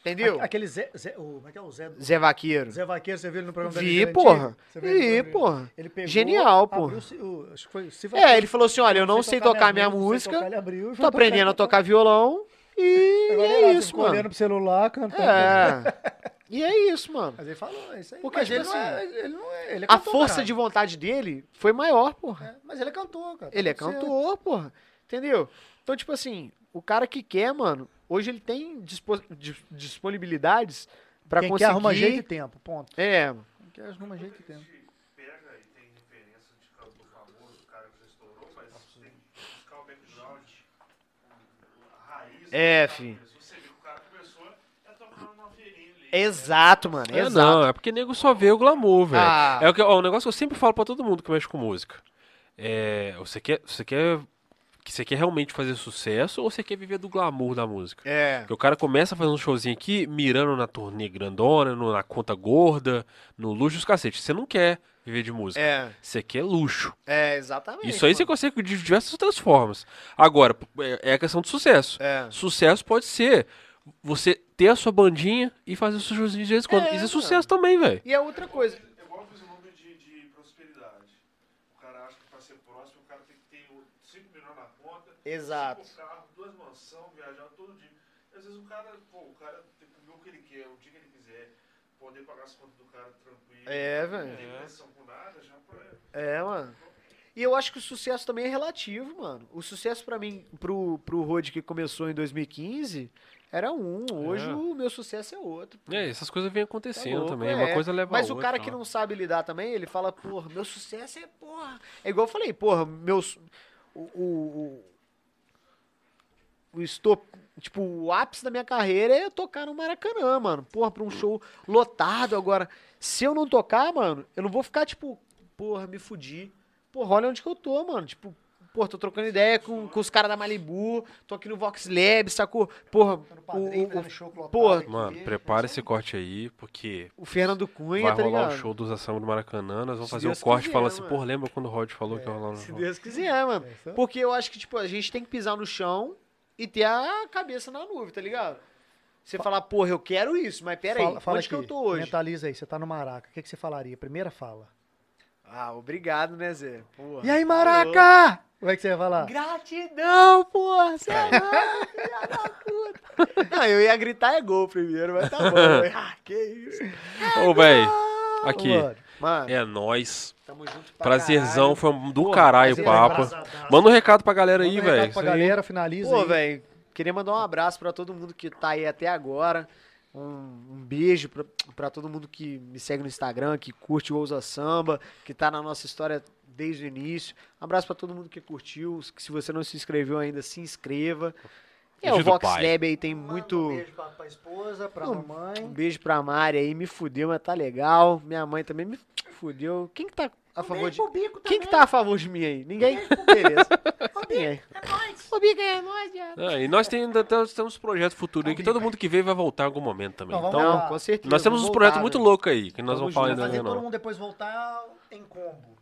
D: entendeu?
B: Aque- Aquele Zé, Zé- o, como é que é o Zé?
D: Zé Vaqueiro.
B: Zé Vaqueiro, você viu ele no programa da
D: Vi,
B: Liga
D: porra.
B: Antiga? Você viu ele no
D: Ih,
B: programa?
D: porra.
B: Ele pegou,
D: Genial,
B: abriu
D: porra.
B: o ci- o- acho que foi o Silva-
D: É, ele falou assim, olha, eu não sei tocar minha
B: não sei
D: música,
B: tocar, ele abriu e
D: tô
B: foi tocar.
D: aprendendo a tocar violão e
B: Agora
D: é
B: ele lá,
D: isso,
B: ficou olhando
D: mano.
B: pro celular, cantando.
D: É. E é isso, mano.
B: Mas ele falou, é isso aí.
D: Porque,
B: Mas
D: tipo
B: ele, não é,
D: assim,
B: ele não é, ele é
D: A
B: cantor,
D: força
B: cara.
D: de vontade dele foi maior, porra.
B: É, mas ele é cantor, cara.
D: Ele é
B: Pode ser.
D: cantor, porra. Entendeu? Então, tipo assim, o cara que quer, mano, hoje ele tem dispo- dis- disponibilidades pra
B: Quem
D: conseguir.
B: quer arruma jeito e tempo, ponto.
D: É,
B: Quem quer arruma jeito e tempo.
K: pega e tem referência de cantor famoso, o cara que já estourou, mas tem que buscar o background, a raiz.
D: É,
K: do cara
D: fi.
K: começou. Você vê que o cara começou é tocando uma feirinha ali.
D: exato, mano.
A: É,
D: exato.
A: não, é porque nego só vê o glamour, velho.
D: Ah.
A: É o que, ó, um negócio que eu sempre falo pra todo mundo que mexe com música. É, você quer, você quer, que você quer realmente fazer sucesso ou você quer viver do glamour da música?
D: É.
A: Porque o cara começa a fazer um showzinho aqui, mirando na turnê grandona, no- na conta gorda, no luxo e os cacete. Você não quer viver de música.
D: É,
A: Você quer luxo.
D: é, exatamente.
A: Isso aí você
D: mano.
A: consegue de diversas outras formas. Agora, é é a questão do sucesso.
D: É.
A: Sucesso pode ser você ter a sua bandinha e fazer o seu showzinho de vez em quando.
D: É,
A: Isso é sucesso também, velho.
D: E a outra coisa.
K: É igual o vislumbre de, de prosperidade. O cara acha que pra ser próximo, o cara tem que ter 5 milhões na conta,
D: Exato.
K: cinco carros, duas mansões, viajar todo dia. Às vezes o cara, pô, o cara tem que comer o que ele quer, o dia que ele quiser, poder pagar as contas do cara tranquilo.
D: É, velho.
K: Não tem pressão com nada, já pra
D: É, mano. E eu acho que o sucesso também é relativo, mano. O sucesso pra mim, pro, pro Rod que começou em 2015, era um. Hoje
A: É.
D: o meu sucesso é outro. pô.
A: É, essas coisas vêm acontecendo
D: louco,
A: também.
D: é.
A: Uma coisa leva a
D: Mas
A: outra. né?
D: o cara que
A: ó.
D: não sabe lidar também, ele fala, porra, meu sucesso é porra. É igual eu falei, porra, meu. su- O. O, o, o esto- Tipo, o ápice da minha carreira é tocar no Maracanã, mano. Porra, pra um show lotado agora. Se eu não tocar, mano, eu não vou ficar, tipo, porra, me fudi. Porra, olha onde que eu tô, mano. Tipo, porra, tô trocando ideia com, com os caras da Malibu, tô aqui no Vox Lab, sacou? Porra,
B: Tá no
D: o,
B: padrinho,
D: o-
B: tá no show lotado
D: porra,
B: aqui.
A: Mano, prepara esse corte aí, porque
D: o Fernando Cunha,
A: vai
D: né? tá
A: rolar
D: ligado?
A: o show dos Ação do Maracanã. Nós vamos
D: Se
A: fazer
D: Deus
A: o corte
D: quiser, né,
A: e falar assim,
D: mano. É,
A: pô, lembra quando o Rod falou que ia rolar no
D: Se
A: show?
D: Deus quiser, mano.
B: É isso aí.
D: Porque eu acho que, tipo, a gente tem que pisar no chão e ter a cabeça na nuvem, tá ligado? Você falar, porra, eu quero isso, mas peraí,
B: fala, fala
D: onde que eu
B: aqui, né, tá.
D: tô hoje?
B: Mentaliza aí, você tá no Maraca. O que, que você falaria? Primeira fala.
D: Ah, obrigado, né, Zé? Porra.
B: E aí, Maraca? Como é que você ia falar?
I: Gratidão, porra! Você é
D: Não, eu ia gritar é gol primeiro, mas tá bom. ah, que isso.
A: Ô, véi, aqui.
B: Mano.
D: Mano,
A: É nóis.
B: Tamo junto pra
A: Prazerzão, foi um do
D: Porra,
A: caralho o
B: prazer,
A: papo.
B: prazerzaço.
A: Manda um recado pra galera aí,
B: Manda um
A: velho.
B: recado pra
A: Isso aí.
B: galera, finaliza
D: Pô,
B: aí.
D: velho, queria mandar um abraço pra todo mundo que tá aí até agora. Um, um beijo pra, pra todo mundo que me segue no Instagram, que curte o Ousa Samba, que tá na nossa história desde o início. Um abraço pra todo mundo que curtiu. que Se você não se inscreveu ainda, se inscreva. É, o
A: Ajuda o
D: Vox
A: pai.
D: Lab aí tem
B: Manda
D: muito.
B: Um beijo pra, pra esposa, pra
D: Não, Um
B: mamãe.
D: beijo pra Mari aí, me fudeu, mas tá legal. Minha mãe também me fudeu. Quem que tá a favor de.
M: bico
D: Quem que tá a favor de mim aí? Ninguém? Beleza. Ninguém.
M: O bico é nóis, viado.
A: Ah, e nós tem- ainda tem- temos projetos futuros aí que todo mundo que veio vai voltar em algum momento também.
B: Não, vamos
A: Então,
B: lá.
D: Não, com certeza.
A: nós temos
D: vamos
A: uns
D: voltar, né?
A: projetos muito
D: velho.
A: loucos aí, que nós
D: Tamo
A: vamos falar
D: junto.
A: ainda
B: Fazer todo
A: não.
B: mundo depois voltar em combo.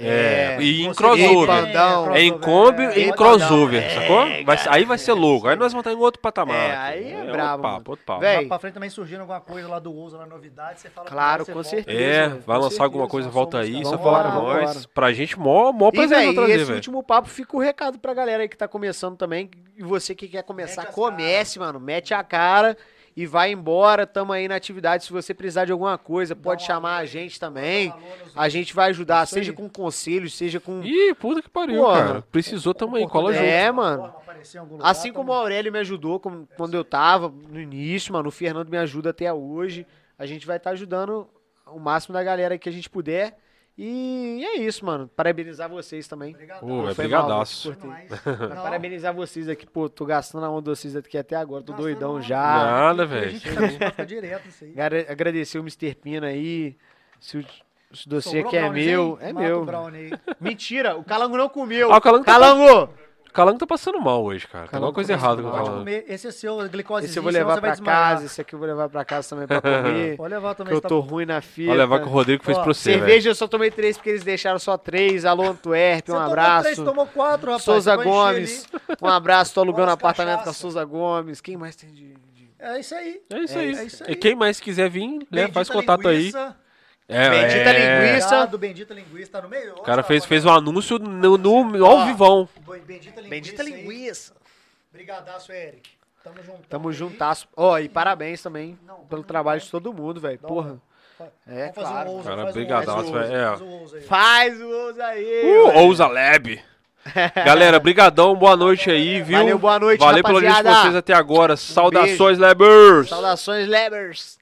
A: É, e em
B: Você
A: crossover.
B: vem, é,
D: Pandão.
A: É em
B: crossover,
A: combo
B: é,
A: e em
B: rodadão.
A: crossover, sacou? Vai ser- aí vai ser louco. Aí nós vamos estar em outro patamar.
D: É,
A: aqui.
D: aí é
A: outro
D: brabo, mano.
A: papo, outro papo.
D: Véi,
B: Lá pra frente também surgindo alguma coisa lá do Ousa, lá novidade, você fala
D: Claro,
B: você
D: com
B: volta.
D: certeza.
A: É,
D: Com
A: vai lançar
D: certeza,
A: alguma coisa,
D: nós
A: volta
D: somos-
A: aí,
D: vamos
A: só
D: lá,
A: fora
D: vamos
A: nós.
D: lá.
A: Pra gente, mó, mó
D: E,
A: prazer
D: véi, e
A: trazer,
D: esse
A: velho.
D: último papo fica o recado pra galera aí que tá começando também. E você que quer começar,
B: Mete as
D: comece, mano. Mete a cara e vai embora. Tamo aí na atividade. Se você precisar de alguma coisa, pode
B: uma
D: chamar
B: alô
D: a
B: aí,
D: gente também.
B: Alô, nos-
D: A gente vai ajudar,
B: Isso
D: seja
B: aí.
D: com conselhos, seja com.
A: Ih, puta que pariu,
D: Pô,
A: cara. Precisou, tamo aí, cola junto.
D: É,
B: Plataforma,
D: mano.
B: aparecer em algum lugar,
D: Assim como o
B: tamo-
D: Aurélio me ajudou com- quando eu tava no início, mano, o Fernando me ajuda até hoje. A gente vai estar ajudando o máximo da galera que a gente puder. E é isso, mano. Parabenizar vocês também.
B: Obrigadão.
A: Pô, é
D: Foi mal,
A: brigadaço.
D: velho, por ter-
B: Mas-
D: Mas
B: não,
D: Parabenizar vocês aqui, pô, tô gastando a onda de vocês aqui até agora, tô
B: Gastando
D: doidão
B: onda.
D: já.
A: Nada,
B: a
A: velho.
B: gente tá- fica direto isso aí.
D: Agra- Agradecer o Mr. Pina aí. Se o, se o dossiê
B: Sobrou
D: aqui é
B: brownie,
D: meu,
B: hein?
D: é
B: Mata o
D: meu.
B: brownie aí.
D: Mentira, o Calango não comeu.
A: Ah, o Calango tá-
D: Calango!
A: O Calango tá passando mal hoje, cara. Tem alguma
D: Calango
A: coisa
D: tá
A: errada com o
D: passando
B: Pode
A: Calango.
B: comer. Esse é seu, a glicose.
D: Esse eu vou levar
B: você vai
D: pra
B: desmaiar.
D: casa, esse aqui eu vou levar pra casa também pra comer.
B: Pode levar também.
D: que eu
B: você
D: tô
B: tá-
D: ruim na fila.
A: Olha, levar que o Rodrigo fez
B: Ó,
A: pra você, velho.
D: Cerveja eu só tomei três porque eles deixaram só três. Alô, Antuérpia,
B: Você
D: um
B: tomou
D: abraço.
B: três, tomou quatro, rapaz.
D: Souza
B: você vai encher
D: Gomes, um abraço. Tô alugando
B: Fora as
D: apartamento com a
B: cachaça.
D: Souza Gomes. Quem mais tem de. de-
B: ali. É isso aí.
A: É isso aí.
B: É isso aí.
A: E quem mais quiser vir, né,
B: Bendita
A: faz contato aí.
B: linguiça.
A: É,
D: Bendita
A: é.
D: linguiça.
B: Obrigado, Bendita linguiça. Tá no meio.
A: O cara fez, fez um anúncio no, no- ao vivão.
B: Bendita linguiça.
D: Bendita
B: aí.
D: linguiça.
B: Brigadaço, Eric. Tamo junto.
D: Tamo juntasso. Ó, e parabéns também
B: Não,
D: pelo
B: não,
D: trabalho de todo mundo, velho.
B: Não,
D: Porra.
B: fa-
D: É,
B: Vamos fazer um
D: claro.
B: ouso,
A: Cara,
B: faz um
A: brigadaço,
B: ouso,
A: velho. É, ó.
B: faz um ouso aí.
D: Faz o ouso aí.
A: Uh,
D: velho.
A: Ousa Lab. Galera, brigadão, boa noite aí, viu?
D: Valeu, boa noite,
A: Valeu pelo audiência de
D: rapaziada.
A: vocês até agora. Saudações,
D: beijo.
A: Lebers.
D: Saudações, Lebers.